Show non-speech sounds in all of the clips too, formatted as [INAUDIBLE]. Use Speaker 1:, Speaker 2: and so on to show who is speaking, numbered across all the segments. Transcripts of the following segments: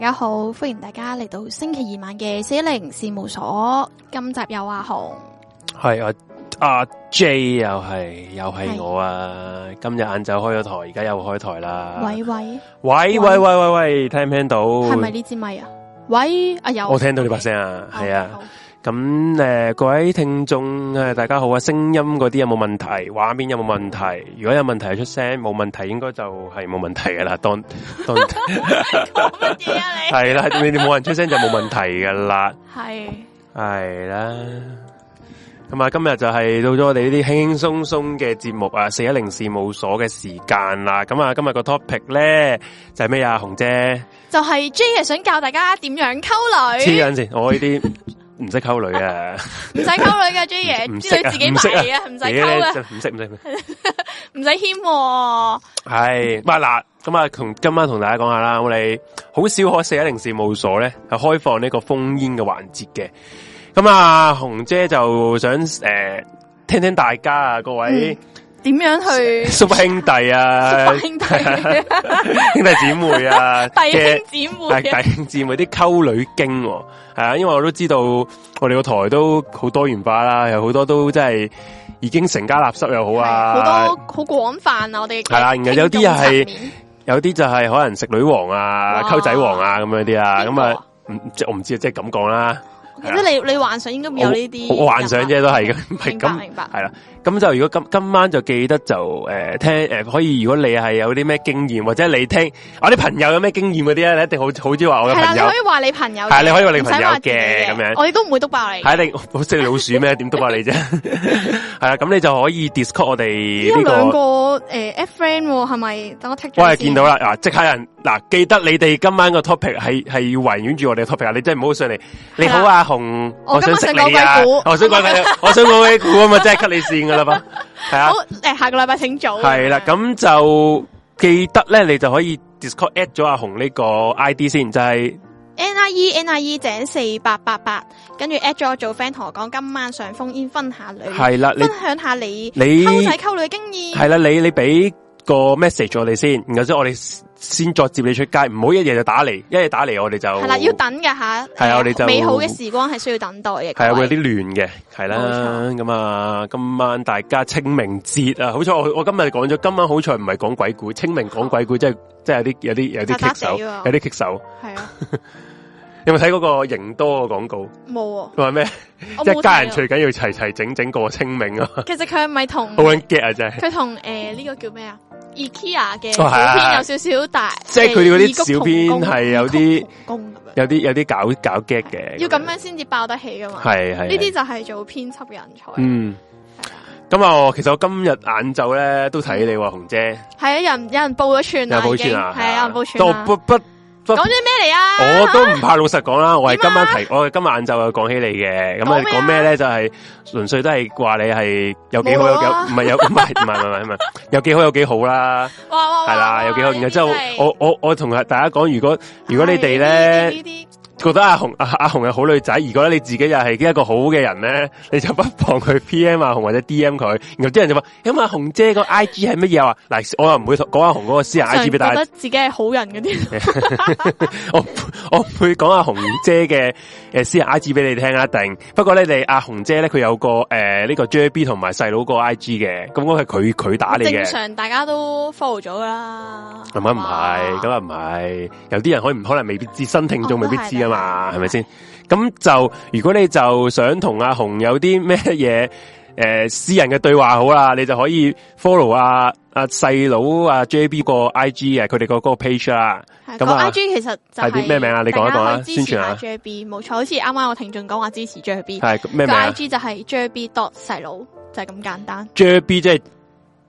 Speaker 1: 家好，歡迎大家嚟到星期二晚嘅四一零事務所。今集有阿紅，
Speaker 2: 係啊，阿 J 又係又
Speaker 1: 係
Speaker 2: 係我啊！今日晏晝開咗台，而家又開台啦。
Speaker 1: 喂喂，喂
Speaker 2: 喂喂喂喂喂，聽唔聽到？
Speaker 1: 係咪呢支咪啊？喂，啊有，
Speaker 2: 我聽到你把聲啊，
Speaker 1: 哦
Speaker 2: 係啊。，咁誒，各位聽眾誒，大家好啊！聲音嗰啲有冇問題？畫面有冇問題？如果有問題就出聲，冇問題應該就係冇問題噶啦。當
Speaker 1: [LAUGHS]
Speaker 2: 當
Speaker 1: 好講乜嘢啊你？
Speaker 2: 係啦，你哋冇人出聲就冇問題噶啦。
Speaker 1: 係
Speaker 2: 系啦，咁啊，今日就係到咗我哋呢啲輕輕鬆鬆嘅節目啊，四一零事務所嘅時間啦。咁啊，今日個 topic 咧就係咩啊，紅姐
Speaker 1: 就係 J 係想教大家點樣溝
Speaker 2: 黐
Speaker 1: 女，
Speaker 2: 緊先，我呢啲唔識溝女
Speaker 1: [LAUGHS]
Speaker 2: 啊，
Speaker 1: 唔使溝女嘅 J 爺，
Speaker 2: 唔
Speaker 1: 知
Speaker 2: 識
Speaker 1: 道
Speaker 2: 啊
Speaker 1: 自己埋嚟啊，唔使溝
Speaker 2: 屌
Speaker 1: 啦，
Speaker 2: 真係唔識唔識，
Speaker 1: 唔使謙喎。
Speaker 2: 係哇嗱，咁啊，同今晚同大家講下啦，我哋好少可四一零事務所咧係開放呢個封煙嘅環節嘅。咁啊，紅姐就想诶、呃、听聽大家啊，各位。
Speaker 1: 點樣 [LAUGHS] 去
Speaker 2: 叔兄弟啊，
Speaker 1: 兄弟
Speaker 2: 兄弟姊妹啊
Speaker 1: [LAUGHS]
Speaker 2: 嘅
Speaker 1: 弟兄姊
Speaker 2: 係
Speaker 1: 妹啊？
Speaker 2: 弟兄姊妹啲溝女經喎，係啊，因為我都知道我哋個台都好多元化啦，有好多都真係已經成家立室又好啊，
Speaker 1: 係好多好廣泛啊！我哋嘅
Speaker 2: 係啦然後有啲又係
Speaker 1: 聽眾層面
Speaker 2: 有啲就係可能食女王
Speaker 1: 哇
Speaker 2: 啊、溝仔王啊咁樣啲啊，
Speaker 1: 邊
Speaker 2: 咁
Speaker 1: 個啊
Speaker 2: 啊，唔即係我唔知啊，即係咁講啦，
Speaker 1: 即係你你幻想應該會有呢啲啊
Speaker 2: 我我幻想啫，都係咁，唔
Speaker 1: 明
Speaker 2: 係
Speaker 1: 白
Speaker 2: 咁
Speaker 1: 明白，
Speaker 2: 系啦，咁就如果今今晚就記得就诶、呃、听诶、呃可以如果你係有啲咩經驗，或者你聽我啲朋友有咩經驗嗰啲咧，你一定好好中意話我嘅
Speaker 1: 係啦，
Speaker 2: 朋
Speaker 1: 你
Speaker 2: 友
Speaker 1: 可以話你朋友嘅，
Speaker 2: 係你可以話你
Speaker 1: 唔使
Speaker 2: 朋友
Speaker 1: 話自己
Speaker 2: 嘅咁樣
Speaker 1: 我哋都唔會督爆你。
Speaker 2: 係一定哦好識老鼠咩？點督
Speaker 1: [LAUGHS]
Speaker 2: 下你啫？係啦，咁你就可以 Discord 我
Speaker 1: 呢
Speaker 2: 哋
Speaker 1: 有
Speaker 2: 呢、
Speaker 1: 兩
Speaker 2: 個。
Speaker 1: 個诶 F friend 喎係咪？等我 tick 咗
Speaker 2: 我係
Speaker 1: 先
Speaker 2: 見到，啦，啊嗱，即刻有人嗱，記得你哋今晚個 topic 係係要圍繞住我哋嘅 topic 啊！你真係唔好上嚟，你好啊，紅，
Speaker 1: 我
Speaker 2: 我
Speaker 1: 今
Speaker 2: 想
Speaker 1: 晚
Speaker 2: 識
Speaker 1: 想講
Speaker 2: 你啊
Speaker 1: 鬼故，
Speaker 2: 我想講鬼，我想講鬼故啊嘛，真係 cut 你線噶啦嘛，係啊
Speaker 1: 好。诶，下個禮拜請早。
Speaker 2: 系啦，咁就記得咧，你就可以 Discord add 咗阿紅呢個 ID 先，就係
Speaker 1: NIE NIE E，井四八八八，跟住 at 咗我做 friend 同我講今晚上封煙分下女，
Speaker 2: 係啦，你
Speaker 1: 分享下你
Speaker 2: 你
Speaker 1: 溝仔溝女嘅經驗。
Speaker 2: 係啦，你你俾個 message 我哋先，然後之後我哋先作接你出街，唔好一夜就打嚟，一夜打嚟我哋就
Speaker 1: 係啦，要等嘅吓。
Speaker 2: 哦係啊我哋就
Speaker 1: 美好嘅時光係需要等待嘅。
Speaker 2: 係啊，
Speaker 1: 各
Speaker 2: 會
Speaker 1: 位
Speaker 2: 有啲亂嘅，係啦
Speaker 1: 冇錯，
Speaker 2: 咁啊，今晚大家清明節啊，好彩我我今日講咗，今晚好彩唔係講鬼故，清明講鬼故真係真係有啲有啲有啲
Speaker 1: 打打
Speaker 2: 棘手，
Speaker 1: 地喎
Speaker 2: 有啲棘手。
Speaker 1: 係啊，
Speaker 2: 你有冇睇嗰個型多嘅廣告？
Speaker 1: 冇啊，
Speaker 2: 佢話咩？
Speaker 1: 我冇
Speaker 2: 一家人
Speaker 1: 睇啊嗯
Speaker 2: 最緊要齊齊整整過清明啊！
Speaker 1: 其實佢係咪同
Speaker 2: 好撚 get 啊，真
Speaker 1: [LAUGHS]
Speaker 2: 係！
Speaker 1: 佢同诶呢個叫咩啊？IKEA 嘅
Speaker 2: 哦係
Speaker 1: 小
Speaker 2: 啊
Speaker 1: 片有少少大，呃
Speaker 2: 即係佢哋嗰啲
Speaker 1: 誒
Speaker 2: 小編係有啲
Speaker 1: 異曲同工咁樣，
Speaker 2: 有啲有啲搞搞 get 嘅，
Speaker 1: 要咁樣先至爆得起噶嘛。
Speaker 2: 係係
Speaker 1: 呢
Speaker 2: 係
Speaker 1: 啲就係做編輯嘅人才。
Speaker 2: 嗯。咁啊，我其實我今日晏晝咧都睇你喎，紅姐
Speaker 1: 係啊，有人有人報咗串
Speaker 2: 有
Speaker 1: 啦，
Speaker 2: 冇
Speaker 1: 已經
Speaker 2: 串啊？
Speaker 1: 係啊，有人報
Speaker 2: 但
Speaker 1: 串
Speaker 2: 我
Speaker 1: 啦。
Speaker 2: 不不不，
Speaker 1: 講啲咩嚟啊？
Speaker 2: 我都唔怕老實講啦，我係
Speaker 1: 點
Speaker 2: 今
Speaker 1: 啊
Speaker 2: 晚提，我係今日晏晝有講起你嘅。咁
Speaker 1: 講
Speaker 2: 啊，
Speaker 1: 咩啊
Speaker 2: 講咩咧？就係純粹都係話你係有幾好，
Speaker 1: 冇
Speaker 2: 有
Speaker 1: 腦
Speaker 2: 幾
Speaker 1: 啊
Speaker 2: 唔係
Speaker 1: [LAUGHS]
Speaker 2: 有唔係唔係唔係唔係有幾好有幾好啦，
Speaker 1: [LAUGHS] 哇哇哇
Speaker 2: 係啦，有幾好。然後之後我我我同大家講，如果如果你哋咧。
Speaker 1: 呢啲
Speaker 2: 覺得阿紅阿 [LAUGHS] 阿紅係好女仔，如果你自己又係一個好嘅人咧， [LAUGHS] 你就不妨去 P M 阿紅或者 D M 佢。然後啲人就話：，咁阿紅姐個 I G 係乜嘢啊？嗱，我又唔會講阿紅嗰個私人 I
Speaker 1: 常
Speaker 2: G 俾
Speaker 1: 覺
Speaker 2: 大
Speaker 1: 得
Speaker 2: 家，
Speaker 1: 自己係好人嗰啲，
Speaker 2: 我 [LAUGHS] 我會講阿紅姐嘅诶私人 I G 俾你聽啊，一定。不過咧，你阿紅姐咧，佢有個诶呢個 J B 同埋細佬個 I G 嘅，咁嗰係佢佢打你
Speaker 1: 正
Speaker 2: 嘅。
Speaker 1: 常大家都 follow 咗噶啦。
Speaker 2: 咁啊唔係，咁啊唔係，有啲人可以唔可能未必知，新聽眾未必知
Speaker 1: 哦
Speaker 2: 啊嘛，係
Speaker 1: 都係
Speaker 2: 咪先？咁就如果你就想同阿紅有啲咩嘢诶私人嘅對話好啦，你就可以 follow 阿阿細佬阿 JB 個 IG 嘅，佢哋個嗰個 page 啦。
Speaker 1: 係
Speaker 2: 咁
Speaker 1: 個
Speaker 2: 啊
Speaker 1: I G 其實就
Speaker 2: 係啲咩名啊你講一講
Speaker 1: 大家
Speaker 2: 啊
Speaker 1: 可以支持
Speaker 2: 宣傳
Speaker 1: 下
Speaker 2: 下
Speaker 1: J B，冇錯，好似啱啱我聽眾講話支持 J B，
Speaker 2: 係咩
Speaker 1: 個
Speaker 2: 名
Speaker 1: I
Speaker 2: 啊
Speaker 1: G 就係 J B dot 細佬，就係咁簡單。
Speaker 2: ？JB 即係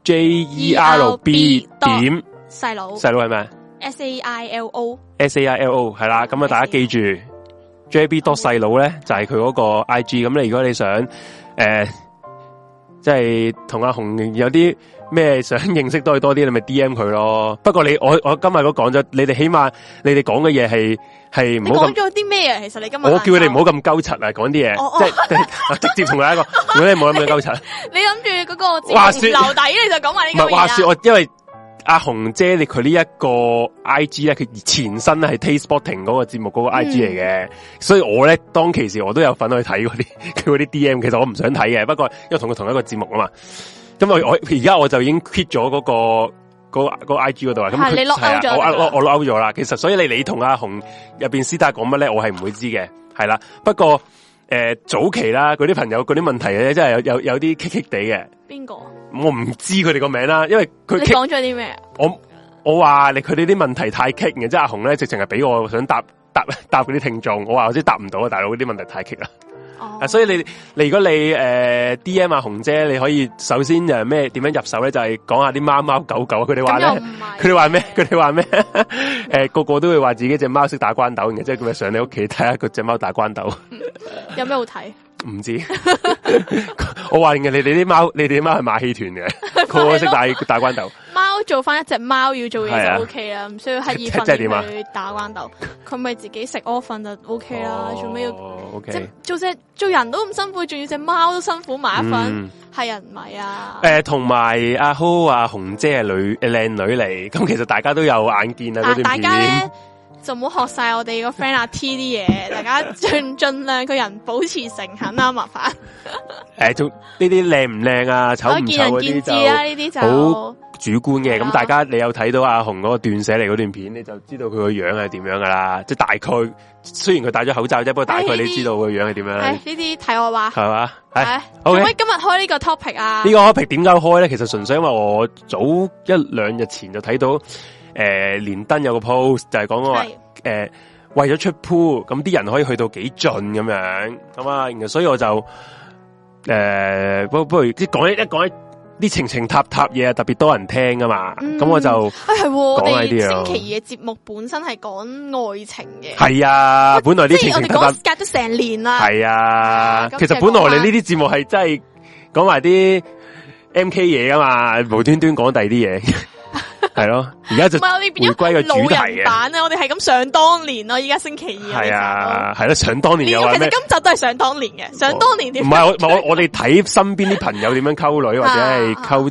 Speaker 2: J E R B 點
Speaker 1: 細佬
Speaker 2: 細佬係啊咪
Speaker 1: S A I L O
Speaker 2: S A I L O 係啦，咁啊大家記住 JB 多細佬咧就係佢嗰個 I G，咁你如果你想诶、呃即係同阿紅有啲咩想認識多佢多啲，你咪 D M 佢咯。不過你我我今日都講咗，你哋起碼你哋講嘅嘢係係
Speaker 1: 你
Speaker 2: 唔好
Speaker 1: 講
Speaker 2: 咁。
Speaker 1: 咗啲咩啊？其實你今日
Speaker 2: 我叫你哋唔好
Speaker 1: 好，
Speaker 2: 咁鳩柒啊！講啲
Speaker 1: 哦哦
Speaker 2: 嘢，即係啊直接同大家講，如果你冇咁樣鳩柒，
Speaker 1: 你諗住嗰個節目
Speaker 2: 話說
Speaker 1: 留底，你就講埋
Speaker 2: 唔
Speaker 1: 呢個啊
Speaker 2: 係話
Speaker 1: 嘢
Speaker 2: 說
Speaker 1: 啦。
Speaker 2: 我因為阿紅姐你佢呢一個 I G 咧，佢前身咧係 Taste Spotting 嗰個節目
Speaker 1: 嗯
Speaker 2: 嗰個 I G 嚟嘅，所以我咧當其時我都有份去睇嗰啲 [LAUGHS] 佢嗰啲 D M，其實我唔想睇嘅，不過因為同佢同一個節目啊嘛，咁我我而家我就已經 quit 咗嗰、個。嗰嗰 I G 嗰度啊，咁
Speaker 1: 係
Speaker 2: 佢
Speaker 1: 你 lock out
Speaker 2: 係
Speaker 1: 咗
Speaker 2: 啊我
Speaker 1: 㗎啦
Speaker 2: lock 我 lock out 咗啦。其實所以你你同阿紅入邊師太講乜咧，我係唔會知嘅，係啦。不過诶、呃早期啦，嗰啲朋友嗰啲問題咧，真係有有有啲棘棘地嘅。
Speaker 1: 边个啊？
Speaker 2: 我唔知佢哋個名啦，因為佢
Speaker 1: 你
Speaker 2: 棘
Speaker 1: 讲咗啲咩啊？
Speaker 2: 我我话你佢哋啲問題太棘嘅，即係阿紅咧，直情係俾我想答答答嗰啲聽眾，我話我真係答唔到啊，大佬嗰啲問題太棘啦。
Speaker 1: 哦
Speaker 2: 啊，，所以你你如果你诶 D M 阿紅姐，你可以首先诶咩點樣入手咧，就係講下啲貓貓狗狗，佢哋話
Speaker 1: 咁又
Speaker 2: 咧
Speaker 1: 唔。係
Speaker 2: 佢哋話咩？ [LAUGHS] 佢哋話咩？诶、個個都會話自己隻貓識打關鬥嘅，即係佢咪上你屋企睇下佢隻貓打關鬥，
Speaker 1: 有咩好睇？[LAUGHS]
Speaker 2: 唔知。我話嘅你哋啲貓，你哋啲貓係馬戲團
Speaker 1: [LAUGHS]
Speaker 2: 嘅，個個識打打關鬥。
Speaker 1: 猫做翻一只猫要做
Speaker 2: 係
Speaker 1: 嘢
Speaker 2: 啊
Speaker 1: 就 O K 啦，唔需要刻意
Speaker 2: 即
Speaker 1: 訓
Speaker 2: 即係點啊
Speaker 1: 練佢打關鬥，佢咪自己食屙瞓就 O K 啦，
Speaker 2: 哦
Speaker 1: 做咩要
Speaker 2: ？O
Speaker 1: 即
Speaker 2: K
Speaker 1: 係。做只做人都咁辛苦，仲要只貓都辛苦埋一份
Speaker 2: 嗯，
Speaker 1: 係人唔係啊？
Speaker 2: 诶，同埋阿 Ho 啊，紅姐係女誒靚女嚟，
Speaker 1: [LAUGHS]
Speaker 2: 咁其實大家都有眼見啊
Speaker 1: 啊
Speaker 2: 嗰
Speaker 1: 大
Speaker 2: 段
Speaker 1: 家
Speaker 2: 片
Speaker 1: 咧。就唔好學晒我哋個 friend 阿 T 啲
Speaker 2: [LAUGHS]
Speaker 1: 嘢，大家盡盡量個人保持誠懇啦，麻煩。
Speaker 2: 诶，仲呢啲靚唔靚啊，醜
Speaker 1: 所
Speaker 2: 唔
Speaker 1: 以見
Speaker 2: 醜
Speaker 1: 仁
Speaker 2: 嗰
Speaker 1: 見智啦，
Speaker 2: 啲
Speaker 1: 呢啲
Speaker 2: 好
Speaker 1: 就
Speaker 2: 就主觀嘅。
Speaker 1: 係啊
Speaker 2: 咁大家你有睇到阿紅嗰個斷捨離嗰段片，你就知道佢個樣係點樣噶啦。即系大概，雖然佢戴咗口罩啫，不過大概
Speaker 1: 唉呢
Speaker 2: 你
Speaker 1: 啲
Speaker 2: 知道個樣係點樣
Speaker 1: 唉
Speaker 2: 啦
Speaker 1: 呢，啲睇我話。
Speaker 2: 係嘛？
Speaker 1: 唉
Speaker 2: 係
Speaker 1: 做
Speaker 2: OK
Speaker 1: 咩今日開呢個 topic 啊？
Speaker 2: 呢個 topic 點解開咧？其實純粹因為我早一兩日前就睇到诶、呃連登有個 post 就係講我話
Speaker 1: 係
Speaker 2: 诶呃为咗出 pool，咁啲人可以去到幾盡咁樣咁啊，然後所以我就诶、呃不不如即係講一一講一啲情情塔塔嘢啊，特別多人聽噶嘛，
Speaker 1: 嗯
Speaker 2: 咁、我就
Speaker 1: 唉係喎，我
Speaker 2: 講呢啲
Speaker 1: 哋
Speaker 2: 啊
Speaker 1: 星期二嘅節目本身係講愛情嘅，
Speaker 2: 係啊，本來啲
Speaker 1: 即
Speaker 2: 情
Speaker 1: 係我
Speaker 2: 情
Speaker 1: 哋
Speaker 2: 塔塔
Speaker 1: 講隔咗成年啦，
Speaker 2: 係啊
Speaker 1: 啊，咁
Speaker 2: 其
Speaker 1: 就
Speaker 2: 實本來
Speaker 1: 講
Speaker 2: 我哋
Speaker 1: 返
Speaker 2: 呢啲節目係真係講埋啲 M K 嘢噶嘛，無端端講第二啲
Speaker 1: [LAUGHS]
Speaker 2: 嘢，係咯，而家就
Speaker 1: 唔係我哋變
Speaker 2: 回歸
Speaker 1: 咗
Speaker 2: 個主題
Speaker 1: 老人版啊！我哋係咁想當年咯，而家星期二
Speaker 2: 係啊，係咯，想當
Speaker 1: 我
Speaker 2: 年
Speaker 1: 哋成日
Speaker 2: 又
Speaker 1: 都，
Speaker 2: 話
Speaker 1: 其
Speaker 2: 咩哦
Speaker 1: 實？今集都係想當年嘅，想當年點
Speaker 2: 唔係啊我唔係我我哋睇身邊啲朋友點樣溝女或者係溝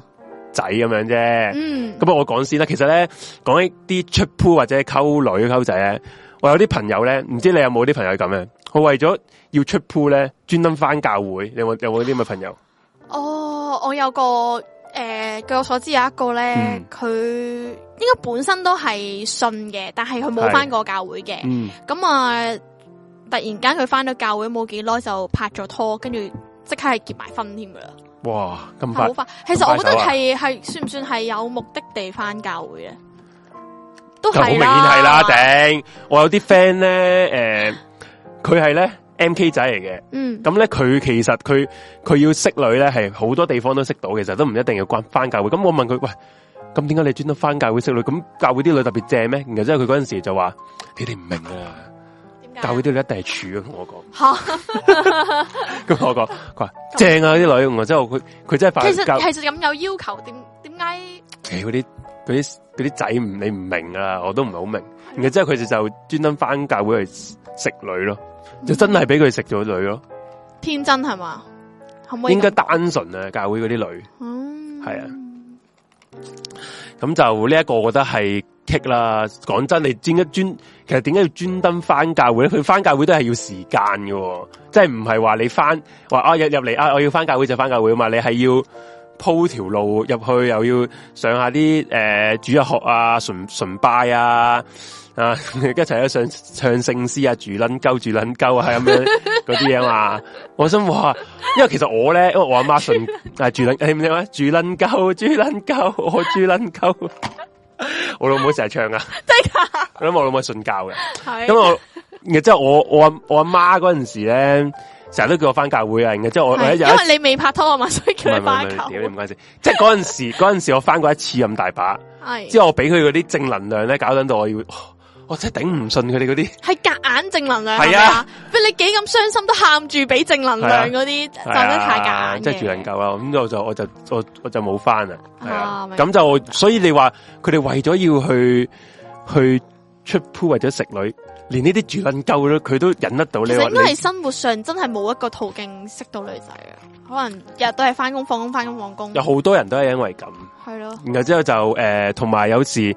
Speaker 2: 仔咁樣啫。
Speaker 1: 啊嗯
Speaker 2: 咁啊，我講先啦。其實咧，講一啲出鋪或者係溝女溝仔咧，我有啲朋友咧，唔知你有冇啲朋友係咁樣？我為咗要出鋪咧，專登翻教會。你
Speaker 1: [LAUGHS]
Speaker 2: 有冇有冇啲咁嘅朋友？
Speaker 1: 哦，我有個诶，據我所知有一個咧
Speaker 2: 嗯，
Speaker 1: 佢應該本身都係信嘅，但係佢冇
Speaker 2: 係
Speaker 1: 翻過教會嘅。
Speaker 2: 嗯，
Speaker 1: 咁啊，突然間佢翻咗教會冇幾耐就拍咗拖，跟住即刻係結埋婚添噶啦，
Speaker 2: 哇，咁
Speaker 1: 係
Speaker 2: 快
Speaker 1: 好快。其實我覺得
Speaker 2: 咁快
Speaker 1: 係係算唔算係有目的地翻教會咧？都
Speaker 2: 就好
Speaker 1: 係
Speaker 2: 明顯係啦，頂！我有啲 friend 咧，诶、佢係咧 M K 仔嚟嘅，
Speaker 1: 嗯。
Speaker 2: 咁咧佢其實佢佢要識女咧，係好多地方都識到，其實都唔一定要關翻教會。咁我問佢，喂，咁點解你專登翻教會識女？咁教會啲女特別正咩？然後之後佢嗰阵时就話：你哋唔明啊，
Speaker 1: 點解啊
Speaker 2: 教會啲女一定係處啊！同我
Speaker 1: 吓，
Speaker 2: 講， [LAUGHS] 咁我講，佢話正啊啲女，然後之後佢佢真係
Speaker 1: 其
Speaker 2: 發
Speaker 1: 實
Speaker 2: 教，
Speaker 1: 其實咁有要求，點點解？
Speaker 2: 誒嗰啲嗰啲嗰啲仔唔你唔明啊，我都唔係好明。然後之後佢哋就專登翻教會去食女咯，就真係俾佢食咗女咯。
Speaker 1: 天真係嘛？可唔可以咁？
Speaker 2: 應該單純啊，教會嗰啲女。
Speaker 1: 嗯
Speaker 2: 係啊咁就呢一個，我覺得係棘啦。講真，你點解專其實點解要專登翻教會咧？佢翻教會都係要時間嘅喎，即係唔係話你翻話啊入入嚟啊，我要翻教會就翻教會啊嘛。你係要鋪條路入去，又要上下啲誒、呃主日學啊、崇崇拜啊。啊！ [LAUGHS] 一齊去上唱聖詩啊，住撚鳩住撚鳩啊，咁
Speaker 1: [LAUGHS]
Speaker 2: 樣嗰啲嘢嘛。我心話，因為其實我咧，因為我阿
Speaker 1: [LAUGHS]
Speaker 2: 媽信啊住撚，你唔知咩？住撚鳩，住撚鳩，我住撚鳩。我老母成日唱噶，
Speaker 1: 真噶
Speaker 2: 我諗我老母係信
Speaker 1: [LAUGHS]
Speaker 2: 教嘅，
Speaker 1: 係
Speaker 2: 因為我，然之後我我阿我阿媽嗰陣時咧，成日都叫我翻教會啊，然之後我我
Speaker 1: 係
Speaker 2: 一日一
Speaker 1: 因為你未拍拖啊嘛，所以
Speaker 2: 唔
Speaker 1: 叫
Speaker 2: 係
Speaker 1: 你
Speaker 2: 唔係
Speaker 1: 翻
Speaker 2: 唔
Speaker 1: 球
Speaker 2: 係屌你唔關事，即係嗰陣時嗰陣時我翻過一次咁大把，
Speaker 1: 係
Speaker 2: 之後我俾佢嗰啲正能量咧，搞緊到我要，哦我真係頂唔順佢哋嗰
Speaker 1: [LAUGHS]
Speaker 2: 啲。
Speaker 1: 係夾硬正能量係
Speaker 2: 係
Speaker 1: 咪
Speaker 2: 啊
Speaker 1: 啊？俾你幾咁傷心都喊住俾正能量嗰啲，就真係太夾硬嘅
Speaker 2: 即係住能夠啦。啊咁我就我就我我就冇翻啦。係
Speaker 1: 啊
Speaker 2: 啊，
Speaker 1: 明白
Speaker 2: 咁就所以你話佢哋為咗要去去出鋪為咗食女，連呢啲住撚鳩都佢都忍得到
Speaker 1: 其
Speaker 2: 你
Speaker 1: 實
Speaker 2: 話
Speaker 1: 應該
Speaker 2: 你
Speaker 1: 係生活上真係冇一個途徑識到女仔啊，可能日日都係翻工放工翻工放工，
Speaker 2: 有好多人都係因為咁，
Speaker 1: 係咯，
Speaker 2: 然後之後就誒，呃同、埋有時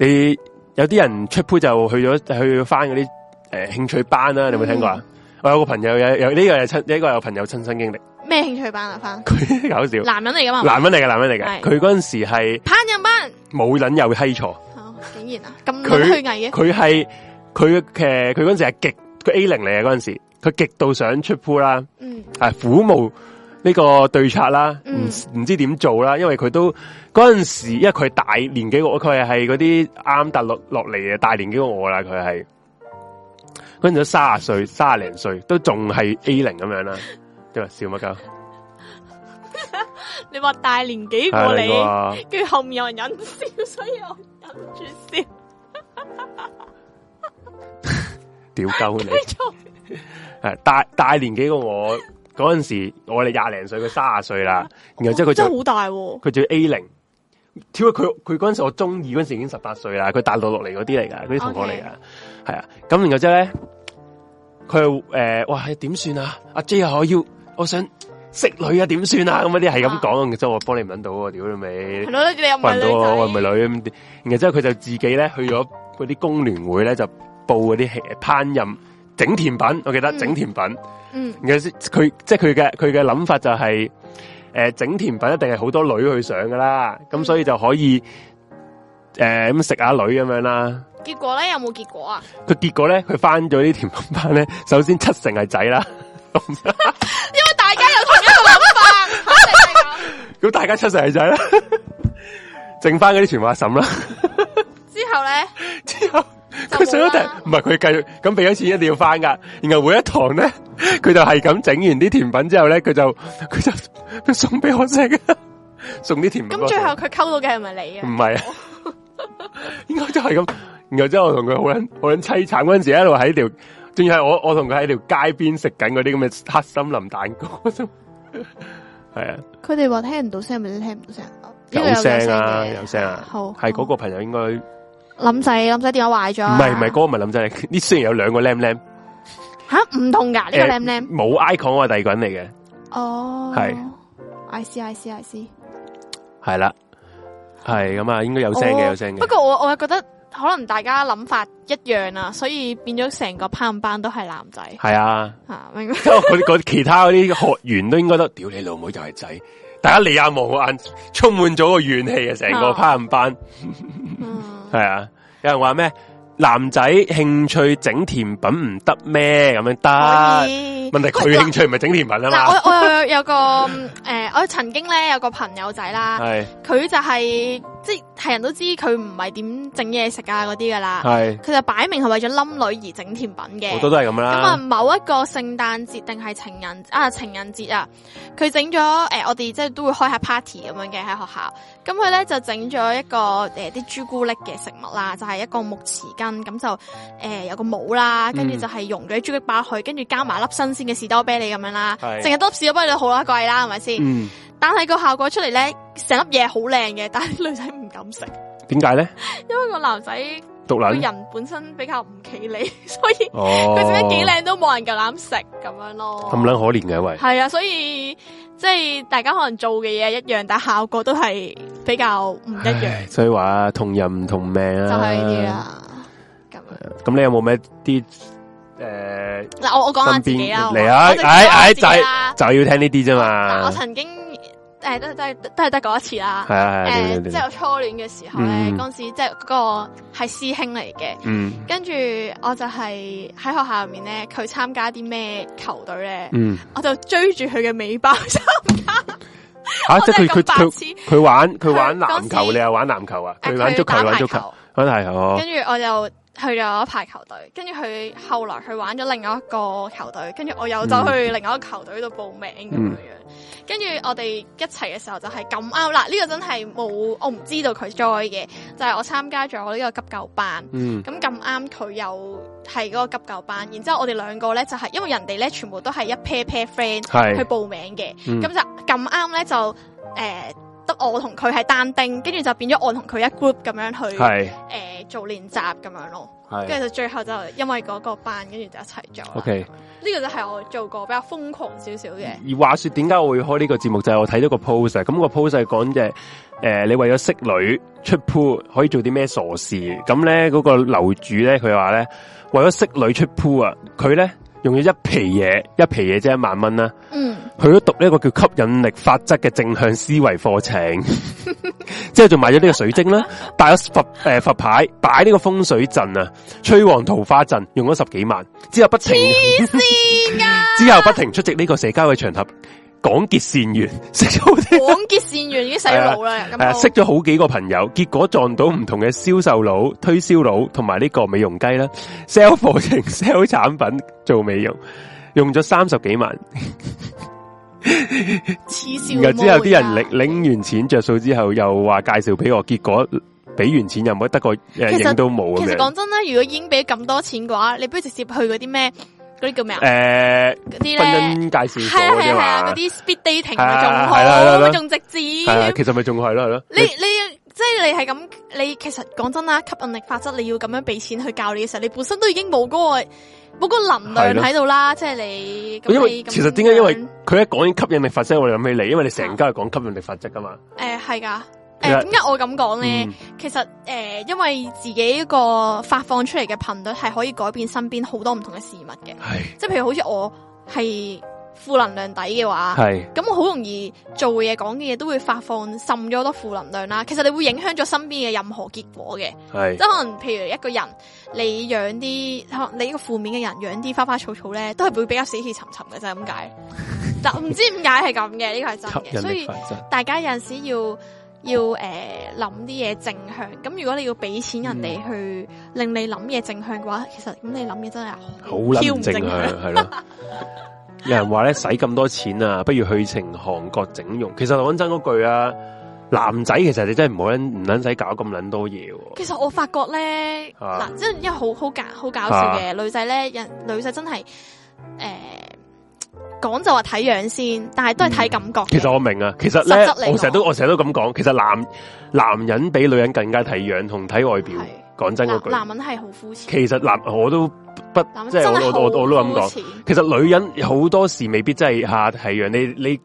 Speaker 2: 你有啲人出鋪就去咗去翻嗰啲誒興趣班啦，你有冇聽過
Speaker 1: 嗯
Speaker 2: 啊？我有個朋友有有呢、個係親呢個有朋友親身經歷，
Speaker 1: 咩興趣班啊翻？
Speaker 2: 佢搞笑，
Speaker 1: 男人嚟噶嘛？
Speaker 2: 男人嚟嘅男人嚟
Speaker 1: 啊係
Speaker 2: 嘅，佢嗰陣時係
Speaker 1: 烹飪班，
Speaker 2: 冇撚有閪錯。
Speaker 1: 哦竟然啊咁
Speaker 2: 佢
Speaker 1: 虛偽嘅，
Speaker 2: 佢係佢嘅佢嗰阵时系极佢 A 零嚟嘅嗰陣時，佢極度想出鋪啦，
Speaker 1: 嗯
Speaker 2: 係苦無呢個對策啦，唔
Speaker 1: 嗯
Speaker 2: 唔、知點做啦，因為佢都嗰陣時，因為佢大年紀過我，佢係係嗰啲啱突落落嚟嘅大年紀過我啦，佢係嗰陣時都卅歲卅零歲，都仲係 A 零咁
Speaker 1: [LAUGHS]
Speaker 2: 樣啦。點啊？笑乜鳩？
Speaker 1: 你話大年紀
Speaker 2: 係
Speaker 1: 過
Speaker 2: 嚟
Speaker 1: 你，
Speaker 2: 喎，
Speaker 1: 跟住後面有人忍笑，所以我忍
Speaker 2: [LAUGHS]
Speaker 1: 住笑，
Speaker 2: 屌鳩
Speaker 1: [LAUGHS]
Speaker 2: 你！
Speaker 1: 繼續
Speaker 2: 係呃大大年紀過我嗰陣時，我哋廿零歲，佢卅歲啦。然後之後佢就
Speaker 1: 哦真係好大喎，
Speaker 2: 佢仲要 A 零，挑佢佢嗰陣時我中二嗰陣時已經十八歲啦，佢大陸落嚟嗰啲嚟噶，嗰啲同學嚟噶，係啊。咁然後之後咧，佢誒、哇哇點算啊？阿 J 啊，我要我想識女啊，點算啊？咁嗰啲係咁講，然後之後我幫你唔撚到喎，屌你咪
Speaker 1: 係，咯，你又唔
Speaker 2: 揾唔到啊，我係
Speaker 1: 係女仔，
Speaker 2: 咪女咁？然後之後佢就自己咧去咗嗰啲工聯會咧就報嗰啲戲烹飪整甜品，我記得
Speaker 1: 嗯
Speaker 2: 整甜品。
Speaker 1: 嗯
Speaker 2: 然後佢即係佢嘅佢嘅諗法就係、诶整甜品一定係好多女去上噶啦，
Speaker 1: 嗯
Speaker 2: 咁所以就可以诶咁食下女咁樣啦。
Speaker 1: 結果咧有冇結果啊？
Speaker 2: 佢結果咧，佢翻咗啲甜品班咧，首先七成係仔啦，
Speaker 1: 因為大家有同一個諗法，肯定係咁。
Speaker 2: [LAUGHS] 咁大家七成係仔啦，剩翻嗰啲全部阿嬸啦。
Speaker 1: 之後咧，
Speaker 2: [LAUGHS] 之後佢上
Speaker 1: 就冇
Speaker 2: 咗第
Speaker 1: 啦
Speaker 2: 唔係佢繼續咁俾咗錢一定要翻噶，然後每一堂咧，佢就係咁整完啲甜品之後咧，佢就佢就佢送俾我食 [LAUGHS] 啊，送啲甜品俾
Speaker 1: 咁
Speaker 2: 我食。
Speaker 1: 最後佢溝到嘅係咪你
Speaker 2: 唔
Speaker 1: 啊？
Speaker 2: 係啊， [LAUGHS] 應該都係咁。然後之後我同佢好撚好撚凄慘嗰陣時，一路喺條，仲要係我我同佢喺條街邊食緊嗰啲咁嘅黑森林蛋糕。 [LAUGHS] 係啊，
Speaker 1: 佢哋話聽唔到聲，咪你聽唔到聲。
Speaker 2: 有聲啊，有聲啊，
Speaker 1: 好
Speaker 2: 係嗰個朋友應該唔
Speaker 1: 林仔，林仔電話壞咗啊。
Speaker 2: 係唔係嗰個唔係林仔嚟，呢雖然有兩個 lem lem，
Speaker 1: 吓唔同噶呢個
Speaker 2: 誒
Speaker 1: 靚唔靚？
Speaker 2: 冇 icon 啊我係第二個人嚟嘅，
Speaker 1: 哦，
Speaker 2: 係。
Speaker 1: I C I C I C
Speaker 2: 係啦，係咁啊，應該有聲嘅，有聲
Speaker 1: 哦不
Speaker 2: 嘅。
Speaker 1: 過我我又覺得可能大家諗法一樣啊，所以變咗成個攀班都係男仔
Speaker 2: 係啊，
Speaker 1: 吓，明唔明？
Speaker 2: 即係嗰啲嗰啲其他嗰啲學員都應該都，屌你老母又係仔，大家你眼望我眼，充滿咗個怨氣啊！成
Speaker 1: 哦
Speaker 2: 個攀岩班
Speaker 1: 嗯
Speaker 2: 係啊，有人話咩男仔興趣整甜品唔得咩？咁樣
Speaker 1: 嗯可
Speaker 2: 得，
Speaker 1: 以。
Speaker 2: 問題佢
Speaker 1: 喂嗱
Speaker 2: 興趣唔係整甜品啊
Speaker 1: 嗱，
Speaker 2: 嘛，
Speaker 1: 我我有有個诶，我曾經咧有個朋友仔啦，
Speaker 2: 係
Speaker 1: 佢就係即係人都知佢唔係點整嘢食啊嗰啲噶啦，
Speaker 2: 係
Speaker 1: 佢就擺明係為咗冧女而整甜品嘅
Speaker 2: 好。多都係咁
Speaker 1: 咁啊，
Speaker 2: 啦，
Speaker 1: 某一個聖誕節定係情人啊情人節啊，佢整咗诶，我哋即係都會開下 party 咁樣嘅喺學校。咁佢咧就整咗一個诶啲朱古力嘅食物啦，就係一個木匙羹，咁就诶、呃有個帽啦，跟住
Speaker 2: 嗯
Speaker 1: 就係溶咗啲朱古力包去，跟住加埋粒新鮮嘅士多啤梨咁樣啦，
Speaker 2: 係
Speaker 1: 淨係得粒士多啤梨好啦貴啦，係咪先？
Speaker 2: 嗯，
Speaker 1: 但係個效果出嚟咧，成粒嘢好靚嘅，但係啲女仔唔敢食，
Speaker 2: 點解咧？
Speaker 1: 因為個男仔
Speaker 2: 獨
Speaker 1: 佢
Speaker 2: 撚
Speaker 1: 人本身比較唔企理，所以。
Speaker 2: 哦，
Speaker 1: 佢整得幾靚都冇人夠膽食咁樣咯。
Speaker 2: 咁撚可憐嘅喂，
Speaker 1: 係啊，所以即係大家可能做嘅嘢一樣，但效果都係比較唔一樣，
Speaker 2: 唉所以話同人唔同命
Speaker 1: 就
Speaker 2: 啊，
Speaker 1: 係呢啲。啦。咁樣
Speaker 2: 咁你有冇咩啲诶？
Speaker 1: 嗱，我我講下自己啦，
Speaker 2: 身邊嚟
Speaker 1: 好
Speaker 2: 啊
Speaker 1: 嘛我就講
Speaker 2: 哎
Speaker 1: 下
Speaker 2: 哎
Speaker 1: 自己啦。
Speaker 2: 就要聽呢啲啫
Speaker 1: 嗱，啊我
Speaker 2: 嘛，
Speaker 1: 曾經誒都都係都係得嗰一次啦
Speaker 2: 係。啊係
Speaker 1: 誒，
Speaker 2: 啊對對
Speaker 1: 即
Speaker 2: 對
Speaker 1: 係，我初戀嘅時候咧，
Speaker 2: 嗯
Speaker 1: 嗰陣時即係嗰個係師兄嚟嘅。
Speaker 2: 嗯
Speaker 1: 跟住我就係喺學校入面咧，佢參加啲咩球隊咧，
Speaker 2: 嗯，
Speaker 1: 我就追住佢嘅尾巴 [LAUGHS] 參加。
Speaker 2: 吓啊即係
Speaker 1: 真係
Speaker 2: 佢佢
Speaker 1: 咁白
Speaker 2: 佢
Speaker 1: 痴
Speaker 2: 佢玩佢玩
Speaker 1: 佢嗰
Speaker 2: 籃球，
Speaker 1: 時
Speaker 2: 你又玩籃球啊？
Speaker 1: 誒
Speaker 2: 佢玩足球，
Speaker 1: 打
Speaker 2: 玩
Speaker 1: 排
Speaker 2: 足球，玩排球哦
Speaker 1: 跟，住我就去咗排球隊，跟住佢後來佢玩咗另外一個球隊，跟住我又走去另外一個球隊度報名咁樣
Speaker 2: 嗯
Speaker 1: 樣。跟住我哋一齊嘅時候就係咁啱啦，呢、個真係冇我唔知道佢 join 嘅，就係、我參加咗呢個急救班。
Speaker 2: 嗯
Speaker 1: 咁咁啱佢又係嗰個急救班，然之後我哋兩個咧就係、因為人哋咧全部都係一 pair pair friend
Speaker 2: 嗯係
Speaker 1: 去報名嘅，咁、
Speaker 2: 嗯
Speaker 1: 就咁啱咧就誒、呃得我同佢係單丁，跟住就變咗我同佢一 group 咁樣去誒、
Speaker 2: 系
Speaker 1: 呃做練習咁樣咯。跟
Speaker 2: 系
Speaker 1: 住就最後就因為嗰個班，跟住就一齊做啦。
Speaker 2: ，OK。
Speaker 1: 呢個就係我做過比較瘋狂少少嘅。
Speaker 2: 而話說點解我會開呢個節目，就係、我睇咗個 post 啊，咁、個 post 係講嘅誒，你為咗識女出 pool 可以做啲咩傻事？咁咧嗰個樓主咧，佢話咧為咗識女出 pool 啊，佢咧用咗一皮嘢，一皮嘢即係一萬蚊啦，
Speaker 1: 嗯，
Speaker 2: 佢都讀呢一個叫吸引力法則嘅正向思維課程， [LAUGHS] 之後仲買咗呢個
Speaker 1: [LAUGHS]
Speaker 2: 水晶啦，戴咗佛誒、呃佛牌，擺呢個風水陣啊，催旺桃花陣，用咗十幾萬，之後不停。 [LAUGHS]
Speaker 1: 癲噶，
Speaker 2: 之後不停出席呢個社交嘅場合，廣結善緣， [LAUGHS] 識咗好啲
Speaker 1: 廣結善緣已經洗腦啦。咁
Speaker 2: 誒
Speaker 1: 都
Speaker 2: 啊識咗好幾個朋友，結果撞到唔同嘅銷售佬、推銷佬同埋呢個美容雞啦，sell 課程、sell [LAUGHS] 產品、做美容，用咗三十幾萬。
Speaker 1: 黐線。
Speaker 2: 然後之後啲人領領完錢着數之後，又話介紹俾我，結果俾完錢又冇得個誒
Speaker 1: 其實
Speaker 2: 影都冇
Speaker 1: 其
Speaker 2: 咁
Speaker 1: 實
Speaker 2: 樣
Speaker 1: 講。真啦，如果已經俾咁多錢嘅話，你不如直接去嗰啲咩嗰啲叫咩啊？
Speaker 2: 誒，
Speaker 1: 嗰啲
Speaker 2: 婚
Speaker 1: 咧
Speaker 2: 姻。介紹
Speaker 1: 系啊系
Speaker 2: 所啫
Speaker 1: 啊系啊，
Speaker 2: 嘛
Speaker 1: 嗰，啲 speed dating
Speaker 2: 係
Speaker 1: 咪
Speaker 2: 啊
Speaker 1: 仲
Speaker 2: 係啦係啦
Speaker 1: 好，仲直接。
Speaker 2: 係啊，其實咪仲係咯，係咯。
Speaker 1: 你你即系你系咁，你其實講真啦，吸引力法則你要咁樣俾錢去教你嘅時候，你本身都已經冇嗰、個冇嗰個能量喺度啦，即係你。咁
Speaker 2: 因
Speaker 1: 你
Speaker 2: 為
Speaker 1: 咁
Speaker 2: 其實點解？因為
Speaker 1: 樣
Speaker 2: 佢一講吸引力法則，我哋諗起你，因為你成家係講吸引力法則噶嘛。
Speaker 1: 誒係㗎。
Speaker 2: 其實
Speaker 1: 誒點解我咁講咧？
Speaker 2: 嗯
Speaker 1: 其實誒、呃因為自己個發放出嚟嘅頻率係可以改變身邊好多唔同嘅事物嘅，
Speaker 2: 係
Speaker 1: 即係譬如好似我係負能量底嘅話，
Speaker 2: 係
Speaker 1: 咁我好容易做嘅嘢、講嘅嘢都會發放滲咗好多負能量啦。其實你會影響咗身邊嘅任何結果嘅。即
Speaker 2: 係
Speaker 1: 係可能譬如一個人，你養啲可能你呢個負面嘅人養啲花花草草咧，都係會比較死氣沉沉嘅，就係咁
Speaker 2: [LAUGHS]
Speaker 1: 解。但唔知點解係咁嘅，呢個係真
Speaker 2: 吸
Speaker 1: 嘅。
Speaker 2: 引
Speaker 1: 所
Speaker 2: 力
Speaker 1: 以
Speaker 2: 法則。
Speaker 1: 大家有陣時要要诶諗啲嘢正向。咁如果你要俾錢人哋
Speaker 2: 嗯
Speaker 1: 去令你諗嘢正向嘅話，其實咁你諗嘢真係
Speaker 2: 好
Speaker 1: 超
Speaker 2: 撚
Speaker 1: 唔
Speaker 2: 正
Speaker 1: 正
Speaker 2: 啊，
Speaker 1: 向
Speaker 2: 係咯。有人話咧，使咁多錢啊，不如去程韓國整容。其實講真嗰句啊，男仔其實你真係唔好撚唔撚使搞咁撚多嘢喎。
Speaker 1: 其實我發覺咧，嗱、
Speaker 2: 啊
Speaker 1: 即係因為好好搞好搞笑嘅、女仔咧，人女仔真係诶講就話睇樣先，但係都係
Speaker 2: 嗯
Speaker 1: 睇感覺嘅。
Speaker 2: 其實我明啊，其實
Speaker 1: 實質嚟
Speaker 2: 咧，
Speaker 1: 講
Speaker 2: 我成日都我成日都咁講，其實男男人比女人更加睇樣同睇外表
Speaker 1: 係。
Speaker 2: 講真嗰
Speaker 1: 男
Speaker 2: 句，
Speaker 1: 男人係好膚淺，
Speaker 2: 其實男我都不
Speaker 1: 男人
Speaker 2: 即
Speaker 1: 真
Speaker 2: 係
Speaker 1: 係
Speaker 2: 我
Speaker 1: 好
Speaker 2: 我我我都咁講
Speaker 1: 膚。淺
Speaker 2: 其實女人好多時未必真係下睇樣，你你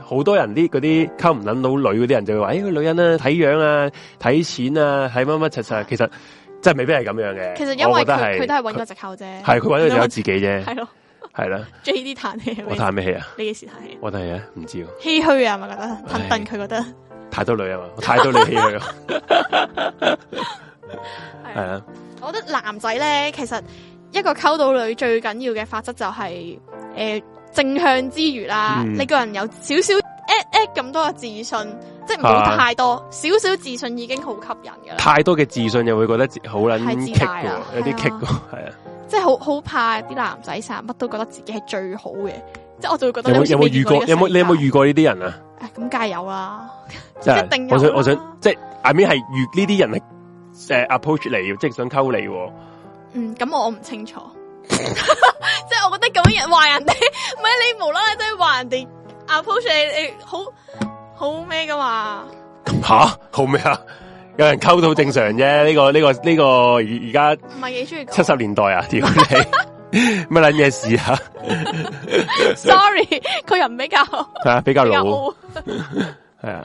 Speaker 2: 好多人啲嗰啲溝唔捻到女嗰啲人就會話：，誒、個女人啊，睇樣啊，睇錢啊，睇乜乜柒柒。其實真係未必係咁樣嘅。
Speaker 1: 其實因為
Speaker 2: 我覺得
Speaker 1: 佢
Speaker 2: 係
Speaker 1: 佢都係揾個藉口啫。
Speaker 2: 係佢揾咗有自己啫，
Speaker 1: 係咯
Speaker 2: 係啦。
Speaker 1: ，J D 嘆氣係
Speaker 2: 我
Speaker 1: 咪
Speaker 2: 嘆咩氣啊？
Speaker 1: 你幾時嘆氣？
Speaker 2: 我嘆氣啊？唔知喎，
Speaker 1: 唏噓啊，咪覺得
Speaker 2: 唉
Speaker 1: 騰騰佢覺得
Speaker 2: 太多女啊嘛，我太多女
Speaker 1: [LAUGHS]
Speaker 2: 氣佢啊，係
Speaker 1: 係。
Speaker 2: 啊，
Speaker 1: 我覺得男仔咧，其實一個溝到女最緊要嘅法則就係誒正向之餘啦，
Speaker 2: 嗯
Speaker 1: 你個人有少少 at at 咁多嘅自信，即係唔好
Speaker 2: 啊
Speaker 1: 太多，少少自信已經好吸引㗎啦。
Speaker 2: 太多嘅自信又會覺得自好撚
Speaker 1: 太自
Speaker 2: kick
Speaker 1: 大
Speaker 2: 嘅
Speaker 1: 啦
Speaker 2: 喎，有啲
Speaker 1: 係啊
Speaker 2: kick 嘅喎，係啊。
Speaker 1: 即係好好怕啲男仔成日乜都覺得自己係最好嘅，即係我就會覺得
Speaker 2: 有冇有冇遇過？有冇你有冇
Speaker 1: 遇？
Speaker 2: 遇過呢啲人啊？
Speaker 1: 啊唉咁梗係有啦，
Speaker 2: 真係
Speaker 1: 一定有啊
Speaker 2: 我想
Speaker 1: 啦
Speaker 2: 我想即系 I mean 系遇呢啲人系诶 approach 你，即系想沟你喎。
Speaker 1: 嗯，咁我唔清楚， [LAUGHS] 即係我覺得咁樣人話人哋， [LAUGHS] 唔係你無啦啦真係話人哋 approach 你，你好好咩噶嘛？
Speaker 2: 吓好咩啊？有人沟到正常啫，呢、個呢、個呢、個而而家
Speaker 1: 唔係幾中意講。
Speaker 2: 七十年代啊，屌你
Speaker 1: [LAUGHS]
Speaker 2: 乜撚嘢事啊？
Speaker 1: Sorry，佢人比較
Speaker 2: 系啊，比較
Speaker 1: 比較
Speaker 2: 老
Speaker 1: 傲，
Speaker 2: 系啊。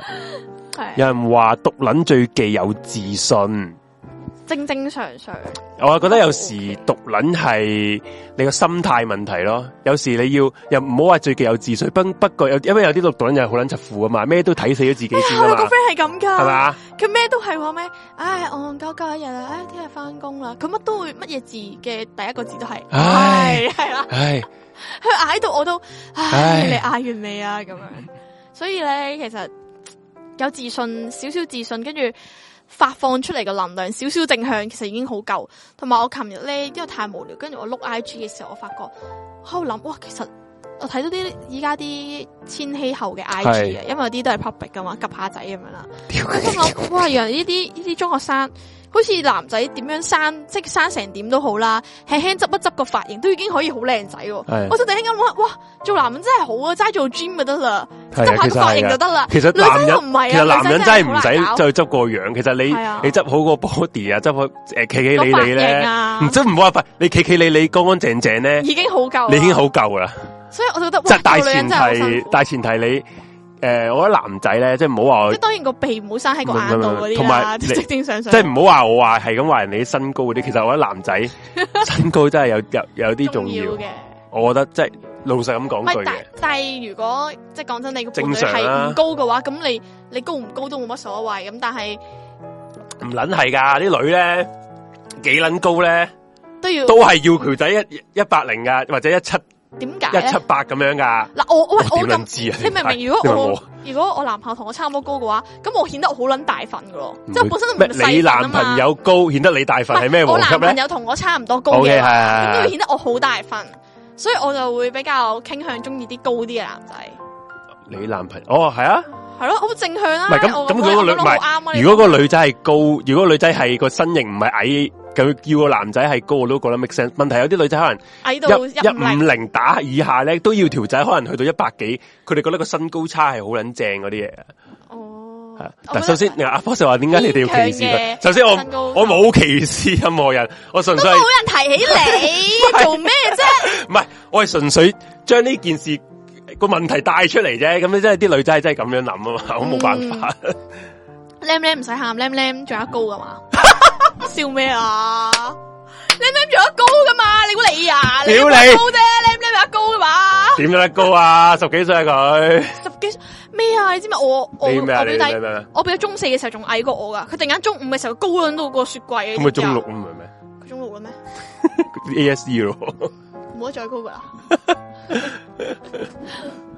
Speaker 1: 係
Speaker 2: 有人話獨撚最忌有自信，
Speaker 1: 正正常常。
Speaker 2: 我覺得有時獨撚係你個心態問題咯。有時你要又唔好話最忌有自信，不不過有因為有啲獨撚又好撚柒富啊嘛，咩都睇死咗自己先
Speaker 1: 我
Speaker 2: 啊
Speaker 1: 有個
Speaker 2: 嘛，
Speaker 1: friend 係咁㗎，
Speaker 2: 係？嘛？
Speaker 1: 佢咩都係話咩，唉，戇戇鳩鳩一日啦，唉，聽日翻工啦，佢乜都會乜嘢字嘅第一個字都係，
Speaker 2: 唉
Speaker 1: 唉，係啦。
Speaker 2: 唉。
Speaker 1: 佢嗌到我都，
Speaker 2: 唉
Speaker 1: 唉，你嗌完未啊？咁樣，所以咧，其實有自信，少少自信，跟住發放出嚟嘅能量，少少正向，其實已經好夠。同埋我琴日咧，因為太無聊，跟住我碌 I G 嘅時候，我發覺喺度諗，哇，其實我睇到啲依家啲千禧後嘅 I G 啊，因為有啲都係 public 噶嘛，及下仔咁樣啦。
Speaker 2: 屌
Speaker 1: 我心諗，哇，原來呢啲呢啲中學生好似男仔點樣生，即係生成點都好啦，輕輕執一執個髮型都已經可以好靚仔喎。
Speaker 2: 係
Speaker 1: 我就突然間諗，哇，做男人真係好啊，齋做 gym 就得啦，
Speaker 2: 係
Speaker 1: 執
Speaker 2: 啊
Speaker 1: 下
Speaker 2: 其
Speaker 1: 個
Speaker 2: 實係
Speaker 1: 髮型就得啦。
Speaker 2: 其實
Speaker 1: 女
Speaker 2: 男
Speaker 1: 仔
Speaker 2: 人
Speaker 1: 就唔係啊，
Speaker 2: 其實男人
Speaker 1: 女
Speaker 2: 真
Speaker 1: 仔係
Speaker 2: 係唔
Speaker 1: 好難搞
Speaker 2: 使再執個樣，其實你
Speaker 1: 係啊
Speaker 2: 你執好個 body 啊，執好诶企企理
Speaker 1: 個
Speaker 2: 理
Speaker 1: 髮型
Speaker 2: 咧，
Speaker 1: 啊
Speaker 2: 唔真唔好話你企企理理乾乾淨淨咧，
Speaker 1: 已經好夠，
Speaker 2: 你已經好。夠啦。
Speaker 1: 所以我就覺得，
Speaker 2: 即
Speaker 1: 啊哇
Speaker 2: 係，大
Speaker 1: 做女
Speaker 2: 前
Speaker 1: 人真係好辛
Speaker 2: 提
Speaker 1: 苦，
Speaker 2: 大前提你诶，我覺得男仔咧，即係唔好話我
Speaker 1: 即係，當然個鼻唔好生喺個眼度嗰
Speaker 2: 同
Speaker 1: 啲啦，
Speaker 2: 埋你
Speaker 1: 正正常
Speaker 2: 即
Speaker 1: 常。
Speaker 2: 係唔好話我話係咁話人哋啲身高嗰啲。其實我覺得男仔
Speaker 1: [LAUGHS]
Speaker 2: 身高真係有有有啲重
Speaker 1: 重要
Speaker 2: 要，
Speaker 1: 嘅。
Speaker 2: 我覺得即係老實咁
Speaker 1: 唔
Speaker 2: 講句
Speaker 1: 係，
Speaker 2: 嘅
Speaker 1: 但。但係如果即係講真，你個伴
Speaker 2: 正
Speaker 1: 侶
Speaker 2: 常啊
Speaker 1: 係
Speaker 2: 啦
Speaker 1: 唔高嘅話，咁你你高唔高都冇乜所謂。咁但係
Speaker 2: 唔捻系噶，啲女咧几捻高咧，
Speaker 1: 都要
Speaker 2: 都系要佢仔一一百零啊噶，或者一七
Speaker 1: 點解
Speaker 2: 一七
Speaker 1: 咧？
Speaker 2: 八咁样噶。
Speaker 1: 嗱，我我
Speaker 2: 我
Speaker 1: 我
Speaker 2: 點撚
Speaker 1: 咁，
Speaker 2: 知啊？
Speaker 1: 你明唔明？如
Speaker 2: 你
Speaker 1: 果
Speaker 2: 問
Speaker 1: 我如果我男朋友同我差唔多高嘅話，咁我顯得我好撚大份噶咯，即係我
Speaker 2: 會
Speaker 1: 本身都唔
Speaker 2: 咩你
Speaker 1: 細份啊
Speaker 2: 男
Speaker 1: 嘛
Speaker 2: 朋友高，显得你大份系咩
Speaker 1: 唔係我
Speaker 2: 邏輯
Speaker 1: 男朋
Speaker 2: 咧
Speaker 1: 友同我差唔多高
Speaker 2: ？O
Speaker 1: 嘅
Speaker 2: K
Speaker 1: 話，咁都要
Speaker 2: 系
Speaker 1: 顯得我好大份，所以我就會比較傾向中意啲高啲嘅男仔。
Speaker 2: 你男朋友哦係啊，
Speaker 1: 係咯，好正向啦。
Speaker 2: 唔係咁
Speaker 1: 我
Speaker 2: 咁
Speaker 1: 我
Speaker 2: 嗰個女
Speaker 1: 我覺得
Speaker 2: 唔係
Speaker 1: 好啱啊。你
Speaker 2: 如果個女仔係高，如果個女仔係個身形唔係矮，佢叫個男仔係高，我都覺得 make sense。問題有啲女仔可能
Speaker 1: 矮到
Speaker 2: 一
Speaker 1: 一
Speaker 2: 一
Speaker 1: 五零
Speaker 2: 五。零打以下咧，都要條仔可能去到一百幾，佢哋覺得個身高差係好撚正嗰啲嘢。
Speaker 1: 哦
Speaker 2: 係，
Speaker 1: 我覺
Speaker 2: 嗱，
Speaker 1: 得
Speaker 2: 首先阿 Fox 話點解你哋要歧視
Speaker 1: 牽強
Speaker 2: 佢？
Speaker 1: 嘅
Speaker 2: 首先我
Speaker 1: 身高
Speaker 2: 我冇歧視任何人，我純粹係
Speaker 1: 冇人提起
Speaker 2: [LAUGHS]
Speaker 1: 你做咩啫？
Speaker 2: 唔係，我係純粹將呢件事個問題帶出嚟啫。咁你真係啲女仔係真係咁樣諗啊嘛，我冇辦法。 [LAUGHS]
Speaker 1: 僆僆唔使喊，僆僆仲有一高噶
Speaker 2: [LAUGHS]
Speaker 1: 嘛？笑咩啊？僆僆仲有一高噶嘛？你估你啊？
Speaker 2: 屌你
Speaker 1: 你有一高啫，僆僆有一高噶嘛？
Speaker 2: 點有得高啊？十幾歲啊佢，
Speaker 1: 十幾歲咩啊？你知唔知我我我
Speaker 2: 你咩啊？你
Speaker 1: 表弟？
Speaker 2: 咩咩咩？
Speaker 1: 我表弟中四嘅時候仲矮過我噶，佢突然間中五嘅時候高撚到個雪櫃。
Speaker 2: 咁
Speaker 1: 你知
Speaker 2: 咪
Speaker 1: 唔知
Speaker 2: 中
Speaker 1: 啊
Speaker 2: 六咁咪咩
Speaker 1: 佢中六啦咩？
Speaker 2: ？A S E 咯，
Speaker 1: 冇得再高噶啦。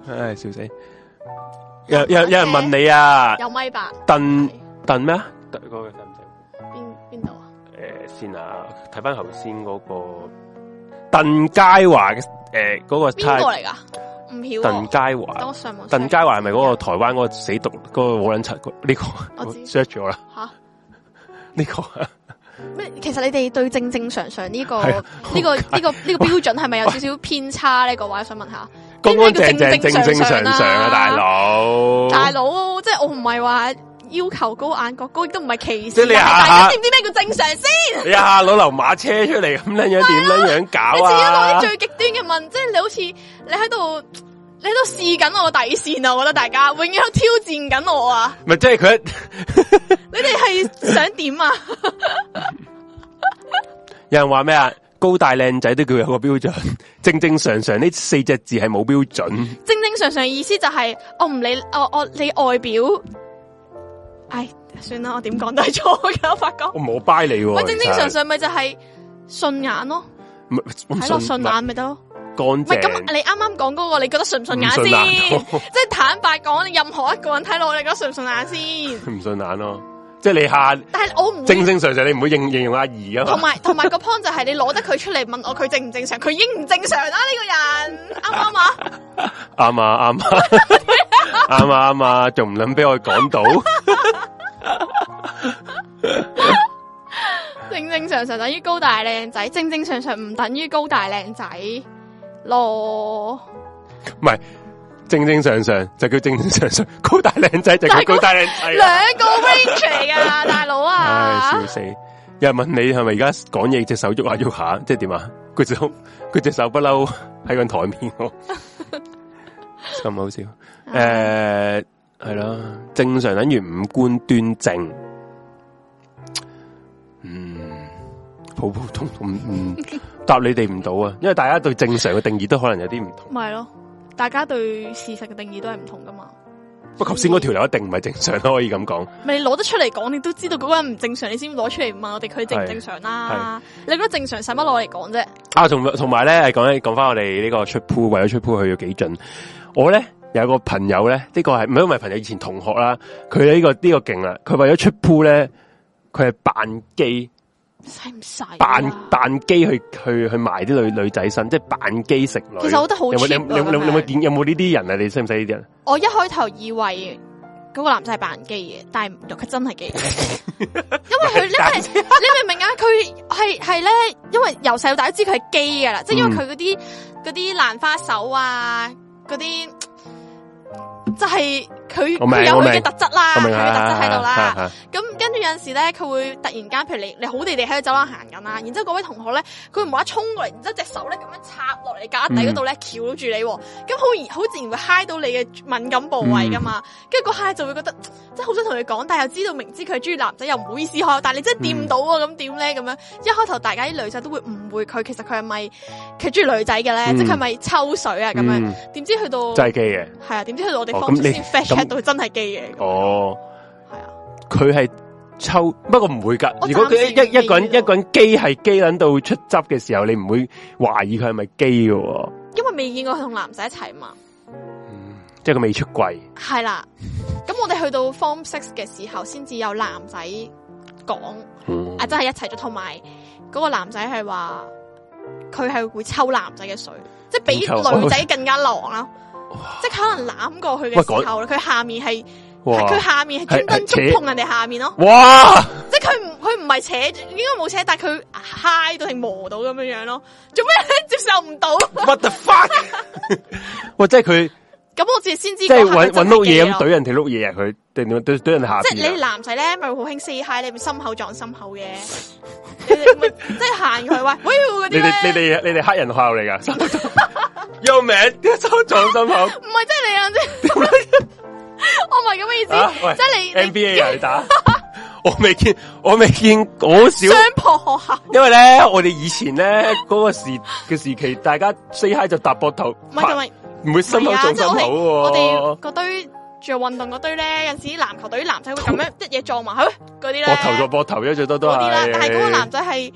Speaker 2: 唉笑死！有有有人問你啊？
Speaker 1: 有米八
Speaker 2: 鄧鄧咩啊？鄧嗰個鄧唔使
Speaker 1: 邊邊度啊？
Speaker 2: 诶、先啊，睇翻頭先嗰個鄧佳華嘅诶嗰個
Speaker 1: 邊個
Speaker 2: 太
Speaker 1: 嚟㗎？唔曉
Speaker 2: 鄧
Speaker 1: 喎。
Speaker 2: 佳
Speaker 1: 等
Speaker 2: 華，
Speaker 1: 我上網 search。
Speaker 2: 鄧佳華係咪嗰個台灣嗰個死毒嗰、個冇撚柒嗰呢個？
Speaker 1: 我知
Speaker 2: search 咗啦，
Speaker 1: 吓？
Speaker 2: 呢、個个
Speaker 1: 咩？其實你哋對正正常常呢、個
Speaker 2: 係
Speaker 1: 呢
Speaker 2: 啊、
Speaker 1: 個呢、個呢、個標準係咪有少少偏
Speaker 2: [LAUGHS]
Speaker 1: 差呢？各位，我想問下，
Speaker 2: 乾乾淨
Speaker 1: 咩
Speaker 2: 淨、
Speaker 1: 叫
Speaker 2: 正
Speaker 1: 正
Speaker 2: 正
Speaker 1: 常
Speaker 2: 常
Speaker 1: 常啊
Speaker 2: 常啊，大佬！
Speaker 1: 大佬，即係我唔係話要求高眼角高，亦都唔係歧視
Speaker 2: 即
Speaker 1: 人，
Speaker 2: 係你
Speaker 1: 但係
Speaker 2: 下
Speaker 1: 大家
Speaker 2: 下
Speaker 1: 知唔知咩叫正常先？
Speaker 2: 你下哎攞流馬車出嚟咁樣樣，點樣樣
Speaker 1: 你
Speaker 2: 搞
Speaker 1: 自己都講
Speaker 2: 啊
Speaker 1: 啲？最極端嘅問，即係你好似你喺度。你喺度試緊我底線啊！我覺得大家永遠喺度挑戰緊我啊！
Speaker 2: 咪即係佢一
Speaker 1: 你哋係想點啊？
Speaker 2: 有人話咩啊？高大靚仔都叫有個標準，正正常常呢四隻字係冇標準。
Speaker 1: 正正常常意思就係我唔理我我你外表，唉，算啦，我點講都係錯嘅，我發覺。
Speaker 2: 我冇掰你
Speaker 1: 喂，
Speaker 2: 喎，
Speaker 1: 正正常常咪就係順眼咯，
Speaker 2: 唔係我唔
Speaker 1: 睇落
Speaker 2: 信
Speaker 1: 順眼咪得咯。
Speaker 2: 乾
Speaker 1: 唔係咁，啊
Speaker 2: 淨，
Speaker 1: 你啱啱講嗰個，你覺得順唔順眼
Speaker 2: 唔順
Speaker 1: 先
Speaker 2: 眼？
Speaker 1: 即係坦白講，你任何一個人睇落，你覺得順唔順眼先？
Speaker 2: 唔順眼咯。即係你下
Speaker 1: 但係我唔
Speaker 2: 正
Speaker 1: 會。
Speaker 2: 正常常，你唔會應應用阿姨噶
Speaker 1: 同
Speaker 2: 嘛？
Speaker 1: 埋同埋個 point 就係你攞得佢出嚟問我佢正唔正常，佢已經唔正常啦呢個人啱唔啱啊？
Speaker 2: 啱啊啱啊啱啊啱啊，仲唔諗俾我講到？
Speaker 1: 正正常常等於高大靚仔，正正常常唔等於高大靚仔咯。
Speaker 2: 唔係正正常常就叫正正常常，高大靚仔就叫高大靚仔啊
Speaker 1: 兩
Speaker 2: 啦。
Speaker 1: 個 range 嚟
Speaker 2: [LAUGHS]
Speaker 1: 㗎，大佬
Speaker 2: 唉，
Speaker 1: 啊
Speaker 2: 笑！死！有人問你係咪而家講嘢隻手喐下喐下，即係點啊？佢隻手佢隻手不嬲 [LAUGHS] 喺個台面喎，咁好笑。诶，系啦，正常等于五官端正。嗯，普普通通，唔唔答你哋唔到啊，因为大家对正常嘅定義都可能有啲唔同。
Speaker 1: 咪係咯，大家對事實嘅定義都係唔同噶嘛。
Speaker 2: 不過頭先嗰條友一定唔係正常咯，可以咁講。
Speaker 1: 咪你攞得出嚟講，你都知道嗰個人唔正常，你先攞出嚟問我哋佢正唔正常啦。你覺得正常使乜攞嚟講啫？
Speaker 2: 啊，同同埋咧，講一講翻我哋呢個出鋪，為咗出鋪去咗幾盡。我咧有個朋友咧，呢、個係唔係因為朋友以前同學啦，佢呢、個呢、個勁啦，佢為咗出鋪咧，佢係扮機。
Speaker 1: 使唔使啊
Speaker 2: 扮扮機去去去埋啲女女仔身，即係扮機食女。
Speaker 1: 其實我覺得好
Speaker 2: 有冇
Speaker 1: cheap
Speaker 2: 你有冇你有冇你有冇
Speaker 1: 啊
Speaker 2: 你有冇見有冇呢啲人啊？你識唔識呢啲人？
Speaker 1: 我一開頭以為嗰個男仔係扮基嘅，但係唔喐，佢真係
Speaker 2: [LAUGHS]
Speaker 1: 基嘅。因為佢因為你明唔明啊？佢係係咧，因為由細到大都知佢係基噶啦，即係因
Speaker 2: 嗯
Speaker 1: 為佢嗰啲嗰啲蘭花手啊，嗰啲即係佢
Speaker 2: 我明
Speaker 1: 佢有
Speaker 2: 我
Speaker 1: 佢嘅
Speaker 2: 明
Speaker 1: 特質啊啦，
Speaker 2: 我
Speaker 1: 佢嘅
Speaker 2: 明啊
Speaker 1: 特
Speaker 2: 啦，
Speaker 1: 質喺度啦
Speaker 2: 係。係係
Speaker 1: 咁跟住有陣時咧，佢會突然間，譬如你你好地地喺度走廊行緊啦，然之後嗰位同學咧，佢唔話衝過嚟，然之後隻手咧咁樣插落嚟架底嗰度
Speaker 2: 嗯
Speaker 1: 咧，翹住你喎，咁好然好自然會嗨到你嘅敏感部位噶嘛，
Speaker 2: 嗯
Speaker 1: 跟住嗰下就會覺得即係好想同佢講，但係又知道明知佢係中意男仔，又唔好意思開口，但係你真係掂到喎，咁點咧咁樣？一開頭大家啲女仔都會誤會佢，其實佢係咪佢中意女仔嘅咧？
Speaker 2: 嗯
Speaker 1: 即係佢係咪抽水啊咁樣？
Speaker 2: 嗯
Speaker 1: 點知去到
Speaker 2: 真係基嘅。
Speaker 1: 係啊？點知去到我哋
Speaker 2: 哦
Speaker 1: 方
Speaker 2: 咁你
Speaker 1: 先 fetch
Speaker 2: 咁
Speaker 1: check 到真係基嘅，
Speaker 2: 哦，
Speaker 1: 係啊。
Speaker 2: 佢係抽，不過唔會噶。
Speaker 1: 我
Speaker 2: 如果佢
Speaker 1: 暫時
Speaker 2: 一一個
Speaker 1: 未遇
Speaker 2: 人
Speaker 1: 到
Speaker 2: 一個人基係基捻到出汁嘅時候，你唔會懷疑佢係咪基嘅喎，
Speaker 1: 因為未見過佢同男仔一齊嘛，
Speaker 2: 即係佢未出櫃。
Speaker 1: 係啦。咁我哋去到 Form Six 嘅時候，先至有男仔講
Speaker 2: 嗯
Speaker 1: 啊，真係一齊咗，同埋嗰個男仔係話佢係會抽男仔嘅水，即係比
Speaker 2: 唔抽
Speaker 1: 女仔更加狼啦。即係可能攬過去
Speaker 2: 喂
Speaker 1: 嘅
Speaker 2: 講
Speaker 1: 時候，佢下面係
Speaker 2: 哇
Speaker 1: 係佢下面係專登
Speaker 2: 係係扯
Speaker 1: 觸碰人哋下面咯， [LAUGHS]
Speaker 2: 哇！
Speaker 1: 即係佢唔佢唔係扯，應該冇扯，但係佢嗨到係磨到咁樣樣咯。做咩 [LAUGHS] 接受唔到？
Speaker 2: What the fuck！哇，即係佢
Speaker 1: 咁我至先知
Speaker 2: 即係
Speaker 1: 嗰下佢
Speaker 2: 搵搵
Speaker 1: 真係
Speaker 2: 碌嘢
Speaker 1: 基
Speaker 2: 咁
Speaker 1: 咯
Speaker 2: 懟人哋碌嘢啊！佢定點懟懟人下
Speaker 1: 即係你
Speaker 2: 邊啊。
Speaker 1: 男仔咧，咪好興 say hi，你咪心口撞心
Speaker 2: [LAUGHS]
Speaker 1: 口嘅，你哋咪即係行佢話，喂嗰啲
Speaker 2: 你
Speaker 1: 咧，
Speaker 2: 哋你哋你哋黑人學校
Speaker 1: [LAUGHS]
Speaker 2: 嚟噶，有名一 [LAUGHS] 收撞心口
Speaker 1: 唔係即係你啊，
Speaker 2: [LAUGHS]
Speaker 1: 即係我唔係咁嘅意
Speaker 2: 啊！喂
Speaker 1: 思，即係你你
Speaker 2: NBA 啊，你打
Speaker 1: [LAUGHS]
Speaker 2: 我未見我未見我少，
Speaker 1: 相撲學校，
Speaker 2: 因為咧我哋
Speaker 1: [LAUGHS]
Speaker 2: 以前咧嗰個時嘅時期，大家 say hi 就搭膊頭，
Speaker 1: 唔係同埋
Speaker 2: 唔會心
Speaker 1: 唔
Speaker 2: 口
Speaker 1: 係啊，
Speaker 2: 撞
Speaker 1: 即
Speaker 2: 心
Speaker 1: 係我哋我
Speaker 2: 口
Speaker 1: 哋
Speaker 2: 喎。
Speaker 1: 嗰堆做運動嗰堆咧，有陣時籃球隊啲男仔會咁樣一嘢撞埋去嗰啲咧，
Speaker 2: [LAUGHS] 膊頭撞膊頭啫，最多都
Speaker 1: 嗰
Speaker 2: 係
Speaker 1: 啲啦，但係嗰個男仔係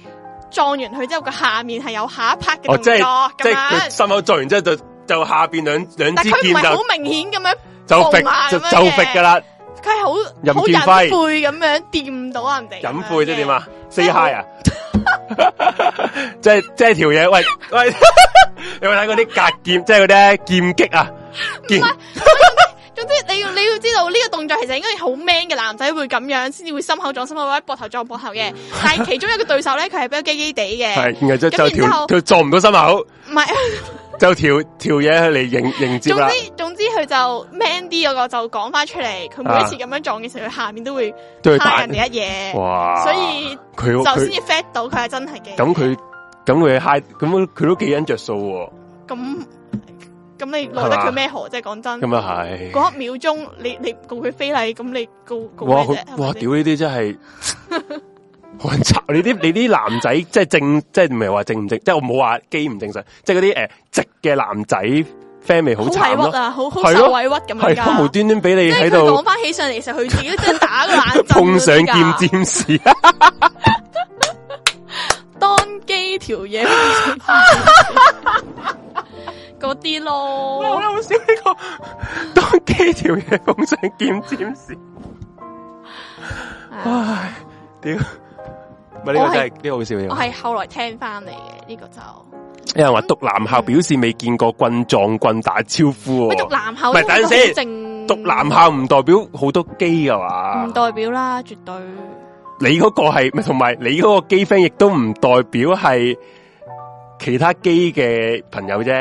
Speaker 1: 撞完佢之後，個下面係有下一 part 嘅
Speaker 2: 哦，
Speaker 1: 動
Speaker 2: 即
Speaker 1: 作
Speaker 2: 係即
Speaker 1: 咁
Speaker 2: 係佢
Speaker 1: 樣，
Speaker 2: 心口撞完之後就就下邊兩兩
Speaker 1: 但
Speaker 2: 支
Speaker 1: 係佢
Speaker 2: 劍
Speaker 1: 唔係好
Speaker 2: 就
Speaker 1: 明顯咁樣
Speaker 2: 就
Speaker 1: 縫
Speaker 2: 揈
Speaker 1: 下
Speaker 2: 就
Speaker 1: 咁樣
Speaker 2: 就揈噶啦，
Speaker 1: 佢係
Speaker 2: 任
Speaker 1: 好好
Speaker 2: 劍
Speaker 1: 隱
Speaker 2: 輝
Speaker 1: 晦咁樣掂到人哋咁樣嘅，
Speaker 2: 飲晦啫點啊
Speaker 1: 即
Speaker 2: ？say
Speaker 1: 哎係
Speaker 2: hi 啊！ [LAUGHS] 即係即係條嘢，喂喂， [LAUGHS] 你有冇睇嗰啲格劍，即係嗰啲劍擊啊？劍
Speaker 1: 總之你要你要知道呢個動作其實應該好 man 嘅男仔會咁樣先至會心口撞心口或者膊頭撞膊頭嘅，但係其中一個對手咧佢係比較基基地嘅，
Speaker 2: 係，然後就
Speaker 1: 咁
Speaker 2: 就
Speaker 1: 然之
Speaker 2: 條
Speaker 1: 後
Speaker 2: 佢撞唔到心口，
Speaker 1: 唔係
Speaker 2: 就條條嘢嚟迎迎接
Speaker 1: 總
Speaker 2: 啦。
Speaker 1: 之總之佢就 man 啲嗰個就講翻出嚟，佢每一次咁樣撞嘅時候，佢下面都會
Speaker 2: 對
Speaker 1: 拍
Speaker 2: 彈
Speaker 1: 人哋一嘢，
Speaker 2: 哇！
Speaker 1: 所以
Speaker 2: 佢
Speaker 1: 就先
Speaker 2: 佢
Speaker 1: 至 fat 到佢係真係嘅。
Speaker 2: 咁佢咁佢 high 咁佢都幾忍着數喎。
Speaker 1: 咁咁你奈得
Speaker 2: 係嘛
Speaker 1: 佢咩何啫？講真，
Speaker 2: 咁啊係。
Speaker 1: 嗰一秒鐘你你告佢非禮，咁你告告
Speaker 2: 哇！
Speaker 1: 咩
Speaker 2: 佢
Speaker 1: 啫？係咪
Speaker 2: 哇！
Speaker 1: 先
Speaker 2: 屌呢啲真係 [LAUGHS] 好撚慘！你啲你啲男仔即係正，即係唔係話正唔正，即係我冇話基唔正常，即係嗰啲誒直嘅男仔 friend 咪好慘
Speaker 1: 委屈
Speaker 2: 咯，
Speaker 1: 啊，好好
Speaker 2: 係咯
Speaker 1: 受委屈咁
Speaker 2: 係
Speaker 1: 樣
Speaker 2: 咯
Speaker 1: 噶。
Speaker 2: 無端端俾你
Speaker 1: 即
Speaker 2: 喺
Speaker 1: 係佢講
Speaker 2: 度
Speaker 1: 翻起上嚟，其實佢自己都真係打個冷震。
Speaker 2: 碰上劍，尖士，
Speaker 1: 當機條嘢。嗰啲
Speaker 2: 好
Speaker 1: 咯，
Speaker 2: 啦，好笑呢個當機條嘢碰上劍尖士，唉，屌！唔係呢
Speaker 1: 我
Speaker 2: 個
Speaker 1: 係
Speaker 2: 真係呢個好笑呢
Speaker 1: 我
Speaker 2: 個，
Speaker 1: 係後來聽翻嚟嘅呢個就，
Speaker 2: 哦有人話讀男校表示未見過棍撞棍打招呼
Speaker 1: 喂讀
Speaker 2: 喎，
Speaker 1: 男校
Speaker 2: 唔係
Speaker 1: 都
Speaker 2: 等陣
Speaker 1: 好
Speaker 2: 先
Speaker 1: 正，
Speaker 2: 讀男校唔代表好多基噶嘛，
Speaker 1: 唔代表啦，絕對
Speaker 2: 你嗰個係，咪同埋你嗰個基 friend 亦都唔代表係其他基嘅朋友啫，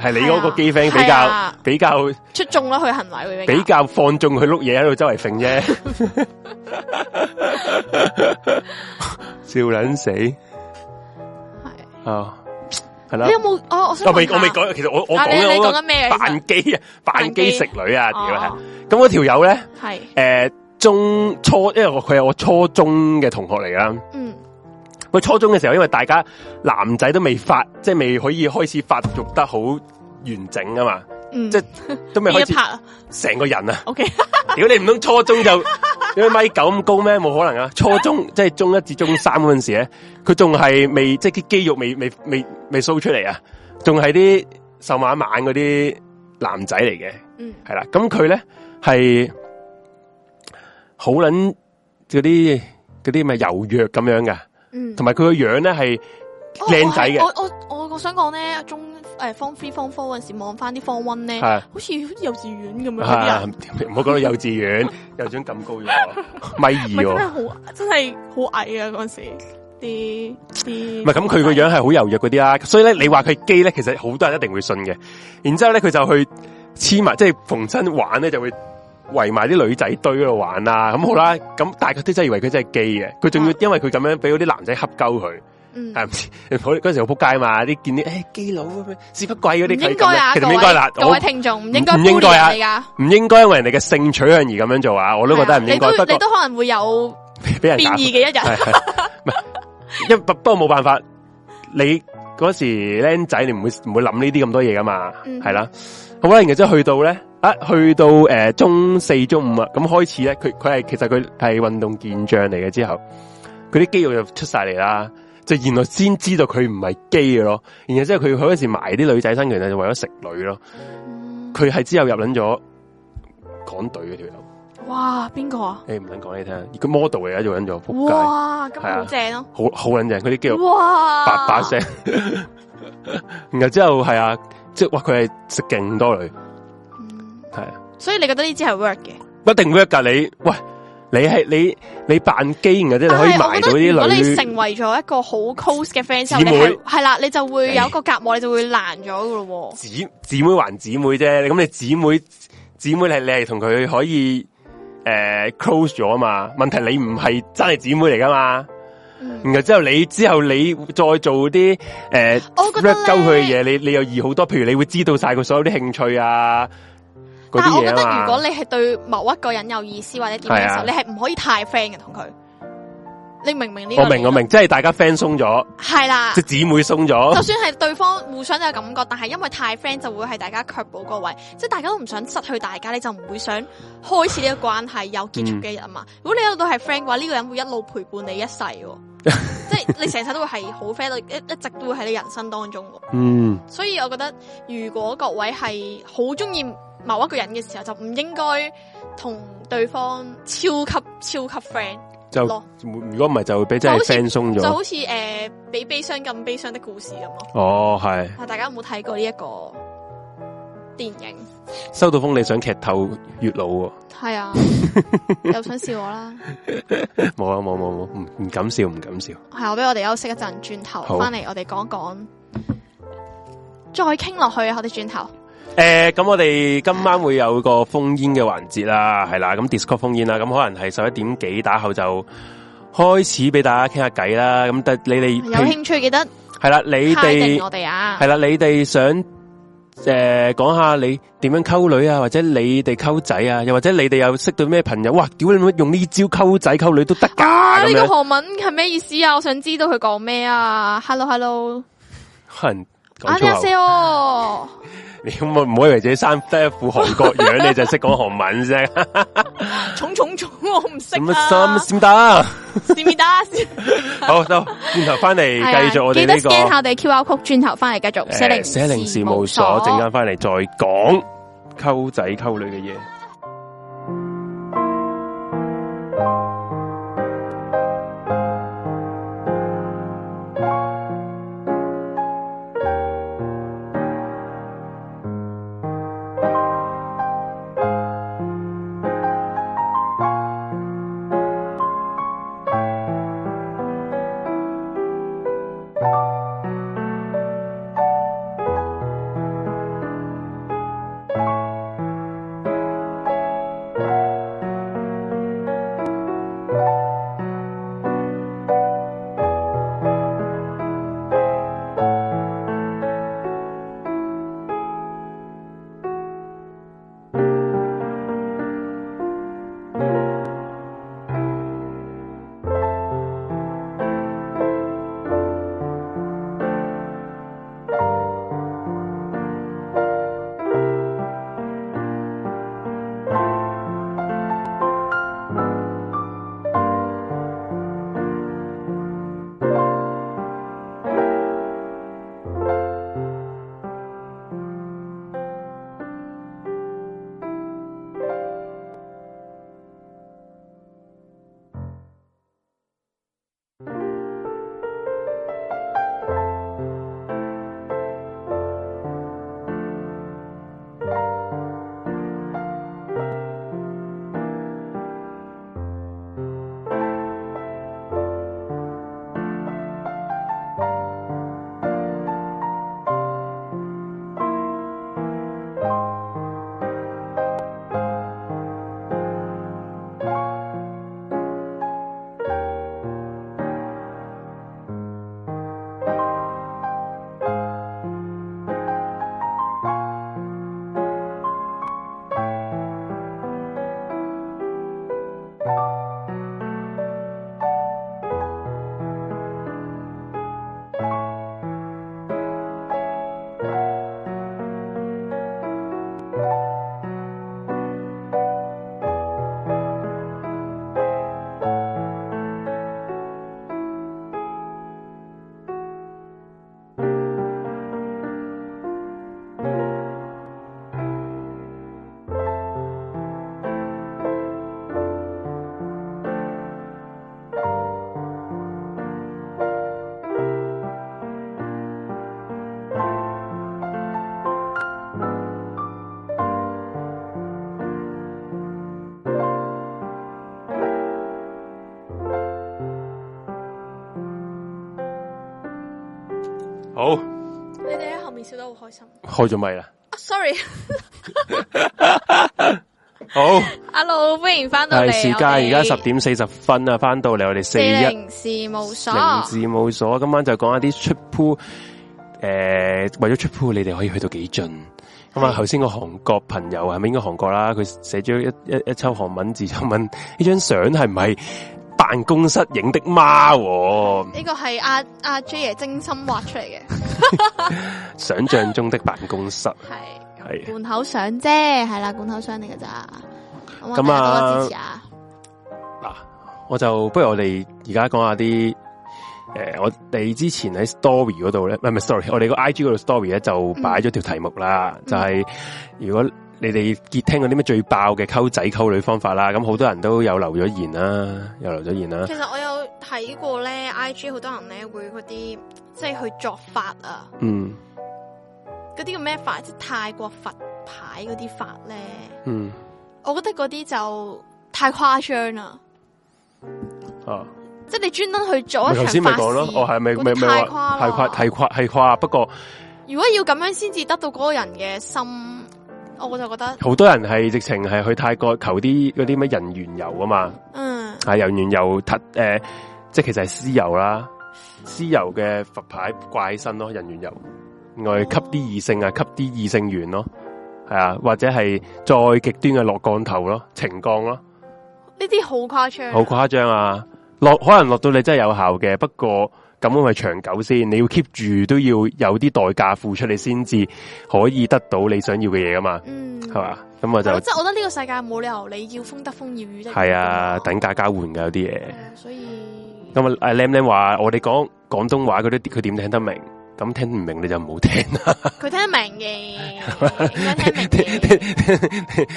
Speaker 2: 係你嗰個基 friend 比
Speaker 1: 係
Speaker 2: 較、
Speaker 1: 啊
Speaker 2: 比較
Speaker 1: 出眾啦，佢行為會
Speaker 2: 比較放縱佢碌嘢喺度周圍揈
Speaker 1: [LAUGHS]
Speaker 2: 啫，笑撚死
Speaker 1: 係
Speaker 2: 啊！係啦
Speaker 1: 你，有冇？哦我我想
Speaker 2: 我未
Speaker 1: 問下
Speaker 2: 我未講，其實我我
Speaker 1: 啊
Speaker 2: 講
Speaker 1: 你
Speaker 2: 緊
Speaker 1: 你
Speaker 2: 我
Speaker 1: 講緊咩啊
Speaker 2: 嗰個扮基啊，扮基
Speaker 1: 扮基
Speaker 2: 食女啊，屌係
Speaker 1: 哦
Speaker 2: 咁嗰條友咧，
Speaker 1: 係
Speaker 2: 誒中初，因為我佢係我初中嘅同學嚟啦。
Speaker 1: 嗯
Speaker 2: 佢初中嘅時候，因為大家男仔都未發，即係未可以開始發育得好完整啊嘛，
Speaker 1: 嗯，
Speaker 2: 即係都未
Speaker 1: 邊
Speaker 2: 開
Speaker 1: 一拍啊
Speaker 2: 始成個人啊！ [LAUGHS]
Speaker 1: ？OK，
Speaker 2: 屌你唔通初中就 [LAUGHS] 一米九咁高咩？冇可能啊！初
Speaker 1: [LAUGHS]
Speaker 2: 中即係中一至中三嗰陣時咧，佢仲係未即係啲肌肉未未未未 show 出嚟啊，仲係啲瘦蜢蜢嗰啲男仔嚟嘅。
Speaker 1: 嗯
Speaker 2: 系啦，咁佢咧係好捻嗰啲嗰啲咪柔弱咁樣嘅，
Speaker 1: 嗯哦
Speaker 2: 同。埋佢個樣咧係靚仔嘅
Speaker 1: 我我我我想講咧，中誒 form three form four 嗰陣時望翻啲 form one 咧，
Speaker 2: 係
Speaker 1: 好似好似幼稚園咁樣嗰啲
Speaker 2: 啊
Speaker 1: 人，
Speaker 2: 唔好講到幼稚
Speaker 1: [LAUGHS]
Speaker 2: 園，幼稚園咁高咗，米
Speaker 1: 咪
Speaker 2: 二
Speaker 1: 真係
Speaker 2: 喎。
Speaker 1: 好真係好矮啊嗰陣時啲啲。
Speaker 2: 唔係咁，佢個樣係好柔弱嗰啲啦，所以咧，你話佢基咧，其實好多人一定會信嘅。然之後咧，佢就去黐埋，即係逢親玩咧，就會圍埋啲女仔堆嗰度玩啦。咁好啦，咁但係佢啲真係以為佢真係基嘅，佢仲要
Speaker 1: 啊
Speaker 2: 因為佢咁樣俾嗰啲男仔恰鳩佢。
Speaker 1: 嗯
Speaker 2: 係唔知 [LAUGHS] 嗰嗰陣時好仆街嘛，啲見啲誒基佬咁樣屎忽鬼嗰
Speaker 1: 唔
Speaker 2: 啲，
Speaker 1: 應
Speaker 2: 佢咁
Speaker 1: 該啊，
Speaker 2: 樣其
Speaker 1: 各
Speaker 2: 實唔
Speaker 1: 位
Speaker 2: 應該啦，
Speaker 1: 各
Speaker 2: 我
Speaker 1: 位聽眾唔應該
Speaker 2: 唔應
Speaker 1: bully
Speaker 2: 該啊
Speaker 1: 人嚟㗎，
Speaker 2: 唔應該因為人哋嘅性取向而咁樣做啊，我都覺得唔應該，
Speaker 1: 係啊你
Speaker 2: 不
Speaker 1: 都你
Speaker 2: 過
Speaker 1: 都可能會有
Speaker 2: 俾人
Speaker 1: 變
Speaker 2: 打
Speaker 1: 異嘅一日。
Speaker 2: [LAUGHS] 係係唔係因不不過冇辦法，你嗰時僆仔你唔會唔會諗呢啲咁多嘢噶嘛，
Speaker 1: 嗯
Speaker 2: 係啦，好啦，然後之後去到咧。啊，去到誒、呃中四、中五啊，咁開始咧，佢佢係其實佢係運動健將嚟嘅，之後佢啲肌肉就出晒嚟啦，就原來先知道佢唔係基嘅咯，然後之後佢佢嗰時埋啲女仔身，其實就為咗食女咯，
Speaker 1: 嗯
Speaker 2: 佢係之後入撚咗港隊嘅條友，
Speaker 1: 哇，邊個啊？
Speaker 2: 誒唔撚講你聽，佢 model 嚟嘅做撚咗，仆街，
Speaker 1: 哇，咁
Speaker 2: 係啊
Speaker 1: 好正咯！
Speaker 2: 好好撚正，佢啲肌肉
Speaker 1: 哇，
Speaker 2: 叭叭聲， [LAUGHS] 然後之後係啊，即係哇佢係食勁多女，
Speaker 1: 嗯
Speaker 2: 係啊，
Speaker 1: 所以你覺得呢支係 work 嘅？
Speaker 2: 一定 work 噶你，喂你係你你扮基然後即係你可以
Speaker 1: 但
Speaker 2: 埋到
Speaker 1: 係我覺得如果你
Speaker 2: 啲女，
Speaker 1: 成為咗一個好 close 嘅 friend 之後，你
Speaker 2: 姊妹
Speaker 1: 係係啦，你就會有一個隔膜，你就會爛咗噶咯喎。
Speaker 2: 姊姊妹還姊妹啫，咁你姊妹姊妹係你係同佢可以誒、呃 close 咗啊嘛，問題你唔係真係姊妹嚟噶嘛。
Speaker 1: 嗯
Speaker 2: 然後之後你之後你再做啲誒
Speaker 1: 我覺得
Speaker 2: rap 鳩佢
Speaker 1: 咧
Speaker 2: 嘅嘢，你你又易好多。譬如你會知道晒佢所有啲興趣啊，嗰
Speaker 1: 但係
Speaker 2: 啲
Speaker 1: 我覺
Speaker 2: 嘢
Speaker 1: 得
Speaker 2: 啊
Speaker 1: 如
Speaker 2: 嘛
Speaker 1: 果。你係對某一個人有意思或者點樣嘅時候，
Speaker 2: 係啊
Speaker 1: 你係唔可以太 friend 嘅同佢。你明唔明呢個
Speaker 2: 我
Speaker 1: 理論？
Speaker 2: 明我明，即係大家 friend 鬆咗，
Speaker 1: 係啦
Speaker 2: 即。係姊妹鬆
Speaker 1: 就
Speaker 2: 咗，
Speaker 1: 算係對方互相都有感覺，但係因為太 friend 就會係大家卻步個位，即係大家都唔想失去大家，你就唔會想開始呢個關係有結束嘅一日嘛。如果你一路都係 friend 嘅話，呢、個人會一路陪伴你一世喎，即係你成世都會係好 friend，到一一直都會喺你人生當中喎。
Speaker 2: 嗯，
Speaker 1: 所以我覺得，如果各位係好中意某一個人嘅時候，就唔應該同對方超級超級 friend
Speaker 2: 就
Speaker 1: 咯，
Speaker 2: 如果唔係就會俾真係
Speaker 1: 就好似
Speaker 2: friend 鬆
Speaker 1: 就
Speaker 2: 咗。
Speaker 1: 好似誒、呃比悲傷更悲傷的故事咁咯。
Speaker 2: 哦，係
Speaker 1: 啊！大家有冇睇過呢一個電影？
Speaker 2: 收到風你想劇透月老喎，
Speaker 1: 係
Speaker 2: [LAUGHS]
Speaker 1: 啊，又想笑我啦。
Speaker 2: 冇啊冇冇冇，唔唔敢笑唔敢笑。
Speaker 1: 係我俾我哋休息一陣，轉頭
Speaker 2: 好
Speaker 1: 翻嚟我哋講講，再傾落去啊！我哋轉頭
Speaker 2: 诶，咁、我哋今晚會有個封煙嘅環節啦，係啦，咁 Discord 封煙啦，咁可能係十一點幾打後就開始俾大家傾下偈啦。咁但你哋
Speaker 1: 有興趣記得
Speaker 2: 係啦，你
Speaker 1: high
Speaker 2: 哋
Speaker 1: 定我哋啊
Speaker 2: E 係！啦，你哋想诶讲、講下你點樣溝女啊，或者你哋溝仔啊，又或者你哋又識到咩朋友？哇，屌你乜用呢招溝仔溝女都得
Speaker 1: 啊！
Speaker 2: 㗎
Speaker 1: 呢
Speaker 2: 咁
Speaker 1: 個
Speaker 2: 樣，
Speaker 1: 韓文係咩意思啊？我想知道佢講咩啊！Hello Hello，
Speaker 2: 可
Speaker 1: 啊
Speaker 2: 能講
Speaker 1: 你
Speaker 2: 粗
Speaker 1: 阿
Speaker 2: 口。
Speaker 1: 四哦，
Speaker 2: 你唔好唔好以為自己生得一副韓國樣，你就識講韓文啫，
Speaker 1: 重重重，我唔識
Speaker 2: 咁
Speaker 1: 啊
Speaker 2: 啊，！心
Speaker 1: [LAUGHS]
Speaker 2: 先得。
Speaker 1: 思密
Speaker 2: [LAUGHS]
Speaker 1: 達，
Speaker 2: 好，到轉頭翻嚟繼續我哋
Speaker 1: 啊記得
Speaker 2: 呢、個
Speaker 1: scan 下我哋 QR code，轉頭翻嚟繼續寫
Speaker 2: 誒
Speaker 1: 零
Speaker 2: 寫零事務所，陣間翻嚟再講溝仔溝女嘅嘢。
Speaker 3: Hãy subscribe cho kênh Ghiền Mì Gõ Để không bỏ lỡ
Speaker 1: [LAUGHS] 開心。
Speaker 2: 开咗咪啦？
Speaker 1: 啊 sorry， [LAUGHS]
Speaker 2: 好，
Speaker 1: 阿路歡迎翻到嚟。
Speaker 2: 系时间而家十点四十分啊，翻到嚟我哋四
Speaker 1: 四
Speaker 2: 一零
Speaker 1: 零事務所。
Speaker 2: 字冇所，今晚就讲一啲出铺。诶、为咗出铺，你哋可以去到几尽？咁啊，
Speaker 1: 係
Speaker 2: 头先個韓國朋友係咪應該韓國啦？佢寫咗一一一抽韓文 [LAUGHS] 字，就問呢張相係唔係辦公室影的嗎？喎
Speaker 1: 呢個係阿阿 J 爺精心畫出嚟
Speaker 2: [LAUGHS]
Speaker 1: 嘅，
Speaker 2: 想象中的辦公室
Speaker 1: 係
Speaker 2: 係
Speaker 1: 罐口相啫，係啦，罐口相嚟嘅咋。
Speaker 2: 咁
Speaker 1: 咁
Speaker 2: 啊
Speaker 1: 啊，多多支持啊！
Speaker 2: 嗱，我就不如我哋而家講下啲诶、呃我哋之前喺 story 嗰度咧，唔係唔係 story，我哋個 I G 嗰度 story 咧就擺咗條題目啦，就係如果你哋結聽嗰啲咩最爆嘅溝仔溝女方法啦，咁好多人都有留咗言啦，有留咗言啦
Speaker 1: 其。實我有睇過咧，IG 好多人咧會嗰啲即係去作法啊。
Speaker 2: 嗯
Speaker 1: 嗰啲叫咩法？即係泰國佛牌嗰啲法咧，
Speaker 2: 嗯，
Speaker 1: 我覺得嗰啲就太誇張啦。
Speaker 2: 啊。
Speaker 1: 即係你專登去做
Speaker 2: 咪
Speaker 1: 一場
Speaker 2: 頭
Speaker 1: 法
Speaker 2: 先
Speaker 1: 事，
Speaker 2: 咪講咯，我係咪咪咪
Speaker 1: 太誇啊啦
Speaker 2: 話太誇太誇太誇，不過
Speaker 1: 如果要咁樣先至得到嗰個人嘅心，我就覺得
Speaker 2: 好多人係直情係去泰國求啲嗰啲咩人緣油啊嘛，
Speaker 1: 嗯
Speaker 2: 係啊人緣油特誒，即係其實係屍油啦，屍油嘅佛牌怪身咯，人緣油，另外吸啲異性啊，吸啲異性緣咯，係啊，或者係再極端嘅落降頭咯，情降咯。
Speaker 1: 呢啲好誇張啊，
Speaker 2: 好誇張啊！落可能落到你真係有效嘅，不過咁樣咪長久先，你要 keep 住都要有啲代價付出，你先至可以得到你想要嘅嘢噶嘛，
Speaker 1: 嗯
Speaker 2: 係？嘛？咁我
Speaker 1: 係咯
Speaker 2: 就
Speaker 1: 即係我覺得呢個世界冇理由你要風得風，要雨得雨
Speaker 2: 係啊，
Speaker 1: 㗎嘛
Speaker 2: 等價交換噶有啲嘢。
Speaker 1: 係啊所以
Speaker 2: 咁啊，阿 Lam Lam 話我哋講廣東話嗰啲，佢點聽得明？咁聽唔明你就唔好聽啦。
Speaker 1: 佢聽得明
Speaker 2: [LAUGHS]
Speaker 1: 嘅，應該聽得明嘅。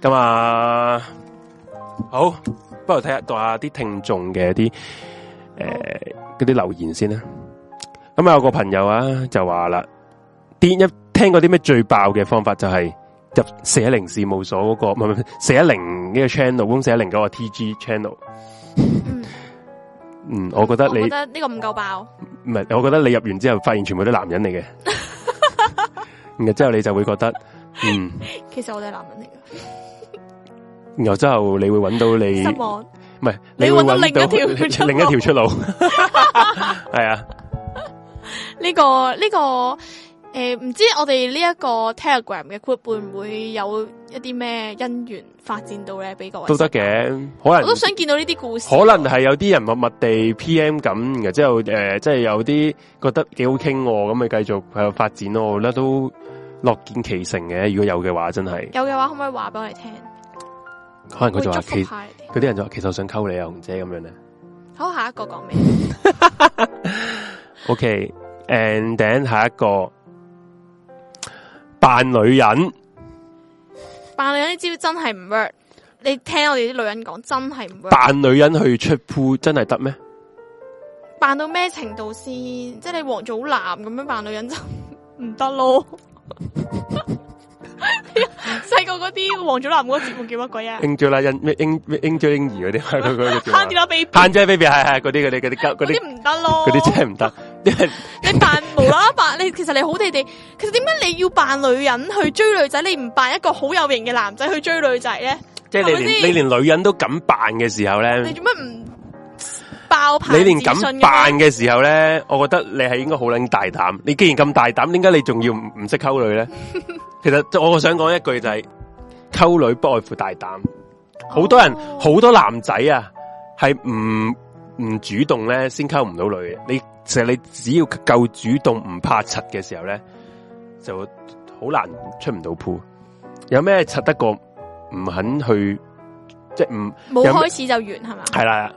Speaker 2: 咁啊，好，不如睇下讀下啲聽眾嘅啲诶嗰啲留言先啦。咁啊，有個朋友啊就話啦，啲一聽過啲咩最爆嘅方法就係入四一零事務所嗰、個，唔係唔係四一零呢個 channel，咁四一零嗰個 T G channel。
Speaker 1: 嗯
Speaker 2: 嗯，我覺得你
Speaker 1: 覺得呢個唔夠爆，
Speaker 2: 唔係，我覺得你入完之後發現全部都男人
Speaker 1: [LAUGHS]
Speaker 2: 嚟嘅，然後之後你就會覺得，嗯，
Speaker 1: 其實我哋係男人嚟嘅，
Speaker 2: 然後之後你會揾到你
Speaker 1: 失望。
Speaker 2: 唔系，
Speaker 1: 你
Speaker 2: 會
Speaker 1: 搵到
Speaker 2: 搵
Speaker 1: 另一條出路
Speaker 2: 另一條出路，
Speaker 1: [LAUGHS]
Speaker 2: 係啊，
Speaker 1: 呢、個呢、個诶，唔、知我哋呢一個 Telegram 嘅 group 會唔會有一啲咩因緣發展到咧？俾各位
Speaker 2: 都得
Speaker 1: 聽眾，
Speaker 2: 嘅，可
Speaker 1: 我都
Speaker 2: 能
Speaker 1: 想見到呢啲故事。
Speaker 2: 可能係有啲人默默地 P.M. 咁，然之後诶，即係有啲覺得幾好傾喎，咁咪繼續喺度發展咯，我覺得都樂見其成嘅。如果有嘅話，真係
Speaker 1: 有嘅話，可唔可以話俾我哋聽？
Speaker 2: 可能佢
Speaker 1: 會
Speaker 2: 就話
Speaker 1: 祝
Speaker 2: 其
Speaker 1: 福
Speaker 2: 嗰
Speaker 1: 下你哋。
Speaker 2: 啲人就話其實我想溝你啊，紅姐咁樣咧。
Speaker 1: 好，下一個講咩？
Speaker 2: OK，and then 下一個扮女人。
Speaker 1: 扮女人呢招真係唔 work。你聽我哋啲女人講，真係唔 work。
Speaker 2: 扮女人去出鋪真係得咩？
Speaker 1: 扮到咩程度先？即係你黃祖藍咁樣扮女人就唔得咯。 [LAUGHS] 細個嗰啲黃祖藍嗰個節目叫乜鬼
Speaker 2: [LAUGHS]
Speaker 1: 啊？
Speaker 2: 英 l 啦，英咩英咩英 l 嬰兒嗰啲，佢佢佢叫
Speaker 1: 慳啲
Speaker 2: 咩
Speaker 1: 啦，baby。
Speaker 2: 限姐 baby 係係嗰啲嗰啲嗰啲
Speaker 1: 嗰
Speaker 2: 嗰啲
Speaker 1: 啲唔得咯，
Speaker 2: 嗰啲真係唔得，因為
Speaker 1: 你扮無啦啦扮，你其實你好地地，其實點解你要扮女人去追女仔，你唔扮一個好有型嘅男仔去追女仔咧？
Speaker 2: 即係你
Speaker 1: 係咪
Speaker 2: 連
Speaker 1: 先
Speaker 2: 你連女人都敢扮嘅時候
Speaker 1: 你
Speaker 2: 咧，
Speaker 1: 做乜唔爆棚？
Speaker 2: 你連敢
Speaker 1: 自信嘅
Speaker 2: 扮
Speaker 1: 咩
Speaker 2: 嘅時候咧，我覺得你係應該好撚大膽。你既然咁大膽，點解你仲要唔唔識溝女咧？其實我想講一句就係溝女不外乎大膽。好多人
Speaker 1: 哦
Speaker 2: 好多男仔啊，係唔唔主動咧，先溝唔到女嘅。你其實你只要夠主動，唔怕柒嘅時候咧，就好難出唔到鋪。有咩柒得過唔肯去，即系唔
Speaker 1: 冇
Speaker 2: 有咩
Speaker 1: 開始就完係嘛？
Speaker 2: 係啦，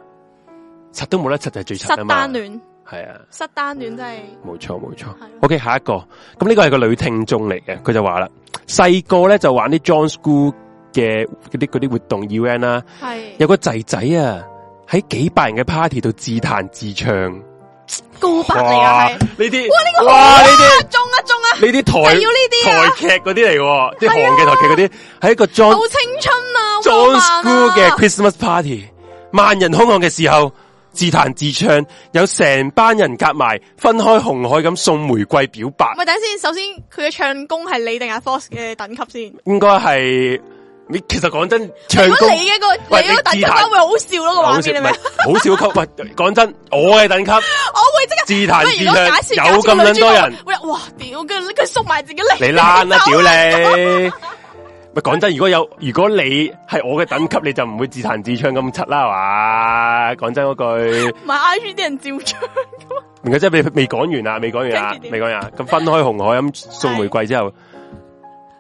Speaker 2: 柒都冇得柒就係最柒啊
Speaker 1: 失
Speaker 2: 嘛
Speaker 1: 單。戀，
Speaker 2: 係啊，
Speaker 1: 失單戀真係
Speaker 2: 冇錯冇錯。
Speaker 1: 係咯
Speaker 2: OK，下一個，咁呢個係個女聽眾嚟嘅，佢就話啦，細個咧就玩啲 John School 嘅嗰啲嗰啲活動 UN 啦、
Speaker 1: 係
Speaker 2: 有個仔仔啊，喺幾百人嘅 party 度自彈自唱，
Speaker 1: 告白嚟
Speaker 2: 哇！
Speaker 1: 㗎
Speaker 2: 呢
Speaker 1: 係。
Speaker 2: 啲
Speaker 1: 啊哇！呢個好
Speaker 2: 哇
Speaker 1: 啊
Speaker 2: 呢啲
Speaker 1: 中啊中啊，
Speaker 2: 呢啲台
Speaker 1: 就要呢啲啊
Speaker 2: 台劇嗰啲嚟喎，啲韓嘅台劇嗰啲，喺一個 John
Speaker 1: 好青春啊，好
Speaker 2: John
Speaker 1: 浪漫
Speaker 2: School
Speaker 1: 啊
Speaker 2: 嘅 Christmas party，萬人空巷嘅時候，自彈自唱，有成班人夾埋分開紅海咁送玫瑰表白，
Speaker 1: 唔係等先，首先佢嘅唱功係你定阿 Force 嘅等級先？
Speaker 2: 應該係你其實講真，唱
Speaker 1: 如果
Speaker 2: 功
Speaker 1: 你嘅個
Speaker 2: 喂
Speaker 1: 你嗰個等級
Speaker 2: 你自彈
Speaker 1: 咧會好笑咯個
Speaker 2: 好
Speaker 1: 畫
Speaker 2: 少
Speaker 1: 面，
Speaker 2: 唔
Speaker 1: 你明唔
Speaker 2: 係
Speaker 1: 明？
Speaker 2: 好少級。喂，講真，我嘅等級
Speaker 1: 我會即刻
Speaker 2: 自彈
Speaker 1: 喂
Speaker 2: 自
Speaker 1: 如果假設
Speaker 2: 唱，有咁
Speaker 1: 撚
Speaker 2: 撚多人。
Speaker 1: 會哇屌，跟住佢縮埋自己 [LAUGHS] 嚟，
Speaker 2: 你
Speaker 1: 拉
Speaker 2: 躝啦，屌你！咪講真，如果有如果你係我嘅等級，你就唔會自彈自唱咁柒啦，係嘛？講真嗰句，
Speaker 1: 唔係 I G 啲人照唱，
Speaker 2: 唔該，即係未未講完啊，未講完啊
Speaker 1: 跟，住點
Speaker 2: 未講完啊。咁分開紅海咁送玫瑰之後，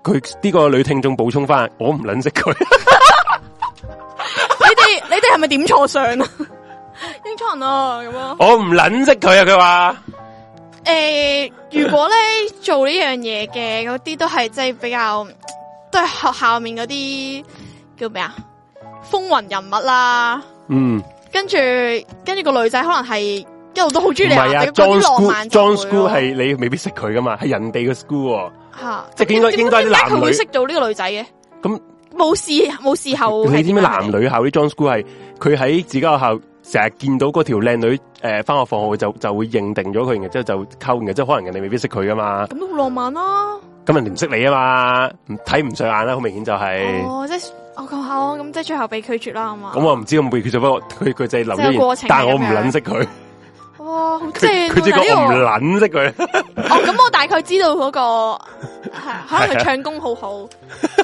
Speaker 2: 佢呢個女聽眾補充翻，我唔捻識佢， [LAUGHS]
Speaker 1: 你哋你哋係咪點錯相啊？英錯人啊咁咯。
Speaker 2: 我唔捻識佢啊！佢話
Speaker 1: 诶、如果咧做呢樣嘢嘅嗰啲都係即係比較，都係學校面嗰啲叫咩啊？風雲人物啦，
Speaker 2: 嗯，
Speaker 1: 跟住跟住個女仔可能係一路都好中
Speaker 2: 唔
Speaker 1: 意你
Speaker 2: 係啊
Speaker 1: 嗰啲
Speaker 2: ，John
Speaker 1: 浪
Speaker 2: School
Speaker 1: 漫就會
Speaker 2: John
Speaker 1: 咯
Speaker 2: School 係你未必識佢噶嘛，係人哋嘅 school，喎
Speaker 1: 吓，
Speaker 2: 即係應該
Speaker 1: 咁
Speaker 2: 應該係
Speaker 1: 點
Speaker 2: 啲
Speaker 1: 解佢
Speaker 2: 男
Speaker 1: 會
Speaker 2: 女
Speaker 1: 識到呢個女仔嘅，
Speaker 2: 咁。
Speaker 1: 冇事冇事後
Speaker 2: 你
Speaker 1: 係
Speaker 2: 知
Speaker 1: 點啊樣
Speaker 2: 唔
Speaker 1: 嘅
Speaker 2: 知男？女校啲 John School 係佢喺自己學校成日見到嗰條靚女誒翻、學放學就就會認定咗佢，然之後就溝，然之後可能人哋未必識佢噶嘛，
Speaker 1: 咁都好浪漫啦、
Speaker 2: 咁人哋唔識你啊嘛，唔睇唔上眼啦，好明顯就係、
Speaker 1: 哦，即係我講下咯，咁即係最後被拒絕啦，係嘛？
Speaker 2: 咁我唔知咁會佢做乜，佢佢就係留
Speaker 1: 即係過
Speaker 2: 咗言
Speaker 1: 程，
Speaker 2: 但
Speaker 1: 嚟
Speaker 2: 我唔
Speaker 1: 咁樣
Speaker 2: 撚識佢，
Speaker 1: 哇，好正
Speaker 2: 佢
Speaker 1: 啊！
Speaker 2: 佢只
Speaker 1: 但係
Speaker 2: 講我唔
Speaker 1: 呢個
Speaker 2: 撚識佢，
Speaker 1: 哦，咁我大概知道嗰、 [LAUGHS] 個，係啊可能佢唱功好好，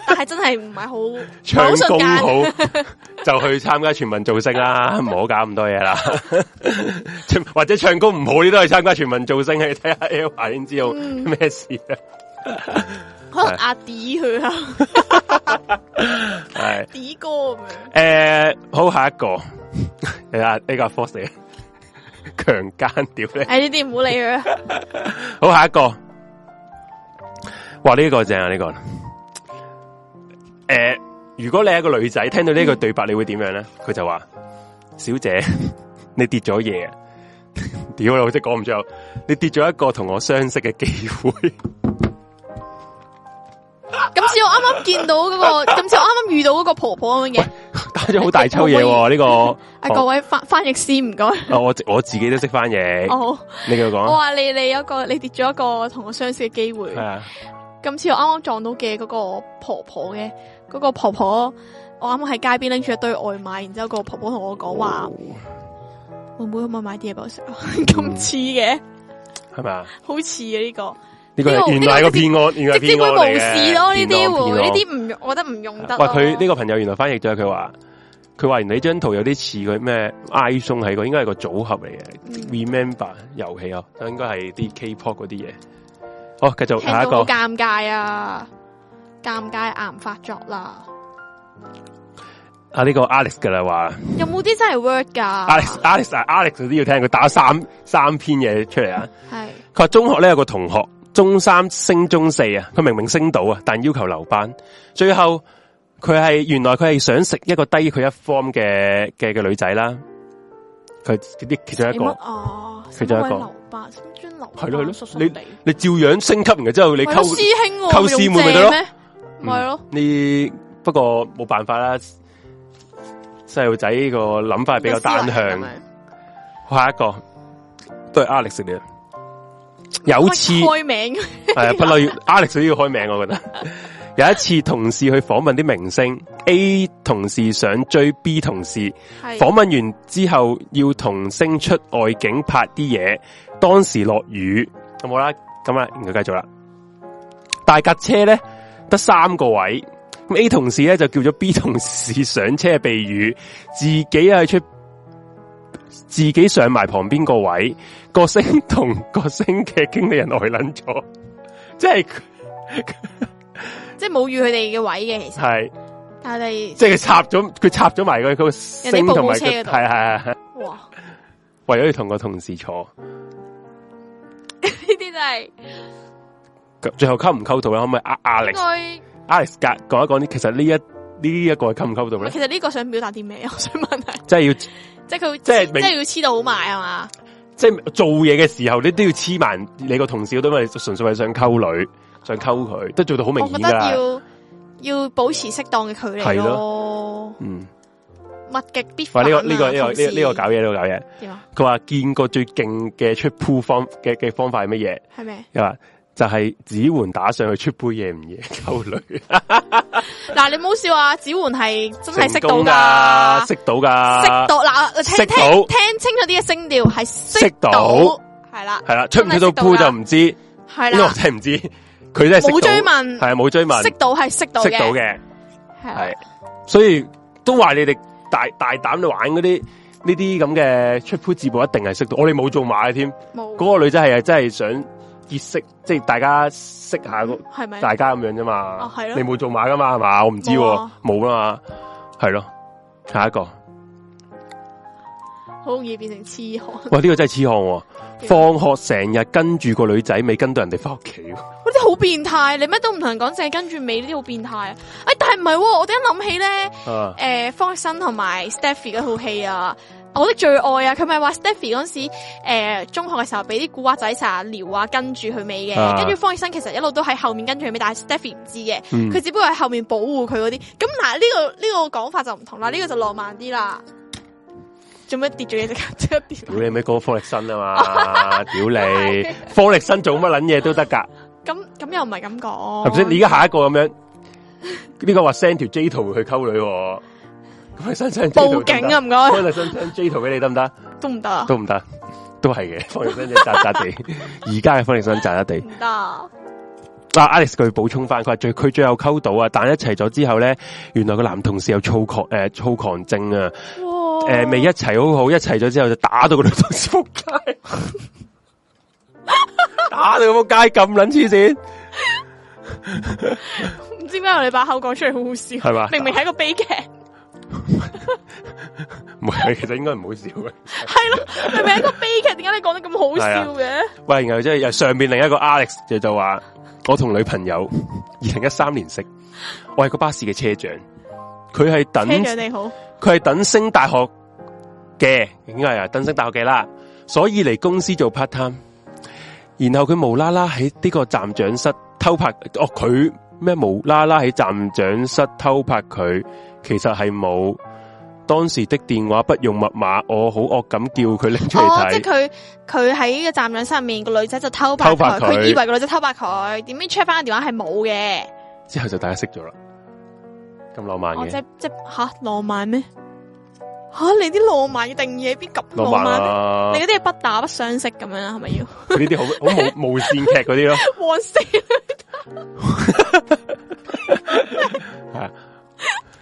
Speaker 1: 但係真係唔 [LAUGHS] 係好唔係好
Speaker 2: 唱功
Speaker 1: 瞬間
Speaker 2: 好就去參加全民造星啦，唔好搞咁多嘢啦，或者唱功唔好你都去參加全民造星，去睇下哎 L 華先知道
Speaker 1: 嗯
Speaker 2: 咩事啊，
Speaker 1: 可能阿 D 佢啊 [LAUGHS]
Speaker 2: 係。
Speaker 1: ，D 哥咁樣。 [LAUGHS]
Speaker 2: 诶、呃好下一 [LAUGHS] 个，你啊呢个 force [LAUGHS] 嚟嘅，强奸屌你！
Speaker 1: 哎唉，呢啲唔好理佢啊啦。
Speaker 2: 好下一个，哇呢、个正啊呢、个，诶、如果你系一个女仔，听到呢个对白，你会点样咧？佢就话：小姐， [LAUGHS] 你跌咗嘢啊，屌你，我真係讲唔出口，你跌咗一个同我相识嘅机会。
Speaker 1: [LAUGHS] 今次我啱啱見到嗰、個， [LAUGHS] 今次我啱啱遇到嗰個婆婆咁樣嘅。
Speaker 2: 打咗好大抽嘢喎、呢、
Speaker 1: [LAUGHS] 啊，
Speaker 2: 个哦
Speaker 1: 各位翻翻譯師唔該。
Speaker 2: 我我我自己都识翻嘢，
Speaker 1: 哦，
Speaker 2: 你继续讲
Speaker 1: 我
Speaker 2: 啊，
Speaker 1: 話你你有一個你跌咗一個同我相似嘅機會
Speaker 2: 系。啊，
Speaker 1: 今次我啱啱撞到嘅嗰個婆婆嘅，嗰、個婆婆，我啱啱喺街邊拎住一堆外賣，然之後個婆婆同我講話，妹妹可唔可以買啲嘢俾我食啊？[LAUGHS]
Speaker 2: 嗯
Speaker 1: 咁似嘅，
Speaker 2: 系咪啊？
Speaker 1: 好似嘅呢個，
Speaker 2: 呢個
Speaker 1: 呢個
Speaker 2: 係原來係個騙案，原來係
Speaker 1: 直接
Speaker 2: 騙
Speaker 1: 會
Speaker 2: 案
Speaker 1: 無
Speaker 2: 嚟嘅
Speaker 1: 視咯呢啲
Speaker 2: 騙案
Speaker 1: 會，呢
Speaker 2: 騙
Speaker 1: 啲唔用，我覺得唔用得咯。
Speaker 2: 案喂，佢呢個朋友原來翻譯咗佢話，佢話原來呢張圖有啲似佢咩 iPhone 係個應該係個組合嚟嘅、
Speaker 1: 嗯
Speaker 2: r e m e m b e r 遊戲啊，應該係啲 K-pop 嗰啲嘢。好，繼續
Speaker 1: 聽
Speaker 2: 下一
Speaker 1: 到好
Speaker 2: 個，
Speaker 1: 尷尬啊，尷尬癌發作啦，
Speaker 2: 啊呢個 Alex 噶啦話
Speaker 1: 有冇啲真係 work 噶
Speaker 2: Alex Alex 啊 Alex 都要聽佢打三三篇嘢出嚟啊。
Speaker 1: 係
Speaker 2: 佢話中學咧有個同學，中三升中四啊，佢明明升到啊，但要求留班。最後佢係原來佢係想食一個低佢一 form 嘅嘅嘅女仔啦。佢啲其中一
Speaker 1: 你乜
Speaker 2: 個，
Speaker 1: 哦，
Speaker 2: 佢就一個
Speaker 1: 使乜鬼留白，心專留白
Speaker 2: 係咯係咯
Speaker 1: 叔叔
Speaker 2: 你
Speaker 1: 地
Speaker 2: 你照樣升級，然之後你
Speaker 1: 咪咯
Speaker 2: 溝
Speaker 1: 師兄喎，
Speaker 2: 溝師妹咪得咯嗯
Speaker 1: 用借咩，咪咯。
Speaker 2: 呢？不過冇辦法啦，細路仔個諗法係比較單向。下一個都係 Alex 嚟嘅，有次。
Speaker 1: 喂開名，
Speaker 2: [LAUGHS] 系啊，不嬲要 Alex 都要開名，我覺得。有一次同事去訪問啲明星，A 同事想追 B 同事，
Speaker 1: 係
Speaker 2: 訪問完之後要同星出外景拍啲嘢，當時落雨，咁好啦，咁啊，然後繼續啦。大架車咧得三個位，咁 A 同事咧就叫咗 B 同事上車避雨，自己啊出自己上埋旁邊個位，個星同個星嘅經理人呆撚咗，即係
Speaker 1: 即係冇預佢哋嘅位嘅，其實，
Speaker 2: 係。
Speaker 1: 但係
Speaker 2: 即係佢插咗佢插咗埋佢佢個星
Speaker 1: 人哋
Speaker 2: 同
Speaker 1: 部
Speaker 2: 埋
Speaker 1: 車
Speaker 2: 佢
Speaker 1: 嗰度
Speaker 2: 係係係，
Speaker 1: 哇，呢
Speaker 2: 為咗要同個同事坐，
Speaker 1: 啲真係
Speaker 2: 咁最後溝唔溝到咧？可唔可以阿
Speaker 1: 應
Speaker 2: Alex
Speaker 1: 該。
Speaker 2: Alex 隔講一講啲，其實呢一呢一個係溝唔溝到咧？
Speaker 1: 其實呢個想表達啲咩？ [LAUGHS] 我想問下，
Speaker 2: 即係要
Speaker 1: 即係佢
Speaker 2: 即係
Speaker 1: 即係要黐到好埋啊嘛？
Speaker 2: 即係做嘢嘅時候，你都要黐埋你個同事嗰度，因為純粹係想溝女，想溝佢，都做到好明
Speaker 1: 我
Speaker 2: 顯
Speaker 1: 覺
Speaker 2: 㗎
Speaker 1: 得
Speaker 2: 啦。
Speaker 1: 要要保持適當嘅距離
Speaker 2: 係
Speaker 1: 咯。
Speaker 2: 嗯，
Speaker 1: 物極必
Speaker 2: 話
Speaker 1: 反
Speaker 2: 呢
Speaker 1: 啊
Speaker 2: 個呢個
Speaker 1: 同
Speaker 2: 呢個呢個
Speaker 1: 事
Speaker 2: 呢個搞嘢呢個搞嘢，
Speaker 1: 點啊？
Speaker 2: 佢話見過最勁嘅出鋪方嘅嘅方法係乜嘢？
Speaker 1: 係咩？
Speaker 2: 又話就係子桓打上去出杯嘢唔嘢溝女，
Speaker 1: 嗱，你唔好笑啊！子桓係真係識
Speaker 2: 成
Speaker 1: 到
Speaker 2: 功啊
Speaker 1: 噶，
Speaker 2: 識到噶，
Speaker 1: 識到嗱，聽
Speaker 2: 識
Speaker 1: 聽
Speaker 2: 到
Speaker 1: 聽清楚啲嘅聲調係識
Speaker 2: 識
Speaker 1: 到
Speaker 2: 到，
Speaker 1: 係啦，
Speaker 2: 係啦，出唔
Speaker 1: 真係
Speaker 2: 出到
Speaker 1: 識
Speaker 2: 鋪
Speaker 1: 到㗎
Speaker 2: 就唔知，
Speaker 1: 係
Speaker 2: 呢個
Speaker 1: 啦
Speaker 2: 我，真係唔知，佢真係識到
Speaker 1: 冇追問
Speaker 2: 係啊冇追問，
Speaker 1: 識到係識到
Speaker 2: 識到
Speaker 1: 嘅，啊
Speaker 2: 嘅，
Speaker 1: 係啦
Speaker 2: 係，所以都話你哋大大膽去玩嗰啲。呢啲咁嘅出鋪字幕一定係識到，我哋冇做馬嘅添。
Speaker 1: 冇
Speaker 2: 嗰、個女仔係真係想結識，即係大家識下個
Speaker 1: 係咪？
Speaker 2: 大家咁樣啫嘛。
Speaker 1: 哦係咯
Speaker 2: 你冇做馬噶嘛？係嘛？我唔知
Speaker 1: 冇
Speaker 2: 喎
Speaker 1: 啊，
Speaker 2: 冇啦嘛。係咯，下一個。
Speaker 1: 好容易變成痴漢，
Speaker 2: 哇！呢、個真係痴漢
Speaker 1: 啊
Speaker 2: 喎，放學成日跟住個女仔尾，跟到人哋翻屋企喎。
Speaker 1: 嗰啲好變態，你乜都唔同人講，淨係跟住尾呢啲好變態啊！哎，但係唔係喎，我突然間諗起咧。
Speaker 2: 啊，
Speaker 1: 诶、方力申同埋 Stephy 嗰套戲啊，我的最愛啊，佢咪話 Stephy 嗰陣時诶、誒中學嘅時候俾啲古惑仔成日撩啊，跟住佢尾嘅，
Speaker 2: 啊
Speaker 1: 跟住方力申其實一路都喺後面跟住佢尾，但係 Stephy 唔知嘅，佢、
Speaker 2: 嗯
Speaker 1: 只不過喺後面保護佢嗰啲。咁嗱呢個呢、個講法就唔同啦，呢、個就浪漫啲啦。做咩跌咗嘢即刻跌
Speaker 2: 屌你咩講方力申啊
Speaker 1: [LAUGHS]
Speaker 2: 嘛，屌你！方力申做乜撚嘢都得㗎，
Speaker 1: 咁咁又唔係咁
Speaker 2: 係咪先？
Speaker 1: 講，
Speaker 2: 你而家下一個咁樣，呢、個話 send 條 J 圖去溝女、喎。咁你 send send J 圖
Speaker 1: 報
Speaker 2: 得唔得
Speaker 1: 警啊，！唔該
Speaker 2: 方力申 send J 圖俾你得唔得？
Speaker 1: 都唔得啊，
Speaker 2: 都唔得，都係嘅。方力申真係渣渣地，而家嘅方力申渣渣地。
Speaker 1: 唔得啊，
Speaker 2: 啊，Alex 佢補充翻，佢話最佢最後溝到啊，但一齊咗之後咧，原來個男同事有躁狂诶、躁狂症啊，
Speaker 1: 哇
Speaker 2: 诶、未一齊好好，一齊咗之後就打到個女同事仆街，打到個仆街咁撚黐線，
Speaker 1: 唔知點解我哋把口講出嚟好好笑，
Speaker 2: 係嘛
Speaker 1: 明明係一個悲劇。 [LAUGHS]
Speaker 2: 唔係其實應該唔好笑嘅。
Speaker 1: 系咯，明明係一個悲劇，點解你講得咁好笑嘅？
Speaker 2: 喂，然後即係啊又上面另一個 Alex 就就話，我同女朋友二零一三年識，我係個巴士嘅車長，佢係等
Speaker 1: 聽長你好，
Speaker 2: 佢係等升大學嘅，應該係啊等升大學嘅啦，所以嚟公司做 part time。然後佢無啦啦喺呢個站長室偷拍，哦佢咩無啦啦喺站長室偷拍佢，其實係冇。當時的電話不用密碼，我好惡咁叫佢拎出嚟
Speaker 1: 哦，即係
Speaker 2: 睇，
Speaker 1: 佢佢喺個站長室入面，個女仔就偷拍
Speaker 2: 偷拍
Speaker 1: 佢，
Speaker 2: 佢
Speaker 1: 佢以為個女仔偷拍佢，點知 check 翻個電話係冇嘅。
Speaker 2: 之後就大家識咗啦。咁浪漫
Speaker 1: 哦，
Speaker 2: 嘅
Speaker 1: 即，即吓浪漫咩？吓你啲浪漫嘅定義喺邊咁浪
Speaker 2: 浪漫
Speaker 1: 漫咩？
Speaker 2: 啊！
Speaker 1: 你嗰啲係不打不相識咁樣啦，係咪要 [LAUGHS]
Speaker 2: 佢呢啲好好無無線劇嗰啲咯。
Speaker 1: 旺死？
Speaker 2: 系啊，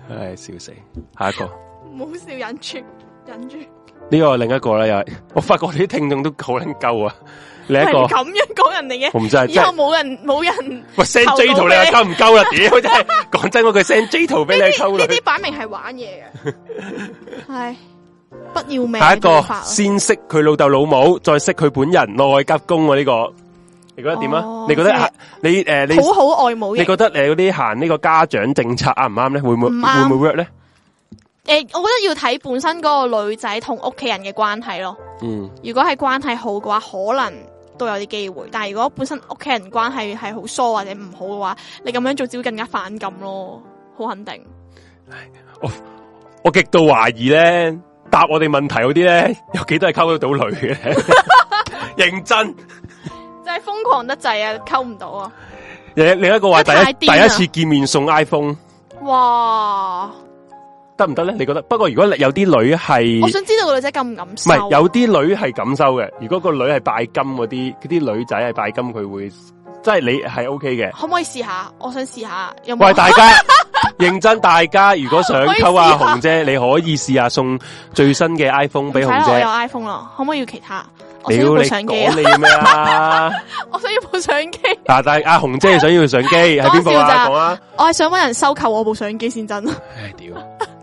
Speaker 2: 唉，笑死！下一個
Speaker 1: 唔好笑，忍住，忍住。
Speaker 2: 呢、個另一個咧，又係 [LAUGHS] 我發覺我哋啲聽眾都好撚鳩啊！另一
Speaker 1: 係
Speaker 2: 個
Speaker 1: 你咁樣講人哋
Speaker 2: 我
Speaker 1: 嘅，
Speaker 2: 唔知係
Speaker 1: 以
Speaker 2: 真
Speaker 1: 後
Speaker 2: 係，
Speaker 1: 冇人冇人。
Speaker 2: 喂 send
Speaker 1: 投稿
Speaker 2: J 圖你啊又鳩唔鳩啦？
Speaker 1: [LAUGHS]
Speaker 2: 屌真係講真嗰句 send J 圖俾
Speaker 1: 呢
Speaker 2: 你
Speaker 1: 啲呢
Speaker 2: 溝女
Speaker 1: 啲。擺明係玩嘢嘅，唉，不要命嘅
Speaker 2: [LAUGHS] 下一個
Speaker 1: 做法啊。
Speaker 2: 先識佢老豆老母，再識佢本人，內急公喎呢個，你覺得點
Speaker 1: 哦
Speaker 2: 啊？你覺得
Speaker 1: 即係
Speaker 2: 行你诶你
Speaker 1: 好好愛母
Speaker 2: 你
Speaker 1: 型。
Speaker 2: 覺得诶嗰啲行呢個家長政策啱唔啱咧？會唔會
Speaker 1: 唔啱
Speaker 2: 會唔會 work 咧？
Speaker 1: 诶、我覺得要睇本身嗰個女仔同屋企人嘅關係咯。
Speaker 2: 嗯，
Speaker 1: 如果係關係好嘅話，可能都有啲機會。但係如果本身屋企人關係係好疏或者唔好嘅話，你咁樣做只會更加反感咯。好肯定，
Speaker 2: 我極度懷疑咧，答我哋問題嗰啲咧，有幾多係溝得到女嘅呢？ [LAUGHS] 認真。
Speaker 1: 就係瘋狂得滯啊，溝唔到啊！
Speaker 2: 另另一個話第
Speaker 1: 太癲
Speaker 2: 一第
Speaker 1: 啦
Speaker 2: 一次見面送 iPhone
Speaker 1: 哇！
Speaker 2: 得唔得咧？你覺得？不過如果有啲女係
Speaker 1: 我
Speaker 2: 唔
Speaker 1: 想知道個女仔敢唔敢收？啊
Speaker 2: 係有啲女係咁收嘅？如果個女係拜金嗰啲，嗰啲女仔係拜金，佢會即係你係 OK 嘅。
Speaker 1: 可唔可以試下？我想試下有冇
Speaker 2: 喂，？大家 [LAUGHS] 認真，大家如果想溝阿
Speaker 1: 可以試下
Speaker 2: 紅姐，你可以試下送最新嘅 iPhone 俾
Speaker 1: 唔使啦
Speaker 2: 紅
Speaker 1: 我
Speaker 2: 姐
Speaker 1: 有。iPhone 啦，可唔可以要其他？我
Speaker 2: 屌
Speaker 1: 想要
Speaker 2: 你
Speaker 1: 部相機啊
Speaker 2: 講！你
Speaker 1: [LAUGHS]
Speaker 2: 咩啊？
Speaker 1: 我想要部相機，
Speaker 2: 嗱，但係阿紅姐想要相機喺邊部
Speaker 1: 講笑
Speaker 2: 啊？
Speaker 1: 咋
Speaker 2: 講啊！
Speaker 1: 我係想搵人收購我部相機先真。
Speaker 2: 唉，屌！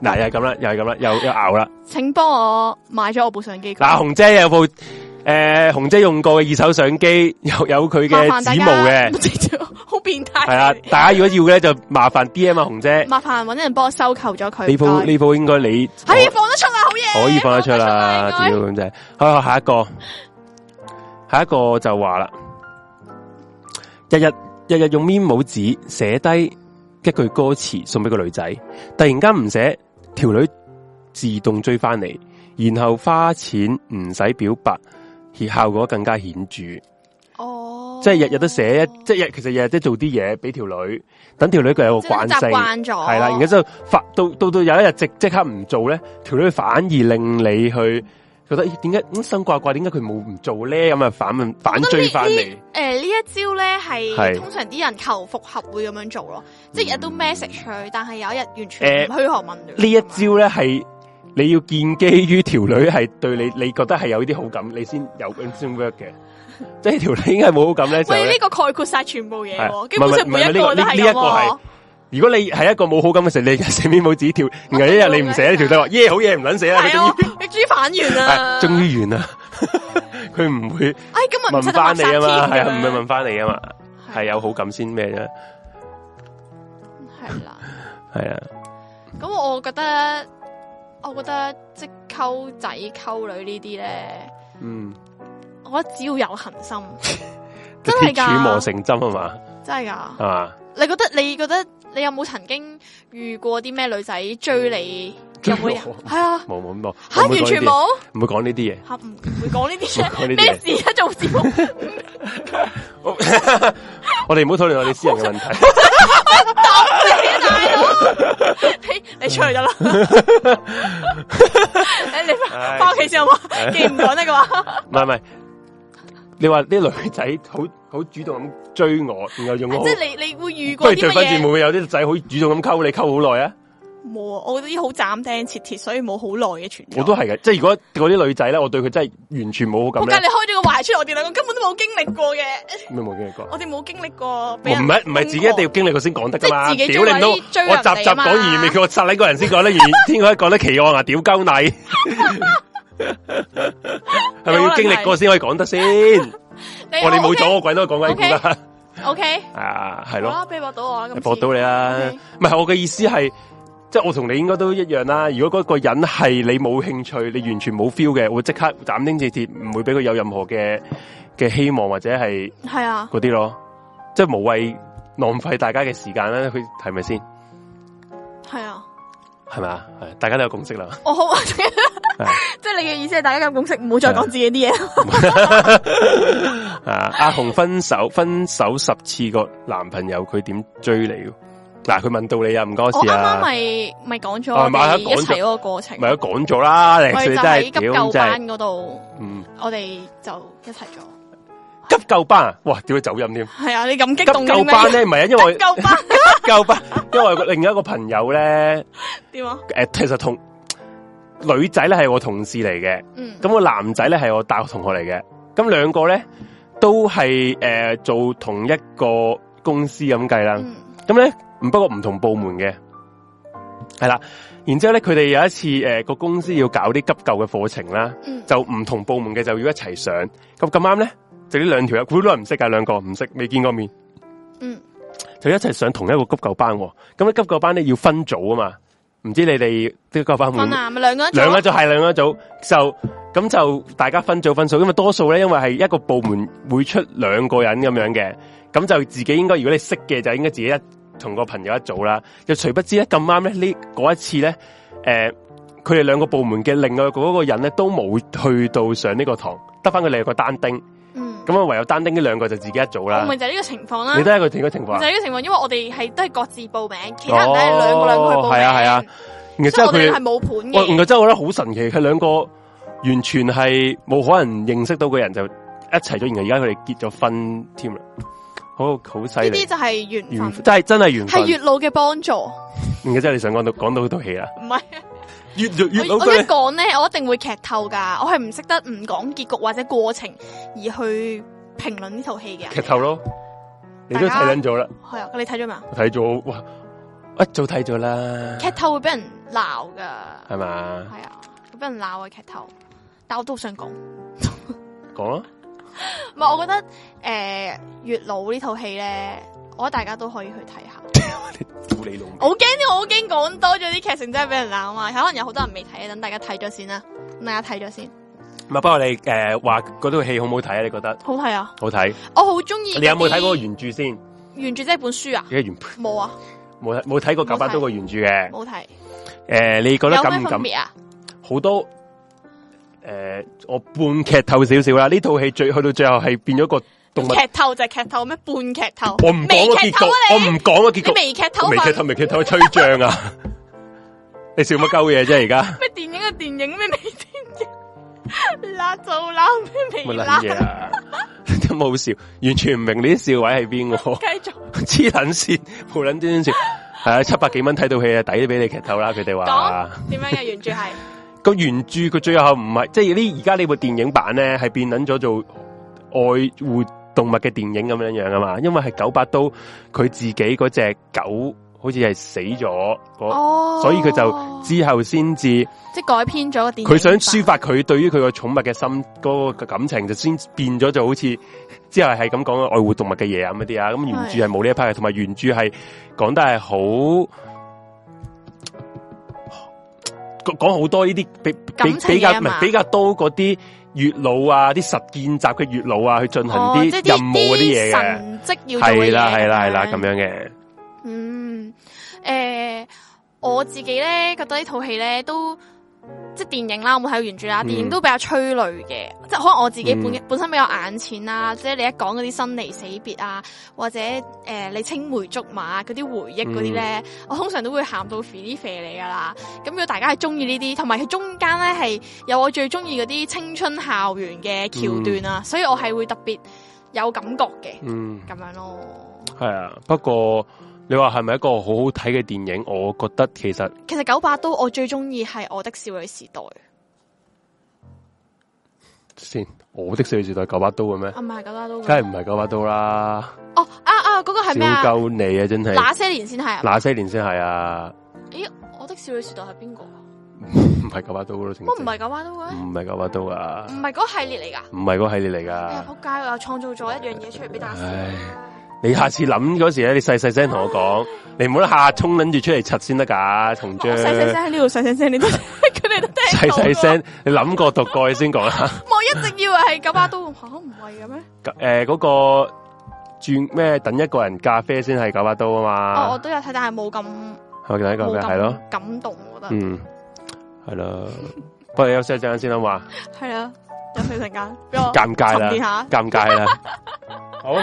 Speaker 2: 嗱，又係咁啦，又係咁啦，又又拗啦。
Speaker 1: 請幫我買咗我部相機。
Speaker 2: 嗱，紅姐有部诶、呃，红姐用過嘅二手相 [LAUGHS] 機，有有佢
Speaker 1: 麻
Speaker 2: 嘅
Speaker 1: 煩大
Speaker 2: 指
Speaker 1: 家
Speaker 2: 模
Speaker 1: [LAUGHS]
Speaker 2: 嘅，
Speaker 1: 好變態。
Speaker 2: 係啦。啊大家如果要咧，就麻煩 D M 啊，紅姐。
Speaker 1: 麻煩搵人幫我收購咗佢。
Speaker 2: 呢鋪呢鋪應該你
Speaker 1: 可以放得出啦，啊好嘢！
Speaker 2: 可以放得出啦，
Speaker 1: 哎放得
Speaker 2: 屌
Speaker 1: 出啦啊
Speaker 2: 咁就係好，下一個，下一個就話啦，日日日日用 memo 紙寫低一句歌詞送俾個女仔，突然間唔寫，條女自動追翻嚟，然後花錢唔使表白，而效果更加顯著。
Speaker 1: 哦，
Speaker 2: 即係日日都寫一，即係日其實日日都做啲嘢俾條女，等條女佢有個
Speaker 1: 即係
Speaker 2: 慣
Speaker 1: 習
Speaker 2: 性，係
Speaker 1: 慣啊咗，
Speaker 2: 啦。然後之後發到到到有一日即即刻唔做咧，條女反而令你去覺得，咦？點解咁嗯心怪怪？點解佢冇唔做咧？咁啊反問反追翻嚟。
Speaker 1: 诶，呢一招咧
Speaker 2: 係嗯
Speaker 1: 係通常啲人求復合會咁樣做咯，即係日日都 message 佢，但係有一日完
Speaker 2: 誒
Speaker 1: 全唔虛寒問暖。
Speaker 2: 呢一招咧係你要建基於條女係對你，你覺得係有呢啲好感，你先有先 work 嘅。即係條女應該冇好感咧，就
Speaker 1: 喂，
Speaker 2: 呢
Speaker 1: 呢個概括晒全部嘢
Speaker 2: 係
Speaker 1: 喎，基本上
Speaker 2: 唔係唔係
Speaker 1: 每一個都
Speaker 2: 呢個呢
Speaker 1: 係
Speaker 2: 呢一
Speaker 1: 咁
Speaker 2: 個係
Speaker 1: 喎。
Speaker 2: 如果你係一個冇好感嘅時候，你寫面冇
Speaker 1: [LAUGHS]
Speaker 2: 紙條，然後一日你唔寫呢條都話耶好嘢唔撚寫啦，佢
Speaker 1: 係
Speaker 2: 終
Speaker 1: 啊 [LAUGHS]
Speaker 2: 於，
Speaker 1: 你終於反完
Speaker 2: 啊 [LAUGHS]
Speaker 1: 啦，
Speaker 2: 終於
Speaker 1: [LAUGHS]
Speaker 2: 完啦，佢唔會
Speaker 1: 哎，今日唔
Speaker 2: 問
Speaker 1: 使
Speaker 2: 翻你啊嘛，係
Speaker 1: 係
Speaker 2: 啊，唔會問翻你啊嘛，係有好感先咩啫，
Speaker 1: 係啦。
Speaker 2: 係啊，
Speaker 1: 咁我覺得，我覺得即係溝仔溝女呢啲咧，
Speaker 2: 嗯，
Speaker 1: 我覺得只要有恒心，真係
Speaker 2: 鐵
Speaker 1: 㗎
Speaker 2: 杵磨成針啊嘛，啊
Speaker 1: 真係㗎。
Speaker 2: 係嘛，
Speaker 1: 你覺得你覺得你有冇曾經遇過啲咩女仔追你？有冇人
Speaker 2: 追我
Speaker 1: 係啊？
Speaker 2: 冇冇冇，
Speaker 1: 吓
Speaker 2: 我唔會
Speaker 1: 完
Speaker 2: 講呢
Speaker 1: 全
Speaker 2: 啲嘢，
Speaker 1: 冇
Speaker 2: 唔會講呢啲嘢。
Speaker 1: 吓，唔唔會講呢啲
Speaker 2: 唔會講
Speaker 1: 嘢
Speaker 2: 呢啲嘢
Speaker 1: 咩事啊？做節目
Speaker 2: 我哋唔好討論我哋私人嘅問題。
Speaker 1: 你你哎出去得啦，你你
Speaker 2: 唉
Speaker 1: 翻翻屋企先好嘛？
Speaker 2: 哎
Speaker 1: 既然唔講得嘅
Speaker 2: [LAUGHS]
Speaker 1: 話，
Speaker 2: 唔係唔係，你話啲女仔好好主動咁追我，然後用我好
Speaker 1: 啊即，係你你會遇
Speaker 2: 不
Speaker 1: 過
Speaker 2: 如
Speaker 1: 啲
Speaker 2: 對
Speaker 1: 乜
Speaker 2: 翻轉會
Speaker 1: 嘢？
Speaker 2: 唔會有啲仔好主動咁溝你溝好耐啊？
Speaker 1: 冇啊！我嗰啲好斬釘截鐵，所以冇好耐嘅存在。
Speaker 2: 我都係嘅，即係如果嗰啲女仔咧，我對佢真係完全冇好感
Speaker 1: 仆街！
Speaker 2: 咧，
Speaker 1: 你開咗個懷出嚟，我哋兩個根本都冇經歷過嘅，
Speaker 2: 你冇經歷過。
Speaker 1: 我哋冇經歷過俾
Speaker 2: 我
Speaker 1: 人
Speaker 2: 唔
Speaker 1: 攻過。
Speaker 2: 係唔係自己一定要經歷過先講得噶嘛？
Speaker 1: 即係自己
Speaker 2: 屌你唔
Speaker 1: 追
Speaker 2: 到
Speaker 1: 女
Speaker 2: 我集
Speaker 1: 追人
Speaker 2: 集
Speaker 1: 哋
Speaker 2: 講
Speaker 1: 啊嘛
Speaker 2: 完未叫我殺你個人先講
Speaker 1: [LAUGHS]
Speaker 2: 咧，而天可以講得奇案啊！屌鳩你，
Speaker 1: [LAUGHS]
Speaker 2: 係咪要經歷過先可以講得先？
Speaker 1: 你
Speaker 2: 我哋冇咗，我鬼都講鬼故啦，
Speaker 1: O K，
Speaker 2: 係 [LAUGHS] 啊，係
Speaker 1: 好
Speaker 2: 咯。
Speaker 1: 啦，俾我到我啦，今次
Speaker 2: 搏到你啦
Speaker 1: OK！
Speaker 2: 唔係我嘅意思係，即係我同你應該都一樣啦。如果嗰個人係你冇興趣，你完全冇 feel 嘅，我即刻斬釘截鐵，唔會俾佢有任何嘅嘅希望或者係
Speaker 1: 係啊，
Speaker 2: 嗰啲咯。即係無謂浪費大家嘅時間啦。佢係咪先？
Speaker 1: 係啊，
Speaker 2: 係咪啊？係大家都有共識啦。 [LAUGHS]
Speaker 1: 我好，即係你嘅意思係大家咁共識，唔好再講自己啲嘢。
Speaker 2: 啊！阿紅分手分手十次個男朋友，佢點追你喎？嗱，佢問到你啊，唔該
Speaker 1: 我
Speaker 2: 事
Speaker 1: 啱啱
Speaker 2: 啊，
Speaker 1: 咪咪講咗
Speaker 2: 啊
Speaker 1: 我
Speaker 2: 咪
Speaker 1: 哋
Speaker 2: 啱
Speaker 1: 一
Speaker 2: 講咗
Speaker 1: 齊嗰個過程，
Speaker 2: 咪都講咗啦，你
Speaker 1: 我哋
Speaker 2: 真
Speaker 1: 就
Speaker 2: 係
Speaker 1: 喺急
Speaker 2: 屌
Speaker 1: 救
Speaker 2: 真係
Speaker 1: 班，嗰度，
Speaker 2: 嗯，
Speaker 1: 我哋就一齊咗。
Speaker 2: 急救班啊，哇，屌佢走音添。
Speaker 1: 係啊，你咁激
Speaker 2: 急
Speaker 1: 動嘅
Speaker 2: 救
Speaker 1: 咩
Speaker 2: [LAUGHS] 班咧，唔係啊，因
Speaker 1: [LAUGHS]
Speaker 2: 為
Speaker 1: 急救班
Speaker 2: 急救班，因為我有另一個朋友咧，
Speaker 1: 點啊？
Speaker 2: 诶、其實同女仔咧係我同事嚟嘅，
Speaker 1: 嗯，
Speaker 2: 咁個男仔咧係我大學同學嚟嘅，咁兩個咧都係诶、呃做同一個公司咁計啦，
Speaker 1: 嗯
Speaker 2: 咁咧唔不過唔同部門嘅，係啦，然之后咧佢哋有一次诶個、公司要搞啲急救嘅課程啦，
Speaker 1: 嗯
Speaker 2: 就唔同部門嘅就要一齊上，咁咁啱咧就呢兩條友，佢都係唔識噶，兩個唔識，未見過面。
Speaker 1: 嗯，
Speaker 2: 就一齊上同一個急救班、喎。咁咧急救班咧要分組啊嘛，唔知你哋啲急救班會唔
Speaker 1: 分
Speaker 2: 會
Speaker 1: 啊，咪兩個人做
Speaker 2: 嗯兩
Speaker 1: 咯，
Speaker 2: 個組係兩個組，就咁就大家分組分數，因為多數咧因為係一個部門會出兩個人咁樣嘅，咁就自己應該如果你識嘅就應該自己一同個朋友一組啦。又誰不知咧咁啱咧呢嗰一次咧，诶佢哋兩個部門嘅另外嗰個人咧都冇去到上呢個堂，得翻佢哋有個單丁，
Speaker 1: 嗯，
Speaker 2: 咁啊唯有單丁呢兩個就自己一組
Speaker 1: 我
Speaker 2: 啦。
Speaker 1: 哦咪就係呢個情況啦
Speaker 2: 你。得一個點嘅情況啊
Speaker 1: 就係？呢個情況，因為我哋係都係各自報名，其他人都係兩個兩個去報
Speaker 2: 哦
Speaker 1: 名，
Speaker 2: 係啊係啊然後之
Speaker 1: 所以
Speaker 2: 後
Speaker 1: 我哋
Speaker 2: 佢
Speaker 1: 係冇盤
Speaker 2: 哇！然
Speaker 1: 嘅。
Speaker 2: 後真係我覺得好神奇，佢兩個完全係冇可能認識到嘅人就一齊咗，然後而家佢哋結咗婚添啦，啊好好犀
Speaker 1: 呢
Speaker 2: 利
Speaker 1: 啲，就係緣
Speaker 2: 緣
Speaker 1: 分，
Speaker 2: 真係真係緣分
Speaker 1: 係。月老嘅幫助，唔
Speaker 2: 然後之後你想講到講到套戲啊啦，
Speaker 1: 係。
Speaker 2: 越越越
Speaker 1: 我
Speaker 2: 老
Speaker 1: 我一
Speaker 2: 佢
Speaker 1: 講咧，我一定會劇透噶，我係唔識得唔講結局或者過程而去評論呢套戲嘅
Speaker 2: 劇
Speaker 1: 人。
Speaker 2: 透咯，你都睇
Speaker 1: 大家
Speaker 2: 緊咗啦，
Speaker 1: 係啊，你睇咗未啊？
Speaker 2: 我睇咗哇，一早睇咗啦，
Speaker 1: 劇透會俾人鬧噶，
Speaker 2: 係嘛？
Speaker 1: 係啊，會俾人鬧啊劇透。但我都好想講，唔
Speaker 2: 講咯，
Speaker 1: 係我覺得诶月老呢套戲咧，我覺得大家都可以去睇下。
Speaker 2: [LAUGHS] 屌你老母
Speaker 1: 我惊我好惊讲多咗啲劇情真係俾人鬧啊！可能有好多人未睇，等大家睇咗先啦。咁大家睇咗先，
Speaker 2: 唔係，不過你誒話嗰套戲好唔好睇啊？你覺得
Speaker 1: 好睇啊！
Speaker 2: 好睇？
Speaker 1: 我好中意。
Speaker 2: 你有冇睇過個原著先？
Speaker 1: 原著即係本書啊？
Speaker 2: 而家原
Speaker 1: 冇啊，
Speaker 2: 冇睇冇睇過九百多個原著嘅。
Speaker 1: 冇睇。
Speaker 2: 诶、你覺得
Speaker 1: 有
Speaker 2: 感
Speaker 1: 咩
Speaker 2: 唔
Speaker 1: 分
Speaker 2: 感？
Speaker 1: 別啊？
Speaker 2: 好多诶、呃我半劇透少少啦。呢套戲最去到最後係變咗個動物，
Speaker 1: 劇透就係劇透咩？半劇透，
Speaker 2: 我唔講個
Speaker 1: 未劇
Speaker 2: 結局
Speaker 1: 透啊，
Speaker 2: 我
Speaker 1: 你
Speaker 2: 唔講個結局
Speaker 1: 你，未劇透
Speaker 2: 我
Speaker 1: 啊
Speaker 2: 未劇透，未劇透，吹脹啊！你笑乜鳩嘢啫？而家
Speaker 1: 咩電影嘅電影咩未電影，啦就啦咩 [LAUGHS] 未
Speaker 2: 乜
Speaker 1: 啦
Speaker 2: 撚，嘢啊？ [LAUGHS] 都冇笑，完全唔明呢啲笑位係邊個。 [LAUGHS]
Speaker 1: 繼續。
Speaker 2: 黐捻线，冇捻端端笑。系啊，七百几蚊睇到戲啊，抵俾你劇透啦！佢哋話
Speaker 1: 讲点样嘅原著
Speaker 2: [LAUGHS]
Speaker 1: 系？
Speaker 2: 個原著佢最後唔係，即係呢而家呢部電影版咧係變捻咗做愛護動物嘅電影咁樣樣啊嘛，因為係九把刀佢自己嗰只狗好似係死咗，嗰
Speaker 1: 哦
Speaker 2: 所以佢就之後先至
Speaker 1: 即系改編咗個電影版。
Speaker 2: 佢想抒發佢對於佢個寵物嘅心嗰、個感情，就先變咗就好似之後係咁講愛護動物嘅嘢啊咁啲啊，咁原著係冇呢一 part 嘅，同埋原著係講得係好講講好多呢啲比
Speaker 1: 感
Speaker 2: 比
Speaker 1: 情
Speaker 2: 比較
Speaker 1: 嘢啊
Speaker 2: 唔
Speaker 1: 嘛
Speaker 2: 係比較多嗰啲月老啊，啲實踐集嘅月老啊去進行
Speaker 1: 哦
Speaker 2: 啲
Speaker 1: 即係
Speaker 2: 任務嗰啲嘢嘅，
Speaker 1: 神迹要做嘅嘢啊
Speaker 2: 係啦係啦係啦咁。樣嘅，
Speaker 1: 嗯，诶、我自己咧覺得呢套戲咧都即系电影啦，我冇睇過原著啦，
Speaker 2: 嗯
Speaker 1: 電影都比較催淚嘅，即系可能我自己本、
Speaker 2: 嗯
Speaker 1: 本身比較眼淺啦，即係你一講嗰啲生離死別啊，或者诶、誒你青梅竹馬嗰啲回憶嗰啲咧，
Speaker 2: 嗯
Speaker 1: 我通常都會喊到肥啲肥你噶啦。咁如果大家係中意呢啲，同埋佢中間咧係有我最中意嗰啲青春校園嘅橋段啊，所以我係會特別有感覺嘅
Speaker 2: 嗯。
Speaker 1: 咁樣咯。
Speaker 2: 系啊，不过你话系咪一个好好睇嘅电影？我觉得其实
Speaker 1: 其實九把刀我最中意係我的少女時代。
Speaker 2: 先，我的少女时代九把刀嘅咩？
Speaker 1: 啊，唔係九把刀
Speaker 2: 梗
Speaker 1: 嘅。
Speaker 2: 系唔系九把刀啦，
Speaker 1: 哦，啊啊，嗰、個係
Speaker 2: 照
Speaker 1: 咩啊？
Speaker 2: 鸠你啊！真系
Speaker 1: 那些年先係啊？
Speaker 2: 那些年先系啊，
Speaker 1: 咦，我的少女時代係邊個啊？哦
Speaker 2: 唔系九把刀咯，正
Speaker 1: 我唔
Speaker 2: 正
Speaker 1: 係九把刀嘅咩？
Speaker 2: 唔系九把刀啊
Speaker 1: 唔，係嗰個系列嚟㗎。
Speaker 2: 唔系嗰系列嚟
Speaker 1: 哎呀，
Speaker 2: 噶。
Speaker 1: 仆街！我又創造咗一樣嘢出嚟俾大家試
Speaker 2: 唉
Speaker 1: 啊。
Speaker 2: 你下次谂嗰时啊咧，你细细声同我讲，你唔好一下冲捻住出嚟柒先得噶，同
Speaker 1: 我細
Speaker 2: 张
Speaker 1: 細聲喺呢度細細聲，你
Speaker 2: [LAUGHS]
Speaker 1: 都佢哋都聽
Speaker 2: 细
Speaker 1: 到㗎。
Speaker 2: 啊
Speaker 1: 啊
Speaker 2: 细声，你谂过读过先讲啦。 [LAUGHS]
Speaker 1: 我一直以為係九把刀，嚇唔係嘅咩？
Speaker 2: 诶，嗰个转咩？等一个人咖啡先系九把刀啊嘛。
Speaker 1: 哦，我都有睇，但係冇咁
Speaker 2: 我第一個
Speaker 1: 冇
Speaker 2: 嘅係咯，
Speaker 1: 咁啊感動，我覺得
Speaker 2: 嗯，係咯。不過休息一陣先啦嘛，
Speaker 1: 係啊。休息陣間，俾我
Speaker 2: 尷尬
Speaker 1: 沉澱
Speaker 2: 啦，
Speaker 1: 下。
Speaker 2: 尷尬
Speaker 1: [LAUGHS]
Speaker 2: 啦。好，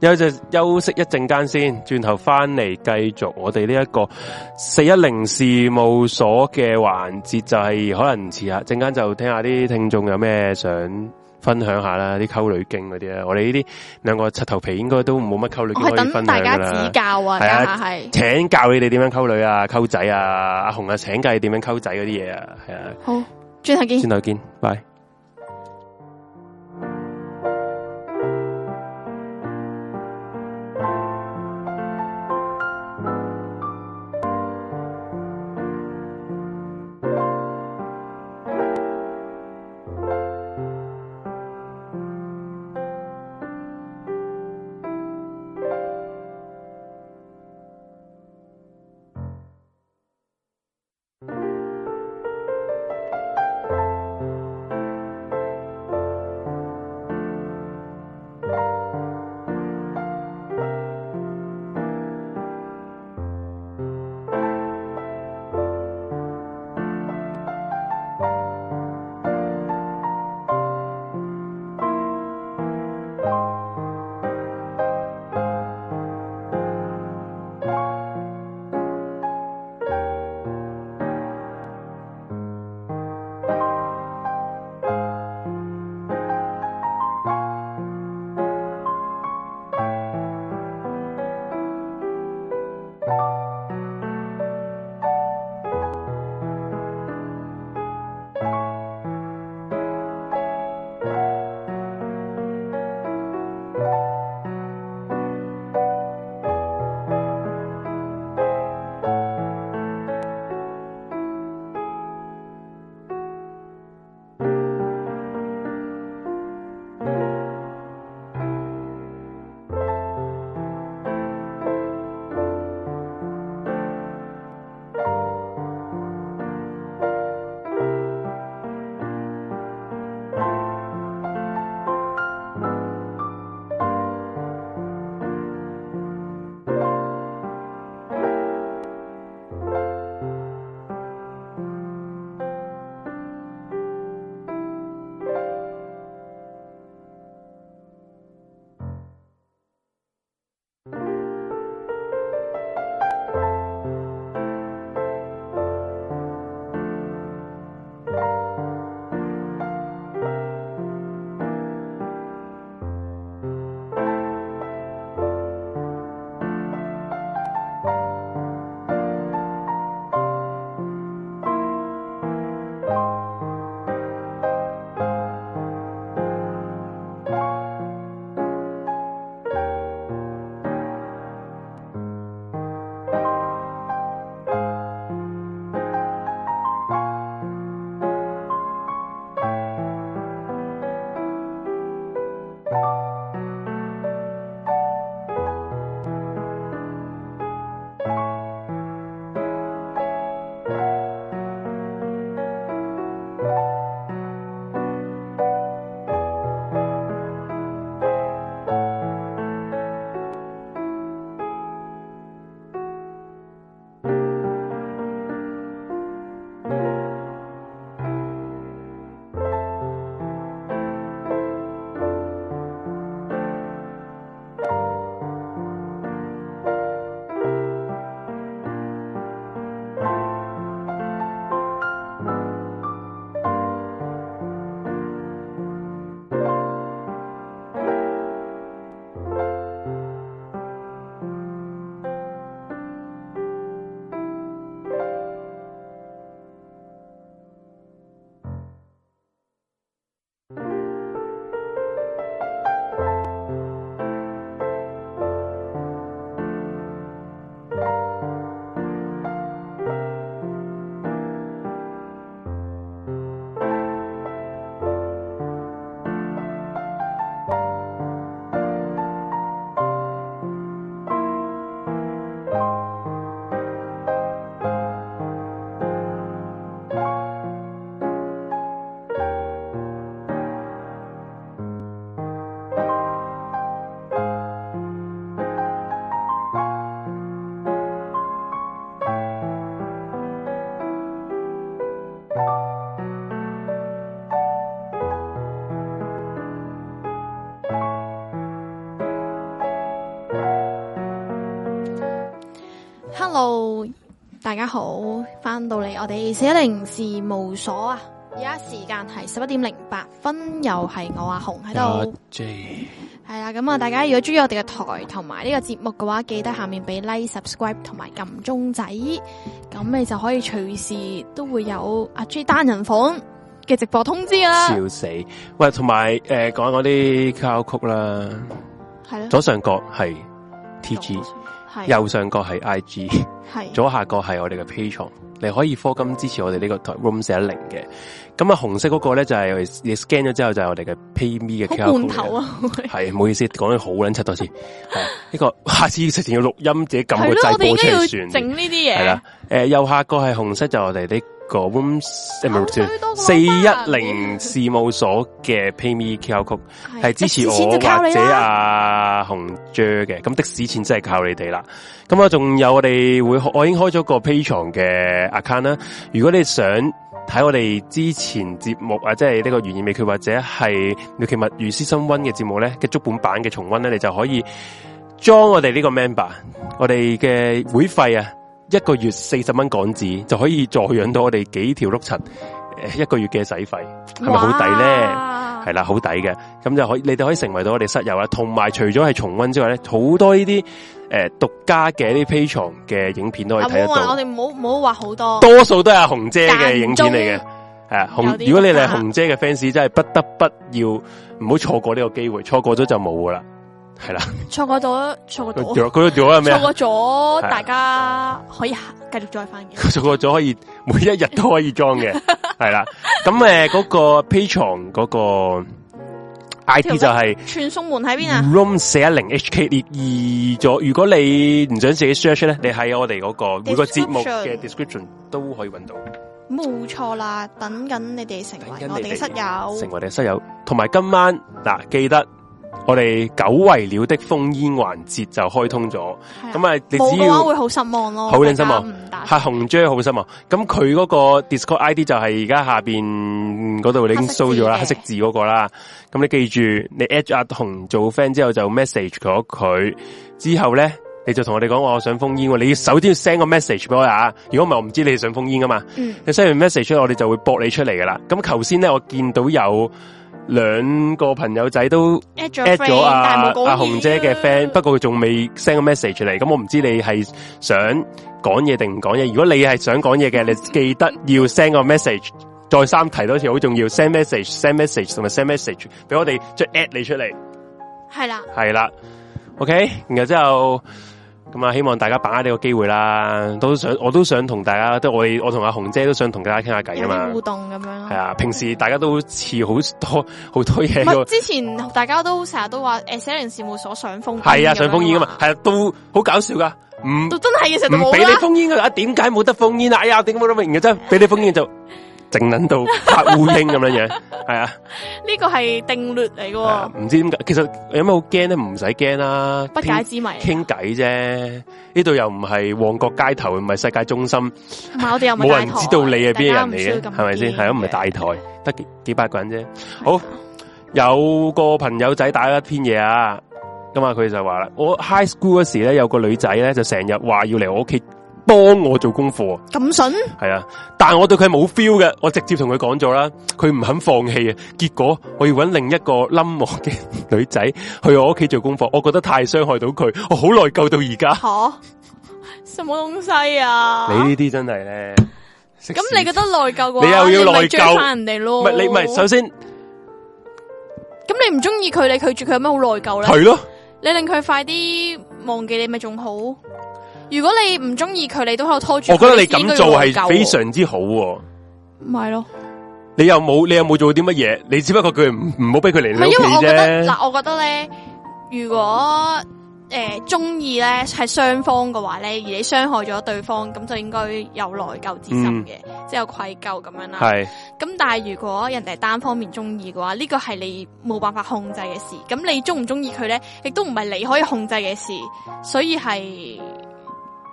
Speaker 2: 休息休息一陣間先，轉頭翻嚟繼續我哋呢一個四一零事務所嘅環節，就係可能遲下陣間就聽下啲聽眾有咩想。分享下啦，啲溝女經嗰啲啊啦，我哋呢啲兩個柒頭皮應該都冇乜溝女
Speaker 1: 我
Speaker 2: 經
Speaker 1: 哦
Speaker 2: 可
Speaker 1: 係
Speaker 2: 以
Speaker 1: 等
Speaker 2: 分享
Speaker 1: 大家
Speaker 2: 噶
Speaker 1: 指
Speaker 2: 啦。
Speaker 1: 教啊，
Speaker 2: 係
Speaker 1: 家
Speaker 2: 啊
Speaker 1: 下係。
Speaker 2: 請教你哋點樣溝女啊、溝仔啊、阿紅啊請教你點樣溝仔嗰啲嘢啊，係啊。
Speaker 1: 好，轉頭見
Speaker 2: 先。頭見，拜。
Speaker 1: Hello，大家好，翻到嚟我哋四一零事務所啊！而家時間係十一點零八分，又係我阿紅喺
Speaker 2: 啊
Speaker 1: 度。
Speaker 2: J
Speaker 1: 係啦，咁啊，大家如果中意我哋嘅台同埋呢個節目嘅話，記得下面俾 like、subscribe 同埋撳鐘仔，咁你就可以隨時都會有阿 J 單人房嘅直播通知㗎啦。
Speaker 2: 笑死！喂，同埋诶讲嗰啲交曲啦，
Speaker 1: 嗯係咯
Speaker 2: 左上角係 T G，
Speaker 1: 係
Speaker 2: 右上角係 I G， [LAUGHS]
Speaker 1: 係
Speaker 2: 左下角係我哋嘅 P 床。你可以科金支持我哋呢個台 room 四一零嘅，咁啊紅色嗰個咧就係我哋你 scan 咗之後就係我哋嘅 PayMe 嘅
Speaker 1: 好
Speaker 2: QR
Speaker 1: 罐
Speaker 2: code
Speaker 1: 頭
Speaker 2: 嚟嘅！
Speaker 1: 啊！
Speaker 2: 係唔好意思，講得好撚七多次，係啊呢個 [LAUGHS] 下次直情要錄音自己
Speaker 1: [LAUGHS]
Speaker 2: 撳
Speaker 1: 係
Speaker 2: 個
Speaker 1: 咯，
Speaker 2: 掣
Speaker 1: 我哋應
Speaker 2: 播出
Speaker 1: 該要
Speaker 2: 嚟算。
Speaker 1: 整呢啲
Speaker 2: 系
Speaker 1: 嘢
Speaker 2: 啦。，诶、右下角係紅色就我哋呢個 room 唔
Speaker 1: 口水多過啊
Speaker 2: 四一零事務所嘅 PayMe QR code 係支持我
Speaker 1: 錢就靠
Speaker 2: 或
Speaker 1: 你
Speaker 2: 者
Speaker 1: 啦，
Speaker 2: 阿紅 J 嘅，咁的士錢真係靠你哋啦。咁啊，仲有我哋會開我已經開咗個 Pay 床嘅 account 啦。如果你想睇我哋之前節目啊，即係呢個懸疑未決或者係妙奇物語私心温嘅節目咧嘅足本版嘅重温咧，你就可以。裝我哋呢個 member，我哋嘅會費啊，一個月四十蚊港紙就可以助養到我哋幾條碌柒，诶，一個月嘅使費係咪好抵咧？
Speaker 1: 哇
Speaker 2: 係啦，好抵嘅，咁就可以，你哋可以成為到我哋室友啦。同埋除咗係重温之外咧，好多呢啲诶獨家嘅呢啲 P 床嘅影片都可以睇得
Speaker 1: 啊唔好話
Speaker 2: 到
Speaker 1: 我，哋唔好唔好話好多，
Speaker 2: 多數都係阿紅姐嘅影
Speaker 1: 間
Speaker 2: 片嚟嘅
Speaker 1: 中。
Speaker 2: 係啊，紅
Speaker 1: 有啲
Speaker 2: 如果你
Speaker 1: 獨
Speaker 2: 係
Speaker 1: 家
Speaker 2: 紅姐嘅 fans，真係不得不要唔好錯過呢個機會，錯過咗就冇噶啦，係啦。
Speaker 1: 錯過咗，錯過咗，
Speaker 2: 佢咗佢咗係咩啊
Speaker 1: 錯？過咗，
Speaker 2: 係啊
Speaker 1: 大家可以繼續再翻嘅。
Speaker 2: 做過咗可以每一日都可以裝
Speaker 1: [LAUGHS]
Speaker 2: 嘅，係啦。咁诶嗰個 Patreon 嗰個 I D 就係
Speaker 1: 傳送門喺邊啊？
Speaker 2: Room 四一零 H K 列二咗。如果你唔想自己 search 咧，你喺我哋嗰個每個節目嘅 description 都可以揾到。
Speaker 1: 冇錯啦，等緊你哋成為我哋嘅室
Speaker 2: 成為
Speaker 1: 友。
Speaker 2: 我哋嘅室友。同埋今晚嗱，記得我哋久違了的烽煙環節就開通咗。咁
Speaker 1: 啊，
Speaker 2: 啊，你
Speaker 1: 冇
Speaker 2: 只
Speaker 1: 嘅
Speaker 2: 要
Speaker 1: 話會好失望咯，
Speaker 2: 好令失望
Speaker 1: 哦大家唔打
Speaker 2: 吓紅 J 好失望，咁佢嗰個 Discord ID 就係而家下边嗰度已經 show 咗啦，黑
Speaker 1: 黑
Speaker 2: 色
Speaker 1: 色
Speaker 2: 字嗰個啦。咁你記住，你 at 阿紅做 friend 之後就 message 咗佢，之後咧你就同我哋講我想封煙喎，你要首先要 send 個 message 俾我啊，如果唔係我唔知你想封煙噶嘛。
Speaker 1: 嗯，
Speaker 2: 你 send 完 message 出嚟，我哋就會駁你出嚟噶啦。咁頭先咧，我見到有兩個朋友仔都
Speaker 1: at 咗
Speaker 2: at
Speaker 1: friend，但
Speaker 2: 咗
Speaker 1: 係
Speaker 2: 阿
Speaker 1: 冇講
Speaker 2: 啊
Speaker 1: 嘢啊
Speaker 2: 阿紅姐嘅 friend，不過佢仲未 send 個 message 嚟，咁我唔知你係想講嘢定唔講嘢。如果你係想講嘢嘅，你記得要 send 個 message。再三提多次，好重要，send message，send message 同埋 send message 俾我哋，即係 at 你出嚟，
Speaker 1: 係啦，
Speaker 2: 係啦，OK，然後之後咁啊，希望大家把握呢個機會啦，都想我都想同大家，都我哋我同阿紅姐都想同大家傾下偈
Speaker 1: 有
Speaker 2: 啊嘛
Speaker 1: 啲，互動咁樣
Speaker 2: 係
Speaker 1: 咯。
Speaker 2: 啊，平時大家都似好多好多嘢
Speaker 1: 唔
Speaker 2: 個 [LAUGHS]
Speaker 1: 係之前大家都成日都話誒寫零事務所上風
Speaker 2: 系啊，上封
Speaker 1: 風
Speaker 2: 煙噶嘛，系啊，都好搞笑噶，唔
Speaker 1: 到真係嘅時候就
Speaker 2: 唔
Speaker 1: 冇
Speaker 2: 俾你
Speaker 1: 啦。
Speaker 2: 封煙噶，啊，點解冇得封煙啊？哎呀，點解冇得封煙嘅啫？俾你封煙就靜撚到發烏蠅咁樣樣，係啊，
Speaker 1: 呢個係定律嚟嘅
Speaker 2: 係啊
Speaker 1: 喎，
Speaker 2: 唔知點解，其實有咩好驚咧？唔使驚啦，
Speaker 1: 不解之謎。
Speaker 2: 傾傾偈啫，呢度又唔係旺角街頭，唔係世界中心，
Speaker 1: 唔係我哋又
Speaker 2: 冇
Speaker 1: 咪
Speaker 2: 人知道你係邊人嚟嘅，
Speaker 1: 係
Speaker 2: 係咪先？係啊，唔係大台，得幾幾百個人啫。好，有個朋友仔打一篇嘢啊，咁啊佢就話啦，我 high school 嗰時咧有個女仔咧就成日話要嚟我屋企幫我做功課，
Speaker 1: 咁筍
Speaker 2: 係啊，但我對佢冇 feel 嘅，我直接同佢講咗啦，佢唔肯放棄啊，結果我要揾另一個冧我嘅女仔去我屋企做功課，我覺得太傷害到佢，我好內疚到而家。
Speaker 1: 嚇？什麼東西啊？
Speaker 2: 你呢啲真係咧，
Speaker 1: 咁你覺得內疚嘅話，
Speaker 2: 你又要
Speaker 1: 咪
Speaker 2: 內疚
Speaker 1: 追翻人哋咯？
Speaker 2: 唔係你唔係首先
Speaker 1: 咁你唔中意佢，你拒絕佢有咩好內疚咧？
Speaker 2: 係咯。
Speaker 1: 你令佢快啲忘記你咪仲好？如果你唔中意佢，你都喺度拖住佢，
Speaker 2: 我覺得你
Speaker 1: 自己
Speaker 2: 咁
Speaker 1: 都要
Speaker 2: 做
Speaker 1: 內疚
Speaker 2: 係
Speaker 1: 喎
Speaker 2: 非，常之好、喎。
Speaker 1: 咪咯？
Speaker 2: 你又冇你又冇做啲乜嘢，你只不過佢唔唔好俾佢嚟
Speaker 1: 唔
Speaker 2: 你
Speaker 1: 係
Speaker 2: 屋
Speaker 1: 因為我
Speaker 2: 企
Speaker 1: 覺得
Speaker 2: 啫。
Speaker 1: 嗱，我覺得咧，如果诶中意咧係雙方嘅話咧，而你傷害咗對方，咁就應該有內疚之心嘅，即係有愧疚咁樣啦。
Speaker 2: 嗯係
Speaker 1: 咁但係如果人哋係單方面中意嘅話，呢個係你冇辦法控制嘅事。咁你中唔中意佢咧，亦都唔係你可以控制嘅事，所以係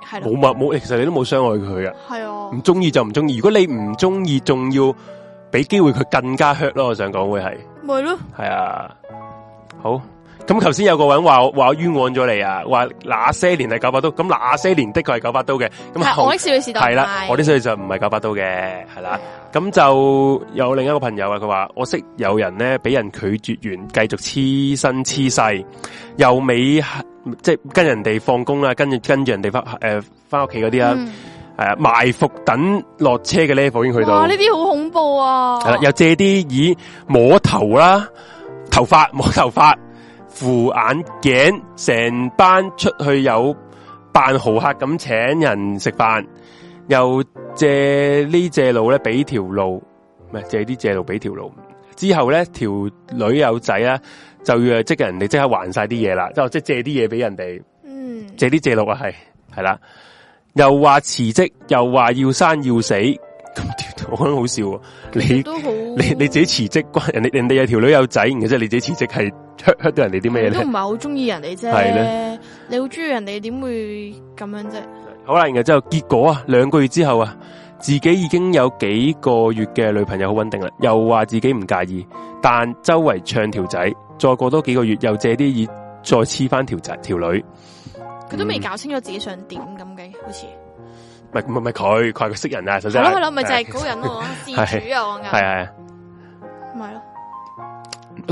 Speaker 1: 係
Speaker 2: 冇
Speaker 1: 咯，
Speaker 2: 物冇，其實你都冇傷害佢啊。
Speaker 1: 係啊
Speaker 2: 唔，中意就唔中意，如果你唔中意，仲要俾機會佢更加 hurt 咯。我想講會係
Speaker 1: 咪咯，
Speaker 2: 係啊，好。咁頭先有個人話我話我冤枉咗你啊，話那些年係九把刀，咁那些年的確係九把刀嘅，咁
Speaker 1: 係我的少女時代
Speaker 2: 係啦，
Speaker 1: 唔係
Speaker 2: 我啲水就唔係九把刀嘅，係
Speaker 1: 啊
Speaker 2: 啦。咁就有另一個朋友啊，佢話我識有人咧俾人拒絕完，繼續黐身黐世，又尾即係跟人哋放工啦，跟住跟住人哋翻誒翻屋企嗰啲啦，
Speaker 1: 嗯
Speaker 2: 係啊埋伏等落車嘅 level 已經去到
Speaker 1: 哇，呢，啲好恐怖啊！
Speaker 2: 係啦，又借啲椅摸頭啦，頭髮摸頭髮，扶眼鏡，成班出去有扮豪客咁請人食飯，又借呢借路咧俾條路，唔係借啲借路俾條路。之後咧條女友仔啊，就要即係人哋即刻還晒啲嘢啦，即係即係借啲嘢俾人哋。
Speaker 1: 嗯，
Speaker 2: 借啲借落啊，係係啦，又話辭職，又話要生要死，咁 [LAUGHS] 條我覺得好笑喎。你
Speaker 1: 都好，
Speaker 2: 你你自己辭職，關人哋人哋有條女有仔，然後即係你自己辭職係 hurt hurt 到人哋啲咩
Speaker 1: 你都唔
Speaker 2: 咧？
Speaker 1: 係好中意人哋啫。
Speaker 2: 係
Speaker 1: 咧，你好中意人哋點會咁樣啫？
Speaker 2: 好啦，然後之後結果啊，兩個月之後啊，自己已經有幾個月嘅女朋友好穩定啦，又話自己唔介意，但周圍唱條仔，再過多幾個月又借啲意再黐翻條仔條女，
Speaker 1: 佢都未
Speaker 2: 嗯
Speaker 1: 搞清楚自己想點咁嘅，好似
Speaker 2: 唔係唔係唔係佢，佢係佢識人啊，首
Speaker 1: 係
Speaker 2: 先
Speaker 1: 咯係咯，咪就係嗰個人咯，自主啊，我
Speaker 2: 係
Speaker 1: 啱，
Speaker 2: 係。
Speaker 1: 咪咯，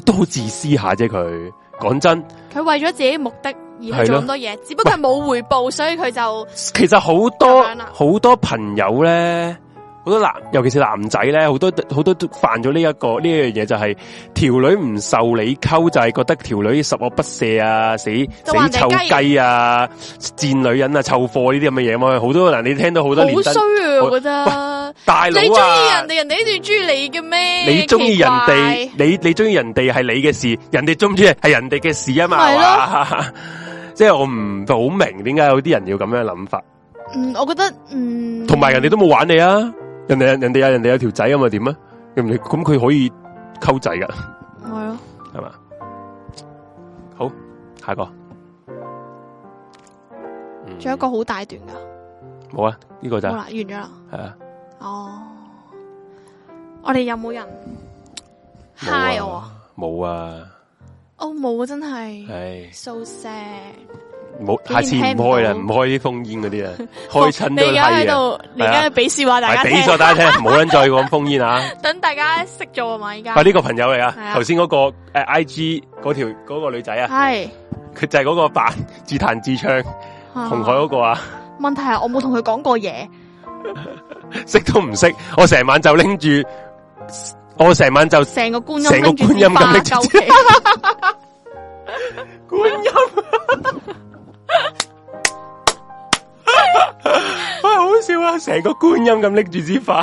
Speaker 2: 都好自私下啫。佢講真，
Speaker 1: 佢為咗自己目的而去
Speaker 2: 係咯
Speaker 1: 做咁多嘢，只不過係冇回報，所以佢就
Speaker 2: 其實好多
Speaker 1: 咁樣啦
Speaker 2: 好多朋友咧，好多男，尤其是男仔咧，好多好多都犯咗呢一個呢一樣嘢，就係、條女唔受你溝，就係、覺得條女十惡不赦啊，死
Speaker 1: 就話人哋
Speaker 2: 死臭
Speaker 1: 雞
Speaker 2: 雞啊，賤女人啊，臭貨呢啲咁嘅嘢嘛。好多嗱，你聽到好多連
Speaker 1: 好
Speaker 2: 登
Speaker 1: 衰啊！
Speaker 2: 我
Speaker 1: 我覺得
Speaker 2: 大
Speaker 1: 你
Speaker 2: 佬
Speaker 1: 中意
Speaker 2: 啊
Speaker 1: 人。哋，人哋都中意你嘅咩？
Speaker 2: 你中意人哋
Speaker 1: 奇，
Speaker 2: 你你中意人哋係你嘅事，人哋中唔中意係人哋嘅事啊嘛，
Speaker 1: 咪
Speaker 2: 係
Speaker 1: 咯
Speaker 2: 嘛？ [LAUGHS] 即係我唔好明點解有啲人要咁樣諗法。
Speaker 1: 怪，嗯，我覺得嗯，
Speaker 2: 同埋人哋都冇玩你啊！人哋人哋有人哋有條仔啊嘛，點啊？人哋咁佢可以溝仔噶，
Speaker 1: 係咯，
Speaker 2: 係嘛？好，下一個。嗯
Speaker 1: 仲有一個好大段噶，
Speaker 2: 冇啊？呢、個就
Speaker 1: 好
Speaker 2: 係
Speaker 1: 啦，完咗啦。
Speaker 2: 啊，
Speaker 1: 哦，我哋有冇人
Speaker 2: 冇
Speaker 1: hi 我啊？
Speaker 2: 啊，冇啊，
Speaker 1: 哦，冇啊，真係
Speaker 2: 唉，
Speaker 1: so sad。
Speaker 2: 冇，
Speaker 1: 竟
Speaker 2: 下
Speaker 1: 然
Speaker 2: 次唔
Speaker 1: 聽唔
Speaker 2: 開啦，
Speaker 1: 到
Speaker 2: 唔開啲封煙嗰
Speaker 1: [LAUGHS]
Speaker 2: 啲啊，開親
Speaker 1: 你
Speaker 2: 都
Speaker 1: 而家喺
Speaker 2: 係啊，
Speaker 1: 度，你而家俾笑話大家
Speaker 2: 係
Speaker 1: 聽
Speaker 2: 俾，咗大
Speaker 1: [LAUGHS]
Speaker 2: 家聽，唔好撚再講封煙啊！
Speaker 1: 等大家識做啊嘛，而家
Speaker 2: 喂，呢個朋友嚟
Speaker 1: 係啊
Speaker 2: 啊，頭先嗰個诶 I G 嗰條嗰個女仔啊，
Speaker 1: 係
Speaker 2: 佢就係嗰個扮自彈自唱
Speaker 1: 哦
Speaker 2: 紅海嗰個啊。
Speaker 1: 問題係我冇同佢講過嘢，
Speaker 2: 识都唔识，我成晚就拎住，我成晚就
Speaker 1: 成個觀音
Speaker 2: 成個
Speaker 1: 拎住
Speaker 2: 觀音咁拎
Speaker 1: 支
Speaker 2: 住 [LAUGHS]
Speaker 1: 花鳩
Speaker 2: 观音，啊 [LAUGHS] 喂，哎好笑啊！成个观音咁拎住支花，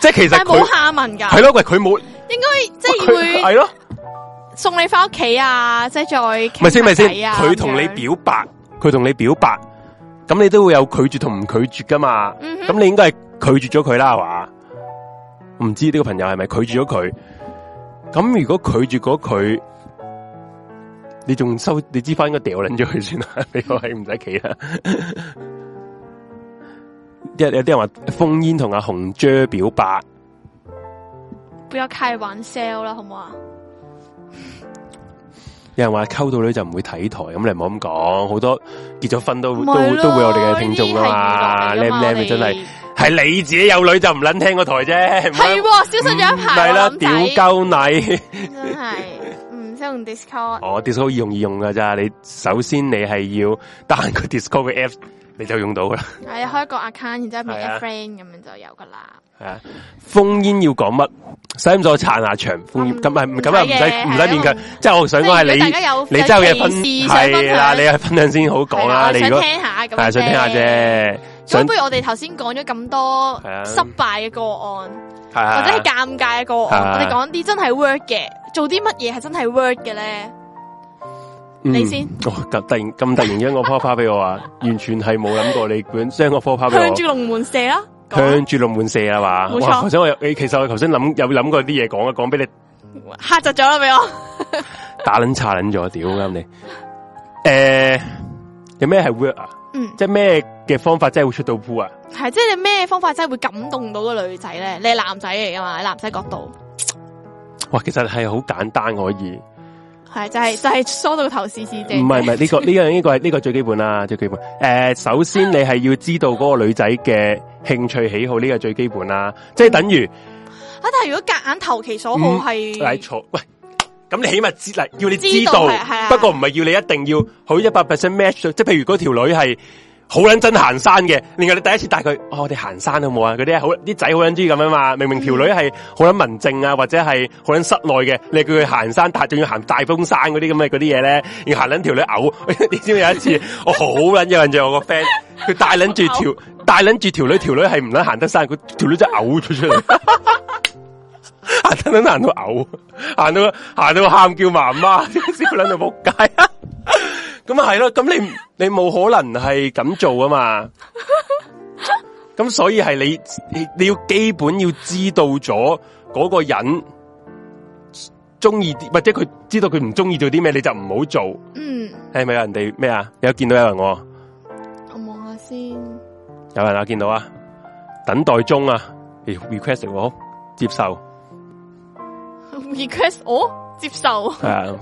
Speaker 2: 即系其实
Speaker 1: 但係
Speaker 2: 佢
Speaker 1: 冇下文㗎
Speaker 2: 系，咯，喂，佢冇，
Speaker 1: 應該即係
Speaker 2: 佢
Speaker 1: 會
Speaker 2: 系咯，
Speaker 1: 送你翻屋企啊，即係再
Speaker 2: 咪先咪
Speaker 1: 傾下
Speaker 2: 先，
Speaker 1: 偈啊
Speaker 2: 佢同你，表白，佢同你表白，咁你都会有拒绝同唔拒绝噶嘛？
Speaker 1: 咁樣嗯
Speaker 2: 咁
Speaker 1: 哼
Speaker 2: 你應該係拒絕咗佢啦，係嘛？唔知呢個朋友係咪拒絕咗佢？咁如果拒絕咗佢，你仲收你知翻應該掉撚咗佢算啦， [LAUGHS] 呢個係唔使企啦。 [LAUGHS] 有有啲人話封煙同阿紅姐表白，
Speaker 1: 不要開玩笑啦，好唔好啊？
Speaker 2: 有人話溝到女就唔會睇台，咁你唔好咁講。好多結咗婚都
Speaker 1: 唔
Speaker 2: 都
Speaker 1: 係咯
Speaker 2: 都會有我哋嘅聽眾㗎嘛，
Speaker 1: 呢啲係娛樂嚟
Speaker 2: 靚
Speaker 1: 㗎
Speaker 2: 唔
Speaker 1: 嘛
Speaker 2: 靚咪真係係你自己有女就唔撚聽個台啫，唔好
Speaker 1: 係喎，消失咗一排
Speaker 2: 唔係
Speaker 1: 喎
Speaker 2: 啦，
Speaker 1: 諗
Speaker 2: 屌
Speaker 1: 仔
Speaker 2: 鳩你！
Speaker 1: 真係唔識用
Speaker 2: [LAUGHS]
Speaker 1: Discord，
Speaker 2: 我 Discord 易用易用噶咋，你首先你係要得閒個 Discord 嘅 app，你就用到噶啦。
Speaker 1: 係開個 account，然之後
Speaker 2: 係啊
Speaker 1: make a friend 咁樣就有㗎啦。
Speaker 2: 系啊，封煙要講乜？使唔使我撐下場？封煙
Speaker 1: 嗯
Speaker 2: 咁咪
Speaker 1: 唔
Speaker 2: 咁
Speaker 1: 使
Speaker 2: 咪唔
Speaker 1: 嘅
Speaker 2: 使
Speaker 1: 係
Speaker 2: 唔
Speaker 1: 啊
Speaker 2: 使勉強
Speaker 1: 嗯。
Speaker 2: 即係我想講係
Speaker 1: 即係如果大
Speaker 2: 你
Speaker 1: 家有
Speaker 2: 你真係有嘢分
Speaker 1: 有歧視想分
Speaker 2: 係
Speaker 1: 享
Speaker 2: 啦，你係分享先好講啦。你
Speaker 1: 係
Speaker 2: 如
Speaker 1: 我想
Speaker 2: 果
Speaker 1: 聽下咁樣
Speaker 2: 係啊想聽下。啫，
Speaker 1: 咁啊
Speaker 2: 想
Speaker 1: 不如我哋頭先講咗咁多
Speaker 2: 係啊
Speaker 1: 失敗嘅個案，
Speaker 2: 係啊
Speaker 1: 或者係尷尬嘅個案，
Speaker 2: 係啊
Speaker 1: 我哋講啲真係 work 嘅，做啲乜嘢係真係 work 嘅咧？
Speaker 2: 嗯
Speaker 1: 你先
Speaker 2: 哦，突突然咁突然間個科 o 俾我啊， [LAUGHS] 完全係冇諗過你本將個科 o 啊俾我
Speaker 1: 向。住龍門射啦，講
Speaker 2: 向住龍門射啊嘛，
Speaker 1: 冇錯
Speaker 2: 哇頭先我有，你其實我頭先諗有諗過啲嘢講啊，講俾你
Speaker 1: 嚇窒咗啦俾我。
Speaker 2: 打捻叉捻咗，屌啱你。诶、有咩係 work 啊？
Speaker 1: 嗯，
Speaker 2: 即係咩嘅方法真係會出到 pool 啊？
Speaker 1: 係即係你咩方法真係會感動到個女仔咧？你係男仔嚟噶嘛？你男仔角度
Speaker 2: 哇，其實係好簡單可以，
Speaker 1: 系就系、就系、梳到個头丝丝地。
Speaker 2: 唔係唔係呢個呢樣呢個係呢個最基本啦，最基本。诶、首先你係要知道嗰個女仔嘅興趣喜好，呢、個最基本啦。即係等於
Speaker 1: 啊！但系如果夾硬投其所好
Speaker 2: 嗯
Speaker 1: 係
Speaker 2: 嚟坐喂，咁你起碼知嚟，要你知
Speaker 1: 知
Speaker 2: 道
Speaker 1: 道係係啊。
Speaker 2: 不過唔係要你一定要好一百 percent match 到。即係譬如嗰條女係好撚真行山嘅，然後你第一次帶佢，哦，我哋行山好冇啊？嗰啲好啲仔好撚中意咁樣嘛。明明條女
Speaker 1: 嗯
Speaker 2: 係好撚文靜啊，或者係好撚室內嘅，你叫佢行山，但仲要行大風山嗰啲咁嘅嗰啲嘢咧，然後行撚條女嘔。 [LAUGHS] 你知唔知有一次我好撚有印象，我個 friend 佢帶撚住
Speaker 1: [LAUGHS]
Speaker 2: 條帶撚住條女，條女係唔撚行得山，佢條女真係嘔咗出嚟。行啊等等行到嘔，行到行到喊叫媽媽， [LAUGHS] 笑撚到仆街。 [LAUGHS] 咁啊系咯，咁你你冇可能係咁做啊嘛。咁所以係你你你要基本要知道咗嗰個人中意啲，或者佢知道佢唔中意做啲咩，你就唔好做。
Speaker 1: 嗯，
Speaker 2: 係咪有人哋咩啊？有見到有人我，
Speaker 1: 我望下先。
Speaker 2: 有人啊見到啊，等待中啊咦，request 我接受
Speaker 1: [LAUGHS] request 我接受， [LAUGHS]
Speaker 2: 係啊，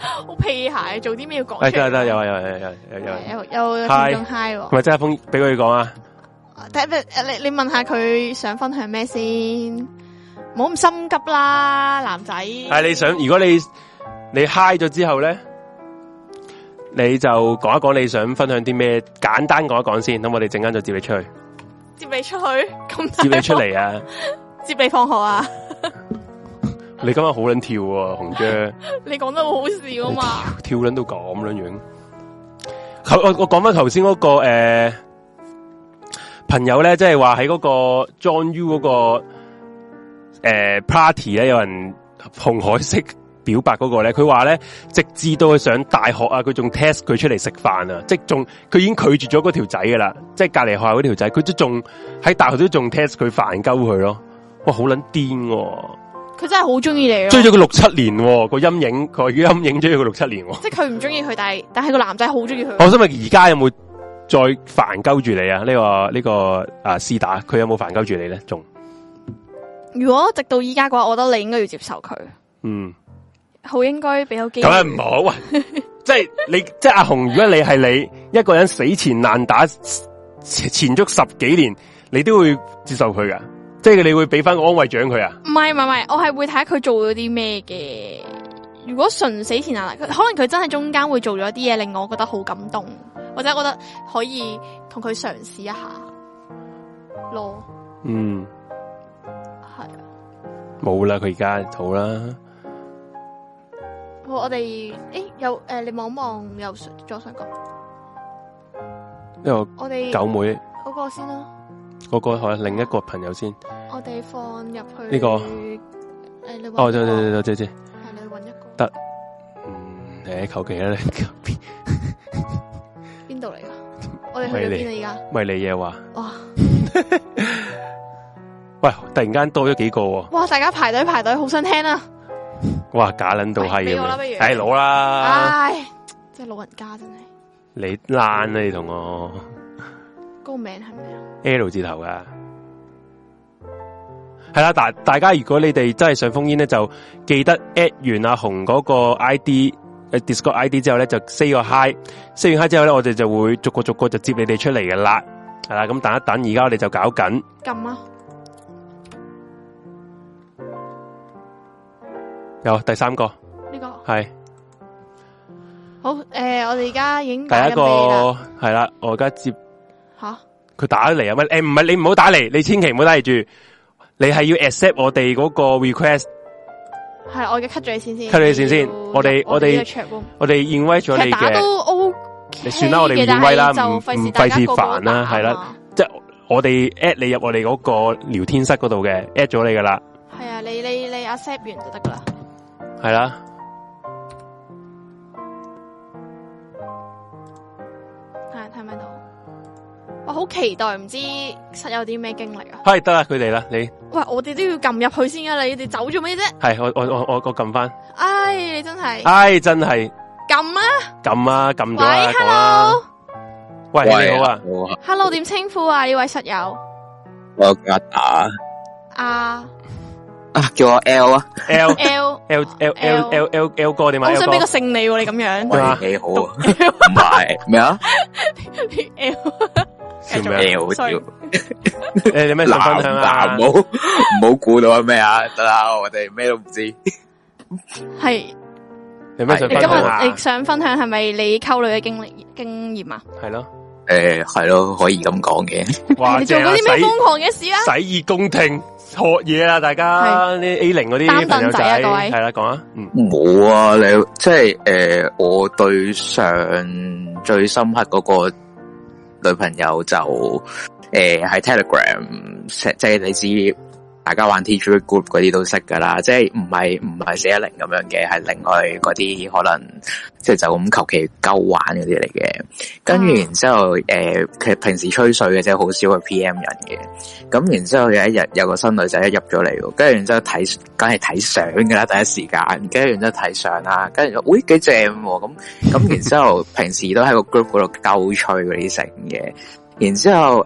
Speaker 1: 好屁鞋，做啲咩要講
Speaker 2: 诶
Speaker 1: 出嚟？
Speaker 2: 得得有啊有啊有啊有啊有啊有啊。
Speaker 1: 有有有
Speaker 2: Hi
Speaker 1: 聽眾 high 喎。
Speaker 2: 咪即刻封俾佢講啊！
Speaker 1: 睇你你問下佢想分享咩先，唔好咁心急啦，男仔。
Speaker 2: 但啊係你想，如果你你嗨咗之後咧，你就講一講你想分享啲咩，簡單講一講先，咁我哋陣間就接你出去，
Speaker 1: 接你
Speaker 2: [LAUGHS]
Speaker 1: 出去，咁
Speaker 2: 接你出，嚟啊！
Speaker 1: [LAUGHS] 接你放學啊！ [LAUGHS]
Speaker 2: 你今晚好撚跳喎、紅姐，
Speaker 1: 你講得好好笑啊嘛，
Speaker 2: 跳撚到咁撚樣。頭我我講翻頭先嗰個诶、呃朋友咧，即係話喺嗰個 John U 嗰、個诶、呃 party 咧，有人紅海式表白嗰個咧，佢話咧，直至到佢上大學啊，佢仲 test 佢出嚟食飯啊，即係仲佢已經拒絕咗嗰條仔噶啦，即係隔離學校嗰條仔，佢都仲喺大學都仲 test 佢飯鳩佢咯，哇，好撚癲喎！
Speaker 1: 佢真係啊好中意你啊
Speaker 2: 追
Speaker 1: 咯。
Speaker 2: 咗佢六七年、喎，個陰影，佢陰影追咗佢六七年、喎。
Speaker 1: 即係佢唔中意佢，但係但係個男仔好中意佢。
Speaker 2: 我想問而家有冇再煩鳩住你啊？呢、個呢、個啊絲打，佢有冇煩鳩住你咧？仲
Speaker 1: 如果直到依家嘅話，我覺得你應該要接受佢，
Speaker 2: 嗯，
Speaker 1: 好應該俾到機
Speaker 2: 咁
Speaker 1: 會。
Speaker 2: 啊唔好 [LAUGHS] 喂，即係你即係阿紅，如果你係你一個人死纏爛打前前足十幾年，你都會接受佢噶，即係你會俾翻個安慰獎佢啊？
Speaker 1: 唔係唔係唔係，我係會睇佢做咗啲咩嘅。如果純死前啊，佢可能佢真係中間會做咗啲嘢令我覺得好感動，或者覺得可以同佢嘗試一下咯。
Speaker 2: 嗯，
Speaker 1: 係，
Speaker 2: 冇啦，佢而家好啦，
Speaker 1: 好我哋诶、有诶、你望一望右上左上角，
Speaker 2: 呢個
Speaker 1: 我哋
Speaker 2: 九妹
Speaker 1: 嗰個先啦，
Speaker 2: 嗰、個係另一個朋友先。
Speaker 1: 我哋放入去
Speaker 2: 呢個
Speaker 1: 诶、你搵
Speaker 2: 哦，對
Speaker 1: 一
Speaker 2: 對
Speaker 1: 個
Speaker 2: 對對對。
Speaker 1: 係你搵一個
Speaker 2: 嗯，誒求其啦，
Speaker 1: 邊度嚟㗎？我哋去到邊啊？
Speaker 2: 咪你嘢話。
Speaker 1: 而家哇
Speaker 2: [LAUGHS] 喂，突然間多咗幾個喎，
Speaker 1: 哇，大家排隊排隊，好想聽啊！
Speaker 2: 哇假撚到閪
Speaker 1: 喂哎俾
Speaker 2: 咁
Speaker 1: 我啦不如啊
Speaker 2: 樣，唉攞啦，
Speaker 1: 唉，即係老人家真係。
Speaker 2: 你爛啊你同我
Speaker 1: 嗰個名係咩啊？
Speaker 2: L 字頭噶，係啦，大大家如果你哋真係想封煙咧，就記得 at 完阿紅嗰個 ID。诶 Discord ID 之後咧就 say 個 hi，say 完 hi 之後咧我哋就會逐個逐個就接你哋出嚟嘅啦，係啦，咁等一等，而家我哋就搞緊，
Speaker 1: 撳啊！
Speaker 2: 有第三個
Speaker 1: 呢、個
Speaker 2: 係。
Speaker 1: 好诶、我哋而家已經
Speaker 2: 第
Speaker 1: 打
Speaker 2: 一
Speaker 1: 緊俾你啦
Speaker 2: 個係啦，我而家接
Speaker 1: 吓，
Speaker 2: 佢打嚟啊，喂，诶唔係你唔好打嚟，你千祈唔好打嚟住，你係要 accept 我哋嗰個 request，
Speaker 1: 係我嘅 cut 咗你線先
Speaker 2: cut 咗你線先
Speaker 1: 要
Speaker 2: 我哋
Speaker 1: 入我
Speaker 2: 我哋
Speaker 1: 哋呢個 chat room
Speaker 2: 我哋 invite
Speaker 1: 其
Speaker 2: 咗
Speaker 1: 實
Speaker 2: 你
Speaker 1: 打
Speaker 2: 嘅，
Speaker 1: 都 O，
Speaker 2: 你算啦我哋唔
Speaker 1: 免
Speaker 2: 威啦
Speaker 1: 就
Speaker 2: 唔
Speaker 1: 費
Speaker 2: 唔
Speaker 1: 事大家
Speaker 2: 費事
Speaker 1: 個個
Speaker 2: 煩啦
Speaker 1: 打啊
Speaker 2: 係啦
Speaker 1: 嘛。
Speaker 2: 即係我哋 at 你入我哋嗰個聊天室嗰度嘅 at 咗你噶啦，
Speaker 1: 係啊，你你你 accept 完就得噶啦。
Speaker 2: 係啦，
Speaker 1: 係睇唔睇到？我好期待，唔知室友啲咩經歷啊！
Speaker 2: 係得啦，佢哋啦，你
Speaker 1: 喂，我哋都要撳入去先啊！你哋走做咩啫？
Speaker 2: 係我我我我我撳翻，
Speaker 1: 唉，你真係
Speaker 2: 唉真係
Speaker 1: 撳啊！
Speaker 2: 撳啊撳咗啦，
Speaker 1: 喂
Speaker 2: 講啦，
Speaker 1: ，hello，hello，
Speaker 2: 喂你好啊，
Speaker 3: 我啊
Speaker 1: 點稱呼啊？呢位室友
Speaker 3: 我有阿打，
Speaker 1: 啊？
Speaker 3: 啊，叫我 L 啊，
Speaker 2: L
Speaker 1: L，
Speaker 2: L L L L L L 哥点
Speaker 1: 我
Speaker 2: 啊
Speaker 1: 好
Speaker 2: ？L
Speaker 1: 想俾
Speaker 2: 哥
Speaker 1: 個姓你喎，你咁樣 [LAUGHS]
Speaker 2: 係嘛
Speaker 3: 喂，你好啊， [LAUGHS] 唔系咩啊
Speaker 1: L
Speaker 2: 笑
Speaker 1: Dạ.
Speaker 2: 咩啊？
Speaker 3: ？L
Speaker 1: 衰
Speaker 3: 屌，
Speaker 2: 诶，你咩想分
Speaker 3: 男
Speaker 2: 享
Speaker 3: 男
Speaker 2: 啊？
Speaker 3: 唔好唔好估到啊咩啊，得啦，我哋咩都唔知，
Speaker 1: 係
Speaker 2: 你咩想
Speaker 1: 你
Speaker 2: 分
Speaker 1: 今
Speaker 2: 享啊？
Speaker 1: 日你想分享係咪你溝女嘅經歷經驗啊？
Speaker 2: 系咯，
Speaker 3: 诶系咯，可以咁讲嘅，
Speaker 2: 哇，
Speaker 1: [LAUGHS] 你做
Speaker 2: 正
Speaker 1: 過
Speaker 2: 啊！
Speaker 1: 啲
Speaker 2: 洗
Speaker 1: 咩瘋狂嘅事啊？
Speaker 2: 洗耳恭聽，學嘢啊！大家呢 A 零嗰啲
Speaker 1: 擔凳
Speaker 2: 朋友
Speaker 1: 仔啊各位
Speaker 2: 係啦，講啊，嗯，
Speaker 3: 冇啊，你即系诶，呃我對上最深刻嗰個女朋友就诶呃喺 Telegram，即即係你知。大家玩 T G group 嗰啲都識噶啦，即係唔係唔係四一零咁樣嘅，係另外嗰啲可能即係就咁求其鳩玩嗰啲嚟嘅。跟住
Speaker 1: 啊
Speaker 3: 然之後，誒、其實平時吹水嘅啫，好少去 P.M 人嘅。咁然之後有一日有個新女仔一入咗嚟喎，跟住然之後睇，梗係睇相㗎啦，第一時間，跟住然之後睇相啦，跟住喂幾正喎，咁咁然之後平時都喺個 group 嗰度鳩吹嗰啲成嘅，然之後誒、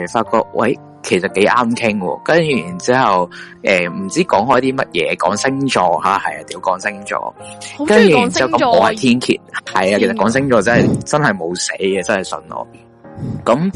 Speaker 3: 呃、發覺喂。其實幾啱傾喎，跟住然之後，誒、唔知講開啲乜嘢，講星座吓，係啊，屌講星座，
Speaker 1: 好中
Speaker 3: 跟
Speaker 1: 意
Speaker 3: 住然
Speaker 1: 講
Speaker 3: 之後
Speaker 1: 星
Speaker 3: 咁，
Speaker 1: 座嗯
Speaker 3: 我
Speaker 1: 啊
Speaker 3: 係，天蝎，係啊，其實
Speaker 1: 天
Speaker 3: 講星座真係真係冇死嘅，真係信我。
Speaker 1: [LAUGHS]
Speaker 3: 咁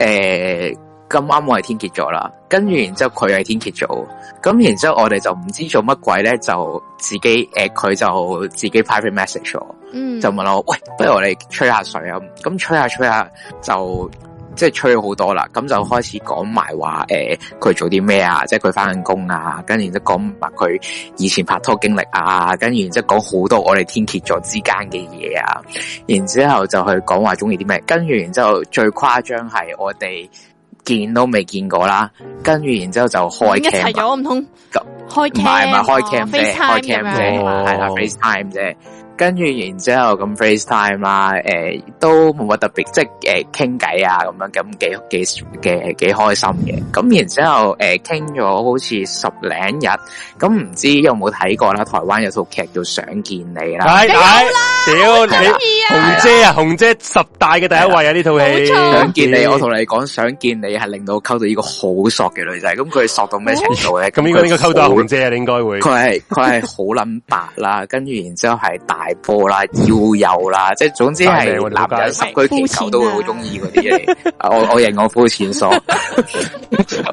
Speaker 3: 誒咁啱我係天蝎座啦，跟住然之後佢係天蝎座，咁然之後我哋就唔知做乜鬼咧，就自己誒佢、就自己 private message 我。
Speaker 1: 嗯，
Speaker 3: 就問我，喂，不如我哋吹下水啊！咁吹下吹下就即係吹好多啦，咁就開始講埋話誒，佢、做啲咩啊？即係佢翻緊工啊，跟住然之後講埋佢以前拍拖經歷啊，跟住然之後講好多我哋天蝎座之間嘅嘢啊，然之後就去講話中意啲咩，跟住然之後最誇張係我哋見都未見過啦，跟住然之後就開
Speaker 1: 已經一
Speaker 3: cam 啊
Speaker 1: 齊
Speaker 3: 啦
Speaker 1: 咗唔通
Speaker 3: 咁
Speaker 1: 開 cam，
Speaker 3: 唔係唔係開 cam
Speaker 1: Ờ,
Speaker 3: 啫，
Speaker 1: FaceTime
Speaker 3: 開
Speaker 1: 咁
Speaker 3: cam
Speaker 1: 樣
Speaker 3: 啫，
Speaker 1: 啊嘛
Speaker 2: 哦
Speaker 3: 係啦 FaceTime 啫。跟住然之後咁 FaceTime 啦，誒、都冇乜特別，即係誒傾偈啊咁樣，咁幾幾嘅幾開心嘅。咁然之後誒傾咗好似十零日，咁唔知有冇睇過啦？台灣有套劇叫《想見你》啦，
Speaker 2: 唉唉，屌
Speaker 1: 中
Speaker 2: 你！
Speaker 1: 意啊！
Speaker 2: 紅姐啊，紅姐十大嘅第一位啊！呢套戲
Speaker 1: 冇錯
Speaker 3: 想見你》我同你講，《想見你》係令到我溝到呢個好索嘅女仔，咁佢索到咩程度咧？
Speaker 2: 咁應該應該溝到阿
Speaker 3: 好
Speaker 2: 紅姐啊，你應該會
Speaker 3: 佢係佢係好撚白啦， [LAUGHS] 跟住然之後係大波啦、腰幼啦，即係總之
Speaker 2: 大
Speaker 3: 係
Speaker 2: 味喎
Speaker 3: 男人十居其九都會好中意嗰啲嘢。 [LAUGHS] 啊我我認我膚淺傻， [LAUGHS]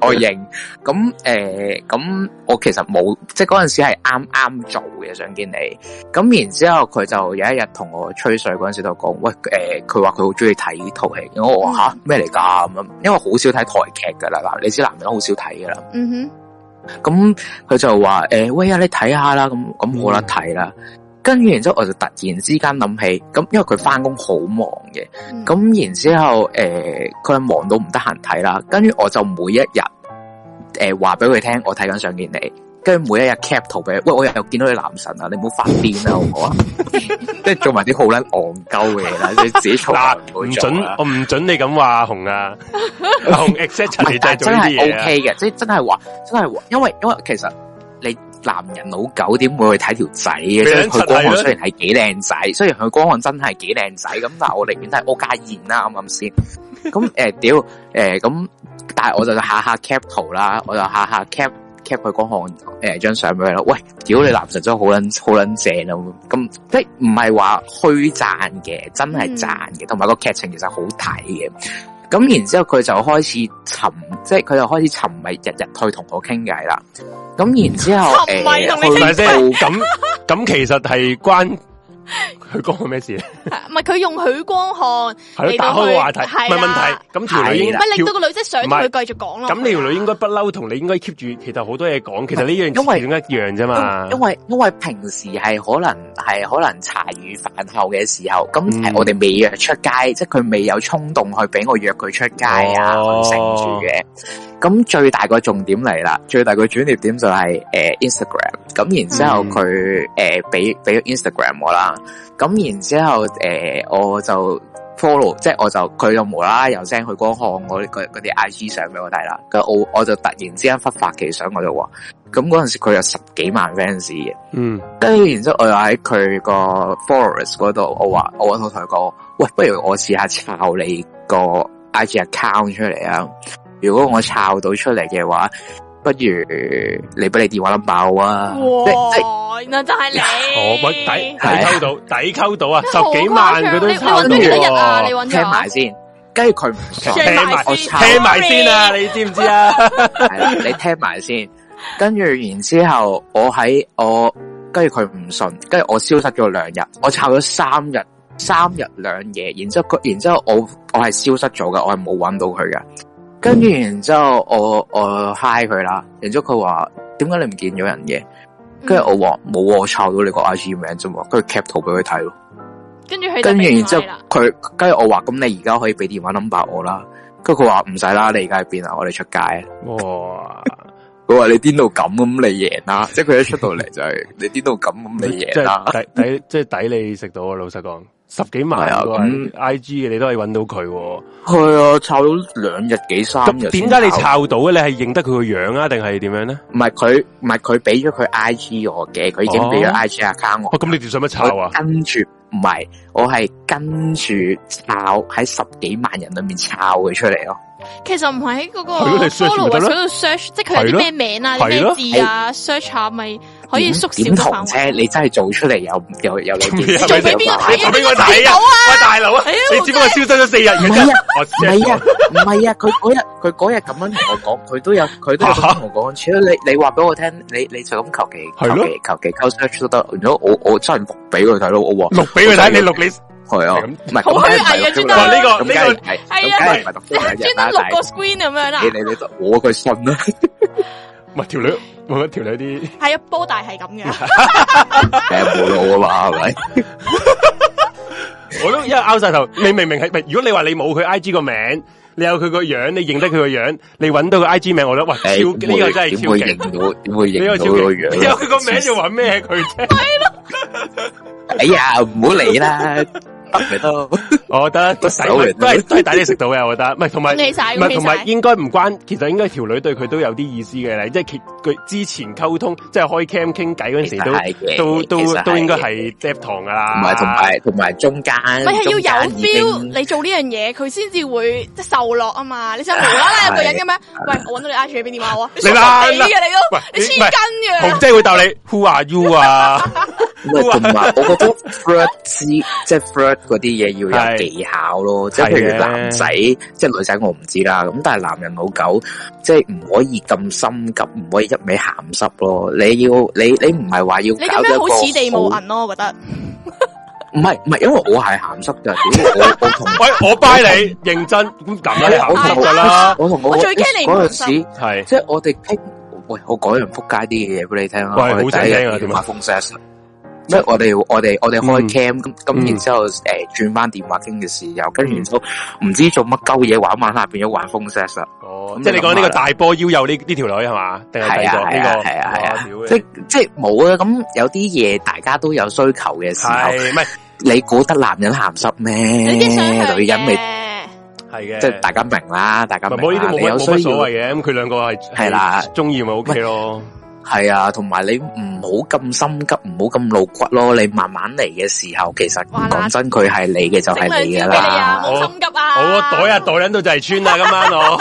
Speaker 3: 我認。咁誒咁，我其實冇，即係嗰陣時係啱啱做嘅，想見你。咁然之後佢就有一日同我吹水嗰陣時就講，喂誒，佢話佢好中意睇呢套戲，我話吓咩嚟㗎咁樣，因為好少睇台劇㗎啦，嗱你知男人好少睇㗎啦。
Speaker 1: 嗯哼。
Speaker 3: 咁佢就話：诶、喂啊，你睇下啦，咁咁好啦，
Speaker 2: 嗯
Speaker 3: 睇啦。跟住然之後，我就突然之間諗起，咁因為佢翻工好忙嘅，
Speaker 1: 嗯
Speaker 3: 咁然之後诶，佢係忙到唔得閒睇啦。跟住我就每一日诶話俾佢聽，我睇緊上見你。跟住每一日 cap 圖俾佢，喂，我又見到你男神啊！你唔好發癲啦，好唔好
Speaker 2: [LAUGHS]
Speaker 3: 啊？即係做埋啲好撚戇鳩嘅嘢啦，你自己嘈
Speaker 2: 嗱
Speaker 3: 下，好
Speaker 2: 唔
Speaker 3: 做啊
Speaker 2: 准
Speaker 3: 啦
Speaker 2: 我唔准你咁
Speaker 1: [LAUGHS]
Speaker 2: 話紅啊，阿紅 exactly 就
Speaker 3: 係
Speaker 2: 係
Speaker 3: 但
Speaker 2: 做
Speaker 3: 真
Speaker 2: 呢
Speaker 3: 係
Speaker 2: 啲嘢啊
Speaker 3: OK 嘅，即係真係話，真係話因為因為其實你男人老狗點會去睇條仔嘅？即係佢光漢雖然係幾靚仔，雖然佢光漢真係幾靚仔，咁但係我寧願睇柯家燕啦，啱 [LAUGHS] 唔啱先？咁誒屌誒咁，但係我就下下 cap 圖啦，我就下下 cap。cap 佢光漢誒張相俾佢啦，喂，屌你男神真係好撚好撚正啊！咁即係唔係話虛讚嘅，真係讚嘅，同埋個劇情其實好睇嘅。咁然之後佢就開始沉，即係佢就開始沉迷，日日去同我傾偈啦。咁然之後，
Speaker 1: 沉迷同你
Speaker 2: 係咪
Speaker 3: 誒
Speaker 2: 先？
Speaker 3: 去
Speaker 2: 咁咁其實係關佢關我咩事咧？
Speaker 1: 唔係佢用許光漢，
Speaker 2: 係咯，
Speaker 1: 嚟
Speaker 2: 打
Speaker 1: 到
Speaker 2: 開
Speaker 1: 去
Speaker 2: 個話題，唔
Speaker 1: 係
Speaker 2: 係
Speaker 1: 啦
Speaker 2: 問題。咁條女應
Speaker 3: 係
Speaker 1: 唔
Speaker 3: 啦
Speaker 1: 係令到個女仔想
Speaker 2: 唔係
Speaker 1: 佢繼續講咯。
Speaker 2: 咁你條女應該不嬲同你應該 keep 住，其實好多嘢講。其實呢樣
Speaker 3: 因為
Speaker 2: 因一樣啫嘛
Speaker 3: 到，嗯因為因為平時係可能係可能茶餘飯後嘅時候，咁係
Speaker 2: 嗯
Speaker 3: 我哋未約出街，即係佢未有衝動去俾我約佢出街啊，
Speaker 2: 哦
Speaker 3: 去成住嘅。咁最大個重點嚟啦，最大個轉捩點就係、呃 Instagram，咁然之後
Speaker 2: 嗯
Speaker 3: 佢誒俾俾 Instagram 我啦，咁然之後誒、呃我就 follow，即係我就佢又無啦啦又 send 佢光看我嗰嗰啲 IG 相俾我睇啦，咁我我就突然之間忽發奇想，我就話，咁嗰陣時佢有十幾萬 fans 嘅。
Speaker 2: 嗯，
Speaker 3: 跟住然之後我又喺佢個 forest 嗰度，我話我同佢講，喂，不如我試下抄你個 IG account 出嚟啊！如果我抄到出嚟嘅話，不如你俾你電話 number 啊，即即
Speaker 1: 哇！原來就係你，
Speaker 2: 哦，喂，抵
Speaker 3: 係啊
Speaker 2: 抵溝到，抵溝到啊！
Speaker 1: 真
Speaker 2: 十
Speaker 1: 係好
Speaker 2: 幾萬
Speaker 1: 誇張
Speaker 2: 佢都
Speaker 1: 你你
Speaker 2: 差
Speaker 1: 揾
Speaker 2: 唔
Speaker 1: 咗
Speaker 2: 多
Speaker 1: 幾多日啊？你
Speaker 2: 喎。
Speaker 1: 揾
Speaker 3: 聽埋
Speaker 1: 咗？
Speaker 3: 先，跟住佢唔信，
Speaker 1: 聽
Speaker 2: 聽
Speaker 1: 埋
Speaker 2: 埋哦
Speaker 1: 先
Speaker 2: 聽埋先啊！你知唔知
Speaker 1: [LAUGHS]
Speaker 2: 啊？
Speaker 3: 係啦，你聽埋先，跟住然之後我喺我跟住佢唔信，跟住我消失咗兩日，我抄咗三日，三日兩夜，然之後佢，然之後我我係消失咗嘅，我係冇揾到佢嘅，跟住然之後我我嗨佢啦，然之後佢話點解你唔見咗人嘅？
Speaker 1: 嗯
Speaker 3: 跟住我話冇啊，我抄到你個 I G 名啫嘛，跟住 cap 圖俾佢睇咯。
Speaker 1: 跟住佢就
Speaker 3: 跟住
Speaker 1: 俾
Speaker 3: 然之
Speaker 1: 咗
Speaker 3: 後
Speaker 1: 你啦
Speaker 3: 佢，跟住我話咁你而家可以俾電話 number 我啦，跟住佢話唔使啦，你而家喺邊啊？我哋出街啊。
Speaker 2: 哇！
Speaker 3: 佢話你癲到咁咁你贏
Speaker 2: [LAUGHS]
Speaker 3: 啦，即係佢一出到嚟就係你癲到咁咁你
Speaker 2: 即
Speaker 3: 贏啊啦。
Speaker 2: 係啊抵抵，即係抵你食到啊！老實講，十幾萬
Speaker 3: 係啊
Speaker 2: 喎
Speaker 3: 咁
Speaker 2: I G 嘅你都可以揾到佢喎。
Speaker 3: 係啊，炒咗兩日幾三日
Speaker 2: 咁
Speaker 3: 先
Speaker 2: 點
Speaker 3: 炒。
Speaker 2: 解你抄到嘅？你係認得佢個樣啊，定係點樣咧？
Speaker 3: 唔係佢唔係佢俾咗佢 I G 我嘅，佢已經俾咗
Speaker 2: 哦
Speaker 3: I G account
Speaker 2: 哦，
Speaker 3: 我。
Speaker 2: 咁你哋使乜抄
Speaker 3: 我
Speaker 2: 啊？
Speaker 3: 跟住唔係，我係跟住抄喺十幾萬人裏面抄佢出嚟咯。
Speaker 1: 其實唔係喺嗰個
Speaker 2: 係咯你 search 咪
Speaker 1: follower
Speaker 2: 得咯
Speaker 1: 嗰度 search，即係佢有啲咩名啊、啲
Speaker 2: 係咯哎
Speaker 1: 咩字啊，search 下咪可以縮
Speaker 3: 點點
Speaker 1: 小個
Speaker 3: 同
Speaker 1: 範圍。
Speaker 3: 車，你真係做出嚟有有有兩件
Speaker 2: 你
Speaker 3: 事
Speaker 2: 係
Speaker 1: 做
Speaker 2: 咪
Speaker 1: 俾邊個睇啊
Speaker 2: 你做俾我睇啊！喂，大佬啊
Speaker 1: 哎呀，
Speaker 2: 你只不過消失咗四日嘅
Speaker 3: 唔係
Speaker 2: 啫
Speaker 3: 啊。
Speaker 2: 我
Speaker 3: 唔係啊，唔係啊，佢嗰日佢嗰日咁樣同我講，佢都有佢都有咁同我講，除咗你你話俾我聽，你你就咁求其
Speaker 2: 係
Speaker 3: 求
Speaker 2: 咯
Speaker 3: 其求其 c o search 都得，如果我我真係錄俾佢睇咯，我話
Speaker 2: 錄俾佢睇，你錄你
Speaker 3: 係啊，
Speaker 2: 係咁
Speaker 3: 唔係
Speaker 1: 好
Speaker 3: 咁
Speaker 1: 虛偽啊
Speaker 3: 梗係唔係
Speaker 1: 專登
Speaker 2: 哇呢個
Speaker 3: 咁梗
Speaker 2: 呢
Speaker 3: 係唔係
Speaker 1: 係
Speaker 3: 咁
Speaker 1: 啊
Speaker 3: 梗係唔係讀
Speaker 1: 即
Speaker 3: 俾
Speaker 1: 係
Speaker 3: 佢
Speaker 1: [LAUGHS] 專登
Speaker 3: 睇
Speaker 1: 錄個 screen 咁樣啦啊
Speaker 3: 你，你你讀我佢信啦，
Speaker 2: 唔係條女，唔係條女啲。
Speaker 1: 係啊，波大係咁嘅，
Speaker 3: 係啊冇腦啊嘛，係咪？
Speaker 2: [LAUGHS] 我都一拗晒頭，你明明係咪？如果你話你冇佢 I G 個名，你有佢個樣，你認得佢個樣，你揾到佢 I G 名，我覺得哇，超
Speaker 3: 誒
Speaker 2: 呢、個真係
Speaker 3: 點
Speaker 2: 超
Speaker 3: 會
Speaker 2: 勁
Speaker 3: 認，到點會
Speaker 2: 呢
Speaker 3: 認
Speaker 2: 個
Speaker 3: 到
Speaker 2: 超
Speaker 3: 個
Speaker 2: 勁，你有
Speaker 3: 樣？
Speaker 2: 佢個名就揾咩佢
Speaker 3: [LAUGHS]
Speaker 2: 啫？
Speaker 3: 哎呀，唔好理啦，得咪得咯，
Speaker 2: 我覺得都抵，
Speaker 3: 手啊嚟
Speaker 2: 都係都係抵你食到嘅，我覺得。唔係同埋。
Speaker 1: 你晒
Speaker 2: 唔
Speaker 1: 咁
Speaker 2: 係，
Speaker 1: 你
Speaker 2: 同埋
Speaker 1: 晒。
Speaker 2: 應該唔關，其實應該條女對佢都有啲意思嘅咧，即係其佢之前溝通，即係開 cam 傾偈嗰陣
Speaker 3: 其實係
Speaker 2: 時
Speaker 3: 嘅
Speaker 2: 都都
Speaker 3: 其
Speaker 2: 都
Speaker 3: 實係
Speaker 2: 都應該
Speaker 3: 嘅
Speaker 2: 係 d e p 堂噶啦，
Speaker 3: 同埋同埋同埋中間，
Speaker 1: 唔係係要有
Speaker 3: 中間已經
Speaker 1: feel，你做呢樣嘢佢先至會即係受落啊嘛！你想無啦啦有個人嘅咩？喂，我揾到你 I G 俾電話我，你傻
Speaker 2: 你啦
Speaker 1: 傻地嘅你
Speaker 2: 喂
Speaker 1: 都，你
Speaker 2: 你
Speaker 1: 黐筋嘅
Speaker 2: 紅。姐會鬥你 Who are you 啊？
Speaker 3: 咁啊，同埋我覺得 flirt 之即係 flirt 嗰啲嘢要有技巧咯，即係譬
Speaker 2: 係嘅
Speaker 3: 如男仔，即係女仔我唔知啦，咁但係男人老狗，即係唔可以咁心急，唔可以一味鹹濕咯。你要你你唔係話要
Speaker 1: 你
Speaker 3: 搞
Speaker 1: 咁
Speaker 3: 咗一
Speaker 1: 樣
Speaker 3: 個
Speaker 1: 好似地
Speaker 3: 好
Speaker 1: 冇銀咯，我覺得。
Speaker 3: 唔係唔係，因為我係鹹濕㗎，屌我我同
Speaker 2: 喂，
Speaker 3: [LAUGHS]
Speaker 2: 我 buy 你，認真咁男人鹹
Speaker 3: 我
Speaker 2: 濕
Speaker 3: 同
Speaker 2: 噶啦，
Speaker 3: 我同
Speaker 1: 我
Speaker 3: 我
Speaker 1: 最驚你唔鹹濕
Speaker 3: 嗰陣時，
Speaker 2: 係
Speaker 3: 即係我哋傾喂，我講樣撲街啲嘅嘢俾你聽啦，
Speaker 2: 喂
Speaker 3: 我哋
Speaker 2: 好想
Speaker 3: 第一日
Speaker 2: 聽啊
Speaker 3: 要
Speaker 2: 點啊
Speaker 3: 打風 s 即係我哋我哋我哋
Speaker 2: 嗯
Speaker 3: 開 cam 咁
Speaker 2: 嗯
Speaker 3: 咁，然之後誒轉翻電話傾嘅時候，跟住然之後唔知做乜鳩嘢玩玩下，變咗玩風 s 啦。
Speaker 2: 哦，
Speaker 3: 咁
Speaker 2: 即係你講呢
Speaker 3: 你諗下
Speaker 2: 個
Speaker 3: 啦
Speaker 2: 大波腰友呢呢條女係嘛？定係第
Speaker 3: 係
Speaker 2: 二
Speaker 3: 啊
Speaker 2: 個
Speaker 3: 係
Speaker 2: 呢
Speaker 3: 啊
Speaker 2: 個？
Speaker 3: 係啊係啊
Speaker 2: 哇，屌
Speaker 3: 即即係冇啊！咁有啲嘢大家都有需求嘅時候，
Speaker 2: 係唔係
Speaker 3: 你估得男人鹹濕咩？
Speaker 1: 嗯有啲想象
Speaker 3: 女人咪
Speaker 1: 嘅。
Speaker 2: 係嘅？
Speaker 3: 即係大家明啦，大家
Speaker 2: 唔
Speaker 3: 明
Speaker 2: 冇呢
Speaker 3: 啦。
Speaker 2: 啲冇
Speaker 3: 你
Speaker 2: 乜
Speaker 3: 有
Speaker 2: 冇乜
Speaker 3: 需要
Speaker 2: 所謂嘅，咁佢兩個係
Speaker 3: 係啦
Speaker 2: 中意咪 OK 咯。
Speaker 3: 係啊，同埋你唔好咁心急，唔好咁露骨咯。你慢慢嚟嘅時候，其實
Speaker 1: 哇
Speaker 3: 講真，佢係你嘅就
Speaker 1: 整
Speaker 3: 係
Speaker 1: 兩
Speaker 3: 你
Speaker 1: 招
Speaker 3: 噶
Speaker 1: 俾你啊，
Speaker 3: 啦。
Speaker 1: 冇心急啊！
Speaker 2: 我個袋啊，袋捻到就係穿啦，今晚我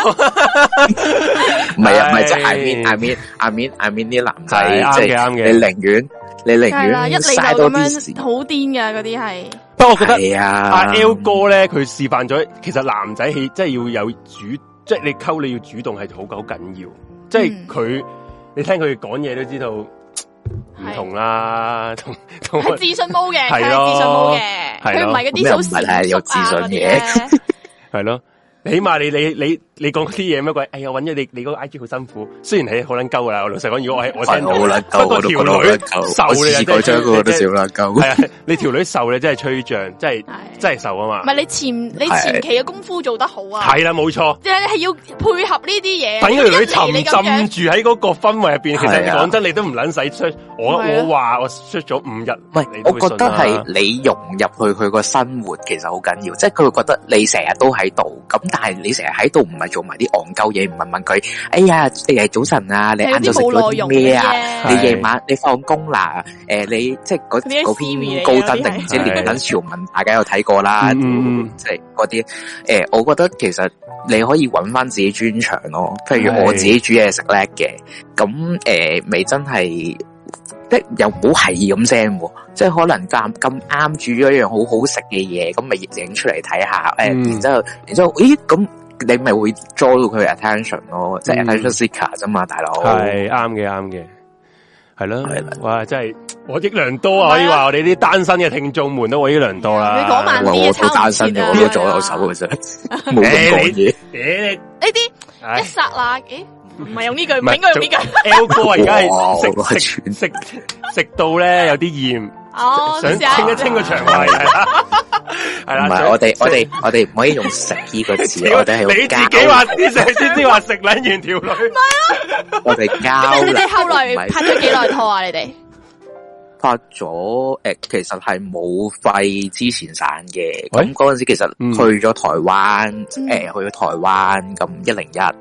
Speaker 3: 唔係啊，唔係即係
Speaker 2: 唉
Speaker 3: I mean I mean I mean I mean 啲男
Speaker 2: 係
Speaker 3: 仔，
Speaker 2: 啱
Speaker 3: 即
Speaker 2: 嘅
Speaker 3: 係
Speaker 2: 啱嘅
Speaker 3: 你寧願你寧
Speaker 1: 係啦，一
Speaker 3: 願
Speaker 1: 嚟
Speaker 3: 嘥
Speaker 1: 就咁
Speaker 3: 多啲時
Speaker 1: 樣好癲嘅嗰啲係，
Speaker 2: 不過我覺得
Speaker 3: 係
Speaker 2: 阿
Speaker 3: 啊
Speaker 2: L 哥咧，佢示範咗，其實男仔氣真係要有主，即係你溝你要主動係好好緊要，即係
Speaker 1: 嗯
Speaker 2: 佢你聽佢講嘢都知道唔同啦， [LAUGHS] 同同
Speaker 1: 係自信毛嘅，佢
Speaker 2: 係
Speaker 1: 係
Speaker 2: 咯
Speaker 1: 自信毛嘅，
Speaker 2: 係咯
Speaker 1: 佢唔係嗰
Speaker 3: 咩
Speaker 1: 啲好
Speaker 3: 唔係
Speaker 1: 啊
Speaker 3: 係有自信嘅 [LAUGHS]
Speaker 1: 嘅，
Speaker 2: 系咯，起碼你你你你讲啲嘢乜鬼？哎呀，揾咗你你嗰個 I G 好辛苦，雖然係好撚鳩噶啦，我老實講，如果我係我
Speaker 3: 我係
Speaker 2: 聽到
Speaker 3: 好撚鳩，
Speaker 2: 不過
Speaker 3: 我都覺得好
Speaker 2: 條女
Speaker 3: 撚鳩。我
Speaker 2: 瘦你啊
Speaker 3: 試過將嗰個都少撚鳩。
Speaker 2: 係啊，你條女瘦你真係吹脹，真
Speaker 1: 係
Speaker 2: 係真係瘦啊
Speaker 1: 唔
Speaker 2: 嘛，
Speaker 1: 係你前你前期嘅功夫做得好啊，
Speaker 2: 係啦，冇錯。
Speaker 1: 即係係要配合呢啲嘢，
Speaker 2: 等佢條
Speaker 1: 一嚟
Speaker 2: 女
Speaker 1: 你咁
Speaker 2: 沉
Speaker 1: 樣
Speaker 2: 浸住喺嗰個氛圍入邊，其實
Speaker 3: 係啊
Speaker 2: 講真，你都唔撚使 search。我
Speaker 1: 係啊
Speaker 2: 我話我 search 咗五日，
Speaker 3: 唔係
Speaker 2: 你，都
Speaker 3: 我
Speaker 2: 會
Speaker 3: 覺
Speaker 2: 信
Speaker 3: 得
Speaker 2: 啦
Speaker 3: 係你融入去佢個生活，其實好緊要。即係佢會覺得你成日都喺度，咁但係你成日喺度唔係做埋啲戇鳩嘢，唔係問佢，哎呀，誒早晨啊，你
Speaker 1: 係有
Speaker 3: 晏
Speaker 1: 啲
Speaker 3: 晝食
Speaker 1: 冇
Speaker 3: 咗
Speaker 1: 內
Speaker 3: 啲
Speaker 1: 容
Speaker 3: 咩啊？
Speaker 1: 嘅
Speaker 3: 你
Speaker 1: 啫
Speaker 2: 係
Speaker 3: 夜晚你放工啦，誒、你即係
Speaker 1: 嗰
Speaker 3: 嗰
Speaker 1: 啲
Speaker 3: 嗰
Speaker 1: theory 嚟嘅
Speaker 3: 篇高
Speaker 1: 嗰啲
Speaker 3: 登定
Speaker 1: 係
Speaker 3: 唔知連登潮文，大家有睇過啦，
Speaker 2: 嗯嗯嗯
Speaker 3: 即係嗰啲誒，我覺得其實你可以揾翻自己專長咯。譬如我
Speaker 2: 係
Speaker 3: 自己煮嘢食叻嘅，咁誒咪真係即又唔好係咁聲喎，即係可能咁咁啱煮咗一樣好好食嘅嘢，咁咪影出嚟睇下，誒、
Speaker 2: 嗯
Speaker 3: 然之後然之後，咦咁。你咪會 draw 到佢嘅 attention 咯，即係
Speaker 2: 嗯
Speaker 3: attention seeker 啫嘛，大佬。
Speaker 2: 係啱嘅，啱嘅，係咯
Speaker 3: 係啦，
Speaker 2: 哇，真係我益良多
Speaker 1: 係啊
Speaker 2: 啊！可以話我哋啲單身嘅聽眾們都我益良多啦。
Speaker 1: 你嗰晚
Speaker 3: 我
Speaker 1: 啲嘢
Speaker 3: 我
Speaker 1: 抄
Speaker 3: 都
Speaker 1: 唔
Speaker 3: 單身
Speaker 1: 切
Speaker 3: 嘅，
Speaker 1: 啊
Speaker 3: 我都左右手嘅啫，
Speaker 2: [LAUGHS]
Speaker 3: 冇咁
Speaker 2: 誒
Speaker 3: 講嘢。
Speaker 2: 誒，
Speaker 1: 呢啲
Speaker 2: 唉
Speaker 1: 一剎那，咦？唔係用呢句，唔
Speaker 2: 唔係
Speaker 1: 應該用呢句。
Speaker 2: L 哥啊而家
Speaker 3: [LAUGHS] 哇我
Speaker 2: 係食
Speaker 3: 全
Speaker 2: 食食食到咧有啲厭，
Speaker 1: 哦，
Speaker 2: 想
Speaker 1: 你試下
Speaker 2: 清一清個
Speaker 3: [LAUGHS]
Speaker 2: 腸胃，係啦，係啦。
Speaker 3: 唔係
Speaker 2: 想
Speaker 3: 我哋我哋我哋唔可以用食呢個
Speaker 2: [LAUGHS]
Speaker 3: 字，
Speaker 2: 屌
Speaker 3: 我哋係
Speaker 2: 你
Speaker 3: 用
Speaker 2: 自己話
Speaker 3: 交，
Speaker 2: 啲上先知話食撚完條女，
Speaker 3: 我哋交
Speaker 1: 咁 [LAUGHS] 你
Speaker 3: 流
Speaker 1: 哋後來
Speaker 3: 唔係
Speaker 1: 拍咗幾耐拖啊？你哋
Speaker 3: 拍咗誒，其實係冇費之前散嘅。
Speaker 2: 喂
Speaker 3: 咁嗰陣時其實
Speaker 2: 嗯
Speaker 3: 去咗台灣，
Speaker 1: 嗯
Speaker 3: 誒去咗台灣咁一零一，咁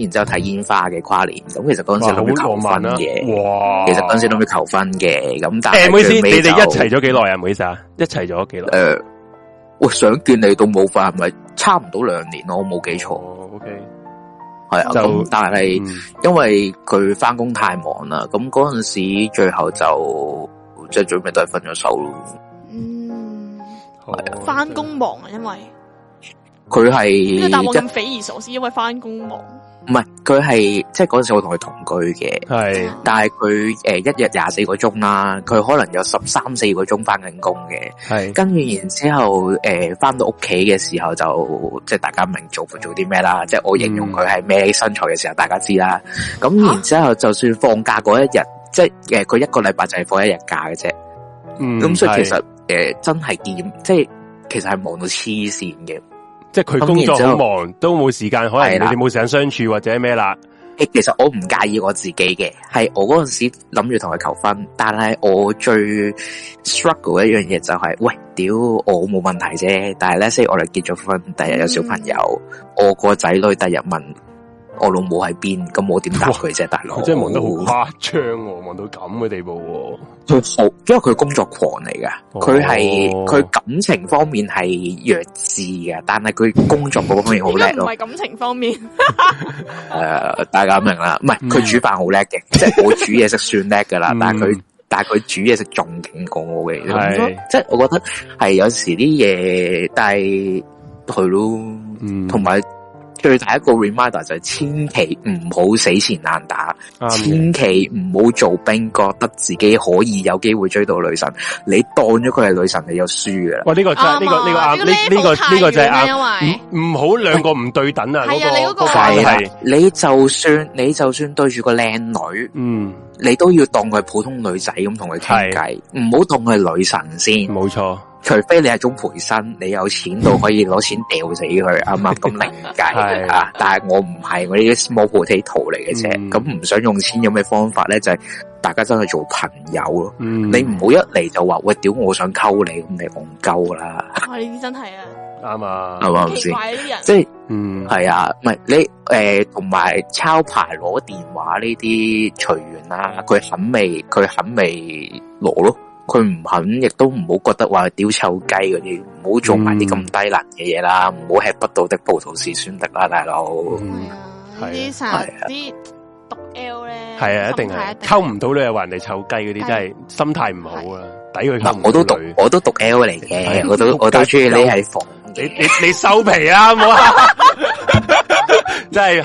Speaker 3: 然之後睇煙花嘅跨年。咁其實嗰陣時
Speaker 2: 哇
Speaker 3: 諗住求婚嘅，
Speaker 2: 啊哇！
Speaker 3: 其實嗰陣時諗住求婚嘅。咁但
Speaker 2: 誒，
Speaker 3: 係
Speaker 2: 唔好意思，
Speaker 3: 最尾
Speaker 2: 你哋一
Speaker 3: 就
Speaker 2: 齊咗幾耐啊？唔好意思啊，一齊咗幾耐？
Speaker 3: 诶、我想見你到冇法，係咪差唔到兩年咯？我冇記錯，
Speaker 2: 哦，OK，
Speaker 3: 係啊。
Speaker 2: 就
Speaker 3: 咁但係
Speaker 2: 嗯
Speaker 3: 因為佢翻工太忙啦，咁嗰阵時最後就即係最尾都係分咗手咯。
Speaker 1: 嗯，
Speaker 3: 啊
Speaker 2: 好
Speaker 1: 翻工忙啊，因為
Speaker 3: 佢
Speaker 1: 呢個答案
Speaker 3: 係
Speaker 1: 咁匪夷所思，因為翻工忙。
Speaker 3: 一唔係佢係即係嗰阵时我同佢同居嘅，
Speaker 2: 係。
Speaker 3: 但係佢诶一日廿四個鐘啦，佢可能有十三四個鐘翻緊工嘅，
Speaker 2: 系
Speaker 3: 跟住然之後，誒、翻到屋企嘅時候就即係大家明做做啲咩啦，即係我形容佢係咩身材嘅時候，大家知啦。咁然之後，就算放假嗰一日，即係誒佢一個禮拜就係放一日假嘅啫。
Speaker 2: 嗯，
Speaker 3: 咁、所以其
Speaker 2: 係
Speaker 3: 實誒、真係見，即係其實係忙到黐線嘅。
Speaker 2: 即係佢工作好忙，都冇時間，可能
Speaker 3: 係啦
Speaker 2: 你哋冇時間相處或者咩啦。
Speaker 3: 誒其實我唔介意我自己嘅，係我嗰陣時諗住同佢求婚，但係我最 struggle 一樣嘢就係、喂，屌我冇問題啫，但係咧，雖然我哋結咗婚，第日有小朋友，
Speaker 2: 嗯
Speaker 3: 我個仔女第日問我老母喺邊，咁我點答佢啫，大佬？
Speaker 2: [LAUGHS] 佢真係忙得好誇張喎，忙到咁嘅地步
Speaker 3: 佢好，因為佢工作狂嚟噶，
Speaker 2: 哦
Speaker 3: 佢係佢感情方面係弱智嘅，但係佢工作嗰方面好
Speaker 1: 應
Speaker 3: 叻
Speaker 1: 該唔
Speaker 3: 咯。
Speaker 1: 係感情方面，
Speaker 3: 诶、呃大家明啦，唔係佢煮飯好叻
Speaker 2: [LAUGHS]
Speaker 3: 嘅，即係我煮嘢食算叻噶啦
Speaker 2: 嗯，
Speaker 3: 但係佢但係佢煮嘢食仲勁過我嘅，
Speaker 2: 係
Speaker 3: 咁即係我覺得係有時啲嘢，但係係咯，
Speaker 2: 嗯
Speaker 3: 同埋、最大一個 reminder 就係千祈唔好死纏爛打，
Speaker 2: 喎。啱
Speaker 3: 千祈唔好做兵，覺得自己可以有機會追到女神，你當咗佢係女神，你就輸噶啦。
Speaker 2: 哇！呢 [LAUGHS] 個真係呢個呢個
Speaker 1: 啱啊
Speaker 2: 啱，呢呢個呢個就係
Speaker 1: 呢個 level 太遠
Speaker 2: 啱。
Speaker 1: 啦因為
Speaker 2: 唔唔好兩個唔對等啊！
Speaker 1: 係啊你嗰
Speaker 2: 嗰
Speaker 1: 個
Speaker 2: 個
Speaker 3: 係啦
Speaker 2: 係，
Speaker 3: 你就算你就算對住個靚女。
Speaker 2: 嗯，
Speaker 3: 你都要當佢係普通女仔咁同佢傾偈，唔好當佢係女神先。
Speaker 2: 冇錯，
Speaker 3: 除非你係種培生，你有錢到可以攞錢掉死佢，啱唔
Speaker 2: [LAUGHS]
Speaker 3: 啱？咁另計
Speaker 2: 係
Speaker 3: 啊！但係我唔係，我呢啲 small potato 嚟嘅啫。
Speaker 2: 嗯
Speaker 3: 咁唔、想用錢有咩方法咧？就係大家真係做朋友咯。
Speaker 2: 嗯，
Speaker 3: 你唔好一嚟就話喂，屌我想溝你，咁你戇鳩啦，
Speaker 2: 嗯
Speaker 1: 哇！呢啲真係啊，
Speaker 2: 啱啊，
Speaker 3: 係嘛？係咪
Speaker 1: 奇
Speaker 3: 先？
Speaker 1: 怪呢啲人。
Speaker 3: 即係
Speaker 2: 嗯，
Speaker 3: 係啊，唔係你诶，同、埋抄牌攞電話呢啲隨緣啦，佢肯未，佢肯未攞咯，佢唔肯亦都唔好覺得話屌臭雞嗰啲，唔好做
Speaker 2: 嗯
Speaker 3: 埋啲咁低能嘅嘢啦，唔好吃不到的葡萄是酸的啦，大佬。
Speaker 2: 嗯
Speaker 1: 係啊，呢啲成日啲讀 L 咧，
Speaker 2: 係啊，一定係溝唔到女啊，話人哋臭雞嗰啲，真係心態唔好啊，抵佢溝唔
Speaker 3: 我都
Speaker 2: 到
Speaker 3: 讀
Speaker 2: 女。
Speaker 3: 我都讀 L 嚟嘅，
Speaker 2: 嗯係啊 [LAUGHS]
Speaker 3: 我都我都中意匿喺房
Speaker 2: 你
Speaker 3: 嘅。
Speaker 2: 你你收皮啦，唔好啊！真系，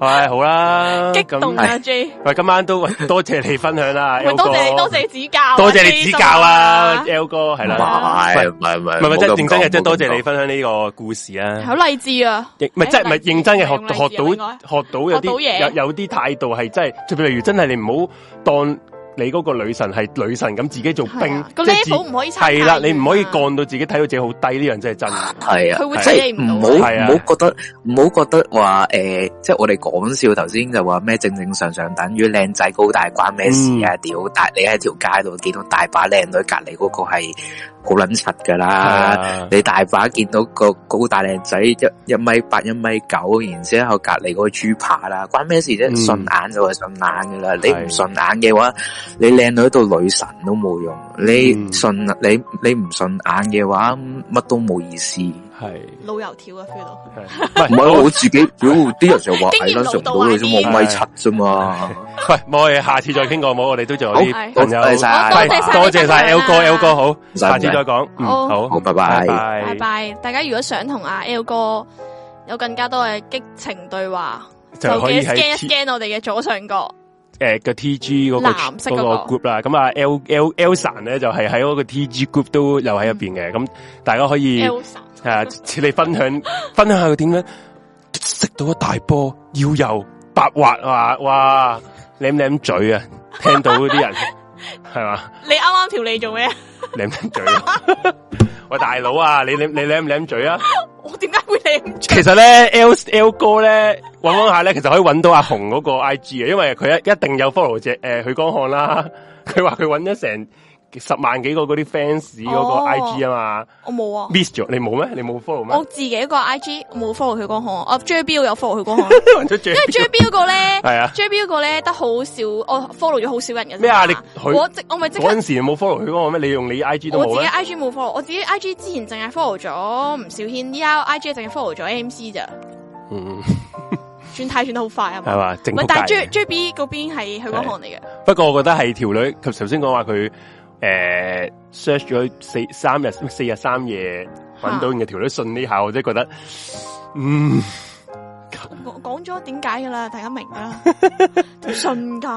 Speaker 2: 唉，好啦，
Speaker 1: 激動
Speaker 2: 咁
Speaker 1: 啊 J，
Speaker 2: 喂，今晚都喂多謝你分享啦，
Speaker 1: 喂
Speaker 2: L 哥
Speaker 1: 多謝你多謝你指教啊，
Speaker 2: 多謝你指教啊啦
Speaker 1: J，
Speaker 2: ，L 哥係
Speaker 3: 唔
Speaker 2: 啦，
Speaker 3: 係唔係唔係
Speaker 2: 唔係唔係，即係
Speaker 3: 冇咁
Speaker 2: 認真嘅，
Speaker 3: 講
Speaker 2: 即係多
Speaker 3: 冇咁
Speaker 2: 謝你
Speaker 3: 講
Speaker 2: 分享呢個故事
Speaker 1: 真係
Speaker 2: 啊
Speaker 1: 好，勵志啊！
Speaker 2: 亦唔係即係唔係
Speaker 1: 勵志
Speaker 2: 認真嘅，
Speaker 1: 用勵
Speaker 2: 學
Speaker 1: 志
Speaker 2: 學到
Speaker 1: 啊應該
Speaker 2: 學到有
Speaker 1: 學到
Speaker 2: 啲
Speaker 1: 嘢
Speaker 2: 有有啲態度係真係，就譬如真係你唔好當你嗰個女神係女神咁，自己做
Speaker 1: 係
Speaker 2: 兵
Speaker 1: 啊，個
Speaker 2: 即係自
Speaker 1: level 唔可以差太
Speaker 2: 係啦，你唔可以
Speaker 1: 遠啊
Speaker 2: 降到自己睇到自己好低，呢樣真係真。
Speaker 3: 系啊，
Speaker 1: 佢會
Speaker 3: 即
Speaker 1: 處理
Speaker 3: 系
Speaker 1: 唔
Speaker 3: 唔
Speaker 1: 到
Speaker 3: 好
Speaker 2: 係啊
Speaker 3: 唔好覺得唔好覺得話诶、誒即係我哋講笑頭先就話咩正正常常等於靚仔高大關咩事
Speaker 2: 嗯
Speaker 3: 啊？屌、大你喺條街度見到大把靚女，隔離嗰個係好撚柒噶啦。
Speaker 2: 啊
Speaker 3: 你大把見到個高大靚仔一一米八一米九，然之後隔離嗰個豬扒啦，關咩事啫？
Speaker 2: 嗯
Speaker 3: 順眼就係順眼噶啦，你唔
Speaker 2: 係
Speaker 3: 順眼嘅話，你靚女到女神都冇用。你
Speaker 2: 嗯
Speaker 3: 順你你唔順眼嘅話，乜都冇意思。
Speaker 2: 係
Speaker 1: 老油條啊 feel 到。
Speaker 2: 係
Speaker 3: 唔 [LAUGHS]
Speaker 2: 唔
Speaker 3: 係
Speaker 2: 係
Speaker 3: 我自己，屌啲人就話
Speaker 1: 經驗
Speaker 3: 矮啦，
Speaker 1: 老
Speaker 3: 上唔
Speaker 1: 到
Speaker 3: 到
Speaker 1: 啊
Speaker 3: 嘅啫，我
Speaker 2: 啲
Speaker 3: 米七啫嘛。
Speaker 2: 喂，我哋下次再傾過冇？我哋都仲有
Speaker 3: 好
Speaker 2: 啲朋友，
Speaker 3: 多謝晒
Speaker 2: 係
Speaker 1: 多謝晒
Speaker 2: 多謝晒
Speaker 1: 你
Speaker 2: L
Speaker 1: 分享啊
Speaker 2: 哥，L 哥好，
Speaker 3: 唔使
Speaker 2: 下
Speaker 3: 唔
Speaker 2: 次再
Speaker 3: 使，
Speaker 2: 講。嗯，
Speaker 1: 好
Speaker 2: 好，
Speaker 3: 好，拜拜。
Speaker 1: 拜拜！大家如果想同阿 L 哥有更加多嘅激情對話，就
Speaker 2: 就可以
Speaker 1: scan 一
Speaker 2: 喺 T-
Speaker 1: scan 我哋嘅左上角。
Speaker 2: 诶嘅 T G 嗰個
Speaker 1: 藍色嗰個
Speaker 2: 嗰個 group 啦。咁啊，L L L 神咧就係喺嗰個 T G group 都又喺入邊嘅。咁大家可以
Speaker 1: L 神
Speaker 2: 啊， [LAUGHS] 似你分享分享下佢點樣食到一大波要油白滑啊！哇，舐舐嘴啊！聽到嗰啲人 [LAUGHS] 係嘛？
Speaker 1: 你啱啱條脷做咩？
Speaker 2: 舐唔舐嘴啊！ [LAUGHS] 喂，大佬啊，你舐你舐唔舐嘴啊？
Speaker 1: [LAUGHS] 我點解會你唔出？
Speaker 2: 其實咧，L L 哥咧揾揾下咧，其實可以揾到阿紅嗰個 I G 嘅，因為佢一一定有 follow 只诶許光漢啦。 [LAUGHS] 佢話佢揾咗成十萬幾個嗰啲 fans 嗰個
Speaker 1: 哦
Speaker 2: I G 啊嘛
Speaker 1: 我冇啊，
Speaker 2: ，miss 咗你冇咩？你冇 follow 咩
Speaker 1: 我？自己個 I G 冇 follow 佢光行，啊我 J B 有 follow 佢光
Speaker 2: [LAUGHS]
Speaker 1: 行，
Speaker 2: 揾咗最
Speaker 1: 因為 J B 嗰個咧
Speaker 2: 係啊
Speaker 1: ，J B 嗰個咧得好少，我 follow 咗好少人嘅啫嘛。
Speaker 2: 咩啊你佢
Speaker 1: 我即我咪即刻
Speaker 2: 嗰陣時你冇 follow 許光漢咩？你用你 I G 都
Speaker 1: 我
Speaker 2: 冇
Speaker 1: 自己啊
Speaker 2: 咩？
Speaker 1: I G 冇 follow，我自己 I G 之前淨係 follow 咗吳小軒，依家 I G 淨係 follow 咗 M C 咋，
Speaker 2: 嗯，
Speaker 1: 轉態轉得好快啊嘛。
Speaker 2: 係嘛？正
Speaker 1: 唔係，但係
Speaker 2: 仆街
Speaker 1: J J B 嗰邊係佢嗰行嚟嘅，
Speaker 2: 不過我覺得係條女，及頭先講話佢诶 search 咗四三日四日三夜揾到嘅條女信呢下，我真係覺得，嗯，
Speaker 1: 我講咗點解噶啦，大家明噶
Speaker 2: [LAUGHS]
Speaker 1: 啦，都信噶，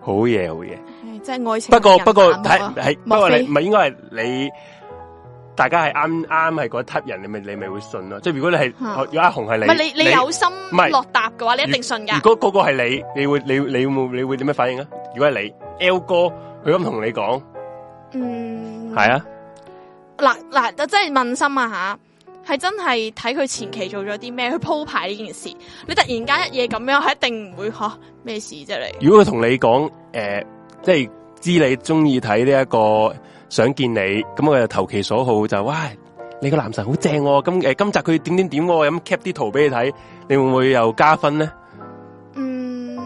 Speaker 2: 好嘢好嘢。
Speaker 1: 唉即係愛情
Speaker 2: 不過
Speaker 1: 令人
Speaker 2: 不過
Speaker 1: 冷漠啊。
Speaker 2: 睇系不
Speaker 1: 莫
Speaker 2: 過
Speaker 1: 非
Speaker 2: 你唔係應該係你。大家係啱啱係嗰一 type 人，你咪你咪會信咯。即係如果你係
Speaker 1: 嚇
Speaker 2: 如果阿紅係
Speaker 1: 唔
Speaker 2: 你，
Speaker 1: 係你你有心
Speaker 2: 唔係
Speaker 1: 落答嘅話，你一定信噶
Speaker 2: 如。果嗰個係你，你會你你會你會點樣反應啊？如果係你 L 哥，佢咁同你講，
Speaker 1: 嗯，
Speaker 2: 係啊，
Speaker 1: 嗱嗱，就真係問心啊吓，係真係睇佢前期做咗啲咩，去鋪排呢件事。你突然間一夜咁樣，係一定唔會吓咩事啫你。
Speaker 2: 如果佢同你講诶、呃即係知你中意睇呢一個想見你，咁我就投其所好就哇，你個男神好正、喎。咁诶、呃今集佢點點點喎，咁 cap 啲圖俾你睇，你會唔會又加分咧？
Speaker 1: 嗯，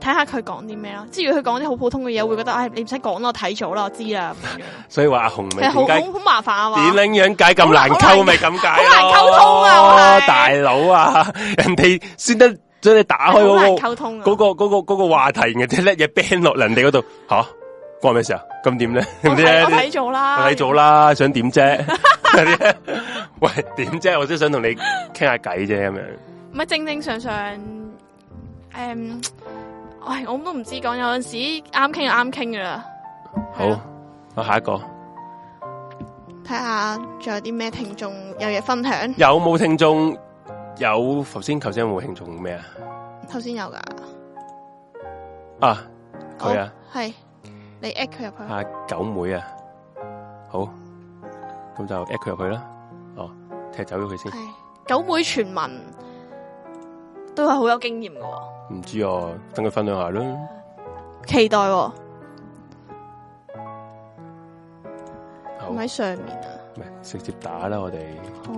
Speaker 1: 睇下佢講啲咩咯。即係如果佢講啲好普通嘅嘢，我會覺得唉、你唔使講啦，我睇咗啦，我知啦。咁樣
Speaker 2: 所以話阿紅明
Speaker 1: 係好
Speaker 2: 點解
Speaker 1: 好好麻煩啊嘛。
Speaker 2: 點樣解咁難溝咪咁解咯？
Speaker 1: 好難溝通啊我係
Speaker 2: 大佬啊， [LAUGHS] 人哋先得將你打開
Speaker 1: 好難
Speaker 2: 嗰、個
Speaker 1: 溝通啊。
Speaker 2: 嗰、個嗰、個嗰、個話題，然後即係一嘢 ban 落人哋嗰度吓，關咩事啊？咁點咧？
Speaker 1: 我
Speaker 2: 咁
Speaker 1: 睇我
Speaker 2: 啫
Speaker 1: 睇。咗啦，
Speaker 2: 睇咗啦，想點啫？ [LAUGHS] 喂，點啫？我都想同你傾下偈啫，咁樣。
Speaker 1: 唔係正正常常，诶、唉，我都唔知講，有陣時啱傾就啱傾噶啦。係
Speaker 2: 好
Speaker 1: 啊，
Speaker 2: 我下一個
Speaker 1: 睇下仲有啲咩聽眾有嘢分享。
Speaker 2: 有冇聽眾？有頭先，頭先有冇聽眾咩啊？
Speaker 1: 頭先有噶，
Speaker 2: 啊，佢啊，
Speaker 1: 係你 at 佢入去。
Speaker 2: 阿九妹啊，好，咁就 at 佢入去啦。哦，踢走咗佢先，
Speaker 1: 系九妹傳聞都係好有經驗嘅喎，
Speaker 2: 唔知啊，等佢分享下啦。
Speaker 1: 期待喎
Speaker 2: 好，
Speaker 1: 唔
Speaker 2: 咪
Speaker 1: 喺上面啊！
Speaker 2: 直接打啦，我哋。
Speaker 1: 好，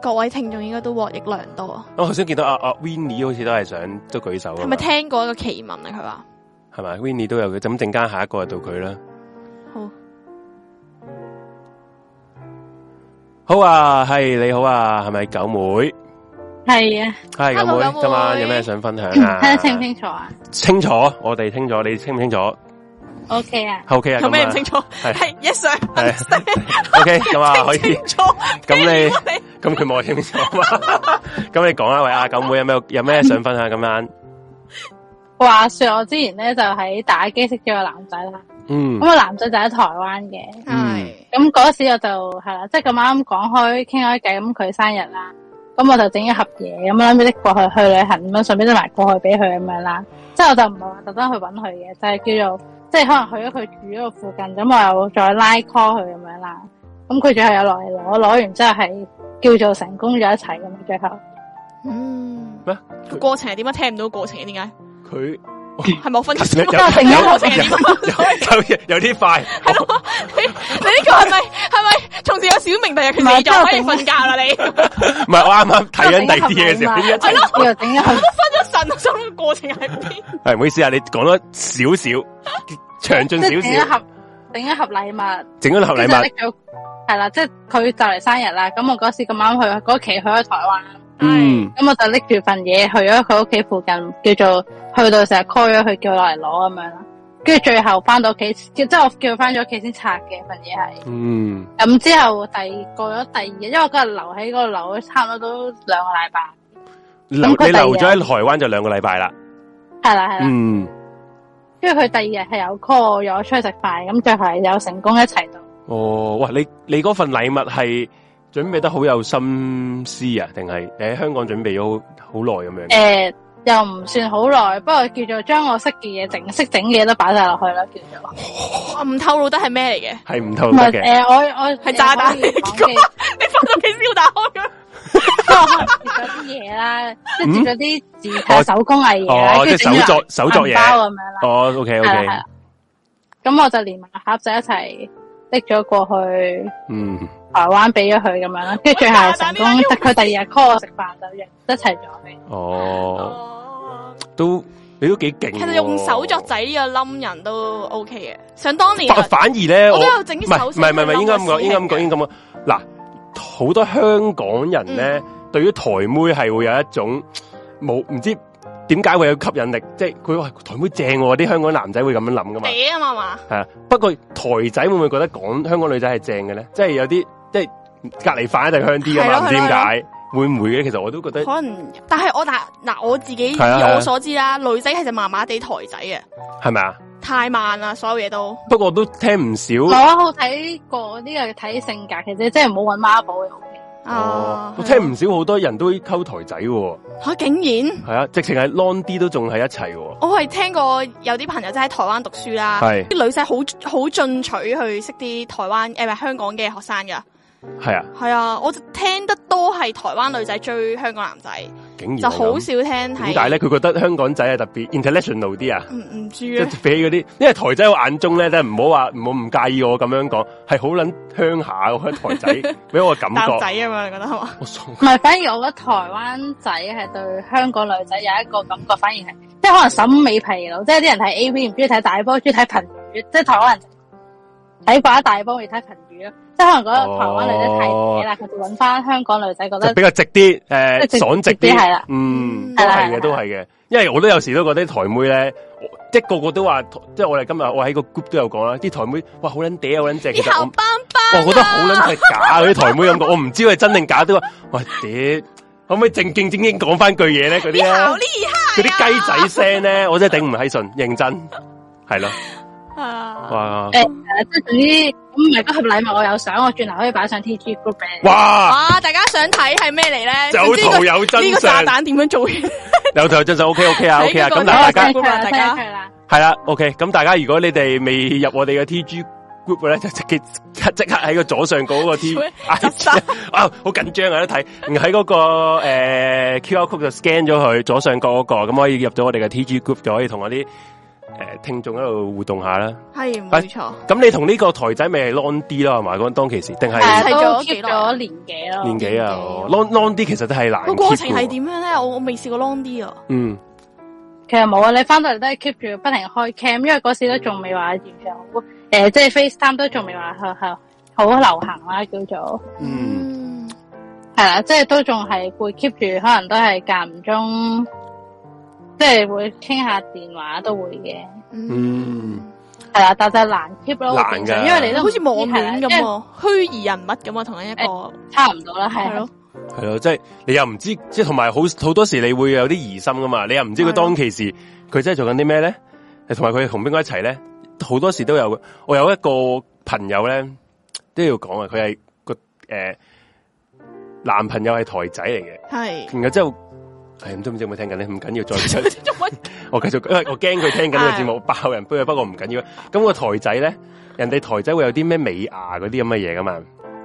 Speaker 1: 各位聽眾應該都獲益良多。
Speaker 2: 我頭先見到阿阿 Winnie 好似都係想都舉手啊
Speaker 1: 係
Speaker 2: 嘛
Speaker 1: 咪，聽過一個奇聞啊？佢話
Speaker 2: 係咪？Winnie 都有嘅，咁陣間下一個就到佢啦。
Speaker 1: 好
Speaker 2: 好啊，係你好啊，係咪九妹？
Speaker 4: 系啊，
Speaker 2: 係九
Speaker 1: Hello，
Speaker 2: 妹
Speaker 1: 九，妹
Speaker 2: 今晚有咩想分享
Speaker 1: [LAUGHS]
Speaker 2: 啊？
Speaker 4: 睇得清唔清楚啊
Speaker 2: 清楚，我哋清楚，你清唔清楚
Speaker 4: ？OK 啊，
Speaker 2: ？OK 啊，
Speaker 1: 有咩唔清
Speaker 2: [LAUGHS] 楚
Speaker 1: 楚？
Speaker 2: 係
Speaker 1: [LAUGHS] 係 yes sir，
Speaker 2: ？OK，咁
Speaker 1: [LAUGHS]
Speaker 2: 啊，可以，
Speaker 1: 清楚。
Speaker 2: 咁你
Speaker 1: 你
Speaker 2: 咁佢冇我清楚嘛？ [LAUGHS] 咁你講啦，喂，阿九妹有咩有咩想分享今晚？
Speaker 4: 话说我之前咧就喺打機識咗個男仔啦，
Speaker 2: 嗯
Speaker 4: 咁、個男仔就喺台灣嘅，
Speaker 2: 嗯
Speaker 1: 係
Speaker 4: 咁嗰時我就係啦，即係咁啱講開傾開偈，咁佢生日啦，咁我就整一盒嘢咁樣諗住拎過去去旅行咁樣，順便拎埋過去俾佢咁樣啦。即係我就唔係話特登去揾佢嘅，就係叫做即係可能去咗佢住嗰個附近，咁我又再拉 call 佢咁樣啦。咁佢最後又落嚟攞，攞完之後係叫做成功咗一齊咁樣最後。
Speaker 1: 嗯，
Speaker 2: 咩
Speaker 1: 個過程係點啊？聽唔到過程嘅點解？
Speaker 2: 佢
Speaker 1: 係冇分
Speaker 2: 有
Speaker 1: 析。
Speaker 2: 有
Speaker 1: [LAUGHS] 過程嘅過程係點
Speaker 2: [LAUGHS]
Speaker 1: 啊？
Speaker 2: 有有有啲快，
Speaker 1: 你你呢個係咪係咪？從此有小明第日佢
Speaker 4: 唔係
Speaker 1: 死
Speaker 4: 真係
Speaker 1: 咗可以瞓覺啦！你
Speaker 2: 唔係我啱啱睇緊第二啲嘢
Speaker 1: [LAUGHS]
Speaker 2: 嘅時候，哎 [LAUGHS]
Speaker 4: 係
Speaker 2: 係
Speaker 4: 咯，又整一盒。
Speaker 1: 分咗神，我想個過程喺邊？
Speaker 2: 唔好意思啊，你講多
Speaker 1: [LAUGHS]
Speaker 2: 少少，詳
Speaker 4: 即
Speaker 2: 盡
Speaker 4: 係整一
Speaker 2: 少少，
Speaker 4: 盒，整一盒禮物，
Speaker 2: 整咗盒禮
Speaker 4: 跟住
Speaker 2: 物，
Speaker 4: 拎咗，係啦，即係佢就嚟生日啦。咁我嗰時咁啱去嗰期去咗台灣，
Speaker 2: 嗯，
Speaker 4: 咁我就拎住份嘢去咗佢屋企附近，叫做去到成日 call 咗佢叫落嚟攞咁樣啦。跟住最後翻到屋企，即係我叫佢翻咗屋企先拆嘅份嘢係。
Speaker 2: 嗯，
Speaker 4: 咁之後第過咗第二日，因為我嗰日留喺嗰度留咗差唔多都兩個禮拜，
Speaker 2: 留
Speaker 4: 咁佢
Speaker 2: 你
Speaker 4: 第二
Speaker 2: 留
Speaker 4: 日
Speaker 2: 咗喺台灣就兩個禮拜啦，
Speaker 4: 係啦係啦。
Speaker 2: 嗯，
Speaker 4: 跟住佢第二日係有 call 咗出去食飯，咁最後係有成功一齊到。
Speaker 2: 哦，哇，你你嗰份禮物係準備得好有心思啊，定係你喺香港準備咗好好耐咁樣？
Speaker 4: 诶、呃又唔算好耐，不過叫做將我識嘅嘢整識整嘅嘢都擺晒落去啦，叫做。
Speaker 1: 我唔透露得係咩嚟嘅？
Speaker 2: 係唔透
Speaker 4: 唔
Speaker 2: 得
Speaker 4: 係
Speaker 2: 嘅，
Speaker 4: 诶，誒我我
Speaker 1: 係炸彈嚟
Speaker 4: 誒可以講嘅
Speaker 1: [LAUGHS] 你發咗幾燒打開咗？
Speaker 4: 即係我可能接咗啲
Speaker 2: [LAUGHS]
Speaker 4: 嘢啦，即係接咗啲字
Speaker 2: 哦
Speaker 4: 體手工藝嘢啦，
Speaker 2: 哦
Speaker 4: 跟
Speaker 2: 即
Speaker 4: 住
Speaker 2: 係
Speaker 4: 整咗
Speaker 2: 手作手作嘢
Speaker 4: 銀包咁樣啦，
Speaker 2: 哦，OK
Speaker 4: 係啦係
Speaker 2: OK，
Speaker 4: 啦。咁我就連埋盒仔一齊拎咗過去
Speaker 2: 嗯，
Speaker 4: 台灣俾咗佢咁樣啦，跟住最後成功，得佢第二日 call 我食飯就約一齊咗嘅。
Speaker 2: 哦，
Speaker 1: 哦，
Speaker 2: 都你都幾勁喎，
Speaker 1: 其實用手作仔呢個冧人都 OK 嘅。想當年啊
Speaker 2: 反反而咧，
Speaker 1: 我
Speaker 2: 我
Speaker 1: 都有整
Speaker 2: 唔
Speaker 1: 啲手
Speaker 2: 係唔
Speaker 1: 信
Speaker 2: 係唔係，應該咁講，
Speaker 1: 去諗
Speaker 2: 應該
Speaker 1: 我
Speaker 2: 咁講，應該咁講。嗱，好多香港人
Speaker 1: 嗯
Speaker 2: 咧，對於台妹係會有一種冇唔知點解會有吸引力，即係佢話台妹正喎，啲香港男仔會咁樣諗噶嘛。
Speaker 1: 嗲啊嘛嘛，
Speaker 2: 係啊，不過台仔會唔會覺得講香港女仔係正嘅咧？即係有啲即係隔離飯一定香啲噶嘛，唔
Speaker 1: 係咯
Speaker 2: 知點
Speaker 1: 係咯
Speaker 2: 解會唔會嘅？其實我都覺得
Speaker 1: 可能但係我但嗱我自己以
Speaker 2: 係啊係啊
Speaker 1: 我所知啦，女仔係就麻麻地台仔嘅，
Speaker 2: 係咪啊？
Speaker 1: 太慢啦，所有嘢都。
Speaker 2: 不過我都聽唔少。
Speaker 4: 我好睇過呢個睇性格嘅啫，即係唔好揾孖寶嘅。
Speaker 2: 哦
Speaker 1: 啊，，
Speaker 2: 我聽唔少好多人都溝台仔喎，
Speaker 1: 吓竟然。
Speaker 2: 係啊，直情係 long 啲都仲喺一齊喎。
Speaker 1: 我係聽過有啲朋友真係喺台灣讀書啦，
Speaker 2: 係
Speaker 1: 啲女仔好好進取去識啲台灣誒唔係香港嘅學生㗎，
Speaker 2: 係啊，
Speaker 1: 係啊，我就聽得多係台灣女仔追香港男仔，
Speaker 2: 竟然
Speaker 1: 就
Speaker 2: 係
Speaker 1: 好
Speaker 2: 咁
Speaker 1: 少聽
Speaker 2: 點
Speaker 1: 係。
Speaker 2: 解咧？佢覺得香港仔係特別 international 啲啊，
Speaker 1: 唔唔知
Speaker 2: 即
Speaker 1: 咧，
Speaker 2: 係比起嗰啲，因為台仔我眼中咧，真係唔好話唔好唔介意我咁樣講，係好撚鄉下喎，台
Speaker 4: [LAUGHS]
Speaker 2: 仔俾我感
Speaker 1: 搭仔
Speaker 2: 覺。
Speaker 1: 啊嘛，你覺得係嘛？
Speaker 2: 我送
Speaker 4: 唔係，反而我覺得台灣仔係對香港女仔有一個感覺，反而係即係可能審美疲勞，即係啲人睇 A V 唔中意睇大波，中意睇貧乳，即係台灣人睇慣一大波會睇貧乳咯。即係可能覺得台灣女仔太嗲啦，佢就揾翻香港女仔覺
Speaker 2: 就
Speaker 4: 得
Speaker 2: 比較直啲，誒、
Speaker 4: 即係直
Speaker 2: 爽直
Speaker 4: 直
Speaker 2: 啲
Speaker 4: 啲係啦
Speaker 2: 嗯，
Speaker 1: 嗯
Speaker 2: 都係
Speaker 4: 係啦係
Speaker 2: 嘅，
Speaker 4: 啦
Speaker 2: 都係嘅。因為我都有時都覺得啲台妹咧，我即係個個都話，即係我哋今日我喺個 group 都有講啦，啲台妹哇好撚嗲，好撚 [LAUGHS] 正。其
Speaker 1: 以
Speaker 2: 實
Speaker 1: 後
Speaker 2: 我
Speaker 1: 班
Speaker 4: 啊
Speaker 1: 班
Speaker 2: 我覺得好撚係假嗰啲台妹感覺，我唔知佢係真定假，都話喂嗲，可唔可以正正經經講翻句嘢咧？嗰啲啊
Speaker 1: 以後
Speaker 2: 咧
Speaker 1: 呢。
Speaker 2: 嗰啲雞
Speaker 1: [LAUGHS]
Speaker 2: 仔聲咧，我真係頂唔起順，認真係咯，
Speaker 1: 啊，
Speaker 2: 哇
Speaker 4: 誒，即係總之咁唔係嗰盒禮物我有相，我轉頭可以擺上 T G group 俾你。
Speaker 2: 哇，
Speaker 1: 哇！大家想睇係咩嚟咧？
Speaker 2: 有
Speaker 1: 想知
Speaker 2: 圖
Speaker 1: 個
Speaker 2: 有
Speaker 1: 呢
Speaker 2: 真
Speaker 1: 個炸
Speaker 2: 相，
Speaker 1: 彈點樣做嘢？
Speaker 2: 有圖有真相，OK OK 啊
Speaker 1: [LAUGHS] 喺
Speaker 2: OK 啊，
Speaker 1: 嗰個
Speaker 2: 咁嗱
Speaker 1: 嗰
Speaker 2: 大
Speaker 1: 個
Speaker 4: 我
Speaker 2: 家
Speaker 4: 聽
Speaker 1: 家
Speaker 4: 佢啦，聽佢啦。
Speaker 2: 係啦，OK，咁大家如果你哋未入我哋嘅 TG group 咧，就即刻 [LAUGHS] 即刻喺個左上角嗰個 T [LAUGHS]
Speaker 1: 做咩
Speaker 2: 啊
Speaker 1: 執生
Speaker 2: 啊，好緊張啊！一睇，然後喺嗰個诶 QR code 就 scan 咗佢左上角嗰個，咁可以入到我哋嘅 TG group 就可以同我啲诶聽眾喺度互動下啦。
Speaker 1: [LAUGHS] 係冇錯，
Speaker 2: 咁你同呢個台仔咪係 long 啲啦，係嘛？嗰當其時定係
Speaker 1: 係
Speaker 4: 誒都
Speaker 1: 睇咗幾
Speaker 4: keep
Speaker 1: 耐
Speaker 4: 咗年幾
Speaker 2: 年紀
Speaker 4: 咯。
Speaker 2: 啊
Speaker 1: 年紀
Speaker 2: 哦，long long 啲其實都哎係難。
Speaker 1: 個過程係？點樣咧？我我未試過 long 啲啊。
Speaker 2: 嗯，
Speaker 4: 其實冇啊，你翻到嚟都係 keep 住不停開 cam，因為嗰時都仲未話完全好，诶、即係 FaceTime 都仲未話 [LAUGHS] 係係好流行啦，叫做
Speaker 2: 嗯，
Speaker 4: 係啦，即係都仲係會 keep 住，可能都係間唔中，即係會傾下電話都會嘅，
Speaker 2: 嗯，
Speaker 4: 係啦，但就難 keep 咯，
Speaker 2: 難㗎
Speaker 4: 正常因為你都
Speaker 1: 好似網戀
Speaker 4: 戀
Speaker 1: 咁，喎，虛擬人物咁啊，同一個
Speaker 4: 差唔多啦，係
Speaker 1: 係
Speaker 4: 咯
Speaker 1: 咯，，
Speaker 2: 係咯，即係你又唔知，即係同埋好好多時你會有啲疑心噶嘛，你又唔知佢
Speaker 1: 係
Speaker 2: 當其時佢真係做緊啲咩咧，同埋佢同邊個一齊咧，好多時都有。我有一個朋友咧都要講啊，佢係個诶男朋友係台仔嚟嘅，
Speaker 1: 系
Speaker 2: 然後之後係唔知唔知有冇聽緊咧，唔緊要，
Speaker 1: [LAUGHS]
Speaker 2: 再 [LAUGHS]
Speaker 1: 做乜？
Speaker 2: 我繼續，因 [LAUGHS] 為我驚佢聽緊呢個節目爆人杯啊，不過唔緊要。咁、個台仔咧，人哋台仔會有啲咩美牙嗰啲咁嘅嘢噶嘛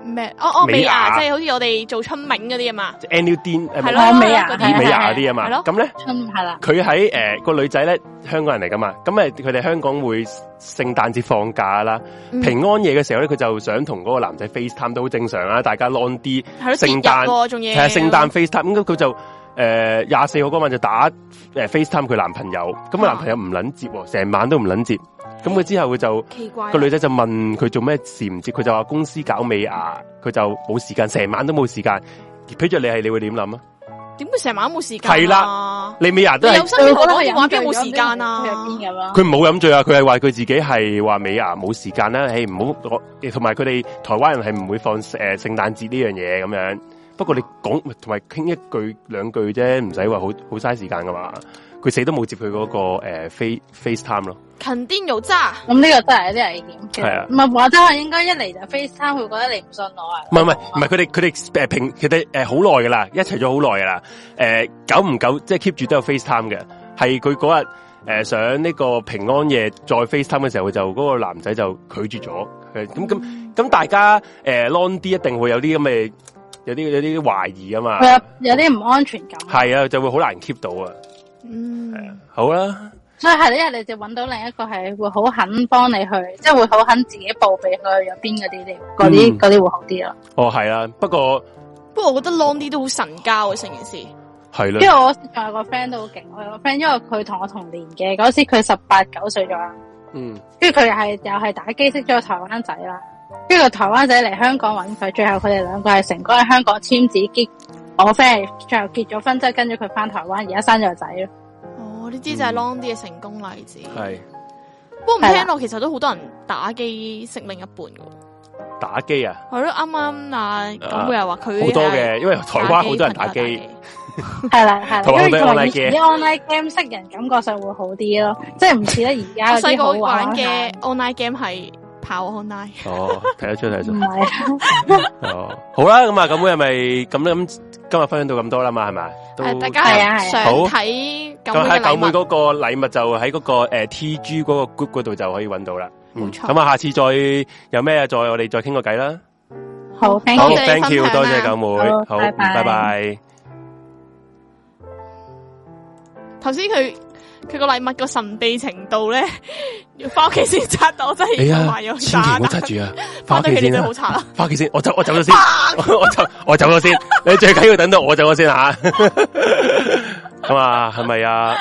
Speaker 1: 咩？哦哦，
Speaker 2: 美
Speaker 1: 美
Speaker 2: 牙
Speaker 1: 牙即係好似我哋做春茗嗰啲啊嘛，
Speaker 2: 即係，annual din
Speaker 1: 係
Speaker 4: 哦
Speaker 1: 咯，
Speaker 4: 美牙
Speaker 1: 嗰
Speaker 4: 係啊
Speaker 1: 啲
Speaker 2: 呃美牙嗰啲啊
Speaker 1: 係
Speaker 2: 嘛。
Speaker 1: 咯，
Speaker 2: 咁咧。
Speaker 4: 春系啦，
Speaker 2: 佢喺誒個女仔咧，香港人嚟噶嘛，咁誒佢哋香港會聖誕節放假啦，
Speaker 1: 嗯
Speaker 2: 平安夜嘅時候咧，佢就想同嗰個男仔 FaceTime 都好正常啊啦，大家 long 啲，
Speaker 1: 係咯，
Speaker 2: 聖
Speaker 1: 節
Speaker 2: 誕
Speaker 1: 日喎仲要
Speaker 2: 睇下聖誕 FaceTime，咁佢就誒廿四號嗰晚就打誒呃 FaceTime 佢男朋友，咁個
Speaker 1: 啊
Speaker 2: 男朋友唔撚接喎，成晚都唔撚接，咁佢之後佢就。
Speaker 1: 奇怪啊
Speaker 2: 個女仔就問佢做咩事唔接，佢就話公司搞美牙，佢就冇時間，成晚都冇時間。俾咗你係你會點諗啊？
Speaker 1: 點會成晚冇時間？啊
Speaker 2: 係啦，你美牙都
Speaker 1: 你
Speaker 2: 係
Speaker 1: 有心情
Speaker 4: 我
Speaker 1: 我
Speaker 4: 覺
Speaker 1: 講
Speaker 4: 得係
Speaker 1: 電話邊有冇時間啊？
Speaker 4: 邊咁咯，
Speaker 2: 佢冇飲醉啊！佢係話佢自己係話美牙冇時間啦，誒唔好我，同埋佢哋台灣人係唔會放誒聖誕節呢樣嘢咁樣。不過你講同埋傾一句兩句啫，唔使話好好嘥時間噶嘛。佢死都冇接佢嗰、個誒 face FaceTime 咯，
Speaker 1: 勤癲油渣，
Speaker 4: 咁呢個真係有啲危險。其實
Speaker 2: 係啊
Speaker 4: 唔係或者我應該一嚟就 FaceTime，佢覺得你唔信我啊。
Speaker 2: 唔係唔係唔係，佢哋佢哋誒平佢哋誒好耐噶啦，一齊咗好耐噶啦，誒、久唔久即係 keep 住都有 FaceTime 嘅，係佢嗰日誒上呢個平安夜再 FaceTime 嘅時候，就嗰、個男仔就拒絕咗佢，咁咁咁大家誒 long 啲一定會有啲咁嘅有啲有啲懷疑啊嘛，
Speaker 4: 佢有有啲唔安全感，
Speaker 2: 係啊，就會好難 keep 到啊，
Speaker 1: 嗯，
Speaker 2: 好啊啦，
Speaker 4: 所以係呢，你就揾到另一個係會好肯幫你去，即係會好肯自己報俾佢入邊嗰啲啲，嗰
Speaker 2: 嗯
Speaker 4: 啲嗰啲會好啲咯。
Speaker 2: 哦係啦，不過
Speaker 1: 不過我覺得 long 啲都好神交啊，成件事。
Speaker 2: 係
Speaker 4: 因為
Speaker 2: 啦，
Speaker 4: 我仲有個 friend 都好勁，我有個 friend 因為佢同我同年嘅，嗰時佢十八九歲咗啦，
Speaker 2: 嗯，
Speaker 4: 跟住佢又係又係打機識咗個台灣仔啦，跟住個台灣仔嚟香港揾佢，最後佢哋兩個係成功喺香港簽字結，我 friend 係最後結咗婚，即係跟咗佢翻台灣，而家生咗個仔咯。
Speaker 1: 哦，呢啲就係 long 啲嘅成功例子。
Speaker 2: 係
Speaker 1: 不過唔
Speaker 4: 係啦
Speaker 1: 聽落，其實都好多人打機識另一半噶。
Speaker 2: 打機啊，
Speaker 1: 係咯，啱啱啊，
Speaker 2: 啊
Speaker 1: 講佢又話佢啊
Speaker 2: 好多
Speaker 1: 係
Speaker 2: 嘅，因為台灣好多人打機。
Speaker 4: 係啦，係啦，
Speaker 2: 同埋
Speaker 4: 因為
Speaker 2: 我
Speaker 4: 同
Speaker 2: 哋哦
Speaker 4: 埋
Speaker 2: online
Speaker 4: 以前啲 online game 識人感覺上會好啲咯，即係唔似得而
Speaker 1: 我
Speaker 4: 家嗰
Speaker 1: 細
Speaker 4: 啲好啊
Speaker 1: 個玩嘅
Speaker 4: 嘅，
Speaker 1: online game 係跑 online，
Speaker 2: 哦，睇得出睇得出
Speaker 4: 唔。係
Speaker 2: [LAUGHS] 哦，好啦，咁啊，咁係咪咁咧？咁今日分享到咁多啦嘛，係咪？都
Speaker 1: 誒大
Speaker 4: 係啊
Speaker 1: 家
Speaker 4: 係啊
Speaker 1: 想
Speaker 2: 好
Speaker 1: 睇九
Speaker 2: 咁
Speaker 1: 妹嘅
Speaker 2: 喺九妹
Speaker 1: 禮物，
Speaker 2: 嗰個禮物就喺嗰、個诶、呃 T G 嗰個 group 嗰度就可以揾到啦。嗯
Speaker 1: 冇錯
Speaker 2: 咁啊，下次再有咩啊再我哋再傾個偈啦。
Speaker 4: 好，thank
Speaker 2: 好
Speaker 4: you。
Speaker 2: ，thank you，
Speaker 1: 你分享啊
Speaker 2: 多謝九妹。
Speaker 4: 好
Speaker 2: 好，
Speaker 4: 拜拜
Speaker 2: 拜拜。
Speaker 1: 頭先佢佢個禮物個神秘程度咧，要翻屋企先拆到，我真
Speaker 2: 哎
Speaker 1: 係要話要打打。
Speaker 2: 住啊！
Speaker 1: 翻到屋企你真係好慘啦，
Speaker 2: 翻屋企先，我走我走咗先，我我走我走咗先，你最緊要等到我走咗先 [LAUGHS] 吓。咁啊，係咪啊？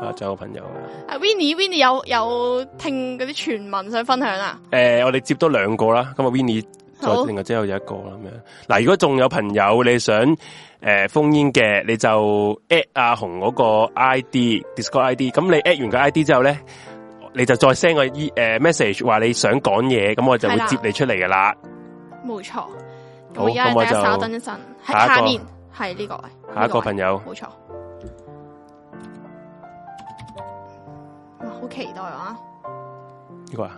Speaker 2: 啊，仲有個朋友啊。
Speaker 1: 啊 Winnie Winnie 有有聽嗰啲傳聞想分享啊，
Speaker 2: 诶、呃我哋接多兩個啦，咁啊 Winnie 再
Speaker 1: 好
Speaker 2: 另外之後有一個啦咁樣。嗱，如果仲有朋友你想诶、呃封煙嘅，你就 at 阿紅嗰個 ID Discord ID，咁你 at 完個 ID 之後咧，你就再 send 個 e 诶 message 話你想講嘢，咁我就會
Speaker 1: 係啦
Speaker 2: 接你出嚟噶啦。
Speaker 1: 冇錯。
Speaker 2: 好
Speaker 1: 咁而家
Speaker 2: 咁我
Speaker 1: 大
Speaker 2: 就
Speaker 1: 家稍等一陣，喺
Speaker 2: 下一個
Speaker 1: 下面係呢個位，
Speaker 2: 下一
Speaker 1: 呢
Speaker 2: 個
Speaker 1: 位
Speaker 2: 朋友
Speaker 1: 冇錯。哇，好期待啊！
Speaker 2: 呢個啊，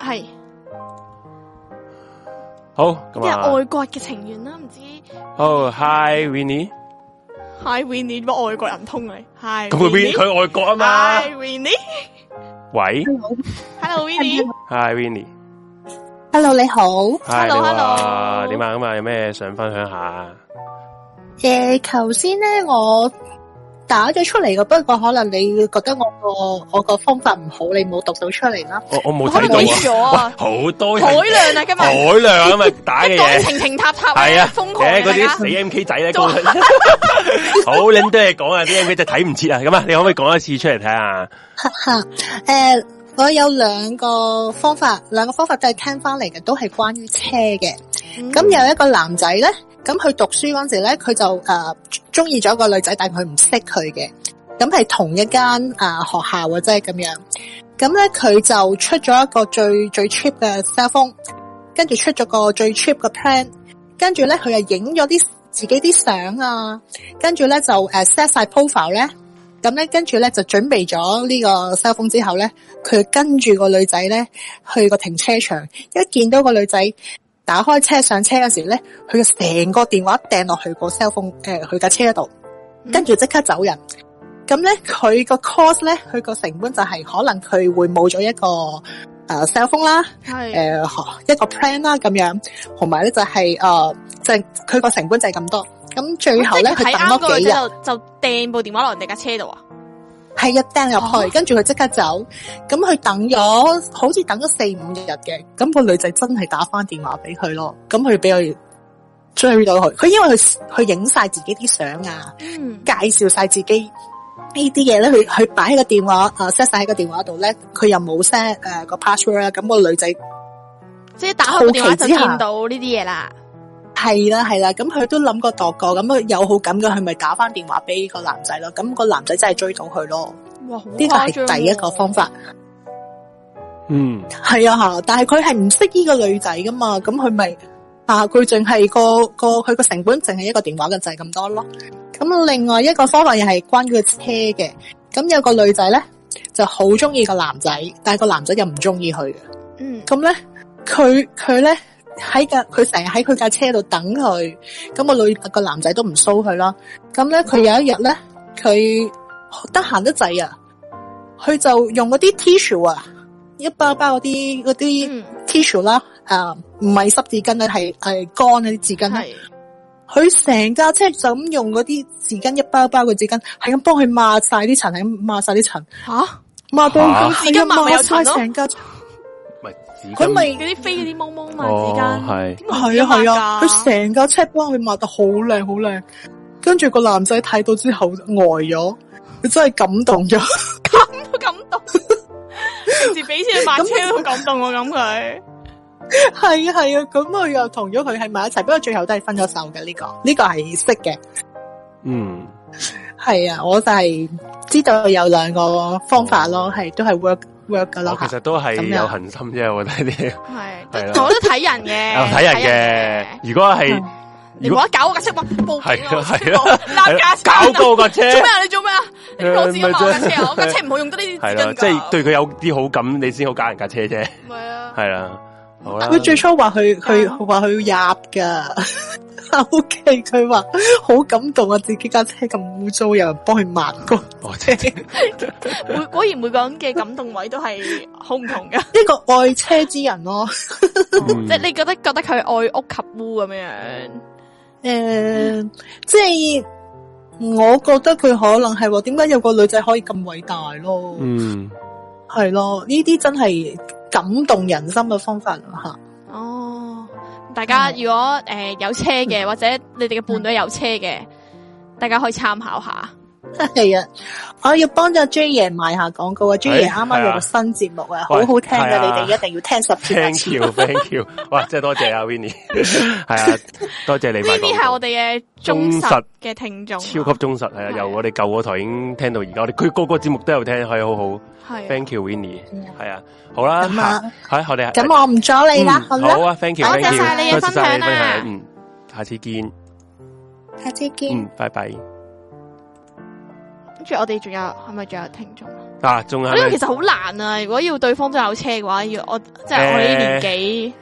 Speaker 1: 系
Speaker 2: 好
Speaker 1: 因
Speaker 2: 咁
Speaker 1: 為
Speaker 2: 啊，
Speaker 1: 外國嘅情緣啦，唔知
Speaker 2: 好 Hi Winnie，
Speaker 1: Hi Winnie 乜外國人通你？Hi
Speaker 2: 咁佢 Win 佢外國啊嘛
Speaker 1: Hi，Winnie，Hello
Speaker 2: 喂
Speaker 1: Winnie，
Speaker 2: Hi Winnie，Hello
Speaker 5: Hello，你好。
Speaker 1: Hello，hello
Speaker 2: 點啊？咁啊，有咩想分享下？
Speaker 5: 诶、头先咧我打咗出嚟嘅，不过可能你會觉得我个我个方法唔好，你冇读到出嚟啦。
Speaker 2: 我 [LAUGHS] 我冇
Speaker 1: 我可
Speaker 2: 睇
Speaker 1: 能
Speaker 2: 到
Speaker 1: 毀咗啊
Speaker 2: 啊，喂好多人
Speaker 1: 海量啊，今
Speaker 2: 海
Speaker 1: 日
Speaker 2: 量咁啊打嘅
Speaker 1: 一講
Speaker 2: 嘢。
Speaker 1: 情情塔塔
Speaker 2: 系啊，
Speaker 1: 疯狂啊
Speaker 2: 誒嗰啲
Speaker 1: 大家
Speaker 2: 死 M K 仔咧，高 [LAUGHS] 好撚多嘢講啊！啲 M K 仔睇唔切啊！咁啊，你可唔可以講一次出嚟睇下？
Speaker 5: 诶、呃我有两个方法，两个方法都系听翻嚟嘅，都系关于车嘅。
Speaker 1: 嗯
Speaker 5: 咁、有一个男仔咧，咁佢读书嗰阵时咧，佢就诶中意咗个女仔，但佢唔识佢嘅。咁系同一間啊、學校嘅啫，咁樣。咁咧佢就出咗一個最最 cheap 嘅 cell phone，跟住出咗個最 cheap 嘅 plan，跟住咧佢又影咗啲自己啲相啊，跟住咧就誒 set 晒 profile 咧，咁咧跟住咧就準備咗呢個 cell phone 之後咧，佢跟住個女仔咧去個停車場，一見到個女仔。打開車上車嗰時咧，佢嘅成個電話掟落去個 cell phone 誒佢架車嗰度，
Speaker 1: 嗯
Speaker 5: 跟住即刻走人。咁咧佢個 cost 咧，佢個成本就係可能佢會冇咗一個誒 cell phone 啦。
Speaker 1: 係
Speaker 5: 诶、一個 plan 啦咁樣，同埋咧就係呃就係佢個成本就係咁多。咁最後咧，
Speaker 1: 即係
Speaker 5: 佢
Speaker 1: 睇
Speaker 5: 等
Speaker 1: 啱嗰個
Speaker 5: 多幾日，
Speaker 1: 就就掟部電話落人哋架車度啊！
Speaker 5: 係一掟入
Speaker 1: 哦
Speaker 5: 去，跟住佢即刻走。咁佢等咗，好似等咗四五日嘅。咁、個女仔真係打翻電話俾佢咯。咁佢俾佢追到佢，佢因為佢佢影晒自己啲相啊，
Speaker 1: 嗯，
Speaker 5: 介紹晒自己呢啲嘢咧，佢佢擺喺個電話啊 set 晒喺個電話度咧，佢又冇 set 诶個 password 啦。咁、個女仔
Speaker 1: 即係打開部電話就
Speaker 5: 好奇之
Speaker 1: 見
Speaker 5: 下
Speaker 1: 到呢啲嘢啦。
Speaker 5: 系啦系啦，咁佢都諗過度過，咁佢有好感嘅，佢咪打翻電話俾個男仔咯。咁、個男仔真係追到佢咯。
Speaker 1: 哇，好
Speaker 5: 呢個
Speaker 1: 誇張
Speaker 5: 係第一個
Speaker 1: 喎
Speaker 5: 方法。
Speaker 2: 嗯，
Speaker 5: 係啊吓，但係佢係唔識呢個女仔噶嘛，咁佢咪啊，佢淨係個個佢個成本淨係一個電話嘅就係咁多咯。咁另外一個方法又係關於個車嘅，咁有個女仔咧就好中意個男仔，但係個男仔又唔中意佢嘅。
Speaker 1: 嗯，
Speaker 5: 咁咧，佢佢咧喺架佢成日喺佢架車度等佢，咁個女個男仔都唔騷佢啦。咁咧，佢有一日咧，佢得閒得滯啊，佢就用嗰啲 tissue 啊，一包包嗰啲嗰啲
Speaker 1: 嗯，
Speaker 5: tissue 啦，啊唔係濕紙巾啊，係係乾嗰啲紙巾啦。
Speaker 1: 係
Speaker 5: 佢成架車就咁用嗰啲紙巾一包包嘅紙巾，係咁幫佢抹晒啲塵，係咁抹晒啲塵，
Speaker 1: 吓
Speaker 5: 抹到
Speaker 2: 嚇
Speaker 5: 佢
Speaker 1: 紙巾抹咪有塵
Speaker 5: 抹晒
Speaker 1: 咯
Speaker 5: 成架車，
Speaker 2: 咪紙
Speaker 5: 佢
Speaker 2: 巾
Speaker 5: 咪
Speaker 1: 嗰。啲飛嗰啲毛毛嘛，
Speaker 2: 哦
Speaker 1: 之間
Speaker 2: 係，
Speaker 5: 系啊系啊，佢
Speaker 1: 成
Speaker 5: 成架車幫佢抹得好靚好靚，跟住個男仔睇到之後呆咗，佢真係感動咗。
Speaker 1: [LAUGHS] 都感動，平時俾錢去買車都好感動我咁佢。
Speaker 5: 係啊係啊，咁佢又同咗佢喺埋一齊，不過最後都係分咗手嘅呢、個呢、個係識嘅。
Speaker 2: 嗯，
Speaker 5: 係啊，我就係知道有兩個方法咯，係都係 work work 噶
Speaker 2: 我
Speaker 5: 咯。
Speaker 2: 哦其實都係
Speaker 5: 咁樣
Speaker 2: 有恒心啫，我覺得啲
Speaker 1: 係，
Speaker 2: 係啦
Speaker 1: 都我都睇人嘅，
Speaker 2: [LAUGHS] 有睇人嘅。如果係
Speaker 5: 嗯
Speaker 1: 你啊唔好搞我架車，我報警
Speaker 2: 係
Speaker 1: 啊！
Speaker 2: 啊係啊
Speaker 1: 鬧架車啊
Speaker 2: 搞過個車，
Speaker 1: 做咩啊？你做咩啊？你攞紙巾抹
Speaker 2: 咪就
Speaker 1: 我
Speaker 2: 係
Speaker 1: 架車啊！我架車唔好用得呢啲
Speaker 2: 係
Speaker 1: 紙
Speaker 2: 啦
Speaker 1: 巾，
Speaker 2: 即係
Speaker 1: 㗎
Speaker 2: 對佢有啲好感，你先好搞人架車啫，
Speaker 1: 唔係啊，
Speaker 2: 係啦，好啦，
Speaker 5: 佢最初話佢佢佢話佢要入噶。O [LAUGHS] K，佢話好感動啊！自己架車咁污糟，有人幫佢抹過。
Speaker 2: 我真係
Speaker 1: 每果然每個人嘅感動位都係好唔同嘅，
Speaker 5: 一個愛車之人咯。
Speaker 2: 嗯
Speaker 1: 即係你覺得覺得佢愛屋及烏咁樣，
Speaker 5: 诶、呃即系我覺得佢可能係喎，點解有個女仔可以咁偉大咯？
Speaker 2: 嗯，
Speaker 5: 係咯，呢啲真係感動人心嘅方法啊吓。
Speaker 1: 哦，大家如果诶、呃有車嘅，或者你哋嘅伴侶有車嘅，大家可以參考下。
Speaker 5: [LAUGHS] 係啊，我要幫咗 J 爺賣下廣告啊！J 爺啱啱有個新節目啊，好
Speaker 2: 喂
Speaker 5: 好聽
Speaker 2: 哎係
Speaker 5: 嘅，
Speaker 2: 啊
Speaker 5: 你哋一定要聽十次八
Speaker 2: thank
Speaker 5: 次。
Speaker 2: you，thank you，哇，真係多謝啊 Winnie，係啊，多謝你買
Speaker 1: Vinny 係
Speaker 2: 廣告
Speaker 1: 我哋嘅忠
Speaker 2: 忠
Speaker 1: 實
Speaker 2: 實
Speaker 1: 嘅聽眾，
Speaker 2: 超級忠實係啊，
Speaker 1: 係啊
Speaker 2: 由我哋舊嗰台已經聽到而家，我哋佢個個節目都有聽，係好好
Speaker 1: 係啊
Speaker 2: ，thank you Winnie，
Speaker 5: 嗯
Speaker 2: 係啊，好啦，
Speaker 5: 咁啊
Speaker 2: 下，係我哋
Speaker 5: 咁我唔阻你啦，好
Speaker 2: 嗯
Speaker 5: 啦，
Speaker 2: 啊，thank you，
Speaker 1: 多謝
Speaker 2: thank you，
Speaker 1: 晒你嘅
Speaker 2: 多
Speaker 1: 分
Speaker 2: 謝晒
Speaker 1: 享
Speaker 2: 你分
Speaker 1: 啊
Speaker 2: 享，嗯，下次見，
Speaker 5: 下次見，
Speaker 2: 嗯，拜拜。
Speaker 1: 跟住我哋仲有係咪仲有聽眾啊？
Speaker 2: 啊，仲係
Speaker 1: 因為
Speaker 2: 咪
Speaker 1: 其實好難啊，如果要對方都有車嘅話，要我即係我哋呢年紀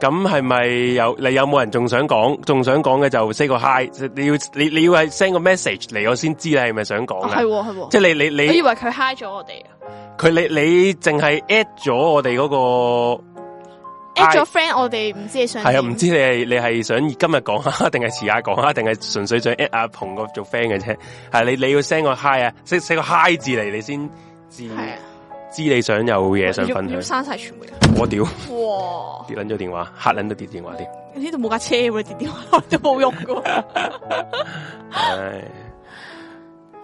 Speaker 2: 咁係咪有你有冇人仲想講？仲想講嘅就 say 個 hi，你要你你要係 send 個 message 嚟，我先知你係咪想講
Speaker 1: 哦
Speaker 2: 嘅
Speaker 1: 係。喎係喎，
Speaker 2: 即係你你
Speaker 1: 我以
Speaker 2: 你
Speaker 1: 為佢 high 咗我哋啊
Speaker 2: 佢你你淨係 at 咗我哋嗰個
Speaker 1: ，at 咗
Speaker 2: I-
Speaker 1: friend 我哋唔知你想
Speaker 2: 係啊，
Speaker 1: 點
Speaker 2: 唔知你係你係想今日講啊，定係遲下講啊，定係純粹想 at 阿鵬個做 friend 嘅啫。係你你要 send 個 hi 啊，send send 個 hi 字嚟，你先知
Speaker 1: 係啊，
Speaker 2: 知你想有嘢想
Speaker 1: 要
Speaker 2: 分
Speaker 1: 要
Speaker 2: 享。
Speaker 1: 刪晒全部人，
Speaker 2: 我屌
Speaker 1: 哇！
Speaker 2: 跌撚咗電話，嚇撚咗跌電話添。
Speaker 1: 呢度冇架車喎，你電話都冇用嘅喎。
Speaker 2: 唉，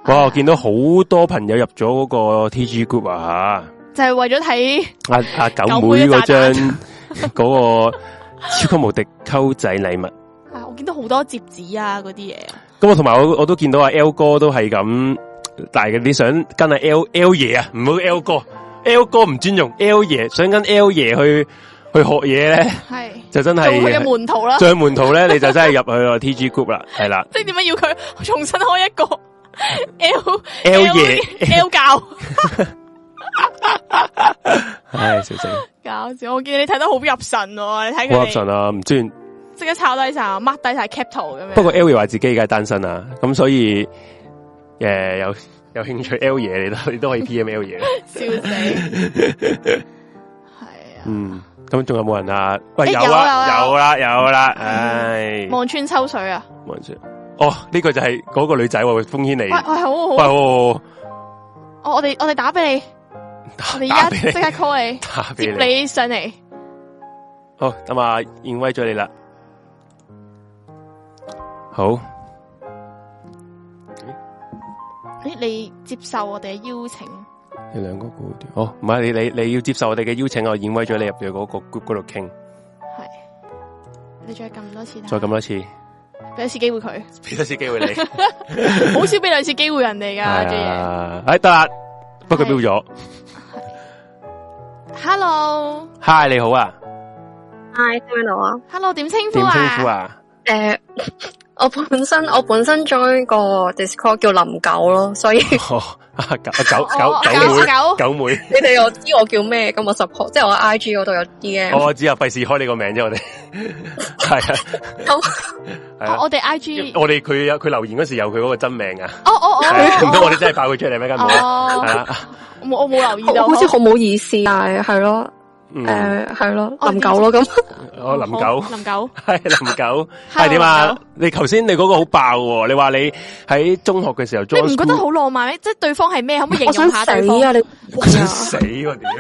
Speaker 2: 哇！我見到好多朋友入咗嗰個 T G group 啊
Speaker 1: [LAUGHS] 就係為咗睇
Speaker 2: 吓，阿阿九妹嗰張嗰個超級無敵溝仔禮物。
Speaker 1: [LAUGHS] 啊，我見到好多折紙啊嗰啲嘢，
Speaker 2: 咁我同埋我我都見到阿 L 哥都係咁，但係你想跟阿 L L 爺啊，唔好 L 哥，L 哥唔尊重 L 爺，想跟 L 爺去去學嘢咧，
Speaker 1: 係
Speaker 2: 就真
Speaker 1: 做佢嘅
Speaker 2: 係啊
Speaker 1: 門啊徒啦。
Speaker 2: 上門徒咧，你就真係入去個 T G group 啦，係啦
Speaker 1: 即係點解要佢 [LAUGHS] 重新開一個 [LAUGHS] L
Speaker 2: ，L 爺
Speaker 1: L 教？
Speaker 2: 唉，笑死，
Speaker 1: 搞笑！我見你睇得好入神喎，你睇佢
Speaker 2: 好合神
Speaker 1: 哋
Speaker 2: 啊！唔知，
Speaker 1: 即刻抄低晒，mark 低晒 cap 圖咁樣。
Speaker 2: 不過 L 爺話自己而家單身啊，咁所以诶、誒有有興趣 L 爺你都你都可以 PM L 爺。
Speaker 1: 笑死，係
Speaker 2: [LAUGHS]
Speaker 1: 啊，
Speaker 2: 嗯，咁仲有冇人啊？喂，
Speaker 1: 誒
Speaker 2: 有
Speaker 1: 有
Speaker 2: 啦，
Speaker 1: 啊
Speaker 2: 有啦，有啦，唉，
Speaker 1: 望穿秋水啊！
Speaker 2: 望住，哦，呢個就係嗰個女仔喎，封煙嚟
Speaker 1: 喂，喂，，好好
Speaker 2: 喂，
Speaker 1: 好，
Speaker 2: 我
Speaker 1: 我我哋我哋打俾你，我哋
Speaker 2: 打
Speaker 1: 而家
Speaker 2: 俾
Speaker 1: 即刻
Speaker 2: 你，
Speaker 1: call 你，
Speaker 2: 打俾
Speaker 1: 接
Speaker 2: 你，
Speaker 1: 你上嚟。
Speaker 2: 好，咁啊，invite 咗你啦，好。
Speaker 1: 咦，你接受我哋嘅邀請？
Speaker 2: 你两个估啲，哦，唔系你你你要接受我哋嘅邀請，我演威咗你入去嗰個 group 嗰度傾，
Speaker 1: 係你再撳多次啦，
Speaker 2: 再撳多次，
Speaker 1: 俾多次機會佢，
Speaker 2: 俾多次機會
Speaker 1: [LAUGHS]
Speaker 2: 你。
Speaker 1: 好少俾兩次機會人哋㗎
Speaker 2: 係
Speaker 1: 嘅嘢。
Speaker 2: 啊，哎得啦，不過佢
Speaker 1: 係
Speaker 2: 標咗。
Speaker 1: Hello。
Speaker 2: Hi，你好啊，
Speaker 6: Hi，聽唔聽到啊？
Speaker 1: Hello，點稱呼
Speaker 2: 點稱呼
Speaker 1: 啊？ [LAUGHS]
Speaker 2: 啊？
Speaker 6: 诶、呃 [LAUGHS] 我本身我本身 join 個 Discord 叫林狗咯，所以
Speaker 1: [LAUGHS]
Speaker 2: 哦，啊九九
Speaker 1: 哦
Speaker 2: 九
Speaker 1: 九
Speaker 2: 九妹，九妹，
Speaker 6: 你哋又知我叫咩，咁我 support 即係我 IG 嗰度有 DM，
Speaker 2: 哦我只係費事開你個名啫，我
Speaker 1: [LAUGHS]
Speaker 2: 哋係啊
Speaker 6: 咁
Speaker 1: 哦
Speaker 2: 係啊，
Speaker 1: 我哋 I G，哦
Speaker 2: 我哋佢有佢留言嗰時有佢嗰個真名啊，
Speaker 1: 哦
Speaker 2: [LAUGHS]
Speaker 1: 哦
Speaker 2: 唔通我哋
Speaker 1: 哦
Speaker 2: 真係爆佢出嚟咩？根本係
Speaker 1: 哦，
Speaker 2: 啊，
Speaker 1: 我冇我冇留意到，
Speaker 6: 好好似好冇意思，但係係咯，
Speaker 2: 嗯，
Speaker 6: 诶係咯，
Speaker 1: 我
Speaker 6: 林狗咯咁，
Speaker 2: 我哦林狗 [LAUGHS]
Speaker 1: 好。林九，
Speaker 2: 系林九，系
Speaker 1: Hello，
Speaker 2: 点
Speaker 1: 林
Speaker 2: 啊
Speaker 1: 九？
Speaker 2: 你头先你嗰個好爆喎，你話你喺中學嘅時候
Speaker 1: 你
Speaker 2: join
Speaker 1: 唔覺得
Speaker 2: school-
Speaker 1: 好浪漫咩？即係對方係咩？可唔可以形
Speaker 6: 我想
Speaker 1: 容下
Speaker 6: 死
Speaker 1: 對方？
Speaker 6: 啊你！
Speaker 2: 我想死喎
Speaker 1: [LAUGHS]
Speaker 2: 屌！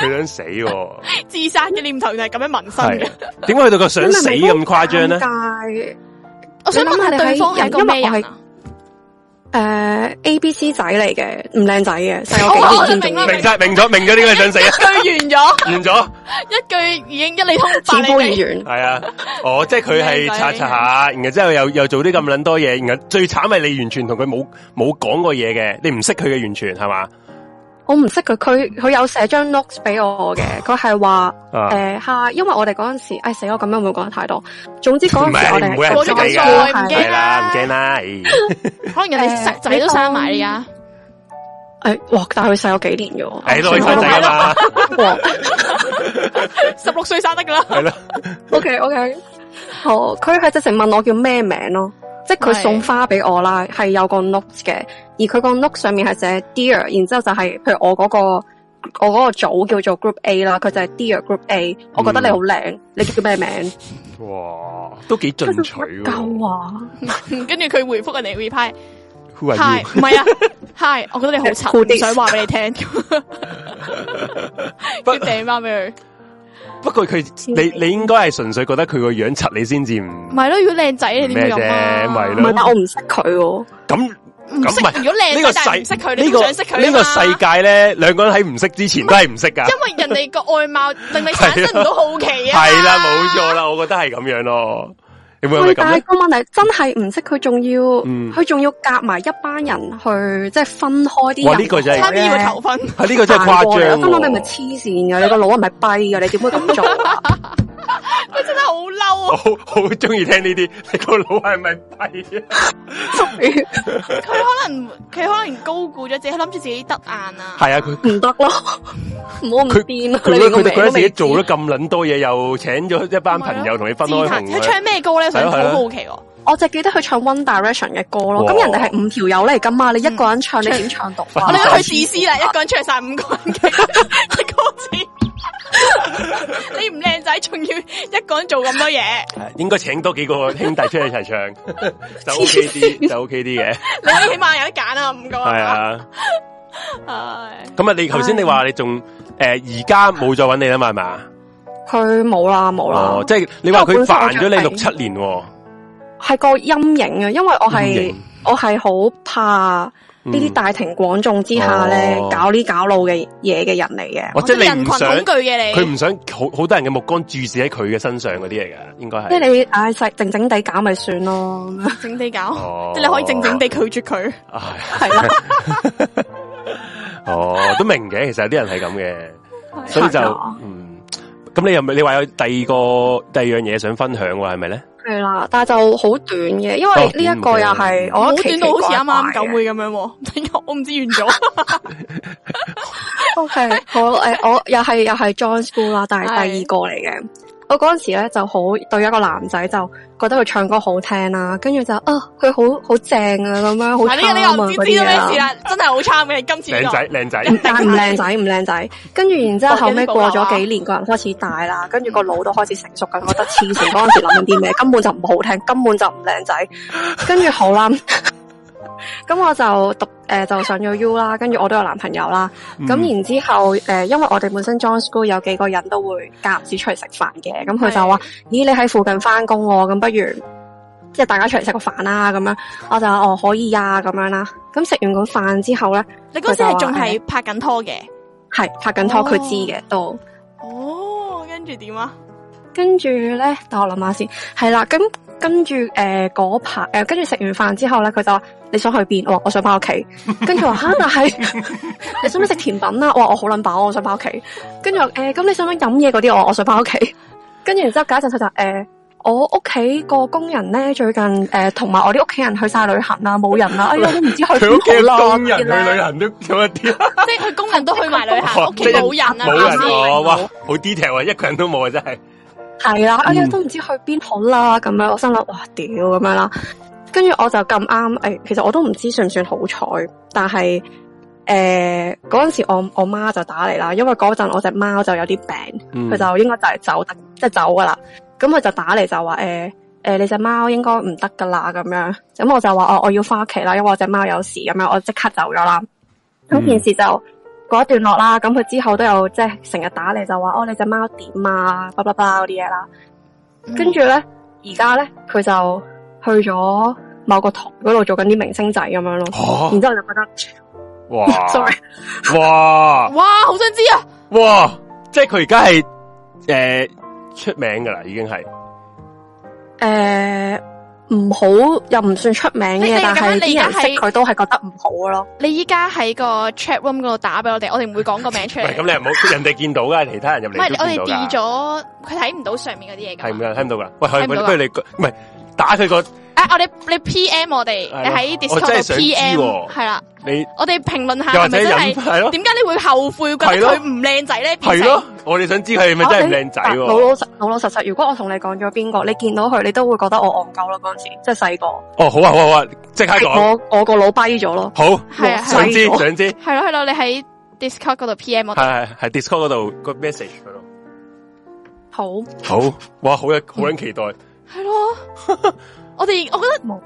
Speaker 2: 佢想死喎，
Speaker 1: 自殺嘅念頭就係咁樣萌生嘅。
Speaker 2: 係點解去到個想死咁誇張咧？
Speaker 6: 咧？
Speaker 1: 我想問下對方係一個咩
Speaker 6: 因為
Speaker 1: 人
Speaker 6: 我
Speaker 1: 啊？
Speaker 6: 诶，A 呃 B C 仔嚟嘅，唔靚仔
Speaker 1: [LAUGHS]
Speaker 6: 嘅，細
Speaker 1: 哦
Speaker 6: 我
Speaker 1: 我
Speaker 6: 幾年
Speaker 1: 明啦
Speaker 2: 明晒明咗明咗點解
Speaker 1: [LAUGHS]
Speaker 2: 想死啊？
Speaker 1: 句完咗，
Speaker 2: 完咗，
Speaker 1: 一句已經一理通百
Speaker 6: 似
Speaker 1: 理
Speaker 6: 乎而
Speaker 1: 明。
Speaker 6: 遠。
Speaker 2: 係啊，
Speaker 1: [LAUGHS]
Speaker 2: 哦，即係佢係擦擦下，然後之後又又做啲咁撚多嘢，然後最慘係你完全同佢冇冇講過嘢嘅，你唔識佢嘅完全係嘛？
Speaker 6: 我唔識佢，佢佢有寫張 notes 俾我嘅，佢係話
Speaker 2: 啊，
Speaker 6: 诶吓，呃因為我哋嗰阵时，唉死我咁樣會講得太多。總之嗰
Speaker 2: 唔
Speaker 6: 阵时
Speaker 2: 係
Speaker 6: 我
Speaker 2: 你
Speaker 6: 哋
Speaker 2: 唔會係
Speaker 6: 係
Speaker 1: 識你㗎唔
Speaker 6: 講咗
Speaker 1: 驚
Speaker 2: 係
Speaker 1: 啦
Speaker 2: 啦，唔驚啦，唉
Speaker 1: 可能人哋細仔都生埋你啊！
Speaker 6: 诶，哇！但係佢細我幾年嘅， [LAUGHS]
Speaker 2: 係咯，你細仔啊嘛。
Speaker 1: 十六歲生得噶啦， [LAUGHS]
Speaker 2: 系咯，
Speaker 6: O K O K，好，佢係直情問我叫咩名咯，即係佢
Speaker 1: 係
Speaker 6: 送花俾我啦，係有個 note 嘅，而佢個 note 上面係寫 Dear，然之后就係譬如我嗰、個我嗰個組叫做 Group A 啦，佢就係 Dear Group A，我覺得你好靚，你叫咩名？
Speaker 2: 哇，都几進取喎。
Speaker 6: 夠啊！
Speaker 1: 跟住佢回覆人哋 reply
Speaker 2: Who are
Speaker 1: hi，唔
Speaker 2: you？
Speaker 1: 係啊 hi，我覺
Speaker 2: [LAUGHS]
Speaker 1: 得你好柒，
Speaker 6: 酷啲
Speaker 1: 唔想話俾你聽，跟住掟翻俾佢。
Speaker 2: 不過佢你你应该系纯粹覺得佢個樣柒，你先至唔
Speaker 1: 唔係咯，如果靚仔你點咁啊？
Speaker 2: 咩啫咪
Speaker 6: 唔
Speaker 2: 咯
Speaker 6: 係，但我唔識佢喎。
Speaker 2: 咁
Speaker 1: 唔
Speaker 2: 咁
Speaker 1: 識
Speaker 2: 唔係
Speaker 1: 如果
Speaker 2: 呢
Speaker 1: 靚
Speaker 2: 個
Speaker 1: 仔但係唔識佢，
Speaker 2: 世
Speaker 1: 你
Speaker 2: 呢
Speaker 1: 都
Speaker 2: 個
Speaker 1: 唔想識佢啊
Speaker 2: 呢
Speaker 1: 個
Speaker 2: 個世界咧，兩個人喺唔識之前都係唔識噶，
Speaker 1: 因為人哋個外貌令你產生唔到好奇啊。
Speaker 2: 係啦，冇錯。啦，我覺得係咁樣咯。你會唔
Speaker 6: 喂，
Speaker 2: 會咁
Speaker 6: 但係
Speaker 2: 咧？
Speaker 6: 個問題真係唔識佢，仲要
Speaker 2: 嗯
Speaker 6: 佢仲要夾埋一班人去，即係分開啲人。
Speaker 2: 哇呢個真係啊
Speaker 1: 差啲要求婚，
Speaker 2: 係呢個真係誇
Speaker 6: 行
Speaker 2: 張
Speaker 6: 過嚟我心諗你咪
Speaker 2: 喎。
Speaker 6: 黐線㗎，你個腦係咪跛㗎？你點會咁做
Speaker 2: [LAUGHS]
Speaker 6: 啊？
Speaker 1: 佢真係好嬲
Speaker 2: 我
Speaker 1: 啊！
Speaker 2: 好好中意聽呢啲，你個腦係咪跛啊？
Speaker 1: 佢可能佢可能高估咗自己，諗住自己得硬啊。
Speaker 2: 係啊，佢
Speaker 6: 唔得咯，唔好咁癲啦！
Speaker 2: 佢覺得
Speaker 6: 你連個
Speaker 2: 佢
Speaker 6: 名
Speaker 2: 哋覺得
Speaker 6: 都
Speaker 2: 自己
Speaker 6: 未
Speaker 2: 做咗咁撚多嘢，又請咗一班朋友同你分開
Speaker 1: 佢
Speaker 2: 紅啊
Speaker 1: 唱咩歌咧？我想
Speaker 2: 係咯
Speaker 1: 好
Speaker 2: 係咯
Speaker 1: 好奇喎。
Speaker 6: 我就記得佢唱 One Direction 嘅歌咯。
Speaker 2: 哇
Speaker 6: 咁人哋係五條友嚟㗎嘛，你一個人唱你點唱到
Speaker 1: 我
Speaker 6: 啊？
Speaker 1: 哋而家去自私啦，一個人唱晒五個人嘅 [LAUGHS] 嘅歌詞。你唔靚仔，仲要一個人做咁多嘢，
Speaker 2: 應該請多幾個兄弟出嚟一齊
Speaker 6: [LAUGHS]
Speaker 2: 唱，就 OK 啲，就 OK 啲嘅。
Speaker 1: 你可以起碼有得揀啊！唔該。
Speaker 2: 係啊。
Speaker 1: 唉。
Speaker 2: 咁啊，你頭先你話你仲诶而家冇再揾你啦嘛，係嘛？
Speaker 6: 佢冇啦冇啦
Speaker 2: 哦，，即係你話
Speaker 6: 因
Speaker 2: 佢
Speaker 6: 為我本身
Speaker 2: 煩咗你
Speaker 6: 我
Speaker 2: 六
Speaker 6: 想
Speaker 2: 七年喎，
Speaker 6: 係個陰影啊，因為我
Speaker 2: 陰
Speaker 6: 係
Speaker 2: 影
Speaker 6: 我係好怕。
Speaker 2: 嗯
Speaker 6: 呢啲大庭廣眾之下咧
Speaker 2: 哦，
Speaker 6: 搞呢搞路嘅嘢嘅人嚟嘅。
Speaker 2: 哦即係你
Speaker 1: 人
Speaker 2: 唔
Speaker 1: 群恐
Speaker 2: 想
Speaker 1: 懼嘅
Speaker 2: 佢
Speaker 1: 你，
Speaker 2: 唔想好好多人嘅目光注視喺佢嘅身上嗰啲嚟噶，應該
Speaker 6: 即
Speaker 2: 係。
Speaker 6: 係你唉，細靜靜地搞咪算咯， [LAUGHS] 咁樣
Speaker 1: 靜地搞，
Speaker 2: 哦
Speaker 1: 即係你可以靜靜地拒絕佢。
Speaker 2: 啊
Speaker 6: 係啦，
Speaker 2: [LAUGHS] 哦，都明嘅，其實有啲人係咁嘅，所以就
Speaker 6: 係啊
Speaker 2: 嗯。咁你又咪你話有第二個第二樣嘢想分享喎，係咪咧？
Speaker 6: 系啦，但系就好短嘅，因
Speaker 2: 哦
Speaker 6: 為呢一個又係
Speaker 1: 好
Speaker 6: 我覺
Speaker 1: 短
Speaker 6: 得哦奇
Speaker 1: 到好似啱啱
Speaker 6: 奇怪
Speaker 1: 咁
Speaker 6: 怪嘅
Speaker 1: 會咁樣喎， [LAUGHS] 等我我唔知完咗。
Speaker 6: O [LAUGHS] K，好诶，誒我又係又係 John School 啦，但係第
Speaker 1: 係
Speaker 6: 二個嚟嘅。我嗰阵时咧就好對一個男仔就覺得佢唱歌好聽啦，跟住就啊佢好好正啊咁樣，好
Speaker 1: 啊呢個
Speaker 6: 啱
Speaker 1: 呢
Speaker 6: 啊
Speaker 1: 個我唔知
Speaker 6: 嗰
Speaker 1: 知
Speaker 6: 啲
Speaker 1: 道
Speaker 6: 嘢
Speaker 1: 咩
Speaker 6: 啦
Speaker 1: 事。啦，真係好慘嘅今次呢
Speaker 2: 靓
Speaker 1: 個
Speaker 2: 仔靓仔，
Speaker 6: 但係唔靚仔，唔靚仔。跟住然之後後尾過咗幾年，個人開始大啦，跟住個腦都開始成熟緊，覺得黐線。嗰陣時諗緊啲咩，根本就唔好聽，根本就唔靚仔。跟住好啦， [LAUGHS] 咁我就讀誒、呃就上咗 U 啦，跟住我都有男朋友啦。 [LAUGHS]
Speaker 2: 嗯
Speaker 6: 咁、然之後誒、呃因為我哋本身 John School 有幾個人都會夾子出嚟食飯嘅，咁佢就話：咦，你喺附近翻工喎，咁不如即係大家出嚟食個飯啦咁樣。我就話：哦，可以呀、咁樣啦。咁食完個飯之後咧。
Speaker 1: 你嗰時係仲係拍緊拖嘅。
Speaker 6: 系拍緊拖，
Speaker 1: 哦
Speaker 6: 佢知嘅都。
Speaker 1: 哦，跟住點啊？
Speaker 6: 跟住咧，等我諗下先。係啦，咁跟住诶嗰排诶，跟住食完飯之後咧，佢就話你想去邊？我話我想翻屋企。跟住我話吓，但係 [LAUGHS] 你想唔想食甜品啊？我話我好撚飽，我想翻屋企。跟住诶，誒咁、你想唔想飲嘢嗰啲？我話我想翻屋企。跟住然之後，隔一陣佢就诶。誒我屋企個工人咧，最近誒同埋我啲屋企人去晒旅行啦，冇人啦，哎呀都唔知去邊
Speaker 2: 佢屋企
Speaker 6: 好啊啦
Speaker 2: 工人
Speaker 6: 嗰啲呢
Speaker 2: 去旅行都有一啲，
Speaker 1: 即係佢工人都去
Speaker 2: [LAUGHS]
Speaker 1: 埋旅行，
Speaker 2: 哇
Speaker 1: 屋企冇人啊，
Speaker 2: 哦冇人
Speaker 1: 啱先
Speaker 2: 喎，哇，好 detail 啊，一個人都冇啊，真係。
Speaker 6: 系啦，哎呀
Speaker 2: 嗯
Speaker 6: 都唔知去邊好啦，咁樣我心諗哇屌咁樣啦，跟住我就咁啱诶，其實我都唔知算唔算好彩，但係诶嗰阵时我我妈就打嚟啦，因為嗰陣我只貓就有啲病，
Speaker 2: 嗯
Speaker 6: 佢就應該就係走得即系走噶啦，咁佢就打嚟就話诶诶你只貓應該唔得噶啦咁樣，咁我就話哦我要翻屋企啦，因為我只貓有事咁樣，我即刻走咗啦，咁
Speaker 2: 嗯
Speaker 6: 件事就。嗰一段落啦，咁佢之後都有即係成日打嚟就話哦，你只貓點啊，巴拉巴拉嗰啲嘢啦。
Speaker 2: 嗯
Speaker 6: 跟住咧，而家咧佢就去咗某個台嗰度做緊啲明星仔咁樣咯。
Speaker 2: 哦
Speaker 6: 然之後我就覺得
Speaker 2: 哇
Speaker 6: [LAUGHS] ，sorry，
Speaker 2: 哇
Speaker 1: 哇，好想知啊！
Speaker 2: 哇，即係佢而家係诶出名噶啦，已經係
Speaker 6: 诶呃唔好又唔算出名
Speaker 1: 你你
Speaker 6: 嘅，但係
Speaker 1: 你
Speaker 6: 啲
Speaker 1: 而
Speaker 6: 人
Speaker 1: 家
Speaker 6: 識
Speaker 1: 係
Speaker 6: 佢都係覺得唔好嘅咯。
Speaker 1: 你依家喺個 chat room 嗰度打俾我哋，我哋唔會講個名出
Speaker 2: 唔
Speaker 1: 嚟
Speaker 2: 係。咁你係冇人哋見到噶，其他人入
Speaker 1: 唔
Speaker 2: 嚟
Speaker 1: 係，
Speaker 2: 都
Speaker 1: 我哋
Speaker 2: 見到
Speaker 1: d
Speaker 2: 㗎。
Speaker 1: 咗，佢睇唔到上面嗰啲嘢
Speaker 2: 系唔
Speaker 1: 噶。
Speaker 2: 噶？听唔到噶？喂，佢
Speaker 1: 聽唔到㗎
Speaker 2: 不如你唔系打佢个
Speaker 1: 啊，我哋你 PM 我哋，
Speaker 2: 係咯
Speaker 1: 你喺 Discord
Speaker 2: 我真係
Speaker 1: 度
Speaker 2: 想知
Speaker 1: PM
Speaker 2: 喎
Speaker 1: 係啦，
Speaker 2: 你，
Speaker 1: 我哋評論下
Speaker 2: 又
Speaker 1: 係
Speaker 2: 或者
Speaker 1: 咪真
Speaker 2: 引
Speaker 1: 係
Speaker 2: 系咯
Speaker 1: 點解你會後悔覺得
Speaker 2: 係咯
Speaker 1: 佢唔靚仔咧？變
Speaker 2: 系
Speaker 1: 成
Speaker 2: 咯，我哋想知佢系咪真系唔
Speaker 6: 啊
Speaker 2: 靓仔
Speaker 6: 你老老
Speaker 2: 喎？
Speaker 6: 實老老實實，如果我同你講咗邊個，你見到佢，你都會覺得哦我戇鳩咯。嗰陣時即係細個，
Speaker 2: 哦，好啊，好啊，好啊，即刻讲，
Speaker 6: 我我個腦跛咗咯。
Speaker 2: 好
Speaker 1: 係啊
Speaker 2: 想知
Speaker 6: 係啊
Speaker 2: 想知，系系系
Speaker 1: 係咯係咯，你喺 Discord 嗰度 PM 我哋。
Speaker 2: 系 Discord 嗰度个 message 嗰度。
Speaker 6: 好
Speaker 2: 好哇，好有好撚期待，
Speaker 1: 係咯， [LAUGHS] 我哋我覺得
Speaker 6: 冇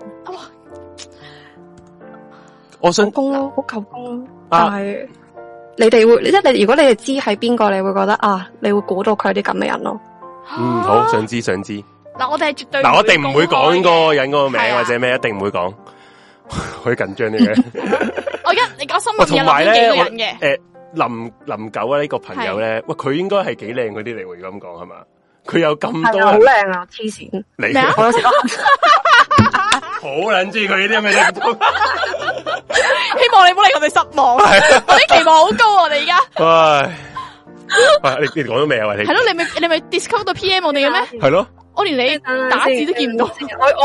Speaker 2: 我想
Speaker 6: 好工咯，好求工咯。但
Speaker 2: 啊，
Speaker 6: 係你哋會即係你，如果你哋知係邊個，你會覺得啊，你會估到佢係啲咁嘅人咯。
Speaker 2: [LAUGHS] 嗯，好想知想知。
Speaker 1: 啊嗱，我哋係絕對
Speaker 2: 嗱，我一定唔会讲
Speaker 1: 公開
Speaker 2: 嗰
Speaker 1: 嘅
Speaker 2: 个人嗰个名
Speaker 1: 係啊
Speaker 2: 或者咩，一定唔会讲。好紧张呢嘅。
Speaker 1: 我而家你講心入
Speaker 2: 喂，呃同
Speaker 1: 面
Speaker 2: 埋
Speaker 1: 嗯有幾
Speaker 2: 咧，
Speaker 1: 個
Speaker 2: 我
Speaker 1: 人
Speaker 2: [LAUGHS]
Speaker 1: 嘅。
Speaker 2: 诶林林九啊呢个朋友咧，喂，佢应该系几靓嗰啲嚟喎，如果咁讲系嘛？佢有咁
Speaker 6: 係
Speaker 2: 多
Speaker 6: 啊，好
Speaker 2: 人
Speaker 6: 靚啊，黐線！
Speaker 2: 嚟
Speaker 1: 咩啊
Speaker 2: [LAUGHS] 嘅。
Speaker 6: 我有時都
Speaker 2: 好捻知佢呢啲咩嘢？
Speaker 1: 希望你唔好令我哋失望， [LAUGHS] 我啲期望好高啊！我哋而家
Speaker 2: 唉，喂，你你讲咗未啊？喂，你
Speaker 1: 系咯，你咪你咪 Discord 到 PM 我哋
Speaker 4: 啊
Speaker 1: 嘅咩？
Speaker 2: 系咯，
Speaker 1: 我连你打字都見唔到，
Speaker 6: 我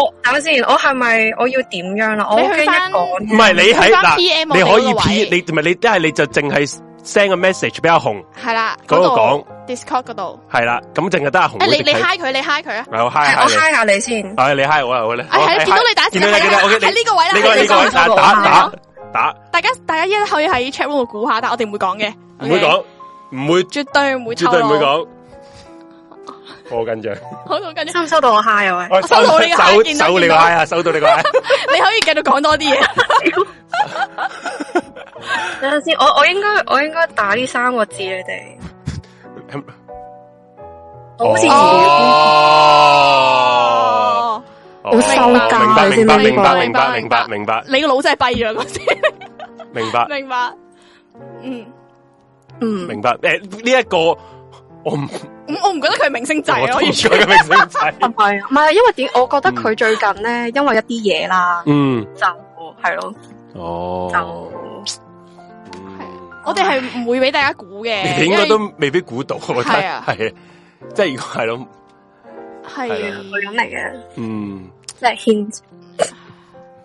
Speaker 6: 我等下先，我係咪我要點樣啦？我
Speaker 1: 你
Speaker 6: 驚
Speaker 1: 去
Speaker 6: 一
Speaker 1: 返
Speaker 6: 講
Speaker 2: 唔系你喺
Speaker 1: 你翻
Speaker 2: 嗱，
Speaker 1: PM
Speaker 2: 你可以
Speaker 1: 我哋嗰個
Speaker 2: P，
Speaker 1: 位
Speaker 2: 你唔系你一系你就净系 send 个 message 俾阿红，
Speaker 1: 係啦，
Speaker 2: 嗰度講
Speaker 1: Discord 嗰度。
Speaker 2: 系啦，咁净系得阿红
Speaker 1: 诶，
Speaker 2: 會
Speaker 1: 你
Speaker 2: 識
Speaker 1: 你
Speaker 2: 睇，
Speaker 1: 嗨佢，你嗨佢啊！
Speaker 2: 係我嗨
Speaker 6: 我
Speaker 2: 下你，
Speaker 6: 嗨下你先。
Speaker 2: 啊你嗨我啊我咧，
Speaker 1: 啊，係
Speaker 2: 我
Speaker 1: 見到你打字
Speaker 2: 見到你
Speaker 1: 係
Speaker 2: 見到
Speaker 1: 啦
Speaker 2: 你，OK，
Speaker 1: 喺呢個位啦，
Speaker 2: 你個
Speaker 1: 喺
Speaker 2: 你
Speaker 1: 呢
Speaker 2: 個
Speaker 1: 個
Speaker 2: 位
Speaker 1: 位
Speaker 2: 打
Speaker 6: 我
Speaker 2: 打
Speaker 6: 打
Speaker 2: 打打，
Speaker 1: 大家大家一可以喺 chat room 度估下，但我哋唔會講嘅，
Speaker 2: 唔会讲，唔会
Speaker 1: 絕對唔會
Speaker 2: 绝
Speaker 1: 抽
Speaker 2: 对唔会
Speaker 1: 講。
Speaker 2: 讲，我好紧张，
Speaker 1: 好，咁跟住
Speaker 6: 收唔收到我嗨啊？喂，
Speaker 2: 我
Speaker 1: 收到你個 hi，
Speaker 2: 收
Speaker 1: 見到
Speaker 2: 收你
Speaker 1: 見
Speaker 2: 个
Speaker 1: 到
Speaker 2: hi 啊，收到你个 hi，
Speaker 1: 你可以繼續講多啲嘢。
Speaker 6: 等下先，我我應該我應該打呢三個字你哋。我好似
Speaker 2: 哦。
Speaker 1: 哦，
Speaker 2: 好
Speaker 6: 收
Speaker 1: 架
Speaker 2: 明白
Speaker 6: 你知
Speaker 2: 明白
Speaker 6: 唔知呢
Speaker 2: 明
Speaker 1: 個
Speaker 2: 白明白明白明白
Speaker 1: 你個腦真係閉咗嗰先，
Speaker 2: 明白
Speaker 1: 明白？嗯，
Speaker 6: 嗯，
Speaker 2: 明白诶呢一個我唔
Speaker 1: 咁嗯我唔覺得佢係明星仔
Speaker 2: 我
Speaker 1: 啊，我
Speaker 2: 唔
Speaker 1: 完
Speaker 2: 做
Speaker 1: 全。
Speaker 2: 嘅明星仔，
Speaker 6: 唔係啊，唔係因為點？我覺得佢最近咧，因為一啲嘢啦，
Speaker 2: 嗯
Speaker 6: 就係咯，
Speaker 2: 哦，
Speaker 6: 就
Speaker 2: 嗯
Speaker 1: 我哋係唔會俾大家估嘅，
Speaker 2: 你應
Speaker 1: 因
Speaker 2: 該
Speaker 1: 為
Speaker 2: 都未必估到，我覺得
Speaker 1: 係啊
Speaker 2: 係即係如果係咯，
Speaker 1: 係
Speaker 2: 係啦
Speaker 6: 女人嚟嘅，
Speaker 2: 嗯，
Speaker 6: 即係牽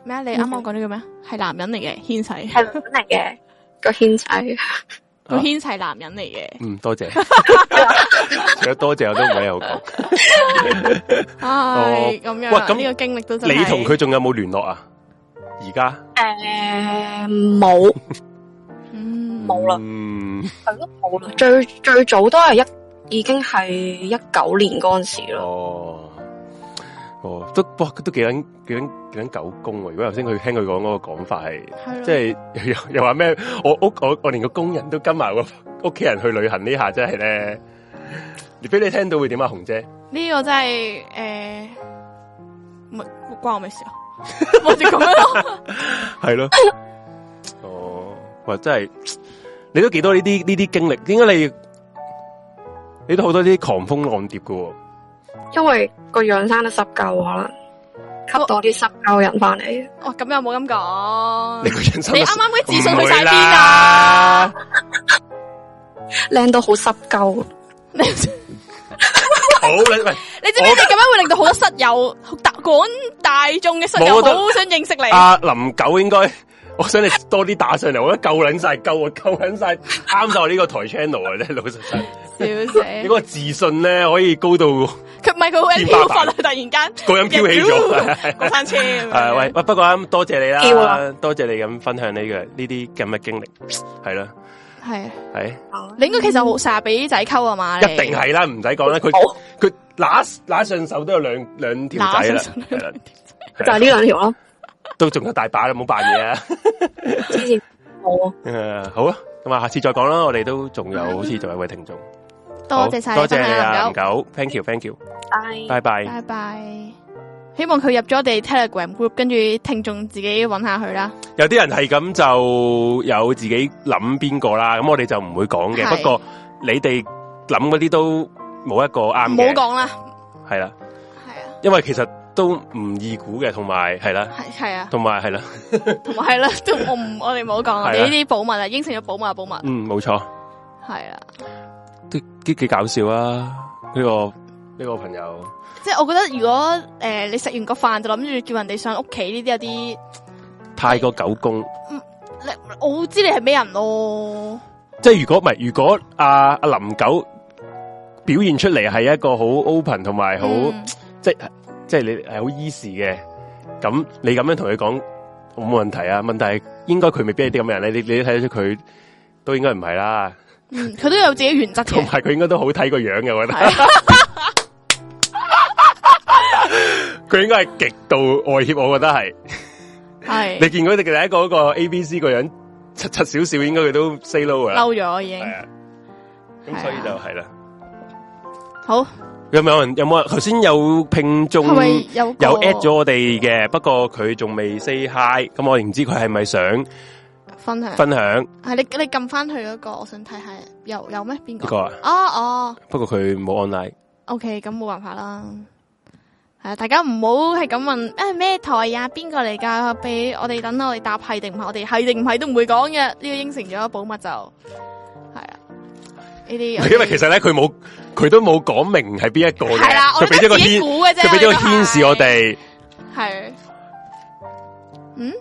Speaker 1: 咩啊？你啱啱我講呢個咩？係男人嚟嘅，牽仔，
Speaker 6: 係女人嚟嘅個牽仔。
Speaker 1: 個牽仔係男人嚟嘅。
Speaker 2: 嗯，多謝，
Speaker 1: [LAUGHS]
Speaker 2: 除咗多謝我都唔喺度講。
Speaker 1: 唉，咁
Speaker 2: 喂
Speaker 1: 樣
Speaker 2: 咁
Speaker 1: 呢個經歷都真係。
Speaker 2: 你同佢仲有冇聯絡啊？而家
Speaker 6: 诶，冇
Speaker 1: 嗯
Speaker 6: 冇啦，
Speaker 2: 嗯，
Speaker 6: 係咯冇啦。最最早都係一已經係一九年嗰阵时咯。
Speaker 2: 哦，哦，都哇，都幾撚幾撚幾撚狗公喎！如果頭先佢聽佢講嗰個講法係，
Speaker 1: 係咯
Speaker 2: 即係又又話咩？我屋我我連個工人都跟埋個屋企人去旅行呢下，真係咧，俾你聽到會點啊，紅姐？
Speaker 1: 呢個真係诶，唔係關我咩
Speaker 6: [LAUGHS]
Speaker 1: 事啊？我就咁樣咯。
Speaker 2: 系咯。 [LAUGHS] 哦，哇，真系，你都几多呢啲呢啲经历？点解你你都好多呢啲狂风浪蝶噶、喎？
Speaker 6: 因為個樣生得濕鳩，可能吸多啲濕鳩人翻嚟。
Speaker 1: 哇，咁又冇咁講。
Speaker 2: 你個人生
Speaker 1: 嗯你啱啱嗰啲自信去晒邊
Speaker 2: 啊
Speaker 1: 啊？
Speaker 6: 靚到好濕鳩，
Speaker 1: 你知
Speaker 2: 好你
Speaker 1: [LAUGHS]
Speaker 2: 喂，
Speaker 1: 你知唔知你咁樣會令到好多室友大廣大眾嘅室
Speaker 2: 冇
Speaker 1: 友
Speaker 2: 我都
Speaker 1: 好想認識你？
Speaker 2: 阿、林九應該，我想你多啲打上嚟，我覺得夠撚晒，夠啊，夠撚晒，啱晒我呢個台 channel 啊！你老實
Speaker 1: [LAUGHS]
Speaker 2: 實，
Speaker 1: 嗯小姐
Speaker 2: 你嗰，個自信咧可以高到
Speaker 1: 佢唔係佢好
Speaker 2: 天
Speaker 1: 飄
Speaker 2: 花
Speaker 1: 忽
Speaker 2: 板
Speaker 1: 啊！突然
Speaker 2: [LAUGHS]
Speaker 1: 間
Speaker 2: 個人飄
Speaker 1: [LAUGHS]
Speaker 2: 起 [LAUGHS] 咗。
Speaker 1: 過山車咁樣。
Speaker 2: 诶、喂喂，不過啱多謝你
Speaker 6: 叫啊
Speaker 2: 啦，多謝你咁分享呢、個呢啲咁嘅經歷，係啦，
Speaker 1: 係
Speaker 2: 係。
Speaker 1: 你應該其實好成日俾仔溝啊嘛？
Speaker 2: 一
Speaker 1: 你
Speaker 2: 定係啦，唔使講啦，佢
Speaker 6: 好
Speaker 2: 佢揦揦上手都有兩兩條仔啦，係啦，
Speaker 6: 就係呢兩條咯。
Speaker 2: 都仲有大把啦，唔好扮
Speaker 1: [LAUGHS]
Speaker 2: 嘢啊！
Speaker 6: 之前冇
Speaker 2: 誒好 [LAUGHS] 啊，咁啊，下次再講啦，我哋都仲有好似仲有位聽眾，
Speaker 1: 多謝晒
Speaker 2: 好
Speaker 1: 你
Speaker 2: 多
Speaker 1: 分
Speaker 2: 謝你
Speaker 1: 享
Speaker 2: 啊，
Speaker 1: 啊
Speaker 2: 林，九，thank you，thank you，
Speaker 6: ，I
Speaker 2: 拜拜，
Speaker 1: 拜拜。希望佢入咗我哋 Telegram group，跟住聽眾自己揾下佢啦。
Speaker 2: 有啲人係咁就有自己諗邊個啦，咁我哋就唔會講嘅，
Speaker 1: 係
Speaker 2: 不過你哋諗嗰啲都冇一個啱
Speaker 1: 唔好
Speaker 2: 嘅，嗯
Speaker 1: 講啦，
Speaker 2: 係啦，
Speaker 1: 係啊，
Speaker 2: 因為其實都唔易估嘅，同埋係啦，
Speaker 1: 係係啊，
Speaker 2: 同埋係啦，
Speaker 1: 同埋係啦， [LAUGHS] 都我唔我哋唔好講啦，
Speaker 2: 係啊
Speaker 1: 我哋呢啲保密啊，應承咗保密啊保密，
Speaker 2: 嗯，冇錯。
Speaker 1: 係啊。
Speaker 2: 都都几搞笑啊！呢、個呢、個朋友
Speaker 1: 即係我覺得如果诶、呃你食完個飯就諗住叫人哋上屋企呢啲有啲，
Speaker 2: 太過狗公，
Speaker 1: 你我知你係咩人咯。
Speaker 2: 即系如果唔系，如果阿、阿林狗表現出嚟係一個好 open 同埋好、
Speaker 1: 嗯
Speaker 2: 即系即系你係好 easy 嘅，咁你咁樣同佢講我冇問題啊？問題係應該佢未必係啲咁嘅人咧，你你都睇得出佢都應該唔
Speaker 1: [LAUGHS]
Speaker 2: 係啦，
Speaker 1: 嗯，佢都有自己原則
Speaker 2: 同 [LAUGHS]
Speaker 1: 嘅
Speaker 2: 埋。佢應該都好睇個樣嘅，我覺得
Speaker 1: 係啊
Speaker 2: 佢應該係極度外協，我覺得係。
Speaker 1: 係
Speaker 2: [LAUGHS] 你見佢哋第一個嗰個 A B C 個樣柒柒少少，應該佢都 say no 噶啦。
Speaker 1: 嬲咗已經
Speaker 2: 系。啊，
Speaker 1: 啊
Speaker 2: 咁所以就系啦。
Speaker 1: 好，
Speaker 2: 有冇人有冇人头先有聽眾
Speaker 1: 係咪有個
Speaker 2: 有 at 咗我哋嘅？不過佢仲未 say hi，咁我唔知佢係咪想
Speaker 1: 分享。
Speaker 2: 分享呢
Speaker 1: 係你你撳翻去嗰個，我想睇下有有咩邊
Speaker 2: 個
Speaker 1: 個？
Speaker 2: 啊？
Speaker 1: 哦哦
Speaker 2: 不過佢冇 online，
Speaker 1: ，OK，咁冇辦法啦。系啊，大家唔好係咁問诶咩、台啊，邊個嚟㗎？俾我哋等我哋答係定唔係，我哋係定唔係都唔會講嘅。呢、個應承咗保密就係啊，呢啲有啲
Speaker 2: 因為其實咧佢冇佢都冇講明係邊一個嘅
Speaker 1: 係啦，，我
Speaker 2: 佢俾
Speaker 1: 哋
Speaker 2: 咗
Speaker 1: 都
Speaker 2: 個
Speaker 1: 自己
Speaker 2: 牽，
Speaker 1: 估嘅啫，
Speaker 2: 佢俾咗個
Speaker 1: 我哋都係
Speaker 2: 牽示我哋。
Speaker 1: 係，嗯，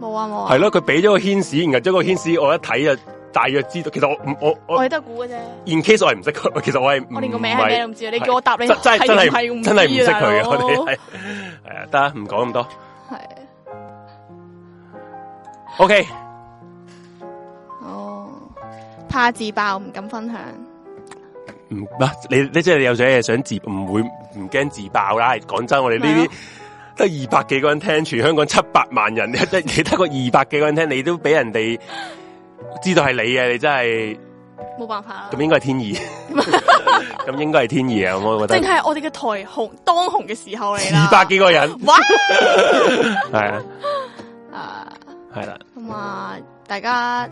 Speaker 1: 冇啊冇啊，
Speaker 2: 係咯，佢俾咗個牽示，然後將個牽示我一睇就大約知道。其實我唔我我
Speaker 1: 我哋都係估嘅啫。
Speaker 2: in case 我係唔識佢，其實我係唔
Speaker 1: 我連個名係咩
Speaker 2: 係
Speaker 1: 都唔知，你叫我答你
Speaker 2: 真真係真
Speaker 1: 係唔
Speaker 2: 係
Speaker 1: 係
Speaker 2: 真係唔識
Speaker 1: 知啊
Speaker 2: 佢嘅，我
Speaker 1: 大佬
Speaker 2: 哋係誒得啊唔講咁多。
Speaker 1: 係
Speaker 2: OK，
Speaker 1: 哦，怕自爆唔敢分享，
Speaker 2: 唔唔，你你即係你有想嘢想自唔會唔驚自爆啦。講真，我哋呢
Speaker 1: 啊
Speaker 2: 啲得二百幾個人聽，全香港七百萬人，你 [LAUGHS] 得你得個二百幾個人聽，你都俾人哋知道係你啊嘅，你真係
Speaker 1: 冇辦法啦。
Speaker 2: 咁應該係
Speaker 1: [LAUGHS]
Speaker 2: 天意，咁應該係天意啊！我覺
Speaker 1: 正
Speaker 2: 得
Speaker 1: 係我哋嘅台紅當紅嘅時候嚟啦。
Speaker 2: 二百幾個人
Speaker 1: 哇！
Speaker 2: [LAUGHS] 係啊
Speaker 1: 啊，
Speaker 2: 係啦，
Speaker 1: 咁啊，大家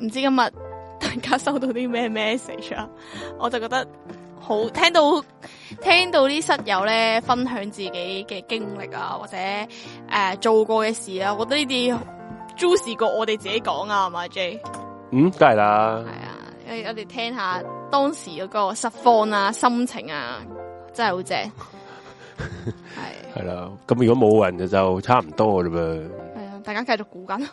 Speaker 1: 唔知今日大家收到啲咩 message 啊？我就覺得好聽到聽到啲室友咧分享自己嘅經歷啊，或者诶、呃做過嘅事啊，我覺得呢啲 juicy 過我哋自己講啊，係嘛 J？
Speaker 2: 嗯，梗係啦
Speaker 1: 系。啊，我哋聽下當時嗰個實況啊、心情啊，真係好正。
Speaker 2: [LAUGHS]
Speaker 1: 係
Speaker 2: 系啦，咁如果冇人就就差唔多噶啦噃。
Speaker 1: 係啊，大家繼續估緊。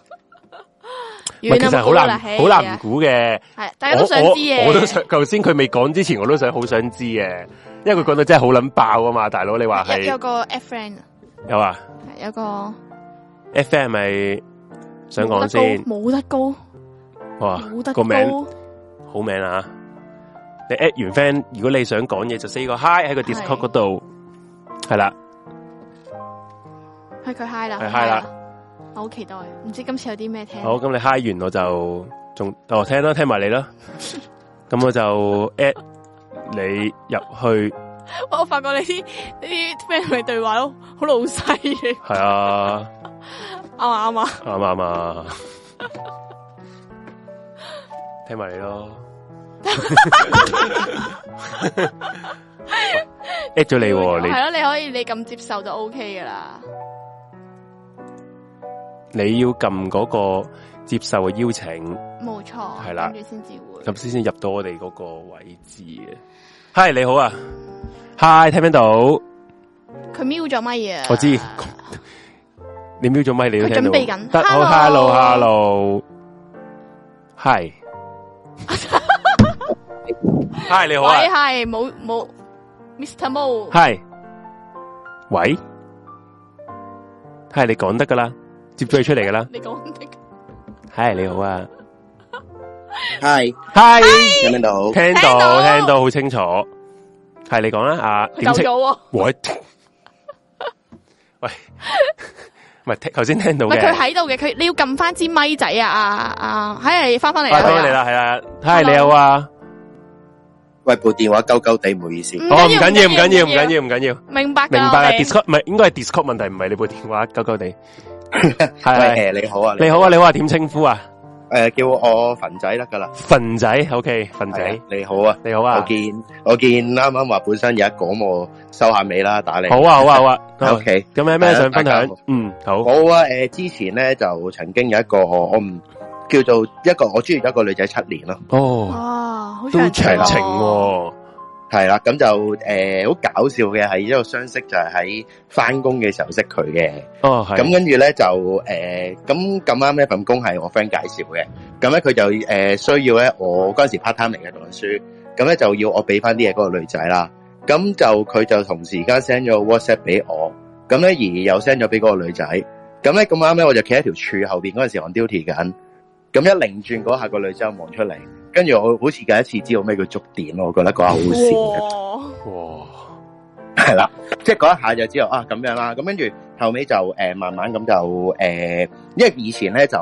Speaker 2: 唔係其實好難好難唔
Speaker 1: 估。
Speaker 2: 估嘅，
Speaker 1: 啊係，大家都想知
Speaker 2: 我
Speaker 1: 嘅。
Speaker 2: 我我都想，頭先佢未講之前，我都想好想知嘅，因為佢講到真係好撚爆啊嘛，大佬你話
Speaker 1: 有有
Speaker 2: 係
Speaker 1: 個 F friend 啊
Speaker 2: 有啊
Speaker 1: 係有個
Speaker 2: ？FM 咪想講先，
Speaker 1: 冇得高，
Speaker 2: 哇
Speaker 1: 冇得高，冇
Speaker 2: 個
Speaker 1: 得
Speaker 2: 名
Speaker 1: 高。
Speaker 2: 好名啊！你 at 完 friend，如果你想講嘢就 say 個 hi 喺個 Discord 嗰度，係啦，
Speaker 1: 係佢 high 啦，
Speaker 2: 係
Speaker 1: 佢
Speaker 2: high 啦，
Speaker 1: 我好期待，唔知今次有啲咩聽。
Speaker 2: 好，咁你 hi 完我就仲哦聽啦，聽埋你
Speaker 1: [LAUGHS]
Speaker 2: 啦，咁我就 at 你入去，
Speaker 1: 我發覺你啲呢啲 friend 嘅對話都好老細嘅，
Speaker 2: 係啊，
Speaker 1: 啱啊啱啊，
Speaker 2: 啱唔啱啊，聽埋你咯，at 咗你
Speaker 1: [LAUGHS]
Speaker 2: 喎，你
Speaker 1: 係啊咯，你可以你咁接受就 O K 噶啦。
Speaker 2: 你要撳嗰個接受嘅邀請。
Speaker 1: 冇錯，
Speaker 2: 係啦
Speaker 1: 跟住先至會。
Speaker 2: 咁先先入到我哋嗰個位置嘅。嗨，你好啊嗨，聽唔聽到？
Speaker 1: 佢瞄咗啊乜嘢？
Speaker 2: 我知你瞄咗咪你都
Speaker 1: 佢
Speaker 2: 聽到。
Speaker 1: 準備緊
Speaker 2: 得好
Speaker 1: Hello
Speaker 2: ，hello，hello，嗨，
Speaker 1: [LAUGHS]
Speaker 2: 嗨，你好啊
Speaker 1: 喂，係冇冇，Mr. Mo，
Speaker 2: 嗨，喂，嗨，你講得噶啦，接咗佢出嚟噶啦，
Speaker 1: 你講的
Speaker 2: 嗨，你好啊，
Speaker 7: Hi，
Speaker 2: 嗨，
Speaker 7: 有冇到？
Speaker 2: 聽
Speaker 1: 聽
Speaker 2: 到
Speaker 1: 到
Speaker 2: 聽到好清楚，係你講啦，啊，點
Speaker 1: 佢
Speaker 2: 識
Speaker 1: 走？咗喎，
Speaker 2: 喂，喂，唔系头先聽到
Speaker 1: 唔係
Speaker 2: 嘅，
Speaker 1: 佢喺度嘅，佢你要撳翻支咪仔啊啊啊！係翻翻嚟
Speaker 2: 翻返嚟啦，係啦，嗨，你好啊，
Speaker 7: 喂，部電話鳩鳩地，唔好意思
Speaker 1: 唔。緊
Speaker 2: 哦，
Speaker 1: 要
Speaker 2: 唔緊要，唔緊要，唔緊要，唔緊要，
Speaker 1: 明白㗎
Speaker 2: 明
Speaker 1: 啦
Speaker 2: 白啊
Speaker 1: 我哋
Speaker 2: ，Discord 唔係應該係 Discord 問題，唔係你部電話鳩鳩地，係
Speaker 7: 喂，誒，你好啊，
Speaker 2: 你好啊，你好啊，點稱呼啊？
Speaker 7: 誒，叫我粉仔得噶啦，
Speaker 2: à. phần 仔，OK，phần
Speaker 7: 係
Speaker 2: 仔
Speaker 7: 啊，，你好啊，
Speaker 2: 你好
Speaker 7: 我
Speaker 2: 啊，
Speaker 7: 見我見啱啱話本身有一個咁我收下尾啦，打你。
Speaker 2: 好啊，好啊，好啊
Speaker 7: OK
Speaker 2: 咁有咩想分
Speaker 7: 大家
Speaker 2: 享
Speaker 7: 好？
Speaker 2: 嗯，好，
Speaker 7: 好啊，誒，之前咧就曾經有一個我我唔叫做一個我中意一個女仔七年咯，
Speaker 2: 哦，
Speaker 1: 哇，好
Speaker 2: 都
Speaker 1: 長
Speaker 2: 長情
Speaker 1: 喎，
Speaker 2: 喎，
Speaker 7: 係啦，咁就誒好搞笑嘅，係一個相識就係喺翻工嘅時候識佢嘅。
Speaker 2: 哦，係，
Speaker 7: 咁跟住咧就誒，咁咁啱呢份工係我 friend 介紹嘅，咁咧佢就誒、呃需要咧，我嗰陣時 part time 嚟嘅讀緊書，咁咧就要我俾翻啲嘢嗰個女仔啦，咁就佢就同時間 send 咗個 WhatsApp 俾我，咁咧而又 send 咗俾嗰個女仔，咁咧咁啱咧我就企喺條柱後邊嗰陣時 on duty 緊，咁一擰轉嗰下個女仔就望出嚟，跟住我好似第一次知道咩叫觸電咯，我覺得嗰下好好笑
Speaker 1: 哇，
Speaker 7: 嘅。
Speaker 2: 哇，
Speaker 7: 系啦，即系嗰一下就知道啊咁样啦，咁跟住後尾就诶、呃慢慢咁就诶、呃因為以前咧就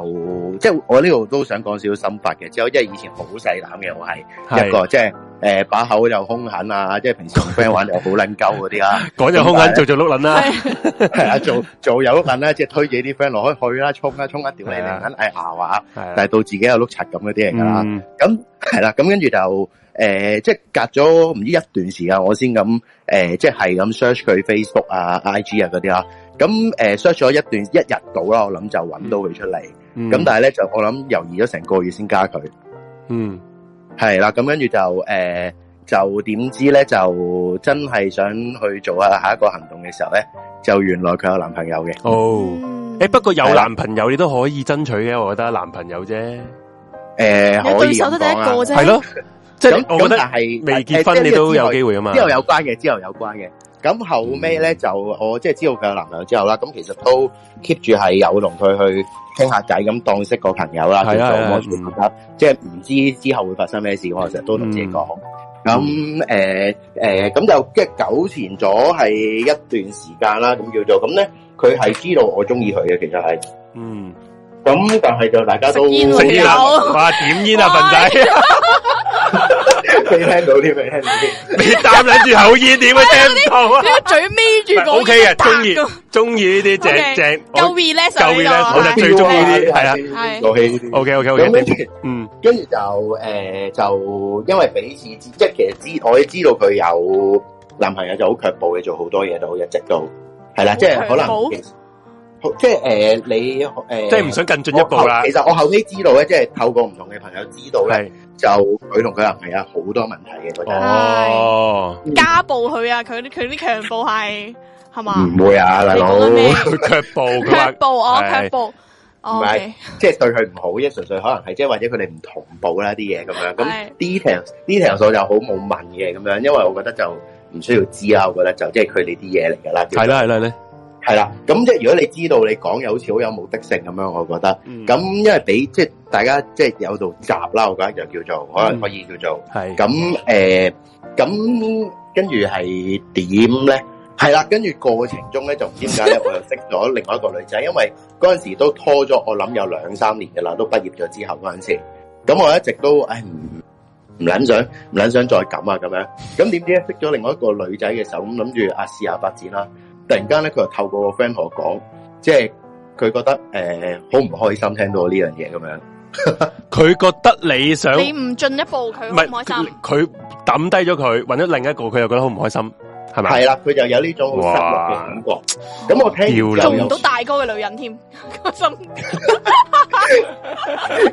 Speaker 7: 即系我呢度都想講少少心法嘅，之後因為以前好細膽嘅，我係一
Speaker 2: 係
Speaker 7: 個即系诶把口又兇狠啊，即係平時同 friend 玩又好撚鳩嗰啲啦，
Speaker 2: 講就空緊，做做碌撚啦，
Speaker 7: 係啊做做有碌撚啦，即係推自己啲 friend 落去去啦，衝啦衝啦，屌你嚟緊嗌牙話，
Speaker 2: 係
Speaker 7: 但係
Speaker 2: 啦，
Speaker 7: 到自己又碌柒咁嗰啲嚟噶啦。
Speaker 2: 嗯，
Speaker 7: 咁係啦，咁跟住就诶、呃即係隔咗唔知一段時間，我先咁诶，即係咁 search 佢 Facebook 啊、IG 啊嗰啲啦。咁诶 search 咗一段一日到啦，我諗就揾到佢出嚟。咁、
Speaker 2: 嗯
Speaker 7: 但係咧就我諗猶豫咗成個月先加佢。
Speaker 2: 嗯。
Speaker 7: 係啦，咁跟住就诶、呃就點知咧就真係想去做下下一個行動嘅時候咧，就原來佢有男朋友嘅。
Speaker 2: 哦，
Speaker 1: 嗯
Speaker 2: 诶、不過有
Speaker 7: 係啦
Speaker 2: 男朋友你都可以爭取嘅，我覺得男朋友啫，
Speaker 7: 诶、
Speaker 2: 嗯
Speaker 1: 你
Speaker 7: 可以
Speaker 1: 對手
Speaker 2: 啊
Speaker 7: 咁
Speaker 1: 都得一
Speaker 7: 講
Speaker 1: 個
Speaker 7: 啦。
Speaker 1: 啫，
Speaker 2: 係咯，即係
Speaker 7: 咁
Speaker 2: 我覺
Speaker 7: 咁
Speaker 2: 得
Speaker 7: 但係
Speaker 2: 未
Speaker 7: 誒
Speaker 2: 結
Speaker 7: 即
Speaker 2: 婚
Speaker 7: 係呢
Speaker 2: 你
Speaker 7: 個
Speaker 2: 都
Speaker 7: 之
Speaker 2: 有
Speaker 7: 外
Speaker 2: 機會噶啊嘛，
Speaker 7: 之後有關嘅，之後有關嘅。咁後尾
Speaker 2: 嗯
Speaker 7: 咧就我即係知道佢有男朋友之後啦，咁其實都 keep 住係有同佢去傾下偈，咁當識個朋友啦，叫
Speaker 2: 係啊
Speaker 7: 做
Speaker 2: 係啊
Speaker 7: 我覺得即係唔知之後會發生咩事，我成日都同自己
Speaker 2: 嗯
Speaker 7: 講。咁誒誒，咁就即係糾纏咗係一段時間啦，咁叫做咁咧，佢係知道我中意佢嘅，其實係。
Speaker 2: 嗯，
Speaker 7: 咁但係就大家都
Speaker 1: 食煙喎
Speaker 2: 食煙啊
Speaker 1: 條友，
Speaker 2: 哇，點煙啊，
Speaker 1: 哇
Speaker 2: 笨仔，
Speaker 7: 未 [LAUGHS] 聽到添，未聽到添。
Speaker 2: 你擔捻住口煙點會聽唔到
Speaker 1: [LAUGHS]
Speaker 2: 啊
Speaker 1: 哎你個嘴眯住
Speaker 2: [LAUGHS]
Speaker 1: 個
Speaker 2: O K 嘅，中
Speaker 1: 一笪㗎
Speaker 2: 意中意呢啲
Speaker 1: OK，
Speaker 2: 正正
Speaker 1: 夠 relax 啊
Speaker 2: 夠
Speaker 1: 呢個
Speaker 2: relax，我就
Speaker 1: 係
Speaker 2: 最中意呢
Speaker 7: [LAUGHS]
Speaker 2: 啲係啊啦
Speaker 1: 係
Speaker 7: 遊戲呢啊啲。
Speaker 2: ，O K O K O
Speaker 7: 咁跟住
Speaker 2: K，嗯
Speaker 7: 跟住就誒、呃就因為彼此之即係其實知我知道佢有男朋友就好卻步嘅，做好多嘢都一直都係啦，即係可能
Speaker 1: 卻步
Speaker 7: 其實好即係诶、誒你诶，
Speaker 2: 即系唔想更進一步啦
Speaker 7: 我後。其實我後尾知道咧，即係透過唔同嘅朋友知道咧，
Speaker 2: 係
Speaker 7: 就佢同佢男朋友好多問題嘅，覺得
Speaker 2: 哦，
Speaker 1: 家暴佢啊，佢啲佢啲強暴係係
Speaker 2: 哦
Speaker 1: 嘛？
Speaker 7: 唔會啊，大
Speaker 1: 你，
Speaker 7: 佬
Speaker 1: 講得咩
Speaker 2: 佢卻步，佢
Speaker 1: 腳
Speaker 2: 話
Speaker 1: 步我
Speaker 2: 係
Speaker 1: 腳步，哦
Speaker 7: 唔
Speaker 1: o
Speaker 7: 係
Speaker 1: k
Speaker 7: 即係對佢唔好，即係純粹可能係即係或者佢哋唔同步啦啲嘢咁
Speaker 1: 係
Speaker 7: 樣。咁 details details 我就好冇問嘅咁樣，因為我覺得就唔需要知啊啦，我覺得就即係佢哋啲嘢嚟㗎啦。
Speaker 2: 係啦係啦咧，
Speaker 7: 係啦，咁即係如果你知道你講嘢好似好有目的性咁樣，我覺得。
Speaker 2: Ừ.
Speaker 7: 咁因為俾即係大家即係有度閘啦，我覺得就叫做可能可以叫做
Speaker 2: 係
Speaker 7: 咁誒，咁跟住係點咧？係啦，跟住過程中咧就唔知點解咧，我又識咗另外一個女仔，因為嗰陣時都拖咗我諗有兩三年嘅啦，都畢業咗之後嗰陣時，咁我一直都誒唔唔撚想唔撚想再咁啊咁樣，咁點知咧識咗另外一個女仔嘅時候，咁諗住啊試下發展啦，突然間咧佢又透過個 friend 同我講，即係。佢覺得誒好唔開心聽到呢樣嘢咁樣，
Speaker 2: 佢覺得你想
Speaker 1: 你唔進一步，佢好
Speaker 2: 唔係
Speaker 1: 唔開心。
Speaker 2: 佢抌低咗佢，揾咗另一個，佢又覺得好唔開心，係咪？
Speaker 7: 係啦，佢就有呢種好失落嘅感覺。咁我聽完之後
Speaker 2: 屌
Speaker 1: 做
Speaker 2: 你
Speaker 1: 唔
Speaker 7: 又
Speaker 1: 到大哥嘅女人添， [LAUGHS] 個心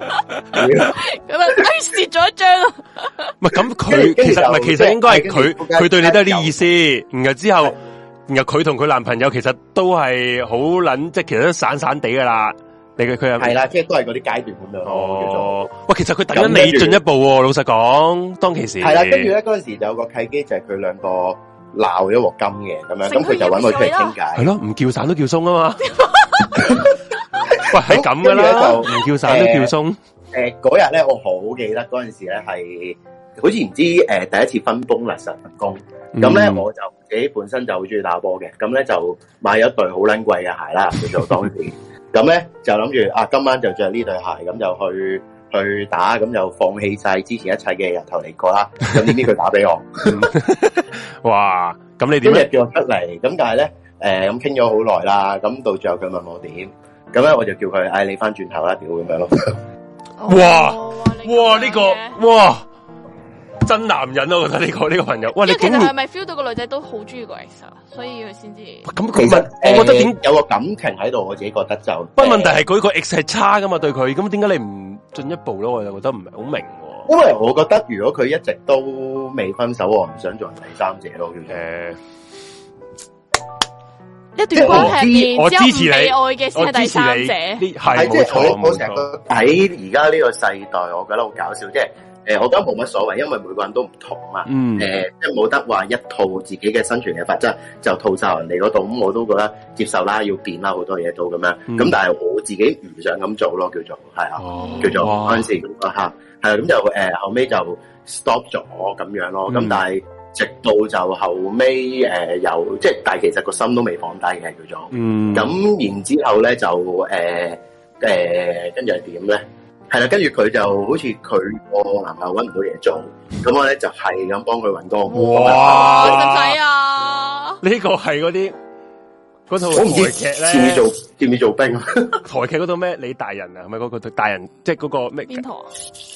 Speaker 1: 咁啊，哎蝕咗一張啊！
Speaker 2: 唔係咁，佢
Speaker 7: 跟住
Speaker 2: 其實唔係，
Speaker 7: 就
Speaker 2: 其實應該係佢
Speaker 7: 跟住跟
Speaker 2: 佢
Speaker 7: 住
Speaker 2: 對你都係啲意思，然後之後，然後佢同佢男朋友其實都係好撚，即係其實都散散地噶啦。你嘅佢又
Speaker 7: 係啦，即係都係嗰啲階段咁樣咯，叫做。
Speaker 2: 哦，喂，其實佢等緊你
Speaker 7: 咁跟住
Speaker 2: 進一步喎。老實講，當其時
Speaker 7: 係啦，跟住咧嗰陣時就有個契機，就係佢兩個鬧咗鑊金嘅咁樣，
Speaker 1: 成
Speaker 7: 咁
Speaker 1: 日
Speaker 7: 佢就揾我出嚟傾
Speaker 2: 系
Speaker 7: 偈。
Speaker 2: 咯，唔叫散都
Speaker 1: [LAUGHS]
Speaker 2: 叫松啊嘛。喂，係咁噶啦，
Speaker 7: 咁
Speaker 2: 唔叫散都叫松。
Speaker 7: 誒嗰日咧，我好記得嗰陣時咧係好似唔知誒第一次分崩啦，實分工。咁咧
Speaker 2: 嗯
Speaker 7: 我就自己本身就好中意打波嘅，咁咧就買咗對好撚貴嘅鞋啦，叫做
Speaker 2: [LAUGHS]
Speaker 7: 當時。咁咧就諗住啊，今晚就着呢對鞋，咁就去去打，咁就放棄晒之前一切嘅由頭嚟過啦。咁點知佢打俾我？
Speaker 2: 哇，咁你點
Speaker 7: 今日
Speaker 2: 咧？
Speaker 7: 叫我出嚟，咁但系咧，诶咁傾咗好耐啦，咁到最後佢問我點，咁咧我就叫佢嗌你翻轉頭啦，屌咁樣咯。
Speaker 2: 哇
Speaker 1: 哦
Speaker 2: 哇，呢
Speaker 1: 你咁樣嘅
Speaker 2: 個哇，真男人啊！我覺得呢個 [LAUGHS] 呢個朋友，哇，
Speaker 1: 因
Speaker 2: 你
Speaker 1: 為其
Speaker 2: 竟
Speaker 1: 實係
Speaker 2: 然
Speaker 1: 咪 feel 到個女仔都好中意個 ex 啊？所以佢先至
Speaker 2: 咁佢問，我覺得點？
Speaker 7: 有個感情喺度，我自己覺得就
Speaker 2: 不過問題係佢個 ex 係差噶嘛，對佢，咁點解你唔進一步咧？我就覺得唔係好明喎。
Speaker 7: 因為我覺得如果佢一直都未分手，我唔想做人第三者咯，叫做。
Speaker 2: 诶，
Speaker 1: 一段關係入
Speaker 2: 我
Speaker 1: 面
Speaker 2: 支
Speaker 1: 之後唔
Speaker 2: 持你
Speaker 1: 被愛嘅先
Speaker 2: 我
Speaker 1: 係第
Speaker 2: 支持
Speaker 1: 三
Speaker 2: 你，
Speaker 1: 者。
Speaker 2: 呢係
Speaker 7: 係即
Speaker 2: 冇
Speaker 7: 係
Speaker 2: 錯
Speaker 7: 我
Speaker 2: 冇
Speaker 7: 我成日
Speaker 2: 錯。
Speaker 7: 覺得喺而家呢個世代，我覺得好搞笑，即係诶，誒我覺得冇乜所謂，因為每個人都唔同啊嘛。
Speaker 2: 嗯，
Speaker 7: 诶、即係冇得話一套自己嘅生存嘅法則就套晒人哋嗰度，咁我都覺得接受啦，要變啦，好多嘢都咁樣。咁、
Speaker 2: 嗯
Speaker 7: 但係我自己唔想咁做咯，叫做係啊，
Speaker 2: 哦
Speaker 7: 叫做
Speaker 2: 哇
Speaker 7: 嗰陣時嚇係啊，咁就诶後尾就 stop 咗咁樣咯。咁、
Speaker 2: 嗯
Speaker 7: 但係直到就後尾诶又即係，但係其實個心都未放低嘅叫做。
Speaker 2: 嗯，
Speaker 7: 咁、然之後咧就誒誒，跟住係點咧？係啦，跟住佢就好似佢個男朋友揾唔到嘢做，咁我咧就係咁幫佢揾工。
Speaker 1: 哇！使唔
Speaker 2: 哇！
Speaker 1: 使啊？
Speaker 2: 呢個係嗰啲嗰套
Speaker 7: 我唔知
Speaker 2: 台劇
Speaker 7: 似唔
Speaker 2: 咧
Speaker 7: 似，做似唔似做兵？啊
Speaker 2: 台劇嗰套咩？你大人啊，係咪嗰個大人？即係嗰個咩？
Speaker 1: 邊套啊？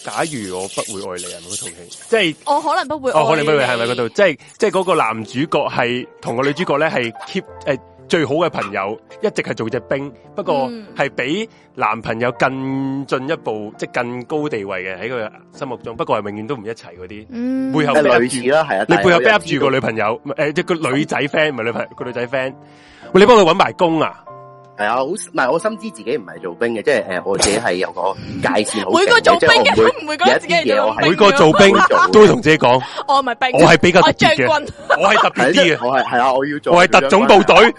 Speaker 2: 假如我不會愛你啊係咪嗰套戲？即係
Speaker 1: 我可能不會愛
Speaker 2: 哦，
Speaker 1: 你。
Speaker 2: 可能不會係咪嗰度？即係即係嗰個男主角係同個女主角咧係 keep 誒最好嘅朋友，一直係做只兵，不過
Speaker 1: 嗯
Speaker 2: 係比男朋友更進一步，即係更高地位嘅喺佢心目中。不過係永遠都唔一齊嗰啲，
Speaker 1: 嗯，
Speaker 2: 背後
Speaker 7: 誒
Speaker 2: back up
Speaker 7: 類似
Speaker 2: 住。
Speaker 7: 啦，係啊。
Speaker 2: 你背後
Speaker 7: 但
Speaker 2: back
Speaker 7: 係
Speaker 2: up 住個女朋友，誒、即係個女仔 friend 唔係女朋友，個女仔 friend。喂，你幫佢揾埋工啊？
Speaker 7: 係啊，好唔係我深知自己唔係做兵嘅，即係呃誒我自己係有個界線好
Speaker 1: 每個
Speaker 7: 勁
Speaker 1: 做
Speaker 7: 嘅，即
Speaker 1: 兵嘅
Speaker 7: 係我唔會
Speaker 1: 都唔會覺得自己係啊做兵㗎。
Speaker 2: 每個做
Speaker 1: [LAUGHS]
Speaker 2: 兵都會同自己講，
Speaker 1: 我唔係
Speaker 2: 我
Speaker 1: 兵，
Speaker 2: 係比較
Speaker 1: 我
Speaker 2: 特別
Speaker 1: 將
Speaker 2: 嘅
Speaker 1: 軍。
Speaker 2: 我係特別
Speaker 7: 係即
Speaker 2: 啲
Speaker 7: 係
Speaker 2: 嘅，
Speaker 7: 我係係啊，我要做。
Speaker 2: 我係特種部隊。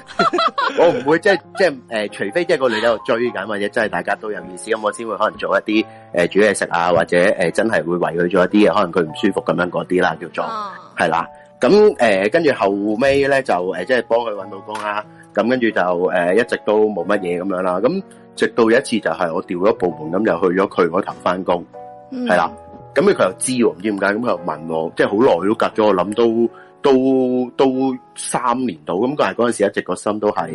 Speaker 7: 我唔會即係即係诶，除非即係個女仔喺度追緊，或者真係大家都有意思，咁我先會可能做一啲诶、呃煮嘢食啊，或者诶、呃真係會為佢做一啲嘢，可能佢唔舒服咁樣嗰啲啦，叫做
Speaker 1: 啊
Speaker 7: 係啦。咁诶，呃跟、住後尾咧就诶、呃即係幫佢搵到工啦。咁跟住就诶、呃一直都冇乜嘢咁樣啦。咁直到有一次就係我調咗部門，咁就去咗佢嗰頭翻工，
Speaker 1: 嗯
Speaker 7: 係啦。咁佢又知喎，唔知點解，咁佢又問我，即係好耐都隔咗，我諗都都都三年到，咁但係嗰陣時一直個心都係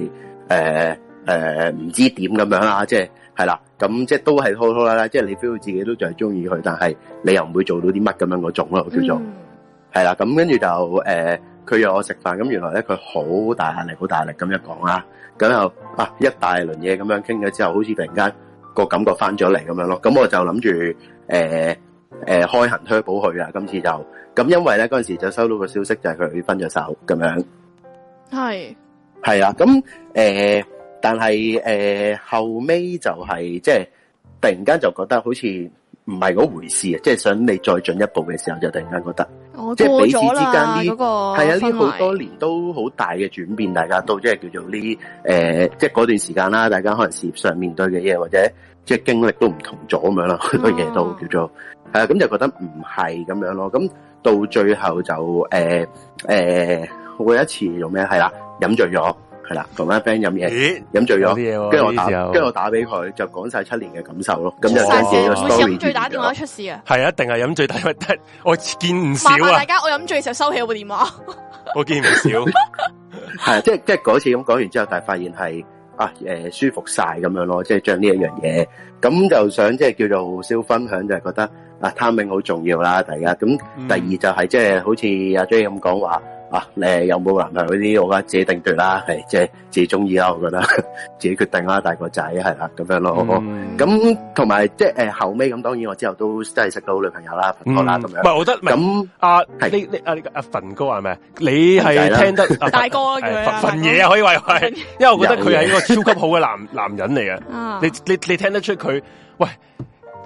Speaker 7: 誒誒唔知點咁樣啦，即係係啦，咁即係都係拖拖拉拉，即係你 feel 到自己都仲係中意佢，但係你又唔會做到啲乜咁樣嗰種咯，叫做
Speaker 1: 嗯
Speaker 7: 係啦，咁跟住就誒佢約我食飯，咁原來咧佢好大壓力，好大壓力咁樣講啦，咁又啊一大輪嘢咁樣傾咗之後，好似突然間個感覺翻咗嚟咁樣咯，咁我就諗住誒誒開呃行推保佢啊，今次就咁，因為咧嗰陣時就收到個消息就係佢分咗手咁樣。
Speaker 1: 系
Speaker 7: 系啦，咁诶、呃但系诶、呃后尾就係即係突然間就覺得好似唔係嗰回事啊！即係想你再進一步嘅時候，就突然間覺得
Speaker 1: 我
Speaker 7: 即係
Speaker 1: 過
Speaker 7: 彼此
Speaker 1: 咗
Speaker 7: 之間
Speaker 1: 啦
Speaker 7: 呢
Speaker 1: 嗰個
Speaker 7: 係啊！呢
Speaker 1: 氛
Speaker 7: 好
Speaker 1: 圍
Speaker 7: 多年都好大嘅轉變，大家都即係叫做呢诶、呃即係嗰段時間啦，大家可能事業上面對嘅嘢或者即係經歷都唔同咗咁樣啦，好多嘢都
Speaker 1: 哦
Speaker 7: 叫做係啊，咁就覺得唔係咁樣咯。咁到最後就诶诶，我、有一次用咩係啦，飲醉咗係啦，同班 friend 飲嘢。
Speaker 2: 咦，
Speaker 7: 飲醉
Speaker 2: 有
Speaker 7: 咗，
Speaker 2: 啲嘢喎，
Speaker 7: 跟住我
Speaker 2: 呢
Speaker 7: 打，
Speaker 2: 時候
Speaker 7: 跟住我打俾佢，就講晒七年嘅感受咯。咁就
Speaker 1: 出晒
Speaker 7: 將自己
Speaker 1: 事，
Speaker 7: 個
Speaker 1: 每次
Speaker 7: story
Speaker 1: 飲醉打電話都
Speaker 7: 完咗
Speaker 1: 出事啊！
Speaker 2: 係啊，一定係飲醉，但係得我見唔少
Speaker 1: 麻煩大
Speaker 2: 啊，
Speaker 1: 家，我飲醉嘅時候收起我部電話。
Speaker 2: 我見唔
Speaker 7: [LAUGHS]
Speaker 2: 少。
Speaker 7: 係啊即係即係嗰次咁講完之後，但係發現係啊誒、舒服晒咁樣咯，即係將呢一樣嘢，咁就想即係叫做互相分享，就係覺得啊 timing 好重要啦，大家。咁
Speaker 2: 嗯
Speaker 7: 第二就係即係好似阿 J 咁講話。啊！誒有冇男朋友嗰啲，我覺得自己定奪啦，係即係自己中意啦，我覺得自己決定啦，大個仔係啦，咁樣咯。
Speaker 2: 嗯
Speaker 7: 咁同埋即系诶后尾咁，當然我之後都真係識到女朋友啦、拍拖啦
Speaker 2: 嗯
Speaker 7: 咁
Speaker 2: 唔係，
Speaker 7: 樣。
Speaker 2: 我覺得唔係
Speaker 7: 咁
Speaker 2: 阿
Speaker 7: 係
Speaker 2: 呢啊呢阿呢個阿凡哥係咪？你
Speaker 7: 係啦
Speaker 1: [LAUGHS]
Speaker 2: 係聽得啊
Speaker 1: 大哥啦叫佢
Speaker 2: 份
Speaker 1: 啊
Speaker 2: 份
Speaker 1: 大哥
Speaker 2: 嘢啊可以話係，
Speaker 1: [LAUGHS]
Speaker 2: 因為我覺得佢係一個超級好嘅男男人嚟嘅。
Speaker 1: 啊
Speaker 2: 你你你聽得出佢，喂，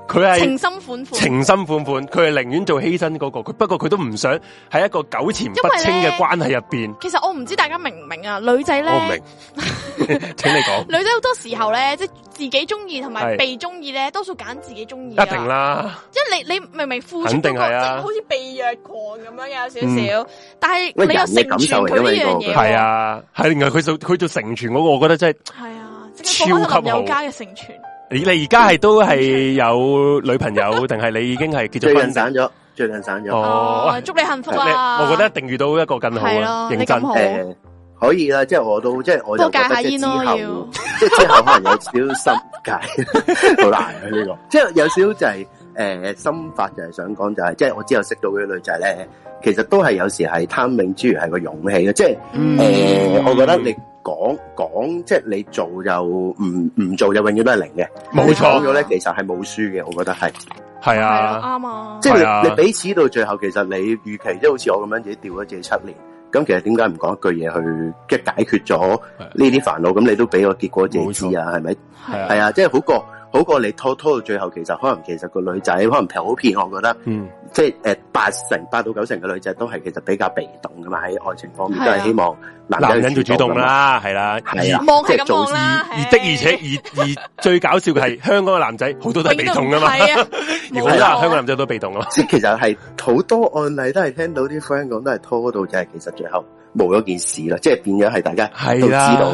Speaker 2: 佢係
Speaker 1: 情深款款，
Speaker 2: 情深款款，佢係寧願做犧牲嗰、個，佢不過佢都唔想喺一個糾纏不清
Speaker 1: 因為
Speaker 2: 嘅
Speaker 1: 呢
Speaker 2: 關係入邊。
Speaker 1: 其實我唔知大家明唔明啊，女仔
Speaker 2: 我唔
Speaker 1: 咧
Speaker 2: 哦明，， [LAUGHS] 請你講，
Speaker 1: 女仔好多時候咧，即系自己中意同埋
Speaker 2: 係
Speaker 1: 被中意咧，多數揀自己中意。啊
Speaker 2: 一定，啦，
Speaker 1: 即係你你明明付出嗰
Speaker 2: 肯定
Speaker 1: 個
Speaker 2: 係啊嗯
Speaker 1: 即係好似被虐狂咁樣嘅有少少，但係
Speaker 7: 喂
Speaker 1: 你又
Speaker 7: 人嘅
Speaker 1: 成
Speaker 7: 感
Speaker 1: 全
Speaker 7: 受嚟
Speaker 1: 佢
Speaker 7: 㗎
Speaker 1: 呢
Speaker 7: 嘛呢
Speaker 1: 樣
Speaker 7: 個
Speaker 1: 嘢，
Speaker 2: 係，啊，係。然後佢做佢做成全嗰、個，我覺得真係。
Speaker 1: 係啊，即係講緊林宥嘉嘅成全，
Speaker 2: 你你而家係都係有女
Speaker 1: [LAUGHS]
Speaker 2: 朋友，定係你已經係結
Speaker 7: 最
Speaker 2: 咗
Speaker 7: 近
Speaker 2: 婚？
Speaker 7: 散咗，最近散咗。
Speaker 2: 哦，
Speaker 1: 哦，祝你幸福
Speaker 2: 你
Speaker 1: 啊！
Speaker 2: 我覺得一定遇到一個更好
Speaker 1: 係
Speaker 2: 啊，
Speaker 1: 咯，
Speaker 2: 認
Speaker 1: 你
Speaker 2: 真
Speaker 1: 咁。好，
Speaker 7: 诶、可以啦，即係我都即係我就
Speaker 1: 不過戒
Speaker 7: 覺
Speaker 1: 下
Speaker 7: 得即
Speaker 1: 煙
Speaker 7: 係之
Speaker 1: 咯
Speaker 7: 後
Speaker 1: 要，
Speaker 7: 即係之後可能有少少心戒，好 [LAUGHS] 難啊呢個。即係有少少就係、诶心法就係想講就係、即係我之後識到嗰啲女仔咧，其實都係有時係貪命之餘係個勇氣嘅，即係。
Speaker 1: 嗯
Speaker 7: 诶、我覺得你講講即係你做就唔唔做就永遠都係零嘅。
Speaker 2: 冇
Speaker 7: 你
Speaker 2: 錯
Speaker 7: 講咗咧，其實係冇輸嘅，我覺得係。
Speaker 2: 係
Speaker 1: 係啊
Speaker 2: 啊，
Speaker 1: 啱啊，
Speaker 7: 即係
Speaker 2: 係啊
Speaker 7: 你你彼此到最後，其實你預期即係好似我咁樣自己吊咗自己七年，咁其實點解唔講一句嘢去即係解決咗呢啲煩惱？咁你都俾個結果自己知啊，係咪？
Speaker 2: 係啊
Speaker 7: 係啊，即係好過好過你拖拖到最後，其實可能其實個女仔可能普遍，我覺得
Speaker 2: 嗯，
Speaker 7: 即係诶八成八到九成嘅女仔都係其實比較被動噶嘛，喺愛情方面
Speaker 1: 係啊
Speaker 7: 都係希望
Speaker 2: 男
Speaker 7: 男
Speaker 2: 人
Speaker 7: 人
Speaker 2: 做主動
Speaker 7: 動㗎啊嘛。
Speaker 2: 啦，係啦，
Speaker 7: 係啊，
Speaker 1: 望
Speaker 7: 即
Speaker 1: 係啊
Speaker 7: 係
Speaker 1: 咁
Speaker 7: 做
Speaker 1: 望啦，
Speaker 2: 而的而且而而最搞笑嘅係香港嘅男仔好多都係被動噶嘛，
Speaker 1: 係
Speaker 2: [LAUGHS]
Speaker 1: 啊，
Speaker 2: 而
Speaker 1: 冇
Speaker 2: 好
Speaker 1: 錯
Speaker 2: 啦，香港男仔都被動噶嘛，
Speaker 7: 即係其實係好多案例都係聽到啲 friend 講都係拖到，就係其實最後冇咗件事啦，即係變咗係大家都
Speaker 2: 係
Speaker 7: 知
Speaker 2: 啦
Speaker 7: 道，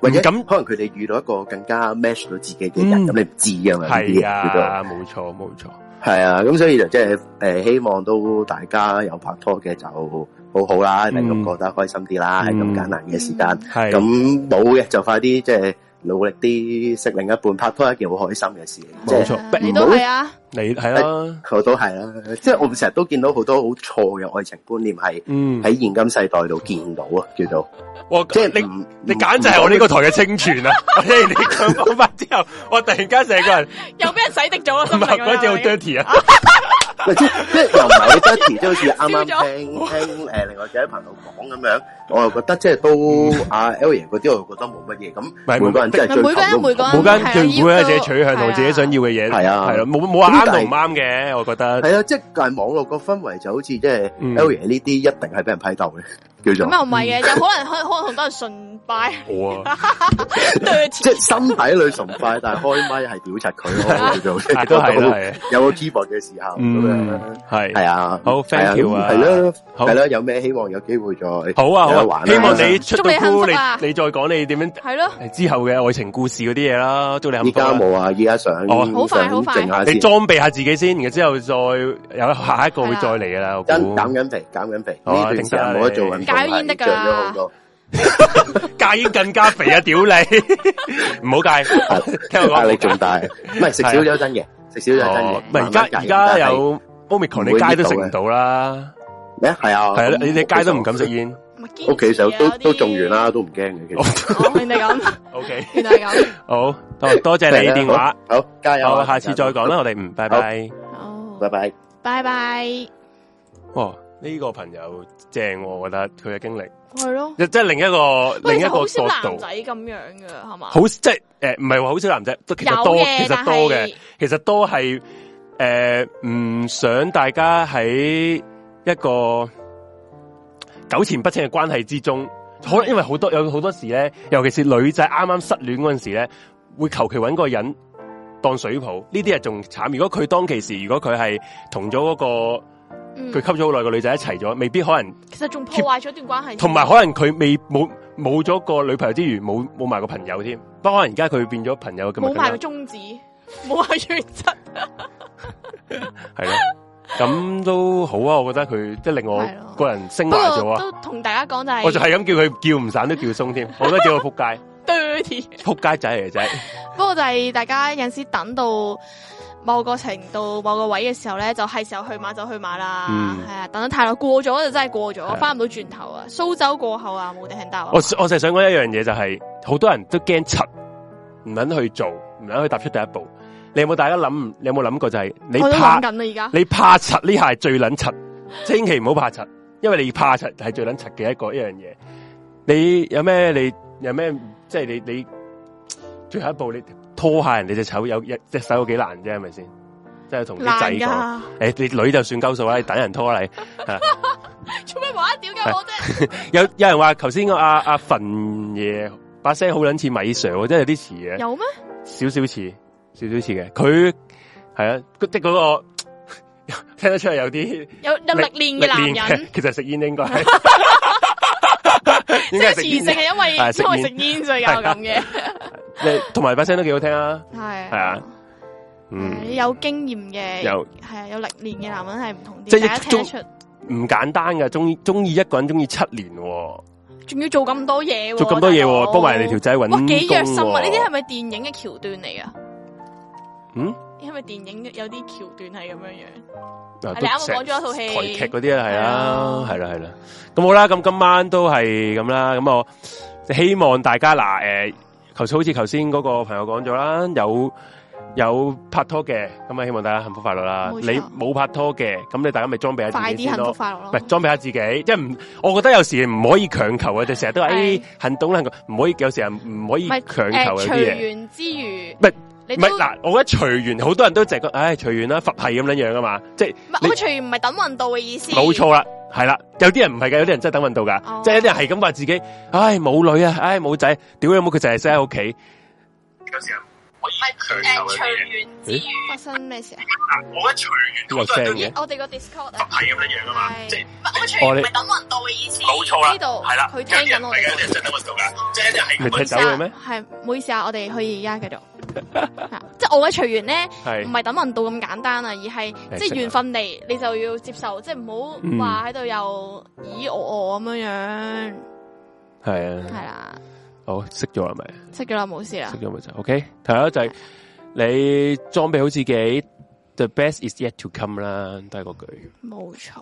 Speaker 7: 或者
Speaker 2: 咁
Speaker 7: 咁可能佢哋遇到一個更加 match 到自己嘅人，
Speaker 2: 嗯
Speaker 7: 咁、你唔知啊嘛，呢啲
Speaker 2: 係
Speaker 7: 嘢叫做
Speaker 2: 啊，冇錯冇錯，
Speaker 7: 係啊，咁所以就即係誒希望都大家有拍拖嘅就好好啦，令
Speaker 2: 嗯
Speaker 7: 咁覺得開心啲啦，喺咁、
Speaker 2: 嗯
Speaker 7: 簡單嘅時間，
Speaker 2: 係
Speaker 7: 咁冇嘅就快啲即係努力啲識另一半，拍拖係一件好開心嘅事，即係
Speaker 2: 冇錯
Speaker 1: 你都係啊，
Speaker 2: 你係啦，
Speaker 7: 我都係啦，即係我成日都見到好多好錯嘅愛情觀念係
Speaker 2: 嗯，
Speaker 7: 喺現今世代度見到啊，叫做
Speaker 2: 哇，即
Speaker 7: 即係
Speaker 2: 係嗯
Speaker 7: 唔
Speaker 2: 你。你簡直係我呢個台嘅清 [LAUGHS] 泉啊！我聽你講講翻之後，我突然間成個人
Speaker 1: 又俾人洗滌咗啦，
Speaker 2: 唔
Speaker 1: 心
Speaker 2: 係
Speaker 1: 靈
Speaker 2: [LAUGHS] 嗰隻好
Speaker 1: 啊
Speaker 2: dirty 啊！
Speaker 7: 唔係即即係又唔係好 dirty，即係好似啱啱
Speaker 1: 笑咗
Speaker 7: 聽聽誒另外幾位朋友講咁樣，我又覺得即係都阿 L 爺嗰啲，我又覺得冇嗯乜嘢
Speaker 2: 係
Speaker 7: 咁，每個人真係
Speaker 1: 唔係每個人
Speaker 7: 追求都唔
Speaker 1: 每個人
Speaker 2: 冇
Speaker 7: 同
Speaker 2: 間
Speaker 1: 係啊
Speaker 2: 聚會
Speaker 1: 要
Speaker 2: 咧，自己取向同自己想要嘅嘢，
Speaker 7: 啊係啊
Speaker 2: 係咯，冇冇話啱
Speaker 7: 咁但係
Speaker 2: 同唔啱嘅，我覺得。
Speaker 7: 係啊，即係但係網絡個氛圍就好似即係
Speaker 2: 嗯
Speaker 7: L 爺呢啲一定係俾人批鬥嘅，叫
Speaker 1: 咁
Speaker 7: 做
Speaker 1: 又唔係嘅，有可能可可能好多人崇拜
Speaker 2: 我啊，
Speaker 7: 即
Speaker 1: dirty，
Speaker 7: 係心底裏崇拜，但係開咪係屌柒佢咯，叫做
Speaker 2: 係都係啦，係啊，
Speaker 7: 有個 keyboard 嘅時
Speaker 2: Ừ.
Speaker 7: 候咁樣。
Speaker 2: 嗯，係
Speaker 7: 系啊，
Speaker 2: 好，thank you 啊
Speaker 7: 系咯，
Speaker 2: 好
Speaker 7: 系咯，有咩希望有機會再
Speaker 2: 好啊，
Speaker 7: 有得
Speaker 2: 好
Speaker 7: 玩
Speaker 2: 啊，
Speaker 7: 啊
Speaker 2: 希望你出到
Speaker 1: 祝你幸福
Speaker 2: pool，
Speaker 1: 啊
Speaker 2: 你你再講你點樣
Speaker 1: [LAUGHS] 係咯，
Speaker 2: 誒之後嘅愛情故事嗰啲嘢啦，祝你幸
Speaker 7: 依
Speaker 2: 福
Speaker 7: 家
Speaker 2: 啊。
Speaker 7: 冇啊，依家想
Speaker 2: 好啊
Speaker 1: 好快好快
Speaker 7: 想靜下
Speaker 2: 你
Speaker 7: 先，
Speaker 2: 裝備下自己先，然後之後再有下一個會再嚟噶啦，我
Speaker 7: 真
Speaker 2: 估
Speaker 7: 減緊肥，減緊肥，呢
Speaker 2: 好啊
Speaker 7: 段時間冇得做運動，
Speaker 1: 定得啦你戒煙得㗎
Speaker 7: 係漲咗好多。
Speaker 2: 戒煙更加肥啊！屌你， [LAUGHS] 唔好戒，聽我
Speaker 7: 壓
Speaker 2: 講
Speaker 7: 力仲大，唔係食少咗真嘅，食少咗真嘅
Speaker 2: 哦。唔係而家而
Speaker 7: 慢慢戒
Speaker 2: 家
Speaker 7: 但係
Speaker 2: 有 omicron，你街都食唔到啦，
Speaker 8: 咩？係啊，
Speaker 7: 哦
Speaker 2: 係啦，
Speaker 8: 咁
Speaker 2: 你哋街都唔敢食煙。
Speaker 1: 咪堅持
Speaker 8: 屋企手
Speaker 1: 嘅
Speaker 8: 都
Speaker 1: 有啲
Speaker 8: 都中完啦，都唔驚嘅。其實
Speaker 1: 哦，原
Speaker 2: [LAUGHS]
Speaker 1: 來咁，
Speaker 2: O K，
Speaker 1: 原來
Speaker 2: [LAUGHS]
Speaker 1: 咁。
Speaker 2: 好多多謝你電話，
Speaker 8: 好，好加油
Speaker 2: 好，
Speaker 8: 啊！
Speaker 2: 下次再講啦，我哋嗯，拜拜。
Speaker 1: 哦，
Speaker 8: 拜拜。
Speaker 1: 拜拜，係
Speaker 2: 哇，呢個朋友正喎，我覺得佢嘅經歷，
Speaker 1: 咯。
Speaker 2: 即即係另一個
Speaker 1: 喂
Speaker 2: 另一
Speaker 1: 其實
Speaker 2: 個
Speaker 1: 好少
Speaker 2: 角
Speaker 1: 男
Speaker 2: 度
Speaker 1: 仔，咁樣嘅係嘛？
Speaker 2: 好即係誒，唔係話好少男仔，都其
Speaker 1: 有
Speaker 2: 實多，
Speaker 1: 嘅，
Speaker 2: 其實
Speaker 1: 但
Speaker 2: 多嘅
Speaker 1: 係。
Speaker 2: 其實都係诶唔想大家喺一個糾纏不清嘅關係之中，可能因為好多有好多時咧，尤其是女仔啱啱失戀嗰阵时咧，會求其揾個人當水泡，呢啲係仲慘。如果佢當其時，如果佢係同咗嗰
Speaker 1: 嗯
Speaker 2: 個佢吸咗好耐嘅女仔一齊咗，未必可能，
Speaker 1: 其實仲破壞咗段關係，
Speaker 2: 同埋可能佢未冇冇咗個女朋友之餘，冇冇埋個朋友添。不過可能而家佢變咗朋友咁，
Speaker 1: 冇埋個宗旨，冇埋原則。
Speaker 2: 系咯，咁都好啊！我覺得佢即係令我
Speaker 1: 係咯
Speaker 2: 個人升
Speaker 1: 不
Speaker 2: 華咗
Speaker 1: 過
Speaker 2: 啊！
Speaker 1: 都同大家講就係
Speaker 2: 我就係咁叫佢叫唔散都叫鬆
Speaker 1: [LAUGHS]
Speaker 2: 添，我都叫佢仆街，
Speaker 1: dirty。
Speaker 2: 仆街仔嚟嘅仔，
Speaker 1: 不過就係大家有陣時等到某個程度、某個位嘅時候咧，就係時候去馬就去馬啦。
Speaker 2: 嗯
Speaker 1: 係啊，等得太耐，過咗就真係過
Speaker 2: 係啊哦
Speaker 1: 咗，翻唔到轉頭啊！蘇州過後啊，冇地聽到啊
Speaker 2: 我！我就係想講一樣嘢就係、好多人都驚柒，唔肯去做，唔肯去踏出第一步。你有冇大家諗？你有冇諗過就係你
Speaker 1: 我都
Speaker 2: 怕
Speaker 1: 諗緊啦，而家
Speaker 2: 你怕柒呢下係最撚柒，千祈唔好怕柒，因為你怕柒係最撚柒嘅一個一樣嘢。你有咩你有咩即係你你最後一步你拖下人哋隻手有一隻手有幾難啫，係咪先？即係同啲仔
Speaker 1: 難
Speaker 2: 講，誒、
Speaker 1: 㗎，
Speaker 2: 你女就算鳩數啦，你等人拖啦你。
Speaker 1: [LAUGHS] 做咩話屌鳩我啫？
Speaker 2: 有有人話頭先個阿阿馮爺把聲好撚似米 Sir，喎真係有啲似嘅。
Speaker 1: 有咩？
Speaker 2: 少少似，少少似嘅。佢係啊，即係嗰、個 [LAUGHS] 聽得出係有啲
Speaker 1: 有有歷練嘅
Speaker 2: 歷
Speaker 1: 男
Speaker 2: 練
Speaker 1: 人
Speaker 2: [LAUGHS] 嘅，。其實食煙應
Speaker 1: [LAUGHS]
Speaker 2: 該係，應
Speaker 1: 即
Speaker 2: 該
Speaker 1: 係
Speaker 2: 係食
Speaker 1: 磁性
Speaker 2: 煙。
Speaker 1: 係因為
Speaker 2: 係食啊
Speaker 1: 因為食
Speaker 2: 煙
Speaker 1: 煙所以搞到咁嘅，
Speaker 2: 你同埋把聲都幾好聽啊，
Speaker 1: 係
Speaker 2: 係啊，嗯，
Speaker 1: 有經驗嘅，
Speaker 2: 有
Speaker 1: 係啊有歷練嘅男人係唔同
Speaker 2: 即
Speaker 1: 啲，大
Speaker 2: 係
Speaker 1: 家聽得
Speaker 2: 中
Speaker 1: 出，
Speaker 2: 唔簡單噶，中意中意一個人中意七年喎，
Speaker 1: 仲要做咁多嘢喎，
Speaker 2: 做咁多嘢
Speaker 1: 大佬
Speaker 2: 喎，幫埋你條仔搵
Speaker 1: 哇
Speaker 2: 工
Speaker 1: 幾虐心啊！
Speaker 2: 喎
Speaker 1: 呢啲係咪電影嘅橋段嚟噶？
Speaker 2: 嗯，
Speaker 1: 因為電影有啲橋段係咁樣樣，
Speaker 2: 啊
Speaker 1: 你
Speaker 2: 都
Speaker 1: 啱啱
Speaker 2: 成
Speaker 1: 講咗一套戲
Speaker 2: 台劇嗰啲啊，係
Speaker 1: 係
Speaker 2: 啊，
Speaker 1: 啊
Speaker 2: 係啦，係啦。咁好啦，咁今晚都係咁啦。咁我希望大家嗱，誒、頭先好似頭先嗰個朋友講咗啦，有有拍拖嘅，咁啊，希望大家幸福快樂啦。
Speaker 1: 冇錯
Speaker 2: 你冇拍拖嘅，咁你大家咪裝備下
Speaker 1: 快
Speaker 2: 自
Speaker 1: 啲
Speaker 2: 己
Speaker 1: 幸福
Speaker 2: 先咯。
Speaker 1: 快樂咯
Speaker 2: 唔係。裝備下自己，即係唔，我覺得有時唔可以強求嘅，就成日都話
Speaker 1: 係
Speaker 2: 誒行動啦，行動唔可以有時係唔可以
Speaker 1: 唔係
Speaker 2: 強
Speaker 1: 誒
Speaker 2: 求有啲
Speaker 1: 隨
Speaker 2: 嘢。
Speaker 1: 緣之餘，
Speaker 2: 唔係
Speaker 1: 你
Speaker 2: 唔
Speaker 1: 都
Speaker 2: 係嗱，我覺得隨緣，好多人都淨係覺得，唉隨緣啦，佛系咁樣樣啊嘛，即係
Speaker 1: 唔係
Speaker 2: 你
Speaker 1: 我隨緣唔係等運到嘅意思，
Speaker 2: 冇錯啦，係啦，有啲人唔係嘅，有啲人真係等運到噶，
Speaker 1: 哦
Speaker 2: 即係有啲人係咁話自己，唉冇女啊，唉冇仔，屌你冇，佢就係 stay 喺屋企，
Speaker 1: 發生咩事啊？
Speaker 2: 有聲嘅，
Speaker 1: 我哋個 Discord 啊，係咁樣樣
Speaker 9: 㗎嘛
Speaker 1: 即係我隨
Speaker 2: 我哋
Speaker 1: 緣唔係等運到嘅意思，
Speaker 9: 冇錯啦
Speaker 1: 呢度
Speaker 9: 係啦
Speaker 1: 佢聽緊我哋講。
Speaker 2: 咪踢走佢咩？
Speaker 1: 系，唔好意思啊，我哋可以而家繼續。 [LAUGHS] 啊即系我嘅隨緣咧，唔
Speaker 2: 係
Speaker 1: 係等運到咁簡單啊，而係
Speaker 2: 誒
Speaker 1: 即
Speaker 2: 識
Speaker 1: 系
Speaker 2: 啊
Speaker 1: 緣分嚟，你就要接受，即系唔好
Speaker 2: 嗯
Speaker 1: 話喺度又咦我我咁樣樣，
Speaker 2: 係
Speaker 1: 係
Speaker 2: 啊，
Speaker 1: 啦，
Speaker 2: 好識咗係咪？
Speaker 1: 識咗啦，冇事啦
Speaker 2: 識，咗咪就 OK。第一就係你裝備好自己，the best is yet to come 啦，都係嗰句。
Speaker 1: 冇錯。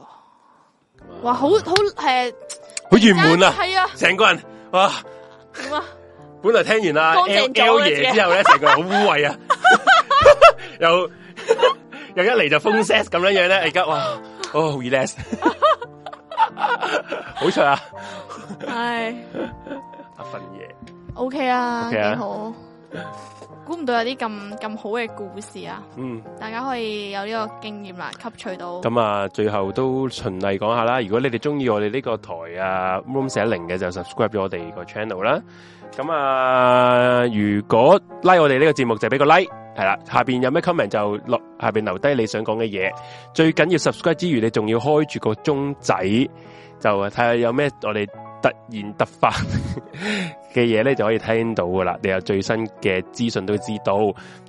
Speaker 1: 哇，好好诶，
Speaker 2: 好圓滿啊！
Speaker 1: 係啊，
Speaker 2: 成個人哇！
Speaker 1: 點啊？
Speaker 2: 本來聽完啦
Speaker 1: 乾
Speaker 2: L
Speaker 1: 淨咗
Speaker 2: L
Speaker 1: 啦自己
Speaker 2: 爺之後咧，成個人好污
Speaker 1: [LAUGHS]
Speaker 2: 穢啊！又又一嚟就風 s e x 咁樣樣咧，而家哇，哦
Speaker 1: [LAUGHS]
Speaker 2: relax，好彩啊！
Speaker 1: 唉
Speaker 2: 阿份嘢
Speaker 1: ，OK 啊，幾
Speaker 2: OK 啊
Speaker 1: 好。估唔到有啲咁咁好嘅故事啊！
Speaker 2: 嗯，
Speaker 1: 大家可以有呢個經驗啦，吸取到。
Speaker 2: 咁啊，最後都循例講下啦。如果你哋中意我哋呢個台啊 Room 四一零嘅，就 subscribe 咗我哋個 channel 啦。咁啊，如果 like 我哋呢個節目就俾個 like，係啦。下邊有咩 comment 就落下邊留低你想講嘅嘢。最緊要 subscribe 之餘，你仲要開住個鐘仔，就睇下有咩我哋突然突發 [LAUGHS] 嘅嘢咧，就可以聽到噶啦。你有最新嘅資訊都知道。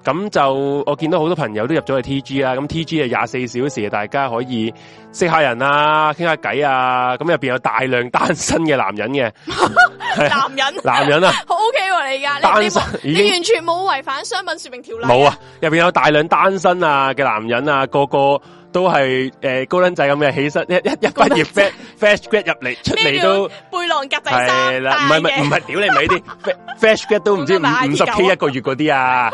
Speaker 2: 咁就我見到好多朋友都入咗去 T G 啦，咁 T G 係廿四小時，大家可以識下人啊，傾下偈啊。咁入邊有大量單身嘅男
Speaker 1: [LAUGHS]
Speaker 2: 人嘅
Speaker 1: [LAUGHS] 男人。
Speaker 2: [LAUGHS] 男人啊。
Speaker 1: [LAUGHS] 好 OK 喎，你而家你
Speaker 2: 單身
Speaker 1: 你
Speaker 2: 已
Speaker 1: 你
Speaker 2: 經
Speaker 1: 完全冇違反商品說明條例，
Speaker 2: 冇啊，入边有大量單身啊嘅男人啊，個個都係诶、呃高撚仔咁嘅，起身一一一畢業 fresh fresh grad 入嚟出
Speaker 1: 咩
Speaker 2: 嚟
Speaker 1: 叫
Speaker 2: 都
Speaker 1: 背囊格仔
Speaker 2: 係
Speaker 1: 衫，
Speaker 2: 啦，唔係唔
Speaker 1: [LAUGHS]
Speaker 2: 係唔係，屌你咪啲 fresh- fresh grad 都唔知
Speaker 1: 咁咪嗌
Speaker 2: 五十 K 一個月嗰啲啊，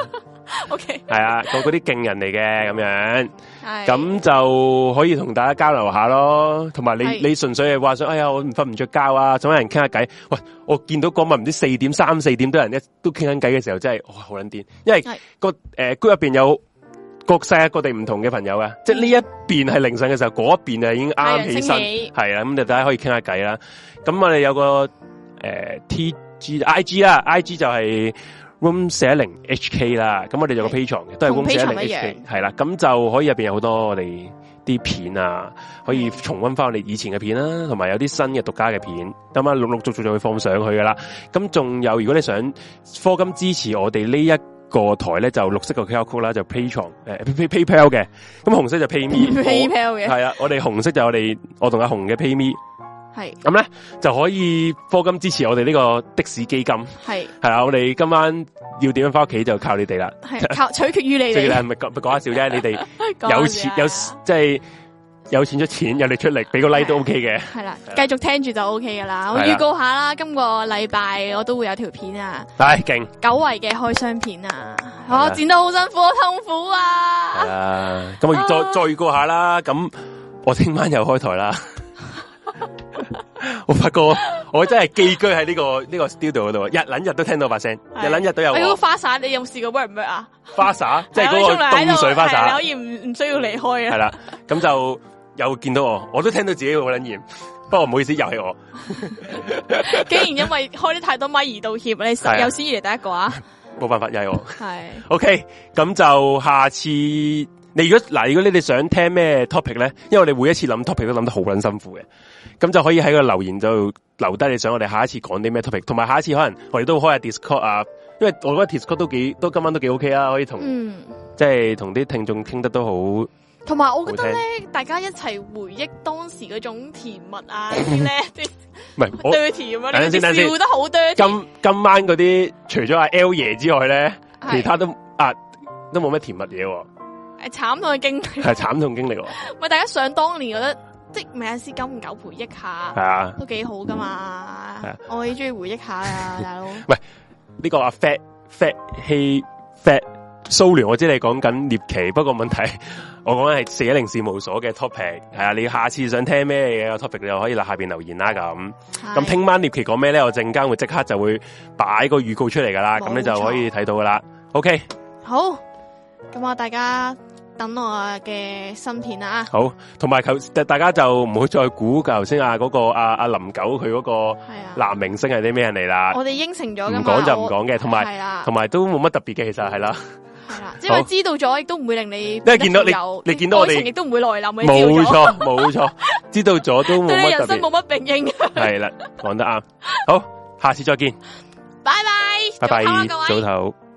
Speaker 1: ，O K，
Speaker 2: 係啊，個嗰啲勁人嚟嘅咁樣。
Speaker 1: 係 [LAUGHS]
Speaker 2: 咁就可以同大家交流下咯，同埋你
Speaker 1: 係
Speaker 2: 你純粹係話想，哎呀，我唔瞓唔着覺啊，想搵人傾下偈。喂，我見到嗰晚唔知四點三四點都有人一都傾緊偈嘅時候，真係哇好撚癲，因為
Speaker 1: 係
Speaker 2: 個诶 group 入边有各世界各地唔同嘅朋友啊，即系呢一邊係凌晨嘅時候，嗰一邊啊已經
Speaker 1: 太
Speaker 2: 啱
Speaker 1: 陽
Speaker 2: 起
Speaker 1: 升
Speaker 2: 身，
Speaker 1: 起
Speaker 2: 係啦，咁就大家可以傾下偈啦。咁我哋有個诶呃 T G I G 啦，I G 就係 Room 4 0 H K 啦，咁我哋有個
Speaker 1: 係
Speaker 2: Patron 嘅，都係
Speaker 1: 同
Speaker 2: Room 4 0
Speaker 1: Patreon 一
Speaker 2: H
Speaker 1: 樣
Speaker 2: K。系啦，咁就可以入边有好多我哋啲片啊，可以重温翻我哋以前嘅片啦，同埋有啲新嘅獨家嘅片，咁啊陸陸續續就會放上去噶啦。咁仲有，如果你想科金支持我哋呢一個台咧，就綠色個 QR code 啦，就呃 Patron 诶、Pay PayPal 嘅，咁紅色就 PayMe 我。
Speaker 1: PayPal 嘅
Speaker 2: 係啊，我哋紅色就我哋我同阿紅嘅 PayMe，
Speaker 1: 係
Speaker 2: 咁咧就可以科金支持我哋呢個的士基金。
Speaker 1: 係
Speaker 2: 係啊，我哋今晚要點樣翻屋企就靠你哋啦。
Speaker 1: 係靠 [LAUGHS] 取決於你
Speaker 2: 即係
Speaker 1: 哋
Speaker 2: 咪講咪講下
Speaker 1: [LAUGHS]
Speaker 2: 笑啫，你哋。
Speaker 1: 講下
Speaker 2: 有
Speaker 1: 先
Speaker 2: 錢
Speaker 1: 啊
Speaker 2: 有即係有錢出錢，有力出力，俾個 like 都 OK 嘅。
Speaker 1: 係啊啦，繼續聽住就 O K 噶啦。我
Speaker 2: 係啦
Speaker 1: 預告下啦，今個禮拜我都會有條片啊，
Speaker 2: 唉，勁
Speaker 1: 久違嘅開箱片啊，
Speaker 2: 係啦
Speaker 1: 我剪得好辛苦，好痛苦
Speaker 2: 係
Speaker 1: 啊，
Speaker 2: 啦！咁我預再
Speaker 1: 啊
Speaker 2: 再預告下啦。咁我聽晚又開
Speaker 1: [LAUGHS]
Speaker 2: 台啦。我發覺我真係寄居喺呢個呢個 studio 嗰度，啊日撚日都聽到把聲，日
Speaker 1: 係
Speaker 2: 撚日都有
Speaker 1: 哎你嗰個
Speaker 2: 我
Speaker 1: 花灑，你有冇試過 work 唔 work 啊？
Speaker 2: 花灑，即係嗰個
Speaker 1: 係啊你沖涼喺度
Speaker 2: 凍水花
Speaker 1: 係你
Speaker 2: 灑
Speaker 1: 可，以唔唔需要離開
Speaker 2: 係 [LAUGHS]
Speaker 1: 啊。
Speaker 2: 啦。咁就又見到我，我都聽到自己好撚厭。不過唔好意思，又係我。
Speaker 1: [LAUGHS] 竟然因為開得太多咪而道歉，你
Speaker 2: 係啊
Speaker 1: 實有史以嚟第一個啊，
Speaker 2: 冇辦法，又係我。
Speaker 1: 係
Speaker 2: [LAUGHS] OK，咁就下次你如果嗱，如果你哋想聽咩 topic 咧，因為我哋每一次諗 topic 都諗得好撚辛苦嘅，咁就可以喺個留言度留低你想我哋下一次講啲咩 topic，同埋下一次可能我哋都開下 Discord 啊，因為我覺得 Discord 都幾都今晚都幾 OK 啊，可以同、
Speaker 1: 嗯。
Speaker 2: 即係同啲聽眾傾得都好，
Speaker 1: 同埋我覺得
Speaker 2: 好
Speaker 1: 咧，大家一齊回憶當時嗰種甜蜜啊，嗰
Speaker 2: [LAUGHS]
Speaker 1: 啲咧啲
Speaker 2: 唔係我
Speaker 1: dirty 咁
Speaker 2: 等
Speaker 1: 樣，
Speaker 2: 陣
Speaker 1: 你
Speaker 2: 先等陣先
Speaker 1: 笑得好 dirty，
Speaker 2: 今今晚嗰啲除咗阿 L 爺之外咧，
Speaker 1: 係
Speaker 2: 其他都啊都冇咩甜蜜嘢喎，
Speaker 1: [LAUGHS] 係慘痛嘅 [LAUGHS] 經歷。
Speaker 2: 係慘痛經歷喎，
Speaker 1: 咪大家想當年覺得，即係咪有時久唔久回憶
Speaker 2: 係
Speaker 1: 下，
Speaker 2: 啊。
Speaker 1: 都幾好噶嘛
Speaker 2: 係啊。
Speaker 1: 我幾中意回憶下啊，大佬。
Speaker 2: 呢個阿 Fat Fat 希 Fat 蘇聯，我知你講緊獵奇，不過問題 [LAUGHS] 我講緊係四一零事務所嘅 topic，係啊，你下次想聽咩嘅 topic，你就可以喺下边留言啦咁。咁
Speaker 1: 係
Speaker 2: 聽晚獵奇講咩咧？我陣間會即刻就會擺個預告出嚟噶啦，咁你
Speaker 1: 冇
Speaker 2: 就
Speaker 1: 錯
Speaker 2: 可以睇到噶啦。OK，
Speaker 1: 好，咁啊，大家等我嘅新片啊，
Speaker 2: 好，同埋求大家就唔好再估頭先啊嗰個阿阿林九佢嗰個
Speaker 1: 係啊。
Speaker 2: 男明星係啲咩人嚟啦，
Speaker 1: 我哋應承咗噶嘛，
Speaker 2: 唔講就唔講嘅，同埋
Speaker 1: 係啊啦
Speaker 2: 同，埋都冇乜特別嘅，其實係啦。
Speaker 1: 係啦，因為
Speaker 2: 好
Speaker 1: 知道咗，亦都唔會令你
Speaker 2: 為見到你
Speaker 1: 有
Speaker 2: 你見到我哋
Speaker 1: 愛情亦都唔會內疚，
Speaker 2: 冇
Speaker 1: 錯，
Speaker 2: 錯冇錯，知道咗都冇
Speaker 1: 對你
Speaker 2: 乜
Speaker 1: 人
Speaker 2: 特
Speaker 1: 生
Speaker 2: 別
Speaker 1: 冇。乜並應。
Speaker 2: 系啦，講得啱。好，下次再見，
Speaker 1: 拜拜，
Speaker 2: 拜拜，
Speaker 1: 早唞啊各位
Speaker 2: 早唞。